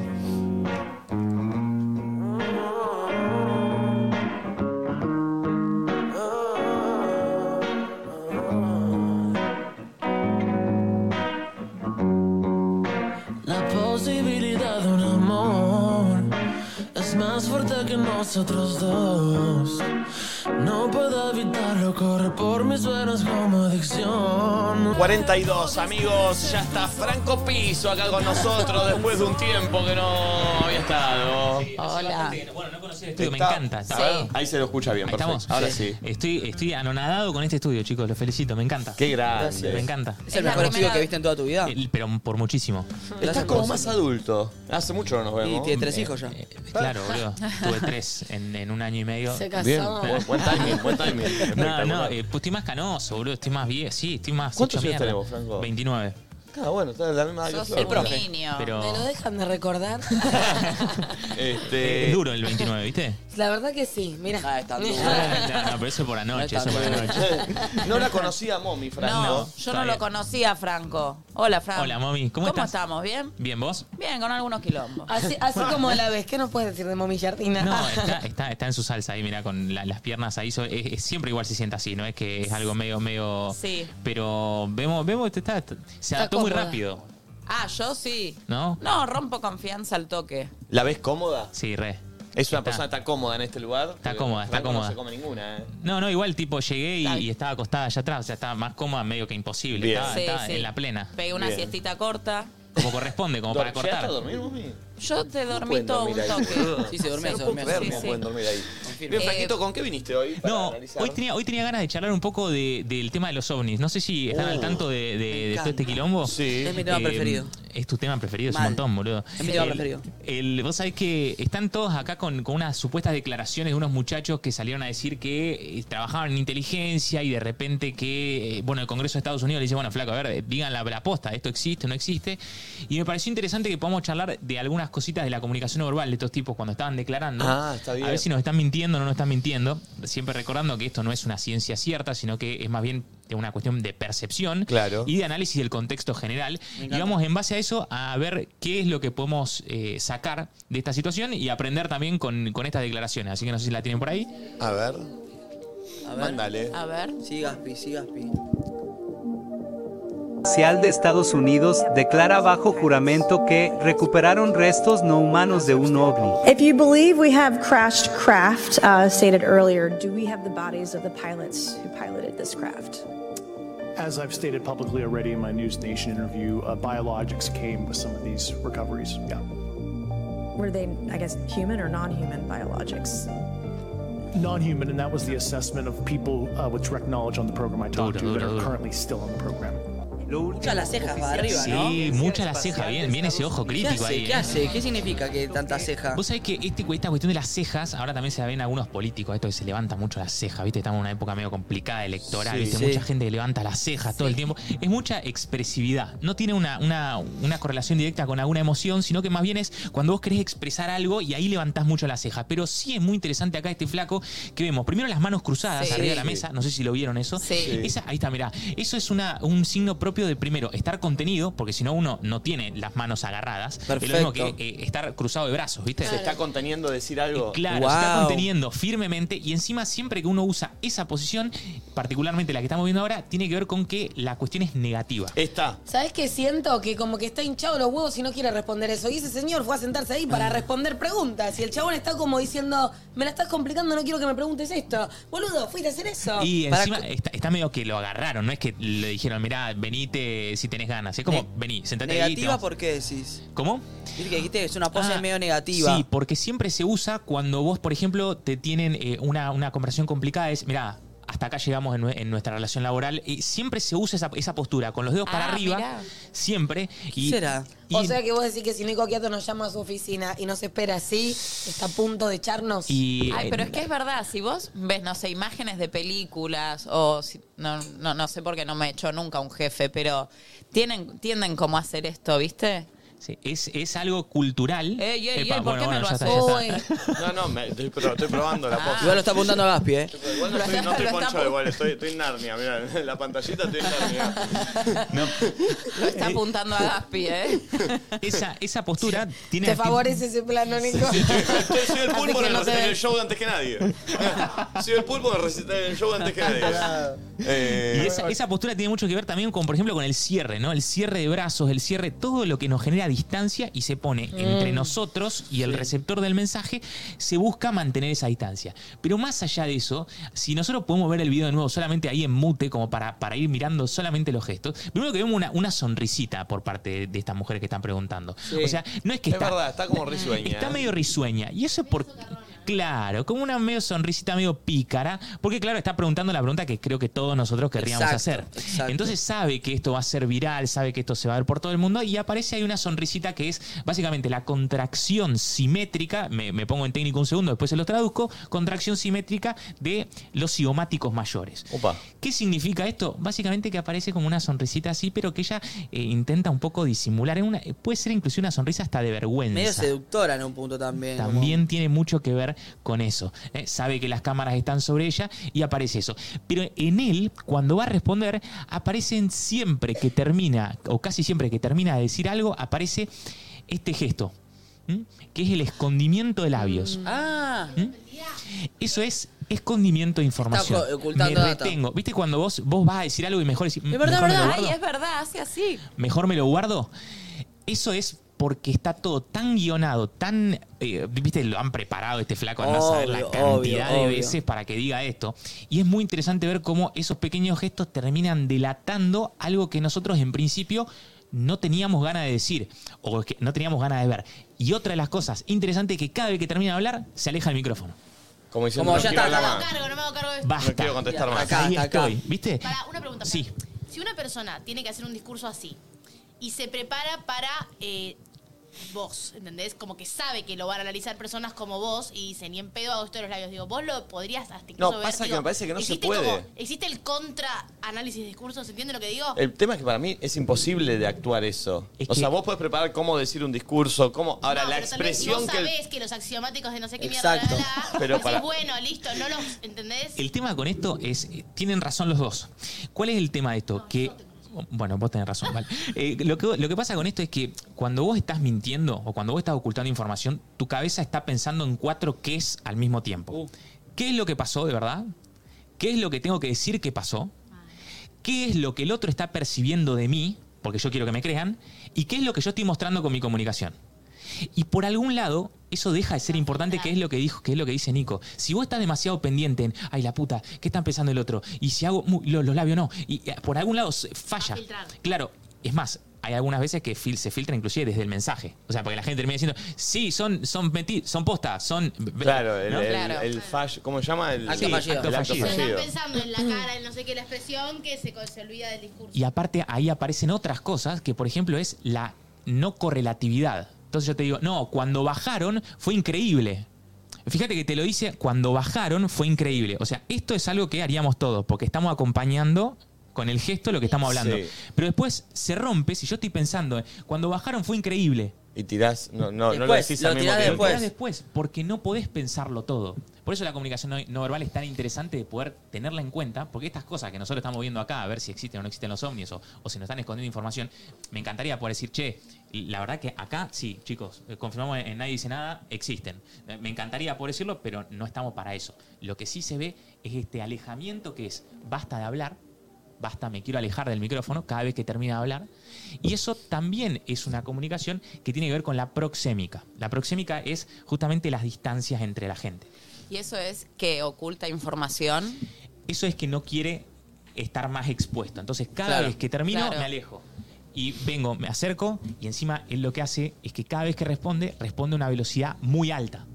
Speaker 9: La posibilidad de un amor es más fuerte que nosotros dos. No puedo evitarlo, corre por mis venas como adicción.
Speaker 1: 42, amigos, ya está Franco Piso acá con nosotros después de un tiempo que no había estado.
Speaker 5: Hola.
Speaker 10: estudio, me
Speaker 1: Está-
Speaker 10: encanta.
Speaker 1: a ver, ahí se lo escucha bien,
Speaker 10: Ahí
Speaker 1: perfecto.
Speaker 10: estamos.
Speaker 1: Ahora sí.
Speaker 10: Estoy, estoy anonadado con este estudio, chicos. Los felicito, me encanta. Qué
Speaker 1: grande.
Speaker 10: Me encanta.
Speaker 1: Es el Es la mejor estudio primera- que viste
Speaker 10: en toda tu vida. pero por muchísimo.
Speaker 1: Estás como más adulto. Hace mucho no nos vemos.
Speaker 10: Y tiene tres hijos ya. Eh, claro, boludo. Tuve tres en, en un año y medio.
Speaker 8: Se casó. Bien, buen-
Speaker 1: buen timing, buen timing.
Speaker 10: [LAUGHS] No, no,
Speaker 1: Espectacular.
Speaker 10: eh, pues estoy más canoso, boludo. Estoy más viejo. Sí, estoy más.
Speaker 1: ¿Cuántos
Speaker 10: hecho
Speaker 1: años
Speaker 10: mierda.
Speaker 1: tenemos, Franco?
Speaker 10: 29.
Speaker 1: Ah, bueno, está en la misma edad que
Speaker 10: Sos
Speaker 1: Flor.
Speaker 10: un El profe. niño. Pero-
Speaker 8: ¿Me lo dejan de
Speaker 1: [LAUGHS]
Speaker 8: recordar?
Speaker 1: Este...
Speaker 10: Eh, Es duro el 29, ¿viste?
Speaker 8: La verdad que sí, mira.
Speaker 10: Ah, No, no, pero eso por la noche, eso por la noche.
Speaker 1: No la conocía a Mommy, Franco.
Speaker 10: No.
Speaker 5: Yo
Speaker 10: Está
Speaker 5: no lo
Speaker 10: bien.
Speaker 5: conocía, Franco. Hola, Franco.
Speaker 10: Hola, mami, ¿cómo estás?
Speaker 5: estamos? ¿Bien?
Speaker 10: ¿Bien vos?
Speaker 5: Bien, con algunos
Speaker 8: [LAUGHS]
Speaker 5: quilombos.
Speaker 8: Así, así como la ves, ¿qué nos puedes decir de Mommy Jardina?
Speaker 5: [LAUGHS]
Speaker 10: No, está, está, está en su salsa ahí, mira, con la- las piernas ahí. so- es, es siempre igual se sienta así, ¿no? Es que es algo medio, medio.
Speaker 5: Sí.
Speaker 10: Pero vemos, vemos, te está, se adaptó muy
Speaker 5: cómoda.
Speaker 10: rápido,
Speaker 5: Ah, yo sí.
Speaker 10: ¿no?
Speaker 5: No, rompo confianza al toque.
Speaker 1: ¿La ves cómoda?
Speaker 10: Sí, re.
Speaker 1: Es una persona tan cómoda en este lugar. Está
Speaker 10: cómoda, está
Speaker 1: No
Speaker 10: cómoda.
Speaker 1: se come ninguna, ¿eh?
Speaker 10: No, no, igual tipo llegué y, y estaba acostada allá atrás, o sea, estaba más cómoda medio que imposible.
Speaker 1: Bien.
Speaker 10: Estaba,
Speaker 5: Sí,
Speaker 10: estaba
Speaker 5: sí.
Speaker 10: en la plena.
Speaker 5: Pegué una siestita corta.
Speaker 10: Como corresponde, como para
Speaker 1: ¿Llegaste
Speaker 10: cortar.
Speaker 1: a dormir, Mommy?
Speaker 5: Yo te dormí
Speaker 10: pueden
Speaker 5: todo un
Speaker 10: dormir ahí.
Speaker 5: toque.
Speaker 10: Sí, se dormía, se
Speaker 1: Pero
Speaker 10: dormía,
Speaker 1: puedo creer
Speaker 10: sí,
Speaker 1: cómo
Speaker 10: sí.
Speaker 1: pueden dormir ahí. Bien,
Speaker 10: Eh,
Speaker 1: Franquito, ¿con qué viniste hoy? para
Speaker 10: No,
Speaker 1: analizar?
Speaker 10: hoy tenía, hoy tenía ganas de charlar un poco de- del tema de los ovnis. No sé si están
Speaker 1: Uh,
Speaker 10: al tanto de, de- de todo
Speaker 1: encanta.
Speaker 10: este quilombo. Sí.
Speaker 3: Es mi tema preferido.
Speaker 10: Es tu tema preferido, es
Speaker 3: Mal.
Speaker 10: un montón, boludo.
Speaker 3: Es mi tema
Speaker 10: El-
Speaker 3: preferido.
Speaker 10: el- vos sabés que están todos acá con, con unas supuestas declaraciones de unos muchachos que salieron a decir que eh, trabajaban en inteligencia y de repente que, eh, bueno, el Congreso de Estados Unidos le dice, bueno, flaco, a ver, eh, digan la, la posta, esto existe o no existe. Y me pareció interesante que podamos charlar de algunas cositas de la comunicación no verbal de estos tipos cuando estaban declarando.
Speaker 1: Ah, está bien.
Speaker 10: A ver si nos están mintiendo o no nos están mintiendo. Siempre recordando que esto no es una ciencia cierta, sino que es más bien una cuestión de percepción
Speaker 1: Claro.
Speaker 10: y de análisis del contexto general.
Speaker 1: Me
Speaker 10: Y
Speaker 1: encanta.
Speaker 10: vamos en base a eso a ver qué es lo que podemos eh, sacar de esta situación y aprender también con, con estas declaraciones. Así que no sé si la tienen por ahí.
Speaker 1: A ver.
Speaker 10: A ver. Mándale.
Speaker 5: A ver.
Speaker 3: Sí, Gaspi, sí, Gaspi.
Speaker 23: Seal de Estados Unidos declara bajo juramento que recuperaron restos no humanos de un ovni.
Speaker 25: If you believe we have crashed craft, uh, stated earlier, do we have the bodies of the pilots who piloted this craft?
Speaker 26: As I've stated publicly already in my News Nation interview, uh, biologics came with some of these recoveries. Yeah.
Speaker 25: Were they, I guess, human or non human biologics?
Speaker 26: Non human, and that was the assessment of people uh, with direct knowledge on the program I talked to that are currently still on the program.
Speaker 3: Muchas las cejas para arriba,
Speaker 10: sí,
Speaker 3: ¿no?
Speaker 10: mucha la ceja, bien, bien ese ojo
Speaker 3: ¿Qué
Speaker 10: crítico ahí.
Speaker 3: hace? ¿Qué
Speaker 10: ¿eh?
Speaker 3: hace? ¿Qué significa que tanta ceja?
Speaker 10: Vos sabés que este- esta cuestión de las cejas, ahora también se la ven algunos políticos, esto que se levanta mucho las cejas, ¿viste? Estamos en una época medio complicada electoral,
Speaker 3: Sí,
Speaker 10: ¿viste?
Speaker 3: sí.
Speaker 10: Mucha gente que levanta las cejas todo el tiempo. Es mucha expresividad. No tiene una, una, una correlación directa con alguna emoción, sino que más bien es cuando vos querés expresar algo y ahí levantás mucho las cejas. Pero sí es muy interesante acá este flaco que vemos. Primero las manos cruzadas
Speaker 5: Sí.
Speaker 10: arriba de la
Speaker 5: Sí.
Speaker 10: mesa, no sé si lo vieron eso.
Speaker 5: Sí.
Speaker 10: Esa- ahí está, mirá. Eso es una, un signo propio de primero estar contenido, porque si no uno no tiene las manos agarradas. Es lo mismo
Speaker 1: Perfecto.
Speaker 10: que eh, estar cruzado de brazos, ¿viste?
Speaker 1: Se está conteniendo decir algo.
Speaker 10: Claro, se está conteniendo firmemente y encima siempre que uno usa esa posición, particularmente la que estamos viendo ahora, tiene que ver con que la cuestión es negativa.
Speaker 1: Está.
Speaker 2: ¿Sabes qué siento? Que como que está hinchado los huevos y no quiere responder eso. Y ese señor fue a sentarse ahí
Speaker 10: Ah.
Speaker 2: para responder preguntas. Y el chabón está como diciendo, me la estás complicando, no quiero que me preguntes esto. Boludo, fuiste a hacer eso.
Speaker 10: Y encima está, está medio que lo agarraron, no es que le dijeron, mirá, vení, invite si tenés ganas. Es como, vení, sentate ahí. te
Speaker 3: ¿Negativa
Speaker 10: vamos-
Speaker 3: por qué decís?
Speaker 10: ¿Cómo?
Speaker 3: Viste que dijiste que es una pose
Speaker 10: Ah,
Speaker 3: medio negativa.
Speaker 10: Sí, porque siempre se usa cuando vos, por ejemplo, te tienen eh, una, una conversación complicada, es, mirá, hasta acá llegamos en, nue- en nuestra relación laboral, y siempre se usa esa, esa postura, con los dedos
Speaker 5: Ah,
Speaker 10: para arriba,
Speaker 2: mirá.
Speaker 10: siempre. y, y-
Speaker 2: o sea que vos decís que si Nico Quiato nos llama a su oficina y nos espera así, está a punto de echarnos.
Speaker 10: Y-
Speaker 5: Ay, pero es que es verdad, si vos ves, no sé, imágenes de películas o si- no, no, no sé por qué no me echó nunca un jefe, pero tienen, tienden como a hacer esto, ¿viste?
Speaker 10: sí, es, es algo cultural.
Speaker 5: Ey, ey,
Speaker 10: Epa,
Speaker 5: ey, ¿por qué me lo
Speaker 10: ya está, ya está.
Speaker 5: haces?
Speaker 1: No, no, me- estoy, pero estoy probando la
Speaker 2: Ah.
Speaker 1: posta.
Speaker 3: Igual lo está apuntando a Gaspi, ¿eh?
Speaker 1: Igual no estoy, no estoy
Speaker 5: Lo está
Speaker 1: poncho
Speaker 5: apu-
Speaker 1: de igual, estoy, estoy en Narnia, mirá, en la
Speaker 2: [LAUGHS]
Speaker 1: pantallita estoy en Narnia.
Speaker 5: Lo está apuntando a Gaspi,
Speaker 10: [LAUGHS]
Speaker 5: ¿eh?
Speaker 10: Esa, esa postura tiene...
Speaker 2: ¿Te [LAUGHS] favorece ese plano, Nico?
Speaker 1: Estoy- soy el
Speaker 2: Así
Speaker 1: pulpo
Speaker 2: que
Speaker 1: en el
Speaker 2: no te
Speaker 1: recital
Speaker 2: ven.
Speaker 1: del show antes que nadie.
Speaker 2: [LAUGHS]
Speaker 1: soy el pulpo en el recital del show antes que nadie. Eh,
Speaker 10: Y esa, esa postura tiene mucho que ver también con, por ejemplo, con el cierre, ¿no? El cierre de brazos, el cierre, todo lo que nos genera distancia y se pone entre
Speaker 12: Mm.
Speaker 10: nosotros y el receptor del mensaje, se busca mantener esa distancia. Pero más allá de eso, si nosotros podemos ver el video de nuevo solamente ahí en mute, como para, para ir mirando solamente los gestos, primero que vemos una, una sonrisita por parte de, de estas mujeres que están preguntando.
Speaker 1: Sí.
Speaker 10: O sea, no es que
Speaker 1: Es
Speaker 10: está...
Speaker 1: verdad, está como risueña,
Speaker 10: Está
Speaker 1: ¿eh?
Speaker 10: medio risueña. Y eso por... Claro, como una medio sonrisita medio pícara, porque claro, está preguntando la pregunta que creo que todos nosotros querríamos
Speaker 3: Exacto,
Speaker 10: hacer. Entonces sabe que esto va a ser viral, sabe que esto se va a ver por todo el mundo y aparece ahí una sonrisita que es básicamente la contracción simétrica, me, me pongo en técnico un segundo, después se los traduzco, contracción simétrica de los cigomáticos mayores. ¿Qué significa esto? Básicamente que aparece como una sonrisita así, pero que ella eh, intenta un poco disimular. en una- puede ser incluso una sonrisa hasta de vergüenza.
Speaker 3: Medio seductora en un punto también. como-
Speaker 10: También tiene mucho que ver con eso. ¿eh? Sabe que las cámaras están sobre ella y aparece eso. Pero en él, cuando va a responder, aparecen siempre que termina, o casi siempre que termina de decir algo, aparece este gesto, ¿m? que es el escondimiento de
Speaker 5: Mm.
Speaker 10: labios.
Speaker 3: Ah,
Speaker 10: Eso es escondimiento de información.
Speaker 3: Está ocu- ocultando
Speaker 10: me
Speaker 3: data.
Speaker 10: retengo. ¿Viste cuando vos, vos vas a decir algo y mejor decís, "Mm,
Speaker 5: Es verdad,
Speaker 10: "Mejor me lo
Speaker 5: verdad.
Speaker 10: guardo"?
Speaker 5: Ay, es verdad, hace así.
Speaker 10: mejor me lo guardo. Eso es porque está todo tan guionado, tan. eh, Viste, lo han preparado este flaco, andá a saber la
Speaker 3: Obvio,
Speaker 10: cantidad
Speaker 3: obvio,
Speaker 10: de
Speaker 3: obvio.
Speaker 10: veces para que diga esto. Y es muy interesante ver cómo esos pequeños gestos terminan delatando algo que nosotros en principio no teníamos ganas de decir o que no teníamos ganas de ver. Y otra de las cosas interesantes es que cada vez que termina de hablar, se aleja el micrófono.
Speaker 1: Como
Speaker 10: diciendo, Como, "No ya quiero está, hablar está. más".
Speaker 7: Cargo, no me hago cargo de esto.
Speaker 10: Basta.
Speaker 1: quiero contestar más.
Speaker 10: Ahí
Speaker 1: Acá, acá.
Speaker 10: estoy, ¿viste?
Speaker 7: Pará, una pregunta.
Speaker 10: Sí.
Speaker 7: Si una persona tiene que hacer un discurso así y se prepara para eh, vos, ¿entendés? Como que sabe que lo van a analizar personas como vos y dice, ni en pedo hago esto de los labios. Digo, vos lo podrías hasta incluso ver,
Speaker 1: pasa que
Speaker 7: digo,
Speaker 1: me parece que no se
Speaker 7: existe
Speaker 1: puede.
Speaker 7: como- existe el contra análisis de discursos, ¿entiendes lo que digo?
Speaker 1: El tema es que para mí es imposible de actuar eso. o sea, vos podés preparar cómo decir un discurso, cómo. Ahora,
Speaker 7: No,
Speaker 1: la
Speaker 7: pero tal vez
Speaker 1: expresión
Speaker 7: vos
Speaker 1: que. el-
Speaker 7: sabés que los axiomáticos de no sé qué
Speaker 1: Exacto.
Speaker 7: mierda, bla, bla, bla,
Speaker 10: Pero
Speaker 7: decís,
Speaker 10: para-
Speaker 7: bueno, listo, no los, ¿entendés?
Speaker 10: El tema con esto es, eh, tienen razón los dos. ¿Cuál es el tema de esto? que bueno, vos tenés razón, vale. Eh, lo, que, lo que pasa con esto es que cuando vos estás mintiendo o cuando vos estás ocultando información, tu cabeza está pensando en cuatro qué es al mismo tiempo. ¿Qué es lo que pasó de verdad? ¿Qué es lo que tengo que decir que pasó? ¿Qué es lo que el otro está percibiendo de mí? Porque yo quiero que me crean. ¿Y qué es lo que yo estoy mostrando con mi comunicación? Y por algún lado, eso deja de ser importante, que es lo que dijo, que es lo que dice Nico. Si vos estás demasiado pendiente en, ay la puta, ¿qué está pensando el otro? Y si hago mu- lo- los labios no. Y eh, por algún lado se- falla. Claro, es más, hay algunas veces que fil- se filtra inclusive desde el mensaje. O sea, porque la gente termina diciendo, sí, son, son menti- son postas, son.
Speaker 1: Claro, el,
Speaker 10: ¿no?
Speaker 1: el, el fallo. ¿Cómo se llama? El,
Speaker 10: Acto
Speaker 1: el
Speaker 10: fallido.
Speaker 1: acto
Speaker 10: Acto
Speaker 1: fallido.
Speaker 10: fallido.
Speaker 7: Están pensando en la cara, en no sé qué, la expresión que se, se olvida del discurso.
Speaker 10: Y aparte ahí aparecen otras cosas que, por ejemplo, es la no correlatividad. Entonces yo te digo, no, cuando bajaron fue increíble. Fíjate que te lo dice, cuando bajaron fue increíble. O sea, esto es algo que haríamos todos, porque estamos acompañando con el gesto lo que estamos hablando.
Speaker 1: Sí.
Speaker 10: Pero después se rompe, si yo estoy pensando, cuando bajaron fue increíble.
Speaker 1: Y tirás. No, no, no lo
Speaker 10: Después,
Speaker 1: decís
Speaker 10: lo
Speaker 1: al mismo
Speaker 10: tirás
Speaker 1: tiempo.
Speaker 10: después. después, porque no podés pensarlo todo. Por eso la comunicación no, no verbal es tan interesante de poder tenerla en cuenta, porque estas cosas que nosotros estamos viendo acá, a ver si existen o no existen los ovnis o, o si nos están escondiendo información, me encantaría poder decir, che, la verdad que acá, sí, chicos, eh, confirmamos en Nadie Dice Nada, existen. Eh, Me encantaría poder decirlo, pero no estamos para eso. Lo que sí se ve es este alejamiento que es, basta de hablar, basta, me quiero alejar del micrófono cada vez que termina de hablar. Y eso también es una comunicación que tiene que ver con la proxémica. La proxémica es justamente las distancias entre la gente.
Speaker 5: Y eso es que oculta información.
Speaker 10: Eso es que no quiere estar más expuesto. Entonces, cada
Speaker 4: Claro,
Speaker 10: vez que termino,
Speaker 4: claro.
Speaker 10: me alejo. Y vengo, me acerco y encima él lo que hace es que cada vez que responde, responde a una velocidad muy alta.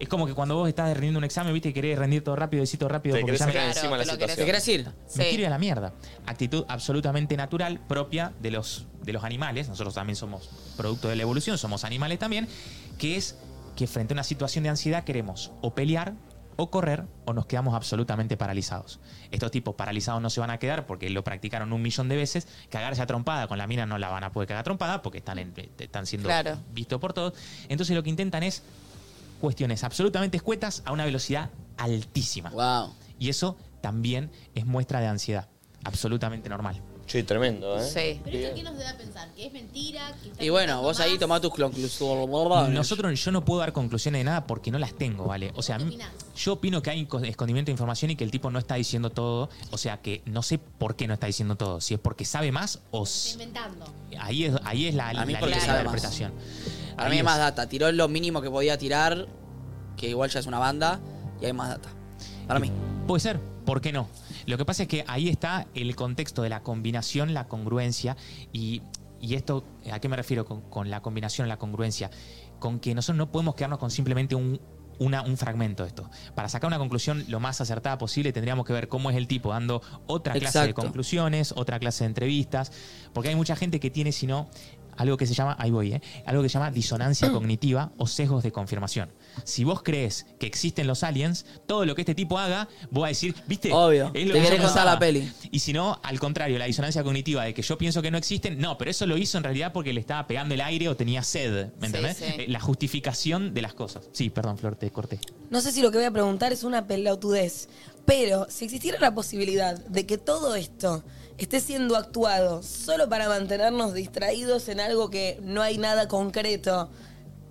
Speaker 10: Es como que cuando vos estás rendiendo un examen, viste, y querés rendir todo rápido, decir todo rápido.
Speaker 1: Te
Speaker 10: porque
Speaker 1: querés
Speaker 10: ya me-
Speaker 1: sacar encima Claro, la te lo querés- situación.
Speaker 10: Te querés ir. Me
Speaker 1: Sí.
Speaker 10: quiero ir a la mierda. Actitud absolutamente natural, propia de los, de los animales. Nosotros también somos producto de la evolución, somos animales también. Que es que frente a una situación de ansiedad queremos o pelear, o correr, o nos quedamos absolutamente paralizados. Estos tipos paralizados no se van a quedar porque lo practicaron un millón de veces. Cagarse a trompada con la mina no la van a poder cagar a trompada porque están, en- están siendo
Speaker 5: Claro.
Speaker 10: vistos por todos. Entonces lo que intentan es cuestiones absolutamente escuetas a una velocidad altísima. Y eso también es muestra de ansiedad. Absolutamente normal.
Speaker 1: Sí, tremendo, ¿eh?
Speaker 5: Sí.
Speaker 7: Pero esto, ¿qué nos debe pensar? ¿Que es mentira? ¿Que está
Speaker 3: Y bueno, vos ahí tomás tus conclusiones.
Speaker 10: Nosotros, yo no puedo dar conclusiones de nada porque no las tengo, ¿vale? O sea, a mí- yo opino que hay inco- escondimiento de información y que el tipo no está diciendo todo. O sea, que no sé por qué no está diciendo todo. Si es porque sabe más o... s-
Speaker 7: inventando?
Speaker 10: Ahí es, ahí es la,
Speaker 3: A mí
Speaker 10: la
Speaker 3: porque
Speaker 10: libre
Speaker 3: sabe más.
Speaker 10: interpretación.
Speaker 3: Para
Speaker 10: Ahí
Speaker 3: mí hay
Speaker 10: es.
Speaker 3: más data. Tiró lo mínimo que podía tirar, que igual ya es una banda, y hay más data. Para mí.
Speaker 10: Puede ser, ¿por qué no? Lo que pasa es que ahí está el contexto de la combinación, la congruencia y, y esto, ¿a qué me refiero con, con la combinación, la congruencia? Con que nosotros no podemos quedarnos con simplemente un, una- un fragmento de esto. Para sacar una conclusión lo más acertada posible tendríamos que ver cómo es el tipo dando otra clase de
Speaker 3: Exacto.
Speaker 10: conclusiones, otra clase de entrevistas, porque hay mucha gente que tiene, si no, algo que se llama, ahí voy, ¿eh? algo que se llama
Speaker 3: [CLEARS THROAT]
Speaker 10: disonancia cognitiva o sesgos de confirmación. Si vos crees que existen los aliens, todo lo que este tipo haga, vos vas a decir, ¿viste?
Speaker 3: Obvio.
Speaker 10: Es lo
Speaker 3: Te
Speaker 10: que yo
Speaker 3: querés contar
Speaker 10: pensaba".
Speaker 3: la peli.
Speaker 10: Y si no, al contrario, la disonancia cognitiva de que yo pienso que no existen, no, pero eso lo hizo en realidad porque le estaba pegando el aire o tenía sed, ¿me
Speaker 2: Sí,
Speaker 10: entendés?
Speaker 2: sí.
Speaker 10: Eh, La justificación de las cosas. Sí, perdón, Flor, te corté.
Speaker 2: No sé si lo que voy a preguntar es una pelotudez, pero si existiera la posibilidad de que todo esto esté siendo actuado solo para mantenernos distraídos en algo que no hay nada concreto,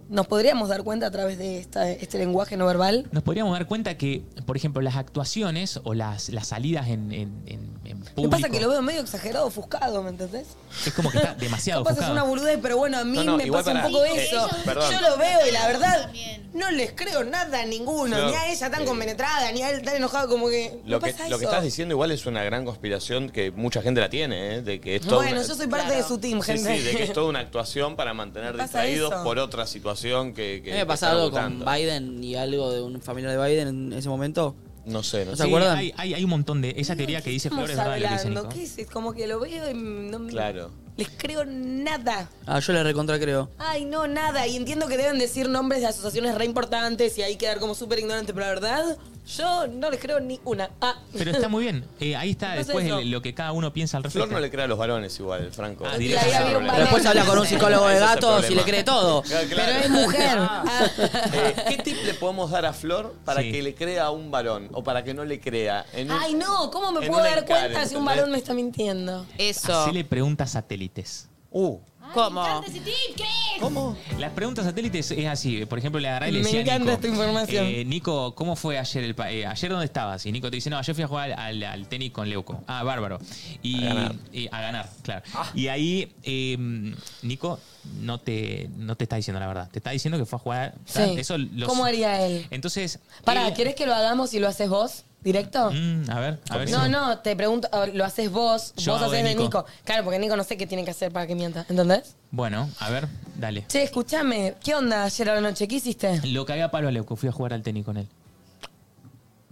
Speaker 2: ¿nos podríamos dar cuenta a través de esta- este lenguaje no verbal?
Speaker 10: Nos podríamos dar cuenta que, por ejemplo, las actuaciones o las, las salidas en, en- en- en
Speaker 2: Me
Speaker 10: público...
Speaker 2: pasa que lo veo medio exagerado, ofuscado, ¿me entendés?
Speaker 10: Es como que
Speaker 2: [LAUGHS]
Speaker 10: está demasiado
Speaker 2: Capaz es
Speaker 10: ofuscado.
Speaker 2: una boludez, pero bueno, a mí
Speaker 10: No, no,
Speaker 2: me
Speaker 10: igual
Speaker 2: pasa un
Speaker 10: para-
Speaker 2: poco
Speaker 10: eh,
Speaker 2: eso.
Speaker 10: perdón.
Speaker 2: Yo lo veo y la verdad no les creo nada a ninguno,
Speaker 1: Flor,
Speaker 2: ni a ella tan
Speaker 1: eh,
Speaker 2: compenetrada, ni a él tan enojado como que...
Speaker 1: Lo
Speaker 2: ¿no
Speaker 1: que,
Speaker 2: pasa
Speaker 1: lo que
Speaker 2: eso?
Speaker 1: estás diciendo igual es una gran conspiración que mucha gente la tiene, ¿eh? De que es toda
Speaker 2: Bueno,
Speaker 1: una-
Speaker 2: yo soy parte de su team,
Speaker 1: Sí,
Speaker 2: gente.
Speaker 1: sí, de
Speaker 2: [LAUGHS]
Speaker 1: que es toda una actuación para mantener
Speaker 2: Me pasa
Speaker 1: distraídos
Speaker 2: eso.
Speaker 1: por otra situación que... que
Speaker 3: A mí me
Speaker 1: que
Speaker 3: pasa
Speaker 1: está
Speaker 3: algo con
Speaker 1: agotando.
Speaker 3: Biden y algo de un familiar de Biden en ese momento.
Speaker 1: No sé,
Speaker 3: no
Speaker 10: Sí,
Speaker 3: se acuerdan?
Speaker 10: Hay, hay- hay un montón de... Esa teoría que dice Flor
Speaker 2: Estamos
Speaker 10: es verdad lo que dice
Speaker 2: hablando,
Speaker 10: Nico.
Speaker 2: ¿qué es? Es como que lo veo y no me-
Speaker 10: Claro.
Speaker 2: les creo nada.
Speaker 3: Ah, yo le recontra creo.
Speaker 2: Ay, no, nada. Y entiendo que deben decir nombres de asociaciones re importantes y ahí quedar como súper ignorante, pero la verdad, yo no les creo ni una. Ah.
Speaker 10: Pero está muy bien. Eh, ahí está
Speaker 2: Entonces
Speaker 10: después
Speaker 2: eso.
Speaker 10: el- lo que cada uno piensa al respecto.
Speaker 1: Flor no le crea a los varones igual, Franco.
Speaker 10: Ah, directo.
Speaker 1: Ese
Speaker 10: Y ahí
Speaker 1: es el
Speaker 10: había un
Speaker 1: problema.
Speaker 10: varón. Después habla con un psicólogo de
Speaker 1: Ese es el
Speaker 10: gatos y
Speaker 1: problema.
Speaker 10: le cree
Speaker 1: [LAUGHS]
Speaker 10: todo.
Speaker 1: Claro,
Speaker 10: Pero
Speaker 1: claro.
Speaker 10: es mujer.
Speaker 1: Eh, ¿Qué tip le podemos dar a Flor para
Speaker 10: Sí.
Speaker 1: que le crea a un varón o para que no le crea? En un-
Speaker 2: [LAUGHS] Ay, no, ¿cómo me
Speaker 1: en
Speaker 2: puedo
Speaker 1: un
Speaker 2: dar
Speaker 1: encare,
Speaker 2: cuenta si un
Speaker 1: ¿entendés?
Speaker 2: varón me está mintiendo?
Speaker 5: Eso.
Speaker 10: Hacele preguntas satélites.
Speaker 1: Uh.
Speaker 5: ¿Cómo?
Speaker 1: ¿Cómo?
Speaker 10: Las preguntas satélites es así. Por ejemplo, le agarré y le
Speaker 2: Me
Speaker 10: decía a
Speaker 2: encanta
Speaker 10: Nico,
Speaker 2: esta información.
Speaker 10: eh, Nico, ¿cómo fue ayer el pa- eh, ¿Ayer dónde estabas? Y Nico te dice, no, ayer fui a jugar al, al- al tenis con Leuco. Ah, bárbaro. Y,
Speaker 1: A ganar.
Speaker 10: eh, a ganar, claro.
Speaker 2: Ah.
Speaker 10: Y ahí, eh, Nico no te, no te está diciendo la verdad. Te está diciendo que fue a jugar.
Speaker 2: Sí.
Speaker 10: Eso lo-
Speaker 2: ¿Cómo haría él?
Speaker 1: Eh,
Speaker 10: Entonces.
Speaker 2: Pará,
Speaker 10: él-
Speaker 2: ¿querés que lo hagamos y lo haces vos? ¿Directo?
Speaker 10: Mm, a ver, a ver.
Speaker 2: No,
Speaker 10: si-
Speaker 2: no, te pregunto, a ver, lo haces vos,
Speaker 10: Yo
Speaker 2: vos
Speaker 10: hago de
Speaker 2: haces de Nico.
Speaker 10: Nico.
Speaker 2: Claro, porque Nico no sé qué tiene que hacer para que mienta, ¿entendés?
Speaker 10: Bueno, a ver, dale.
Speaker 2: Che, escúchame, ¿qué onda ayer a la noche? ¿Qué hiciste?
Speaker 10: Lo cagué a palo a Leuco, fui a jugar al tenis con él.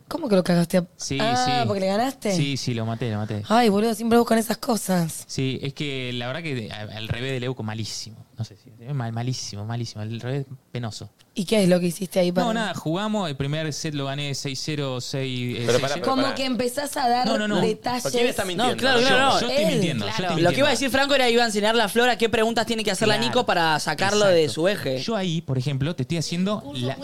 Speaker 2: ¿Cómo que lo cagaste? a-
Speaker 10: Sí,
Speaker 2: ah,
Speaker 10: sí.
Speaker 2: porque le ganaste.
Speaker 10: Sí, sí, lo maté, lo maté.
Speaker 2: Ay, boludo, siempre buscan esas cosas.
Speaker 10: Sí, es que la verdad que a- al revés de Leuco, malísimo. No sé si. eh, mal- malísimo, malísimo. Al revés, penoso.
Speaker 2: ¿Y qué es lo que hiciste ahí para.?
Speaker 10: No, nada, jugamos. El primer set lo gané 6-0, 6
Speaker 1: Pero pará,
Speaker 2: Como que empezás a dar
Speaker 10: No, no, no.
Speaker 2: detalles.
Speaker 10: ¿Quién está mintiendo?
Speaker 3: No, claro,
Speaker 10: Yo-
Speaker 3: claro. no.
Speaker 10: yo estoy
Speaker 3: Él,
Speaker 10: mintiendo, yo
Speaker 3: Lo
Speaker 10: estoy
Speaker 3: que iba a
Speaker 10: mintiendo.
Speaker 3: decir Franco era que iba a enseñarle a Flora qué preguntas tiene que hacerle a
Speaker 10: Claro.
Speaker 3: Nico para sacarlo de
Speaker 10: Exacto.
Speaker 3: su eje.
Speaker 10: Yo ahí, por ejemplo, te estoy haciendo. la-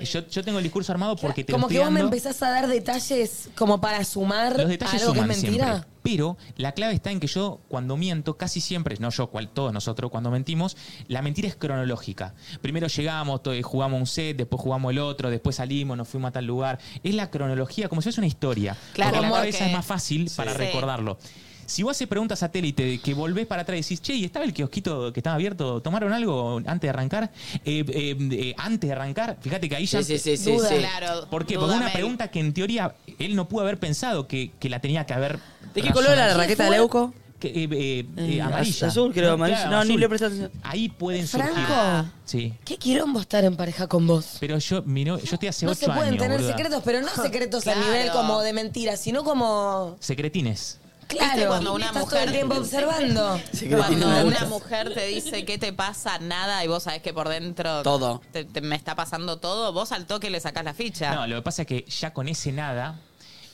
Speaker 10: yo, yo tengo el discurso armado porque te lo
Speaker 2: Como
Speaker 10: estoy
Speaker 2: que vos me
Speaker 10: dando-
Speaker 2: empezás a dar detalles como para sumar
Speaker 10: Los detalles
Speaker 2: algo que es
Speaker 10: suman
Speaker 2: mentira.
Speaker 10: siempre. Pero la clave está en que yo, cuando miento, casi siempre, no yo, cual, todos nosotros, cuando mentimos, la mentira es cronológica. Primero llegamos, to- eh, jugamos un set, después jugamos el otro, después salimos, nos fuimos a tal lugar. Es la cronología, como si fuese una historia.
Speaker 4: Claro,
Speaker 10: porque la
Speaker 4: como
Speaker 10: cabeza
Speaker 4: que-
Speaker 10: es más fácil para
Speaker 4: Sí.
Speaker 10: recordarlo. Si vos haces preguntas satélite de que volvés para atrás y decís, che, ¿y estaba el kiosquito que estaba abierto? ¿Tomaron algo antes de arrancar? Eh, eh, eh, antes de arrancar, fíjate que ahí ya.
Speaker 3: Sí, sí, sí, sí, Duda. sí. Claro,
Speaker 10: ¿Por qué?
Speaker 3: duda,
Speaker 10: Porque una
Speaker 3: Mel.
Speaker 10: pregunta que en teoría él no pudo haber pensado que, que la tenía que haber.
Speaker 3: ¿De qué color era la
Speaker 10: razonado.
Speaker 3: raqueta de Leuco?
Speaker 10: Que, eh, eh, eh,
Speaker 3: Eh,
Speaker 10: amarilla.
Speaker 3: azul, creo, amarilla.
Speaker 10: claro,
Speaker 3: No, ni
Speaker 10: azul.
Speaker 3: le presté atención.
Speaker 10: Ahí pueden surgir.
Speaker 2: Franco,
Speaker 10: Sí.
Speaker 2: qué quilombo estar en pareja con vos.
Speaker 10: Pero yo, mi no- yo estoy hace
Speaker 2: No
Speaker 10: ocho
Speaker 2: se pueden
Speaker 10: años,
Speaker 2: tener
Speaker 10: boluda.
Speaker 2: secretos, pero no
Speaker 10: [LAUGHS]
Speaker 2: secretos
Speaker 5: Claro.
Speaker 2: a nivel como de mentiras, sino como.
Speaker 10: Secretines.
Speaker 2: Claro,
Speaker 5: ¿Viste cuando una
Speaker 2: estás
Speaker 5: mujer-
Speaker 2: todo el tiempo observando.
Speaker 5: Cuando
Speaker 10: me
Speaker 5: una mujer te dice qué te pasa, nada, y vos sabés que por dentro
Speaker 10: Todo.
Speaker 5: te- te- me está pasando todo, vos al toque le sacás la ficha.
Speaker 10: No, lo que pasa es que ya con ese nada,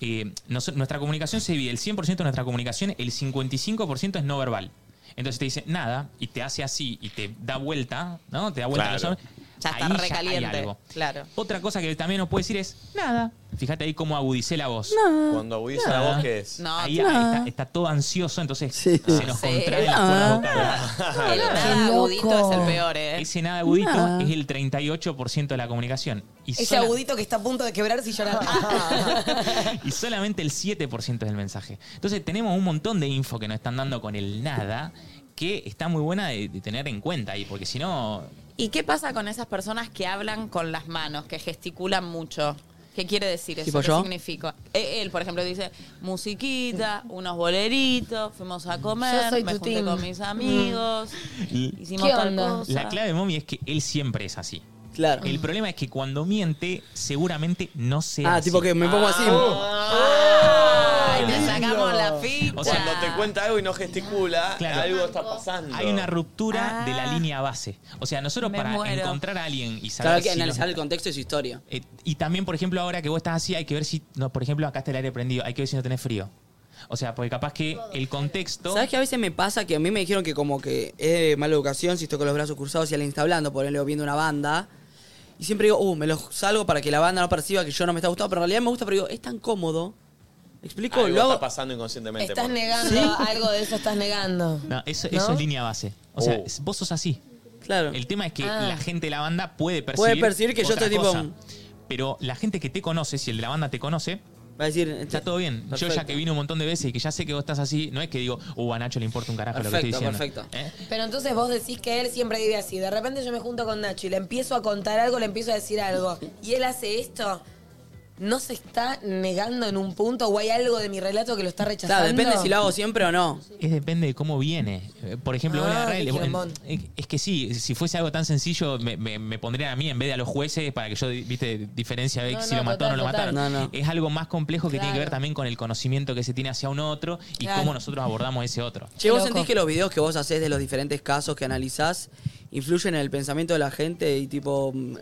Speaker 10: eh, nos- nuestra comunicación se divide. El 100% de nuestra comunicación, el 55% es no verbal. Entonces te dice nada y te hace así y te da vuelta, ¿no? Te da vuelta.
Speaker 5: Claro.
Speaker 10: los hombros.
Speaker 5: Ya está
Speaker 10: Ahí hay
Speaker 5: recaliente.
Speaker 10: algo.
Speaker 5: Claro.
Speaker 10: Otra cosa que también nos puede decir es nada. Fíjate ahí cómo agudicé la voz.
Speaker 1: Nada. Cuando agudiza la voz, ¿qué es?
Speaker 5: No,
Speaker 10: ahí, ahí
Speaker 5: nada.
Speaker 10: está, está todo ansioso, entonces se nos
Speaker 5: Sí.
Speaker 10: contraen las
Speaker 5: Nada.
Speaker 10: cuerdas
Speaker 1: [LAUGHS]
Speaker 10: vocales.
Speaker 5: El nada agudito es el peor, ¿eh?
Speaker 10: Ese nada agudito
Speaker 2: Nada.
Speaker 10: es el 38% de la comunicación. Y
Speaker 2: Ese
Speaker 10: sola-
Speaker 2: agudito que está a punto de quebrarse y llorar.
Speaker 10: [LAUGHS] y solamente el 7% del mensaje. Entonces tenemos un montón de info que nos están dando con el nada que está muy buena de, de tener en cuenta ahí, porque si no...
Speaker 5: ¿Y qué pasa con esas personas que hablan con las manos, que gesticulan mucho? ¿Qué quiere decir eso?
Speaker 3: ¿Tipo
Speaker 5: ¿Qué
Speaker 3: yo?
Speaker 5: significa? Eh, Él, por ejemplo, dice musiquita, unos boleritos, fuimos a comer,
Speaker 2: Yo soy
Speaker 5: me
Speaker 2: tu
Speaker 5: junté
Speaker 2: team.
Speaker 5: con mis amigos.
Speaker 10: Mm.
Speaker 5: Hicimos
Speaker 2: ¿Qué
Speaker 5: tal
Speaker 2: onda?
Speaker 5: cosa.
Speaker 10: La clave, Momi, es que él siempre es así.
Speaker 3: Claro.
Speaker 10: El problema es que cuando miente, seguramente no se
Speaker 3: Ah, tipo que me pongo así.
Speaker 2: Ah,
Speaker 5: Ay, te sacamos la ficha.
Speaker 10: Ah. O sea,
Speaker 1: Cuando te cuenta algo y no gesticula,
Speaker 10: Claro.
Speaker 1: algo está pasando.
Speaker 10: Hay una ruptura de
Speaker 5: Ah.
Speaker 10: la línea base. O sea, nosotros
Speaker 3: Me
Speaker 10: para
Speaker 3: muero.
Speaker 10: encontrar a alguien y saber
Speaker 3: Claro, hay que
Speaker 10: si nos-
Speaker 3: analizar el contexto de su historia.
Speaker 10: Eh, y también, por ejemplo, ahora que vos estás así, hay que ver si, no, por ejemplo, acá está el aire prendido, hay que ver si no tenés frío. O sea, porque capaz que el contexto...
Speaker 3: ¿Sabes que a veces me pasa que a mí me dijeron que como que es de mala educación si estoy con los brazos cruzados y alguien está hablando, por ejemplo, viendo una banda? Y siempre digo, uh, me los salgo para que la banda no perciba que yo no me está gustando, pero en realidad me gusta, pero digo, es tan cómodo. ¿Me explico?
Speaker 1: Algo
Speaker 3: Lo hago-
Speaker 1: está pasando inconscientemente.
Speaker 2: Estás
Speaker 1: Mon.
Speaker 2: negando algo de eso, estás negando.
Speaker 10: No, eso, eso
Speaker 2: ¿No?
Speaker 10: es línea base. O sea,
Speaker 1: Oh.
Speaker 10: es- vos sos así.
Speaker 3: Claro.
Speaker 10: El tema es que
Speaker 2: Ah.
Speaker 10: la gente de la banda puede percibir.
Speaker 3: Puede percibir que yo
Speaker 10: otra
Speaker 3: estoy tipo-
Speaker 10: cosa. Pero la gente que te conoce, si el de la banda te conoce.
Speaker 3: Va a decir.
Speaker 10: Está todo bien. Yo ya
Speaker 3: perfecto.
Speaker 10: que vine un montón de veces y que ya sé que vos estás así, no es que digo, uh, a Nacho le importa un carajo lo que estoy diciendo. ¿Eh?
Speaker 3: Perfecto,
Speaker 10: perfecto.
Speaker 2: Pero entonces vos decís que él siempre vive así. De repente yo me junto con Nacho y le empiezo a contar algo, le empiezo a decir algo. Y él hace esto. ¿No se está negando en un punto o hay algo de mi relato que lo está rechazando?
Speaker 3: Claro, depende si lo hago siempre o no.
Speaker 10: Es depende de cómo viene. Eh, Por ejemplo, vos le
Speaker 2: Ah,
Speaker 10: agarrás y
Speaker 2: qué
Speaker 10: le-
Speaker 2: quilombón.
Speaker 10: es es que sí, si fuese algo tan sencillo, me, me- me pondrían a mí en vez de a los jueces para que yo, viste, diferencia de
Speaker 3: No,
Speaker 10: si
Speaker 3: no,
Speaker 10: lo mató o no
Speaker 3: total,
Speaker 10: lo
Speaker 3: total.
Speaker 10: mataron.
Speaker 3: No, no.
Speaker 10: Es algo más complejo que tiene que
Speaker 3: Claro.
Speaker 10: ver también con el conocimiento que se tiene hacia un otro y
Speaker 3: Claro.
Speaker 10: cómo nosotros abordamos ese otro.
Speaker 3: Che, ¿vos sentís que los videos que vos hacés de los diferentes casos que analizás influyen en el pensamiento de la gente y tipo.
Speaker 10: [LAUGHS]
Speaker 3: mm,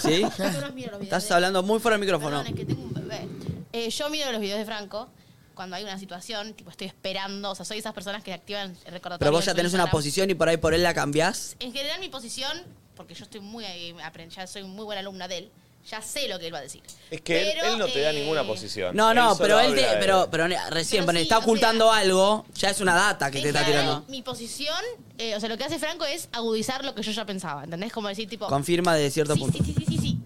Speaker 3: ¿Sí?
Speaker 7: Yo los miro los videos
Speaker 3: Estás
Speaker 7: de-
Speaker 3: hablando muy fuera del micrófono.
Speaker 7: Perdón, es que tengo un bebé. Eh, yo miro los videos de Franco cuando hay una situación, tipo estoy esperando, o sea, soy esas personas que activan el recordatorio.
Speaker 3: Pero vos
Speaker 7: en
Speaker 3: ya
Speaker 7: su
Speaker 3: tenés una
Speaker 7: Instagram.
Speaker 3: posición y por ahí por él la cambiás.
Speaker 7: En general mi posición, porque yo estoy muy eh, apren- ya soy muy buena alumna de él, ya sé lo que él va a decir.
Speaker 1: Es que él-
Speaker 7: Pero,
Speaker 1: él, no te da
Speaker 7: eh,
Speaker 1: ninguna posición.
Speaker 3: No, no,
Speaker 1: solo
Speaker 3: pero él te,
Speaker 1: habla de-
Speaker 3: pero, pero ne- recién,
Speaker 7: Pero
Speaker 3: ponele,
Speaker 7: sí,
Speaker 3: está
Speaker 7: o sea,
Speaker 3: ocultando algo, ya es una data que
Speaker 7: en
Speaker 3: te está
Speaker 7: general,
Speaker 3: tirando.
Speaker 7: Mi posición, eh, o sea, lo que hace Franco es agudizar lo que yo ya pensaba, ¿entendés? Como decir, tipo,
Speaker 3: Confirma de cierto punto.
Speaker 7: sí, sí, sí, sí.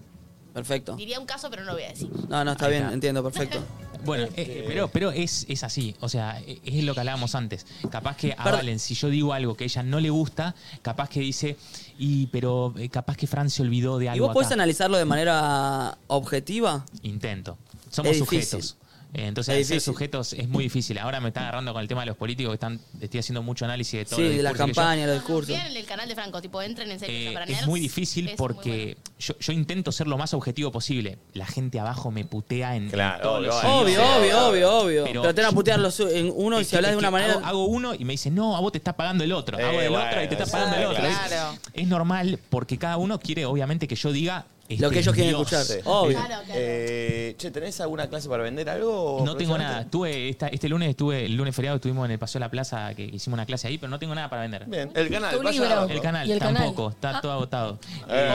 Speaker 3: Perfecto.
Speaker 7: Diría un caso, pero no lo voy a decir.
Speaker 3: No, no, está bien, entiendo,
Speaker 7: [LAUGHS]
Speaker 3: perfecto.
Speaker 10: Bueno, eh, pero, pero es, es así, o sea, eh, es lo que hablábamos antes. Capaz que a Valen, si yo digo algo que a ella no le gusta, capaz que dice, y pero eh, capaz que Fran se olvidó de
Speaker 3: ¿Y
Speaker 10: algo.
Speaker 3: vos podés
Speaker 10: acá".
Speaker 3: analizarlo de manera objetiva?
Speaker 10: Intento. Somos
Speaker 3: Es difícil.
Speaker 10: sujetos. Eh, Entonces,
Speaker 3: Es
Speaker 10: al ser
Speaker 3: difícil.
Speaker 10: sujetos es muy difícil. Ahora me está agarrando con el tema de los políticos que están, estoy haciendo mucho análisis de todo.
Speaker 3: Sí, de las campañas, los discursos.
Speaker 7: Vean el canal de Franco, tipo, entren en serio. o sea, para
Speaker 10: Eh, es
Speaker 7: nerds
Speaker 10: muy difícil
Speaker 7: es muy
Speaker 10: porque yo, yo intento ser lo más objetivo posible. La gente abajo me putea en, en todos
Speaker 3: obvio,
Speaker 10: los
Speaker 3: obvio,
Speaker 10: sentidos.
Speaker 3: obvio, obvio, Pero, te van a
Speaker 10: yo-
Speaker 3: putear los, en uno y
Speaker 10: es
Speaker 3: si
Speaker 10: que-
Speaker 3: hablas
Speaker 10: es
Speaker 3: de una
Speaker 10: que
Speaker 3: manera.
Speaker 10: Hago, hago uno y me dice, no, a vos te está pagando el otro.
Speaker 3: Eh,
Speaker 10: hago el
Speaker 3: bueno,
Speaker 10: otro y te está
Speaker 3: eso
Speaker 10: pagando el
Speaker 3: es
Speaker 10: otro.
Speaker 3: claro.
Speaker 10: Es, es normal porque cada uno quiere, obviamente, que yo diga.
Speaker 3: Lo que
Speaker 10: este,
Speaker 3: ellos quieren
Speaker 10: Dios.
Speaker 3: escuchar,
Speaker 1: Sí. Eh, che, ¿tenés alguna clase para vender algo?
Speaker 10: No tengo
Speaker 1: profesor?
Speaker 10: nada. Estuve esta- este lunes, estuve el lunes feriado, estuvimos en el Paseo de la Plaza, que hicimos una clase ahí, pero no tengo nada para vender.
Speaker 1: Bien, el canal.
Speaker 10: El
Speaker 1: vaya- Eh.
Speaker 10: canal, Ah. tampoco, está todo agotado. Eh,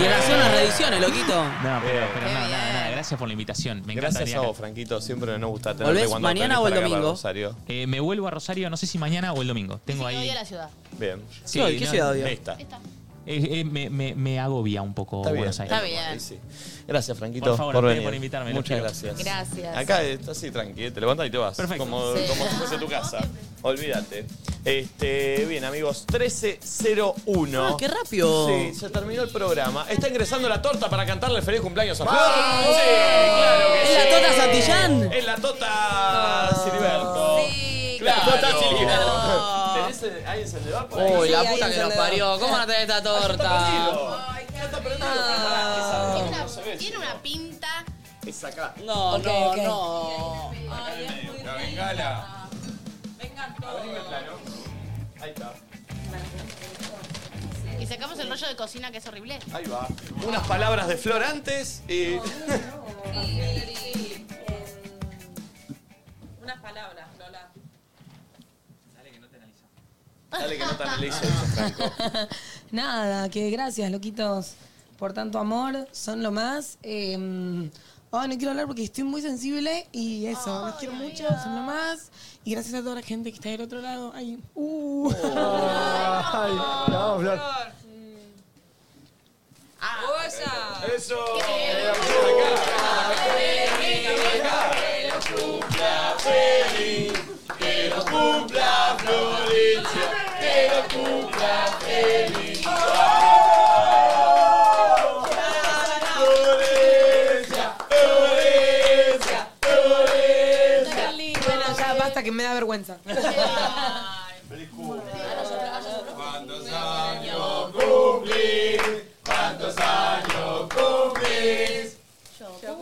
Speaker 3: Y en hacer unas reediciones, loquito.
Speaker 10: No, pero, pero nada, nada, nada. Gracias por la invitación. Me encanta
Speaker 1: Gracias
Speaker 10: venir
Speaker 1: a
Speaker 10: acá.
Speaker 1: vos, Franquito. Siempre nos gusta tenerte
Speaker 10: ¿Volvés
Speaker 1: cuando
Speaker 10: mañana
Speaker 1: venís
Speaker 10: o el
Speaker 1: para acá, para
Speaker 10: domingo?
Speaker 1: Rosario.
Speaker 10: Eh, me vuelvo a Rosario, no sé si mañana o el domingo. Tengo
Speaker 7: Hoy
Speaker 10: ahí.
Speaker 7: a la ciudad.
Speaker 1: Bien.
Speaker 10: Sí, ¿Qué hoy? ¿Qué no, ciudad hoy?
Speaker 1: Esta.
Speaker 10: eh, eh, me, me- me agobia un poco
Speaker 1: Está bien.
Speaker 10: Buenos Aires.
Speaker 5: Está bien.
Speaker 1: Gracias, Franquito,
Speaker 10: Por favor,
Speaker 1: por
Speaker 10: a ustedes
Speaker 1: venir.
Speaker 10: por invitarme, los
Speaker 1: Muchas
Speaker 10: quiero.
Speaker 1: gracias.
Speaker 5: Gracias.
Speaker 1: Acá estás así tranquilo, te levantás y te vas.
Speaker 10: Perfecto.
Speaker 1: Como,
Speaker 10: Sí.
Speaker 1: como si fuese tu casa. Olvídate. Este, bien, amigos, 1301.
Speaker 4: Ah, qué rápido.
Speaker 1: Sí, se terminó el programa. Está ingresando la torta para cantarle feliz cumpleaños a Flor.
Speaker 4: ¡Vamos!
Speaker 1: Sí, claro que
Speaker 4: ¿Es la
Speaker 1: sí.
Speaker 4: tota Santillán?
Speaker 1: Es la tota Siliberto. Sí, claro.
Speaker 4: la tota
Speaker 3: Ah.
Speaker 4: Siliberto.
Speaker 1: ¿Tenés eh, el- hay encendedor por ahí?
Speaker 3: Uy, la puta que nos parió. ¿Cómo van a tener esta torta?
Speaker 7: Tiene una- Tiene una pinta.
Speaker 1: Es acá.
Speaker 3: No,
Speaker 7: Ok,
Speaker 3: no,
Speaker 7: ok.
Speaker 3: no.
Speaker 1: La bengala. Abrime el plano. Ahí está.
Speaker 7: Y sacamos el rollo de cocina que es horrible.
Speaker 1: Ahí va. Unas palabras de Flor antes y.
Speaker 12: Unas palabras, Lola.
Speaker 1: Dale que no te analice, dice Franco.
Speaker 2: [LAUGHS] Nada, que gracias, loquitos, por tanto amor. Son lo más. Eh, ay, no quiero hablar porque estoy muy sensible y eso, los quiero mucho, son lo más. Y gracias a toda la gente que está del otro lado. Ay, uh.
Speaker 6: Ay, la vamos a hablar.
Speaker 5: Ah,
Speaker 1: ¡Eso!
Speaker 4: Que lo cumpla Florencia, que lo cumpla feliz. Florencia, Florencia, Florencia.
Speaker 2: Bueno, ya basta que me da vergüenza.
Speaker 4: ¿Cuántos años cumplís? ¿Cuántos años cumplís?
Speaker 2: Yo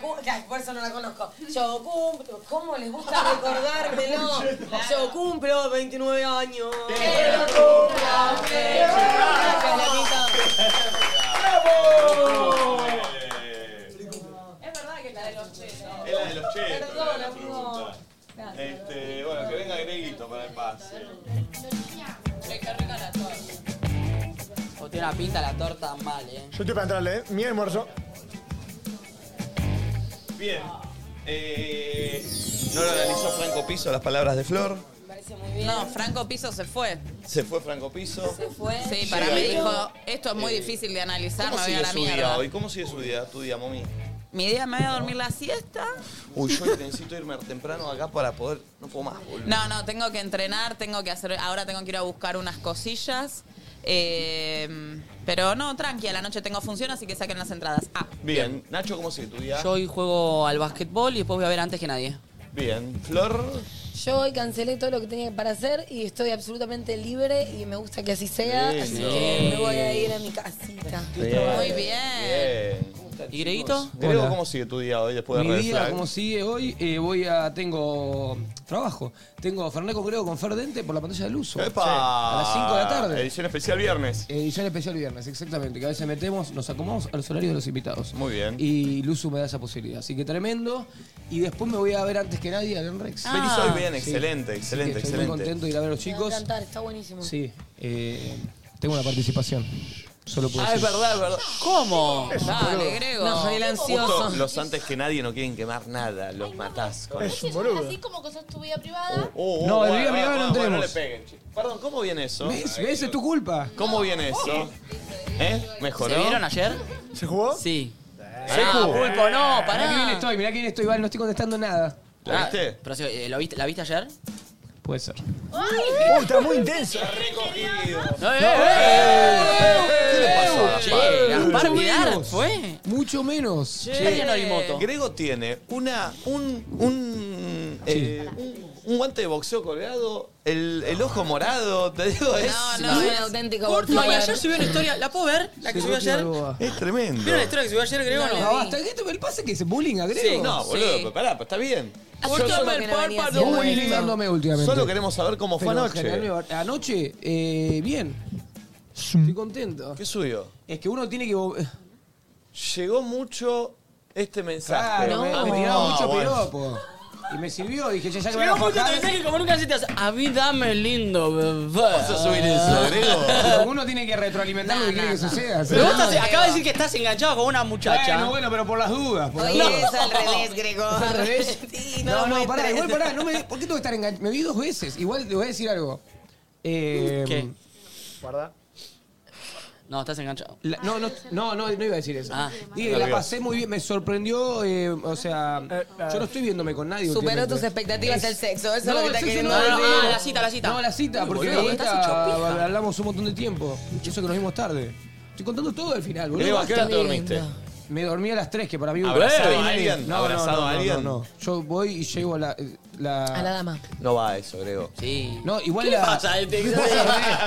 Speaker 2: cu- claro, por eso no la conozco. Yo cumplo, ¿cómo les gusta recordármelo? Yo cumplo 29 años.
Speaker 12: Es verdad que la de los chetos.
Speaker 1: Es la de los chetos.
Speaker 12: Perdón,
Speaker 1: la
Speaker 12: amigo.
Speaker 1: fruta. Este, bueno, que venga Greguito para el pase.
Speaker 12: Che, qué rica la torta.
Speaker 3: O tiene una pinta la torta mal, eh.
Speaker 6: Yo estoy para entrarle, ¿eh? Mi almuerzo.
Speaker 1: Bien. Eh, no lo analizó Franco Piso las palabras de Flor.
Speaker 5: No, Franco Piso se fue.
Speaker 1: Se fue Franco Piso.
Speaker 5: Se fue. Sí, para
Speaker 1: Sí,
Speaker 5: mí
Speaker 1: ahí.
Speaker 5: dijo, esto es muy
Speaker 1: Eh,
Speaker 5: difícil de analizar,
Speaker 1: ¿Cómo
Speaker 5: me voy a
Speaker 1: sigue
Speaker 5: la
Speaker 1: su día
Speaker 5: mierda.
Speaker 1: hoy? ¿Cómo sigue su día? ¿Tu día, mami?
Speaker 5: Mi día me voy a dormir la siesta.
Speaker 1: Uy, yo necesito irme temprano acá para poder. No puedo más, boludo.
Speaker 5: No, no, tengo que entrenar, tengo que hacer. Ahora tengo que ir a buscar unas cosillas. Eh, pero no, tranqui, a la noche tengo función, así que saquen las entradas. Ah,
Speaker 1: Bien. Nacho, ¿cómo sigue tu día?
Speaker 3: Yo hoy juego al básquetbol y después voy a ver antes que nadie.
Speaker 1: Bien. Flor.
Speaker 2: Yo hoy cancelé todo lo que tenía para hacer y estoy absolutamente libre y me gusta que así sea, así
Speaker 1: Lindo.
Speaker 2: que me voy a ir a mi casita.
Speaker 5: Muy bien.
Speaker 1: ¿Y
Speaker 3: Greguito?
Speaker 1: Grego,
Speaker 13: Hola.
Speaker 1: ¿cómo sigue tu día hoy después de
Speaker 13: Mi
Speaker 1: Red
Speaker 13: vida,
Speaker 1: Flag?
Speaker 13: como sigue hoy, eh, voy a. Tengo trabajo. Tengo Fernet con Grego con Ferdente por la pantalla del uso.
Speaker 1: ¡Epa!
Speaker 13: Sí, A las 5 de la tarde.
Speaker 1: Edición especial viernes.
Speaker 13: Edición especial viernes, exactamente. Que a veces metemos, nos acomodamos a los horarios de los invitados.
Speaker 1: Muy bien.
Speaker 13: Y Luzu me da esa posibilidad. Así que tremendo. Y después me voy a ver antes que nadie al Enrex.
Speaker 1: Ah. Venís hoy bien, excelente, excelente,
Speaker 13: Estoy
Speaker 1: excelente.
Speaker 13: muy contento de ir a ver a los
Speaker 2: Me va a
Speaker 13: chicos.
Speaker 2: encantar, está buenísimo.
Speaker 13: Sí. eh, tengo una participación. Solo puedo decir.
Speaker 1: Ah, es verdad.
Speaker 3: ¿Cómo?
Speaker 1: boludo.
Speaker 3: Dale, Grego.
Speaker 2: No, soy el ansioso.
Speaker 1: Justo los antes que nadie no quieren quemar nada, los matás. con-
Speaker 7: Si es así como cosas tu vida privada.
Speaker 1: Oh, oh,
Speaker 13: No, el
Speaker 1: bueno,
Speaker 13: día
Speaker 1: bueno,
Speaker 13: mío no
Speaker 1: bueno,
Speaker 13: entremos.
Speaker 1: no le peguen, chicos. Perdón, ¿cómo viene eso?
Speaker 13: ¿Ves? ¿Ves? Es tu culpa.
Speaker 1: ¿Cómo viene eso? ¿Eh? ¿Mejoró?
Speaker 13: ¿Se vieron
Speaker 3: ayer?
Speaker 13: ¿Se jugó?
Speaker 3: Sí.
Speaker 13: Se
Speaker 3: Ah,
Speaker 13: jugó.
Speaker 3: pulpo, no, pará.
Speaker 13: Mirá que bien estoy, mirá que bien estoy, Val, no estoy contestando nada.
Speaker 1: ¿La viste?
Speaker 3: Pero, sí, eh, ¿lo viste- ¿La viste ayer?
Speaker 13: Puede ser.
Speaker 6: ¡Uy, está muy intenso!
Speaker 1: ¿Qué le pasó a
Speaker 13: Che,
Speaker 1: Gaspar?
Speaker 13: Gaspar
Speaker 1: Mucho
Speaker 13: Vidal
Speaker 1: menos.
Speaker 3: fue.
Speaker 13: Mucho menos.
Speaker 1: Che, Grego tiene una, un, un, eh, un, un guante de boxeo colgado, el, el ojo morado, te digo, es...
Speaker 2: no, es un auténtico
Speaker 3: Curto,
Speaker 2: Bob
Speaker 3: y
Speaker 2: Dylan.
Speaker 3: ayer subió una historia. ¿La puedo ver? La que subió ayer.
Speaker 1: Es tremendo.
Speaker 3: ¿Vieron la historia que subió ayer, Grego?
Speaker 13: No, basta, ¿qué te- el pase que es bullying a Grego.
Speaker 1: Sí, no, boludo, pero pará, pero está bien.
Speaker 13: Yo solo- Bullying dándome últimamente.
Speaker 1: Solo queremos saber cómo fue
Speaker 13: Pero,
Speaker 1: anoche.
Speaker 13: General, Anoche, eh, bien. Estoy contento.
Speaker 1: ¿Qué subió?
Speaker 13: Es que uno tiene que... bo-
Speaker 1: Llegó mucho este mensaje.
Speaker 13: Claro, me, me
Speaker 1: Ah,
Speaker 13: tiraba mucho
Speaker 1: bueno.
Speaker 13: piropo. Y me sirvió, dije, ya, ya que me
Speaker 3: Llegó
Speaker 13: van a
Speaker 3: mucho tu
Speaker 13: fajar-
Speaker 3: mensaje como nunca se te hace. A mí dame lindo, bebé. Ah. Vas
Speaker 13: a subir eso,
Speaker 3: [LAUGHS]
Speaker 13: Grego. Uno tiene que retroalimentar lo que quiere que suceda.
Speaker 3: Pero vos estás- acabas de decir que estás enganchado con una muchacha.
Speaker 13: Bueno, bueno, pero por las dudas. Por las
Speaker 3: Oye,
Speaker 13: dudas.
Speaker 3: es al revés, Grego.
Speaker 13: ¿Es al revés?
Speaker 3: [LAUGHS] Sí, no
Speaker 13: no,
Speaker 3: lo
Speaker 13: no,
Speaker 3: muestres.
Speaker 13: pará, igual
Speaker 3: [LAUGHS]
Speaker 13: pará. No me, ¿Por qué tengo que estar enganchado? Me vi dos veces. Igual te voy a decir algo. Eh,
Speaker 3: ¿Qué?
Speaker 6: Guarda.
Speaker 3: No, estás enganchado.
Speaker 13: La- no, no, no, no, no iba a decir eso.
Speaker 3: Ah.
Speaker 13: Dije, la pasé muy bien, me sorprendió, eh, o sea, yo no estoy viéndome con nadie.
Speaker 2: Superó
Speaker 13: últimamente.
Speaker 2: tus expectativas del sexo, eso es lo que
Speaker 13: el
Speaker 2: está
Speaker 13: sexo
Speaker 2: queriendo
Speaker 13: no, no,
Speaker 2: decir.
Speaker 13: ah, la cita, la cita. No, la cita,
Speaker 2: Uy,
Speaker 13: porque
Speaker 2: boludo,
Speaker 13: la
Speaker 2: estás
Speaker 13: cita
Speaker 2: hecho pija.
Speaker 13: hablamos un montón de tiempo. Y eso que nos vimos tarde. Estoy contando todo al final, boludo.
Speaker 1: Creo, ¿a qué hora te
Speaker 13: Basta.
Speaker 1: dormiste?
Speaker 13: Me dormí a las 3, que para mí...
Speaker 1: ¿Abrazado
Speaker 13: Bueno,
Speaker 1: a
Speaker 13: No,
Speaker 1: alguien?
Speaker 13: no,
Speaker 1: ¿Abrazado
Speaker 13: no,
Speaker 1: a
Speaker 13: no,
Speaker 1: alguien?
Speaker 13: No, no. Yo voy y llego a la... eh, la-
Speaker 2: A la dama.
Speaker 1: No va eso, Grego.
Speaker 3: Sí.
Speaker 13: No, igual
Speaker 1: ¿Qué
Speaker 13: la...
Speaker 1: le pasa a este?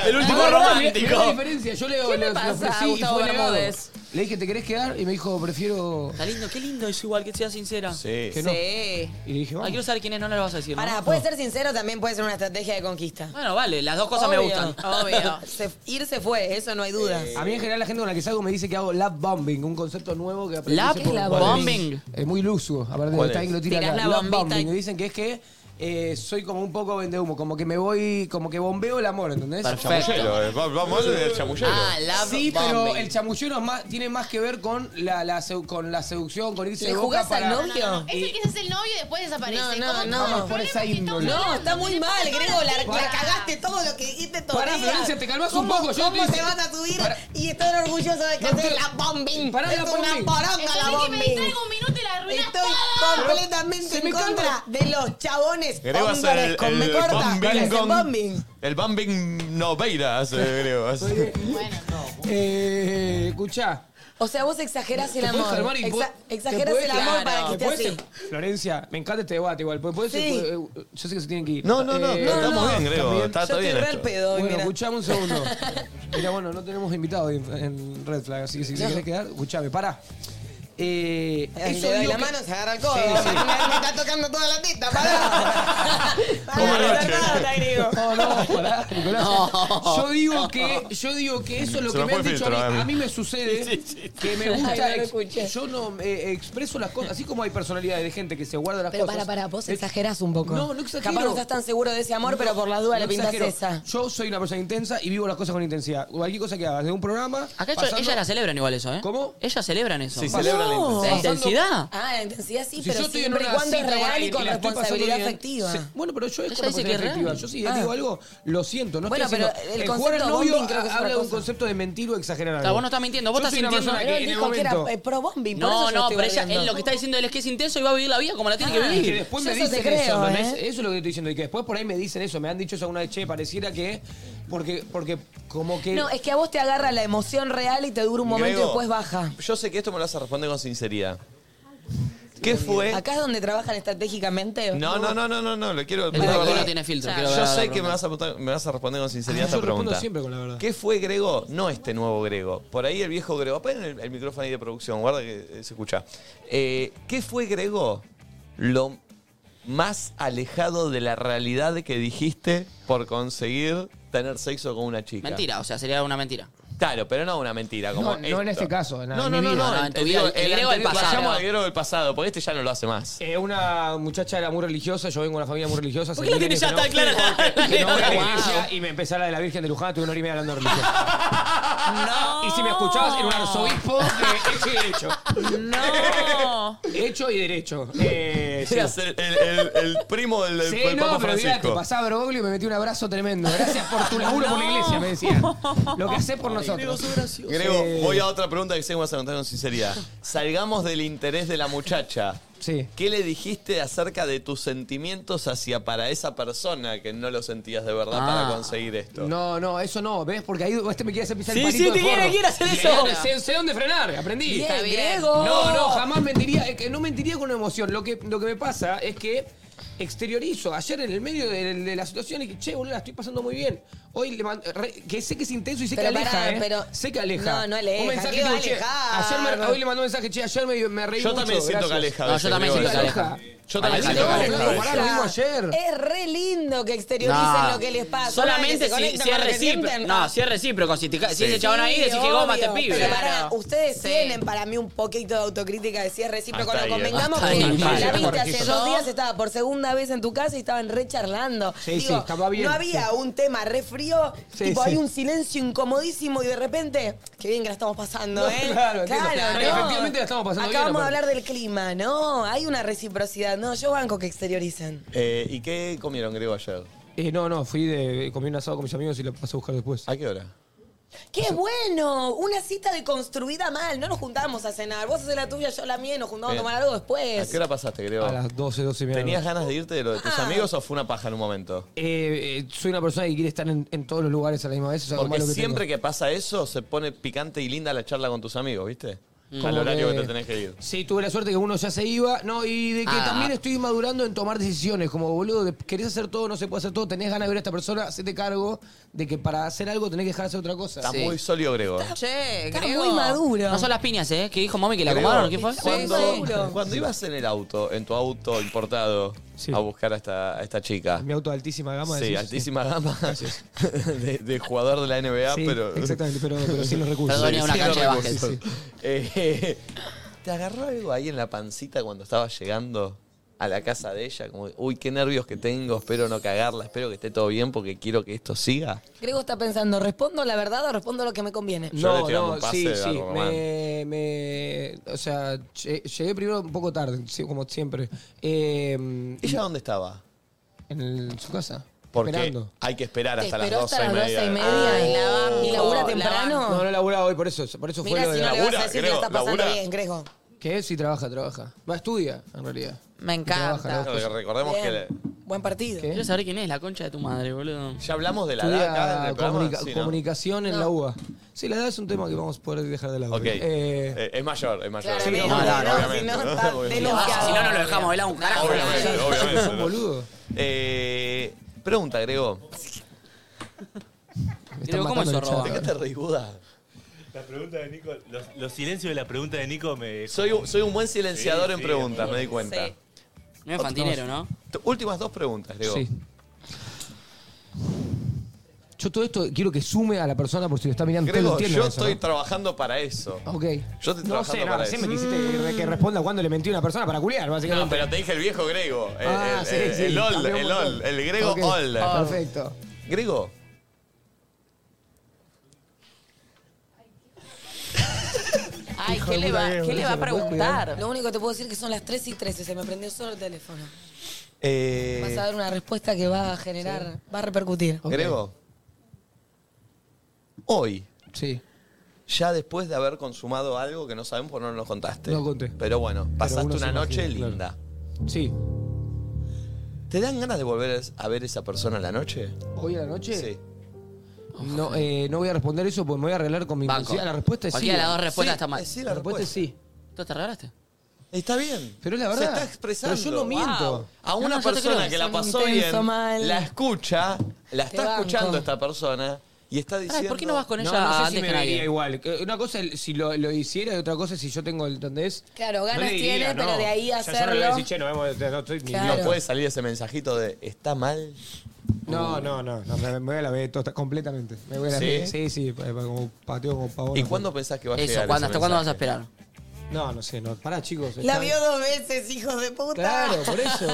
Speaker 4: El último
Speaker 13: No, no, no,
Speaker 4: romántico.
Speaker 13: mirá la diferencia. Yo le,
Speaker 4: ¿Qué le
Speaker 13: le- le
Speaker 4: pasa a
Speaker 13: ofrecí y
Speaker 4: Gustavo
Speaker 13: fue negado.
Speaker 4: Bermúdez?
Speaker 13: Le dije, ¿te querés quedar? Y me dijo, prefiero...
Speaker 3: Está lindo, qué lindo es igual, que sea sincera.
Speaker 1: Sí.
Speaker 13: Que no.
Speaker 2: Sí.
Speaker 13: Y le dije,
Speaker 3: Ah,
Speaker 13: vamos.
Speaker 3: quiero saber quién es, no le vas a decir, ¿no?
Speaker 2: Pará, puede ser sincero, también puede ser una estrategia de conquista.
Speaker 3: Bueno, vale, las dos cosas me gustan. [LAUGHS]
Speaker 2: Obvio. Se- ir se fue, eso no hay duda.
Speaker 13: A mí en general la gente con la que salgo me dice que hago lap bombing, un concepto nuevo que aprendí.
Speaker 2: Lap
Speaker 13: hace poco.
Speaker 2: ¿Qué es lap
Speaker 13: ¿Cuál es?
Speaker 2: bombing?
Speaker 13: Es muy luso, aparte
Speaker 4: ¿Cuál
Speaker 13: de
Speaker 4: es?
Speaker 13: lo tira
Speaker 4: Tirás
Speaker 13: acá.
Speaker 4: la
Speaker 13: Lap
Speaker 4: bombita
Speaker 13: bombing, y dicen que es que eh, soy como un poco vendehumo, como que me voy, como que bombeo el amor, ¿entendés? Ah,
Speaker 1: Chamullero, eh. Va- Vamos a hablar del chamullero.
Speaker 13: sí, pero el chamullero es más, tiene más que ver con la, la seu- con la seducción, con irse
Speaker 2: ¿Le
Speaker 13: de boca
Speaker 2: jugás al
Speaker 13: para-
Speaker 2: novio? No, no, no.
Speaker 13: Y-
Speaker 7: Ese que es el novio y después desaparece.
Speaker 2: No, no,
Speaker 7: ¿Cómo-
Speaker 2: no.
Speaker 7: cómo
Speaker 13: Vamos por
Speaker 7: el
Speaker 13: esa
Speaker 7: problema es que
Speaker 13: índole.
Speaker 2: No,
Speaker 7: estamos hablando?
Speaker 2: está muy
Speaker 7: Tenemos
Speaker 2: mal,
Speaker 7: que
Speaker 2: Grego, la,
Speaker 7: hablar
Speaker 2: la
Speaker 7: de-
Speaker 2: cagaste todo lo que dijiste todo
Speaker 13: Pará,
Speaker 2: el día.
Speaker 13: Florencia, te calmás un
Speaker 2: ¿Cómo-
Speaker 13: poco, yo
Speaker 2: ¿Cómo
Speaker 13: te-
Speaker 2: te van a subir y estar orgulloso de que haces la bombing?
Speaker 13: Pará,
Speaker 2: es
Speaker 13: la
Speaker 2: una
Speaker 13: bombing.
Speaker 2: poronga la
Speaker 7: Entonces, que me
Speaker 2: bombing.
Speaker 7: distraigo un minuto y la arruinas
Speaker 2: Estoy
Speaker 7: toda.
Speaker 2: completamente en contra de los chabones
Speaker 1: Grego hace
Speaker 2: hombres
Speaker 1: el,
Speaker 2: con me
Speaker 1: el
Speaker 2: corta que
Speaker 1: bombing
Speaker 2: hacen
Speaker 1: con-
Speaker 2: bombing.
Speaker 1: El bombing Noveira hace Grego. hace.
Speaker 13: Eh, escuchá.
Speaker 2: O sea, vos exagerás el
Speaker 13: ¿Te podés
Speaker 2: amor.
Speaker 13: calmar y
Speaker 2: Exa-
Speaker 13: vos- te
Speaker 2: Exagerás
Speaker 13: podés-
Speaker 2: el amor
Speaker 13: Claro.
Speaker 2: para que
Speaker 13: ¿Te
Speaker 2: esté
Speaker 13: podés-
Speaker 2: así.
Speaker 13: Florencia, me encanta este debate igual. porque podés-
Speaker 2: Sí.
Speaker 13: eh, Yo sé que se tienen que ir. Eh,
Speaker 1: No, no, no, estamos bien, Grego,
Speaker 13: ¿también?
Speaker 1: está- está Yo te bien re esto. al pedo hoy,
Speaker 13: Bueno,
Speaker 1: mira.
Speaker 13: escuchame un
Speaker 2: [LAUGHS]
Speaker 13: segundo. Mira, bueno, no tenemos invitado hoy en, en Red Flag, así que si te
Speaker 2: No.
Speaker 13: querés quedar, escuchame, pará. Eh,
Speaker 2: Ay,
Speaker 13: eso
Speaker 2: le doy
Speaker 13: digo
Speaker 2: la
Speaker 13: que-
Speaker 2: mano, se agarra el codo.
Speaker 13: Sí, sí.
Speaker 2: [LAUGHS] Me está tocando toda la tita, pará.
Speaker 13: No, no, pará, Nicolás.
Speaker 4: No.
Speaker 13: Yo digo que, yo digo que eso es lo
Speaker 4: Se
Speaker 13: que
Speaker 4: nos
Speaker 13: me han
Speaker 4: fue el
Speaker 13: dicho
Speaker 4: filtro,
Speaker 13: a mí.
Speaker 4: Dani.
Speaker 13: A mí me sucede que me
Speaker 2: Ay,
Speaker 13: gusta.
Speaker 2: no lo
Speaker 13: ex- yo no eh, expreso las cosas. Así como hay personalidades de gente que se guarda las
Speaker 2: Pero
Speaker 13: cosas.
Speaker 2: para, para, vos
Speaker 13: eh,
Speaker 2: exagerás un poco.
Speaker 13: No, no exagero.
Speaker 2: Capaz no estás tan seguro de ese amor,
Speaker 13: No,
Speaker 2: pero por las dudas
Speaker 13: no
Speaker 2: le pintas
Speaker 13: exagero.
Speaker 2: esa.
Speaker 13: Yo soy una persona intensa y vivo las cosas con intensidad. Cualquier cosa que hagas, de un programa.
Speaker 3: Acá ellos-
Speaker 13: pasando-
Speaker 3: ellas la celebran igual eso, ¿eh?
Speaker 13: ¿Cómo?
Speaker 3: Ellas celebran eso.
Speaker 13: Sí, celebran la
Speaker 3: No.
Speaker 13: intensidad.
Speaker 3: La intensidad.
Speaker 2: Ah, la intensidad sí,
Speaker 13: Si
Speaker 2: pero
Speaker 13: yo estoy en
Speaker 2: siempre y
Speaker 13: una
Speaker 2: cuando es
Speaker 13: cita con
Speaker 2: real y
Speaker 13: alguien
Speaker 2: con
Speaker 13: que la estoy pasando
Speaker 2: responsabilidad
Speaker 13: bien,
Speaker 2: afectiva.
Speaker 13: se- bueno, pero yo es
Speaker 2: Ella
Speaker 13: con
Speaker 2: dice que es
Speaker 13: responsabilidad afectiva.
Speaker 2: real.
Speaker 13: Yo si le digo
Speaker 2: Ah.
Speaker 13: algo, lo siento. No
Speaker 2: Bueno,
Speaker 13: estoy
Speaker 2: pero
Speaker 13: haciendo-
Speaker 2: el
Speaker 13: jugar al
Speaker 2: concepto
Speaker 13: novio
Speaker 2: bombing creo que es
Speaker 13: habla
Speaker 2: otra
Speaker 13: de un
Speaker 2: cosa.
Speaker 13: concepto de mentir o exagerar algo.
Speaker 3: Claro, vos no estás mintiendo, vos
Speaker 13: Yo
Speaker 3: estás
Speaker 13: soy una
Speaker 3: sintiendo-
Speaker 13: persona
Speaker 2: Pero
Speaker 13: que
Speaker 2: él
Speaker 13: en el
Speaker 2: dijo que era
Speaker 13: momento-
Speaker 2: eh, pro bombing.
Speaker 3: No,
Speaker 2: por eso yo
Speaker 3: no,
Speaker 2: estoy
Speaker 3: pero ella,
Speaker 2: bardeando.
Speaker 3: él lo que está diciendo, él es que es intenso y va a vivir la vida como la tiene que
Speaker 13: Ah,
Speaker 3: vivir.
Speaker 13: que después
Speaker 2: Yo
Speaker 13: me
Speaker 2: eso te
Speaker 13: dicen
Speaker 2: creo,
Speaker 13: eso, ¿entendés?
Speaker 2: ¿eh?
Speaker 13: Eso es lo que estoy diciendo. Y que después por ahí me dicen eso. Me han dicho eso alguna vez, che, pareciera que. Porque, porque como que.
Speaker 2: No, es que a vos te agarra la emoción real y te dura un momento y
Speaker 1: Grego,
Speaker 2: después baja.
Speaker 1: Yo sé que esto me lo vas a responder con sinceridad. ¿Qué fue?
Speaker 2: Acá es donde trabajan estratégicamente.
Speaker 1: No, no, no, no, no, no, lo quiero.
Speaker 3: El doctor no tiene filtro, quiero ver
Speaker 1: Yo
Speaker 3: la
Speaker 1: sé que
Speaker 3: pregunta.
Speaker 1: me vas, a apuntar- me vas a responder con sinceridad
Speaker 13: Ah,
Speaker 1: esta
Speaker 13: yo respondo
Speaker 1: pregunta.
Speaker 13: siempre con la verdad.
Speaker 1: ¿Qué fue Grego? No este nuevo Grego. Por ahí el viejo Grego. Apaguen el, el micrófono ahí de producción, guarda que eh, se escucha. Eh, ¿Qué fue Grego lo más alejado de la realidad que dijiste por conseguir tener sexo con una chica?
Speaker 3: Mentira, o sea, sería una mentira.
Speaker 1: Claro, pero no una mentira. Como
Speaker 13: No, no en
Speaker 1: esto.
Speaker 13: este caso. en-
Speaker 1: No,
Speaker 13: en
Speaker 1: no,
Speaker 13: mi
Speaker 1: no,
Speaker 13: vida.
Speaker 2: Ah,
Speaker 1: no.
Speaker 3: en tu
Speaker 1: el-
Speaker 3: vida,
Speaker 1: digo,
Speaker 3: el Grego del
Speaker 1: anterior-
Speaker 3: pasado.
Speaker 1: Vayamos al Grego del pasado, porque este ya no lo hace más.
Speaker 13: Eh, una muchacha era muy religiosa, yo vengo de una familia muy religiosa.
Speaker 1: ¿Por qué la
Speaker 13: tiene
Speaker 1: tenés ya tan clara?
Speaker 13: Que no
Speaker 2: [LAUGHS]
Speaker 13: voy a la
Speaker 1: Wow.
Speaker 13: iglesia y me empecé a hablar de la Virgen de Luján, tuve una hora y media hablando de religión. Y si me escuchabas,
Speaker 1: Oh.
Speaker 13: era un arzobispo de hecho y derecho.
Speaker 5: No.
Speaker 13: [LAUGHS] Hecho y derecho.
Speaker 1: [LAUGHS]
Speaker 13: Eh, sí.
Speaker 1: Eras el, el- el- el primo del, del
Speaker 13: Sí,
Speaker 1: del
Speaker 13: no,
Speaker 1: Papa
Speaker 13: pero mira, te
Speaker 1: Francisco.
Speaker 13: pasaba Broglio y me metí un abrazo tremendo. Gracias por tu laburo por la iglesia, me decían. Lo que
Speaker 1: [LAUGHS]
Speaker 13: hacés por nosotros.
Speaker 1: Grego,
Speaker 13: Eh,
Speaker 1: voy a otra pregunta que sé que me vas a contar con sinceridad. Salgamos del interés de la muchacha.
Speaker 13: Sí.
Speaker 1: ¿Qué le dijiste acerca de tus sentimientos hacia para esa persona que no lo sentías de verdad
Speaker 13: Ah.
Speaker 1: para conseguir esto?
Speaker 13: No, no, eso no, ¿ves? Porque ahí este me quiere hacer pisar
Speaker 1: Sí,
Speaker 13: el palito
Speaker 1: sí,
Speaker 13: del
Speaker 1: te quiere-
Speaker 13: forro.
Speaker 1: quiere hacer
Speaker 13: Y
Speaker 1: eso.
Speaker 13: ahora Sé, sé dónde frenar, aprendí.
Speaker 2: Bien,
Speaker 13: Está bien.
Speaker 2: Grego.
Speaker 13: No, no, jamás mentiría, es que no mentiría con una emoción. Lo que, lo que me pasa es que exteriorizo ayer en el medio de, de la situación y que, che, boludo, la estoy pasando muy bien. Hoy le man- re- que sé que es intenso y sé
Speaker 2: Pero
Speaker 13: que aleja,
Speaker 2: pará,
Speaker 13: ¿eh?
Speaker 2: pero-
Speaker 13: sé que aleja.
Speaker 2: No, no aleja,
Speaker 13: Un mensaje
Speaker 2: ¿qué va
Speaker 13: tipo,
Speaker 2: a
Speaker 13: che,
Speaker 2: alejar?
Speaker 13: ayer me- hoy le mandó un mensaje, che, ayer me, me reí
Speaker 1: Yo
Speaker 13: mucho,
Speaker 1: también siento que
Speaker 13: gracias".
Speaker 1: aleja a No, yo veces, también Grego, siento que aleja. Yo también
Speaker 13: Aleja,
Speaker 1: siento que
Speaker 13: aleja,
Speaker 1: aleja a
Speaker 13: pará, lo
Speaker 2: Pará,
Speaker 13: vimos ayer.
Speaker 2: Es re lindo que exterioricen
Speaker 3: No.
Speaker 2: lo que les pasa. Una
Speaker 3: Solamente
Speaker 2: vez que se
Speaker 3: si,
Speaker 2: conectan
Speaker 3: si
Speaker 2: con
Speaker 3: es
Speaker 2: lo que
Speaker 3: recíproco.
Speaker 2: sienten.
Speaker 3: No, si es recíproco. Si, te ca- si ese
Speaker 1: Sí.
Speaker 3: chabón ahí, decís que
Speaker 2: obvio,
Speaker 3: goma este pibe.
Speaker 2: Pero pará, ustedes tienen para mí un poquito de autocrítica de si es recíproco o
Speaker 3: Hasta
Speaker 2: no.
Speaker 3: ahí,
Speaker 13: ¿eh?
Speaker 2: Convengamos
Speaker 3: hasta
Speaker 2: que
Speaker 3: ahí.
Speaker 2: la
Speaker 3: Mal.
Speaker 2: viste hace
Speaker 3: Corregí.
Speaker 2: dos días, estaba por segunda vez en tu casa y estaban re charlando.
Speaker 13: Sí, sí, estaba bien,
Speaker 2: No había
Speaker 13: sí.
Speaker 2: un tema re frío,
Speaker 13: Sí,
Speaker 2: tipo
Speaker 13: sí.
Speaker 2: hay un silencio incomodísimo y de repente, qué bien que la estamos pasando,
Speaker 13: No,
Speaker 2: ¿eh?
Speaker 13: [LAUGHS] claro, entiendo. Pero
Speaker 2: no.
Speaker 13: efectivamente la estamos pasando bien,
Speaker 2: Acá vamos a
Speaker 13: aparte.
Speaker 2: hablar del clima, ¿no? Hay una reciprocidad, no, yo banco que exterioricen.
Speaker 1: Eh, ¿Y qué comieron Grego ayer?
Speaker 13: Eh, no, no, fui de. Comí un asado con mis amigos y lo pasé a buscar después.
Speaker 1: ¿A qué hora?
Speaker 2: ¡Qué bueno! Una cita de construida mal. No nos juntábamos a cenar. Vos haces la tuya, yo la mía y nos juntábamos a
Speaker 1: Bien.
Speaker 2: tomar algo
Speaker 1: ¿A
Speaker 2: después.
Speaker 1: qué hora pasaste, creo?
Speaker 13: A las 12, 12 y media.
Speaker 1: ¿Tenías ganas de irte de lo de tus
Speaker 2: Ah.
Speaker 1: amigos o fue una paja en un momento?
Speaker 13: Eh, eh, soy una persona que quiere estar en, en todos los lugares a la misma vez. O sea,
Speaker 1: Porque
Speaker 13: tomar lo que
Speaker 1: siempre que pasa eso se pone picante y linda la charla con tus amigos, ¿viste?
Speaker 13: Mm.
Speaker 1: Al
Speaker 13: Como
Speaker 1: horario que...
Speaker 13: que-
Speaker 1: te tenés que ir.
Speaker 13: tengo. Sí, tuve la suerte que uno ya se iba. No, y de que
Speaker 1: Ah.
Speaker 13: también estoy madurando en tomar decisiones. Como, boludo, de- querés hacer todo, no se puede hacer todo. Tenés ganas de ver a esta persona, hacete cargo de que para hacer algo tenés que dejar de hacer otra cosa.
Speaker 1: Está muy sólido, Grego.
Speaker 5: Che,
Speaker 3: Está
Speaker 5: Grego.
Speaker 3: muy maduro. No son las piñas, ¿eh? Que dijo mami que la
Speaker 1: Grego,
Speaker 3: acomodaron. ¿Qué fue?
Speaker 1: Cuando, cuando ibas en el auto, en tu auto importado, a buscar a esta, a esta chica.
Speaker 13: Mi auto de altísima gama.
Speaker 1: Sí,
Speaker 13: decís, [LAUGHS]
Speaker 1: altísima gama [LAUGHS] de, de jugador de la NBA,
Speaker 13: Sí,
Speaker 1: pero.
Speaker 13: exactamente, pero- pero sin los recursos.
Speaker 1: Perdón,
Speaker 13: Perdón, era una
Speaker 1: sin
Speaker 13: cancha
Speaker 1: los
Speaker 13: de básquet.
Speaker 1: recursos. Eh, ¿Te agarró algo ahí en la pancita cuando estabas llegando a la casa de ella? Como, uy, qué nervios que tengo, espero no cagarla, espero que esté todo bien porque quiero que esto siga.
Speaker 2: Grego está pensando, ¿respondo la verdad o respondo lo que me conviene?
Speaker 1: Yo le estoy dando un pase
Speaker 13: sí,
Speaker 1: de
Speaker 13: sí.
Speaker 1: algo,
Speaker 13: Me, me- o sea, lle- llegué primero un poco tarde, sí, como siempre. ¿Ella
Speaker 1: dónde estaba?
Speaker 13: En, el- su casa.
Speaker 1: Porque
Speaker 13: esperando.
Speaker 1: hay que esperar
Speaker 2: Te
Speaker 1: hasta las
Speaker 2: esperó
Speaker 1: 12
Speaker 2: hasta
Speaker 1: y
Speaker 2: las
Speaker 1: media.
Speaker 2: 12 y media y la van-
Speaker 1: Oh.
Speaker 2: y labura temprano.
Speaker 13: No, no labura hoy, por eso, por eso
Speaker 2: Mira
Speaker 13: fue lo
Speaker 2: si
Speaker 13: de
Speaker 2: no le vas
Speaker 13: labura,
Speaker 2: a decir que la
Speaker 13: creo,
Speaker 2: está pasando
Speaker 13: labura.
Speaker 2: bien, Grego.
Speaker 13: Que sí trabaja, trabaja. Va, estudia, en realidad.
Speaker 5: Me
Speaker 13: encanta.
Speaker 1: Claro, que recordemos
Speaker 2: Bien.
Speaker 1: que le-
Speaker 2: Buen partido.
Speaker 3: Quiero saber quién es la concha de tu madre, boludo.
Speaker 1: Ya hablamos de la
Speaker 13: Estudia
Speaker 1: edad acá en el programa,
Speaker 13: comunica-
Speaker 1: sí, ¿no?
Speaker 13: comunicación en la UBA. Sí, la edad es un tema que vamos a poder dejar de lado.
Speaker 1: Ok. Eh, es mayor, es mayor.
Speaker 13: Claramente,
Speaker 1: Sí,
Speaker 13: no,
Speaker 1: obviamente,
Speaker 13: no, si no,
Speaker 3: [LAUGHS]
Speaker 1: obviamente,
Speaker 13: está
Speaker 1: obviamente.
Speaker 13: denunciado.
Speaker 3: Si no, no lo dejamos, era un carajo.
Speaker 1: Obviamente,
Speaker 3: [LAUGHS]
Speaker 1: obviamente.
Speaker 13: Son boludo.
Speaker 1: Eh, pregunta, Grego.
Speaker 14: Grego, ¿cómo matando, es zorro?
Speaker 1: ¿De qué te reís, Buda?
Speaker 14: La pregunta de Nico, los, los silencios de la pregunta de Nico me.
Speaker 1: Soy un, soy un buen silenciador
Speaker 14: Sí,
Speaker 1: en
Speaker 14: sí,
Speaker 1: preguntas,
Speaker 14: boludo.
Speaker 1: me di cuenta.
Speaker 14: Sí.
Speaker 3: No es fantinero, ¿no?
Speaker 1: T- Últimas dos preguntas, Grego.
Speaker 13: Sí. Yo todo esto quiero que sume a la persona por si lo está mirando. Ustedes lo
Speaker 1: Grego,
Speaker 13: entienden
Speaker 1: yo
Speaker 13: eso,
Speaker 1: estoy
Speaker 13: ¿no?
Speaker 1: trabajando para eso.
Speaker 13: Ok.
Speaker 1: Yo
Speaker 13: No
Speaker 1: estoy trabajando
Speaker 13: sé, no,
Speaker 1: para
Speaker 13: recién
Speaker 1: eso.
Speaker 13: me quisiste que, re- que responda cuando le mentí a una persona para culiar,
Speaker 1: No,
Speaker 13: básicamente.
Speaker 1: pero te dije el viejo Grego. El,
Speaker 13: Ah,
Speaker 1: el,
Speaker 13: sí,
Speaker 1: el-
Speaker 13: sí,
Speaker 1: el old,
Speaker 13: cambió un
Speaker 1: el
Speaker 13: montón.
Speaker 1: old, el Grego
Speaker 13: Ok,
Speaker 1: old.
Speaker 13: Perfecto.
Speaker 1: Grego,
Speaker 5: Ay,
Speaker 2: Hijo
Speaker 5: ¿qué
Speaker 2: de
Speaker 5: le,
Speaker 2: puta,
Speaker 5: va,
Speaker 2: Grego,
Speaker 5: ¿qué le va a
Speaker 2: ¿se lo puedes
Speaker 5: preguntar?
Speaker 2: cuidar? Lo único que te puedo decir es que son las 3 y 13, se me prendió solo el teléfono.
Speaker 1: eh,
Speaker 2: Vas a dar una respuesta que va a generar, va a repercutir.
Speaker 1: Grego, hoy.
Speaker 13: Sí.
Speaker 1: Ya después de haber consumado algo que no sabemos porque no nos contaste.
Speaker 13: No conté.
Speaker 1: Pero bueno, pasaste
Speaker 13: uno se
Speaker 1: una noche
Speaker 13: imagina,
Speaker 1: linda.
Speaker 13: Sí.
Speaker 1: ¿Te dan ganas de volver a ver esa persona a la noche?
Speaker 13: ¿Hoy a la noche?
Speaker 1: Sí.
Speaker 13: No, eh, no voy a responder eso porque me voy a arreglar con mi
Speaker 1: Banco.
Speaker 13: intensidad. La respuesta es sí.
Speaker 3: Cualquiera de las dos respuestas está mal.
Speaker 13: la respuesta es sí.
Speaker 3: ¿Tú te arreglaste?
Speaker 1: Está bien.
Speaker 13: Pero es la
Speaker 1: Se
Speaker 13: verdad.
Speaker 1: está expresando.
Speaker 13: Pero yo no miento.
Speaker 1: Wow. A
Speaker 13: No,
Speaker 1: una
Speaker 13: no, yo te
Speaker 1: persona
Speaker 13: creo.
Speaker 1: que la
Speaker 13: Son
Speaker 1: pasó
Speaker 13: intenso,
Speaker 1: bien,
Speaker 13: mal.
Speaker 1: la escucha, la
Speaker 13: Te
Speaker 1: está
Speaker 13: banco.
Speaker 1: escuchando esta persona y está diciendo.
Speaker 3: ¿por qué no vas con ella
Speaker 13: no, sé
Speaker 3: antes
Speaker 13: si me
Speaker 3: que nadie?
Speaker 13: vería igual. Que Una cosa es si lo, lo hiciera y otra cosa es si yo tengo el ¿entendés?
Speaker 2: Claro,
Speaker 13: No le
Speaker 2: ganas
Speaker 13: diría,
Speaker 2: tiene,
Speaker 13: no.
Speaker 2: pero de ahí
Speaker 13: Ya
Speaker 2: a
Speaker 13: yo no le voy a
Speaker 2: hacerlo.
Speaker 13: decir, che, nos vemos, no estoy ni-
Speaker 2: Claro.
Speaker 1: No puede salir ese mensajito de está mal.
Speaker 13: No, no, no, no, me, me voy a la B tosta- completamente. Me voy a la
Speaker 1: ¿Sí?
Speaker 13: B. Sí, sí, pa- pa- como pateo como pavón.
Speaker 1: ¿Y cuándo pensás que va a
Speaker 3: Eso,
Speaker 1: llegar?
Speaker 3: ¿cuándo-
Speaker 1: ese
Speaker 3: hasta cuándo vas a
Speaker 1: mensaje?
Speaker 3: esperar?
Speaker 13: No, no sé, no. Pará, chicos.
Speaker 2: La
Speaker 13: está-
Speaker 2: vio dos veces, hijo de puta.
Speaker 13: Claro, por
Speaker 5: [LAUGHS]
Speaker 13: eso.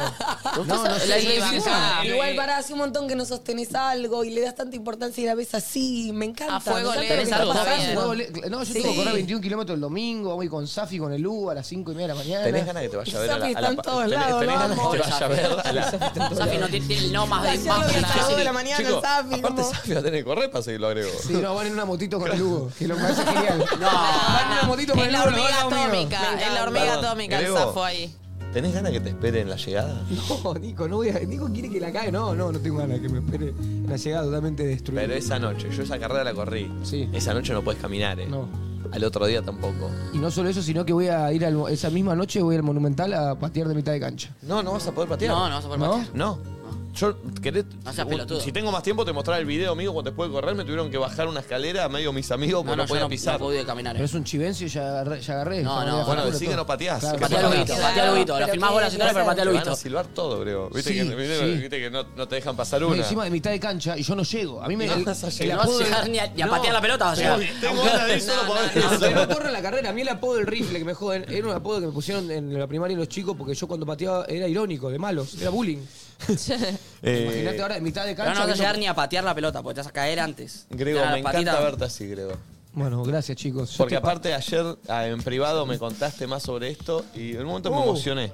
Speaker 13: No, no,
Speaker 2: Esa-
Speaker 13: sé,
Speaker 2: la
Speaker 13: sí,
Speaker 2: idea
Speaker 13: sí,
Speaker 2: es
Speaker 13: sí.
Speaker 2: esa.
Speaker 13: Eh,
Speaker 2: Igual para hace un montón que no sostenés algo y le das tanta importancia y la ves así. Me encanta.
Speaker 5: A fuego
Speaker 2: me encanta lo
Speaker 5: le-
Speaker 2: que
Speaker 5: tenés
Speaker 2: está
Speaker 5: algo,
Speaker 2: pasando.
Speaker 5: está bien.
Speaker 13: Fuego le- No, yo
Speaker 2: Sí.
Speaker 13: tengo que correr 21 kilómetros el domingo, vamos a ir con Safi con el U a las 5 y media de la mañana.
Speaker 1: ¿Tenés ganas que te vaya a ver a la,
Speaker 13: Safi
Speaker 1: a la
Speaker 13: está en
Speaker 1: pa-
Speaker 13: todos
Speaker 1: tenés-
Speaker 13: lados,
Speaker 1: tenés
Speaker 13: lo
Speaker 1: ganas que te
Speaker 13: amo.
Speaker 1: vaya a ver a la-
Speaker 3: Safi no tiene tiene el no más de
Speaker 13: Ayer
Speaker 3: más
Speaker 13: lo vi
Speaker 3: de
Speaker 13: hasta
Speaker 3: la
Speaker 13: las
Speaker 3: cabeza.
Speaker 13: dos de la mañana,
Speaker 1: Chicos,
Speaker 13: Safi,
Speaker 1: aparte
Speaker 13: ¿cómo?
Speaker 1: Safi va a tener que correr para seguirlo agrego.
Speaker 13: Sí, no, van en una motito con el
Speaker 1: [LAUGHS]
Speaker 13: Hugo, que lo que hace genial. No, van en una motito con
Speaker 5: Ah, Es
Speaker 13: el
Speaker 5: la
Speaker 13: Hugo, lo
Speaker 5: hormiga
Speaker 13: van conmigo.
Speaker 5: atómica, es la hormiga
Speaker 1: Perdón,
Speaker 5: atómica, el
Speaker 1: Grego.
Speaker 5: zafo ahí.
Speaker 1: ¿Tenés ganas que te espere en la llegada?
Speaker 13: No, Nico, no voy a. Nico quiere que la cae. No, no, no tengo ganas que me espere la llegada totalmente destruida.
Speaker 1: Pero esa noche, yo esa carrera la corrí. Esa noche no puedes caminar, eh.
Speaker 13: No.
Speaker 1: Al otro día tampoco.
Speaker 13: Y no solo eso, sino que voy a ir al- esa misma noche voy al Monumental a patear de mitad de cancha.
Speaker 1: No, no vas a poder patear.
Speaker 3: No, no vas a poder
Speaker 13: ¿No?
Speaker 3: patear.
Speaker 1: No. Yo, ¿querés?
Speaker 3: No seas pelotudo.
Speaker 1: Si tengo más tiempo, te mostraré el video, amigo. Cuando después de correr, me tuvieron que bajar una escalera, medio mis amigos, porque no,
Speaker 3: yo
Speaker 1: podía
Speaker 3: no-
Speaker 1: pisar.
Speaker 3: no podía caminar. eh.
Speaker 13: Pero es un chivencio, ya agarré. Ya agarré
Speaker 3: No,
Speaker 13: Ya
Speaker 3: no.
Speaker 13: agarré
Speaker 1: Bueno,
Speaker 13: la
Speaker 1: decí
Speaker 13: factura,
Speaker 1: que no pateás.
Speaker 13: todo.
Speaker 1: que
Speaker 3: Patea
Speaker 1: no
Speaker 3: el
Speaker 1: pateás.
Speaker 3: huevito, patea el huevito. La
Speaker 13: Pero
Speaker 3: filmás
Speaker 13: que-
Speaker 3: vos la central, pero patea el
Speaker 1: Te van a
Speaker 3: huevito.
Speaker 1: silbar todo, creo. Viste,
Speaker 13: Sí,
Speaker 1: que, viste-
Speaker 13: sí.
Speaker 1: viste que no, no te dejan pasar
Speaker 13: No,
Speaker 1: una.
Speaker 13: encima de mitad de cancha y yo no llego. A mí me.
Speaker 1: No
Speaker 13: el-
Speaker 1: vas a
Speaker 13: el
Speaker 1: llegar.
Speaker 3: No vas a
Speaker 13: apodo de-
Speaker 3: llegar ni a- ni a
Speaker 13: No.
Speaker 3: patear la pelota vas a llegar.
Speaker 1: Tengo ganas de ir solo
Speaker 13: [LAUGHS]
Speaker 1: para ver eso.
Speaker 13: Aunque no corra la carrera, a mí el apodo del rifle que me joden era un apodo que me pusieron en la primaria los chicos porque yo cuando pateaba era irónico, de malos, era bullying. Imagínate ahora en mitad de
Speaker 3: Pero
Speaker 13: cancha.
Speaker 3: no vas a
Speaker 13: viendo-
Speaker 3: llegar ni a patear la pelota, porque te vas a caer antes.
Speaker 1: Grego,
Speaker 3: Te dan
Speaker 1: me
Speaker 3: la patita.
Speaker 1: encanta verte así, Grego.
Speaker 13: Bueno, gracias chicos. Yo
Speaker 1: Porque
Speaker 13: estoy pa-
Speaker 1: aparte ayer ah, en privado me contaste más sobre esto y en un momento me
Speaker 13: Uh.
Speaker 1: emocioné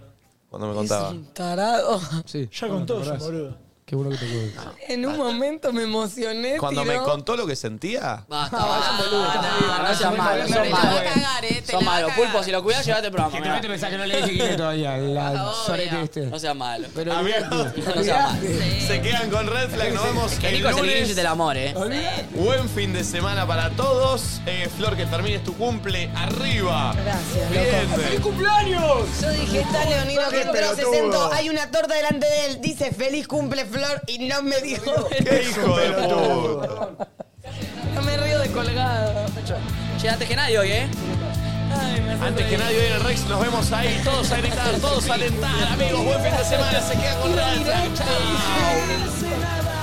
Speaker 1: cuando me contaba.
Speaker 2: Tarado.
Speaker 13: Sí.
Speaker 2: Ya
Speaker 13: contó, ya,
Speaker 2: boludo.
Speaker 11: Qué bueno que te acuerdas.
Speaker 2: En un momento me emocioné.
Speaker 1: Cuando me
Speaker 2: tiró.
Speaker 1: contó lo que sentía.
Speaker 3: Basta, basta. No, no seas malo,
Speaker 2: Te
Speaker 3: sos
Speaker 2: la va a
Speaker 3: malo.
Speaker 2: cagar, eh,
Speaker 3: Sos
Speaker 2: te la va a
Speaker 3: malo,
Speaker 2: cagar.
Speaker 3: pulpo, si lo cuidás, llevate el programa. mirá.
Speaker 11: te pensás que no le dije quién es todavía. La sorete este.
Speaker 3: No seas malo.
Speaker 11: Pero
Speaker 3: A mí-
Speaker 11: olvidate.
Speaker 3: No seas malo.
Speaker 1: Se quedan con Red Flag. Nos vemos
Speaker 3: Que
Speaker 1: el
Speaker 3: Nico es el
Speaker 1: lunes.
Speaker 3: Grinch del amor, eh.
Speaker 1: Buen fin de semana para todos. Eh, Flor, que termines tu cumple arriba.
Speaker 2: Gracias,
Speaker 1: Bien.
Speaker 2: loco.
Speaker 1: ¡Feliz
Speaker 13: cumpleaños!
Speaker 2: Yo dije, está Leonino que entró, se
Speaker 1: Pelotudo.
Speaker 2: sentó, hay una torta delante de él, dice feliz cumple Flor y no me dijo.
Speaker 1: ¡Qué hijo de puta!
Speaker 2: No me río de colgado.
Speaker 3: Che, antes que nadie hoy, eh.
Speaker 1: Antes que nadie viene el Rex, nos vemos ahí, todos a gritar, todos a alentar, amigos, buen fin de semana, se queda con Red Flag. Chao.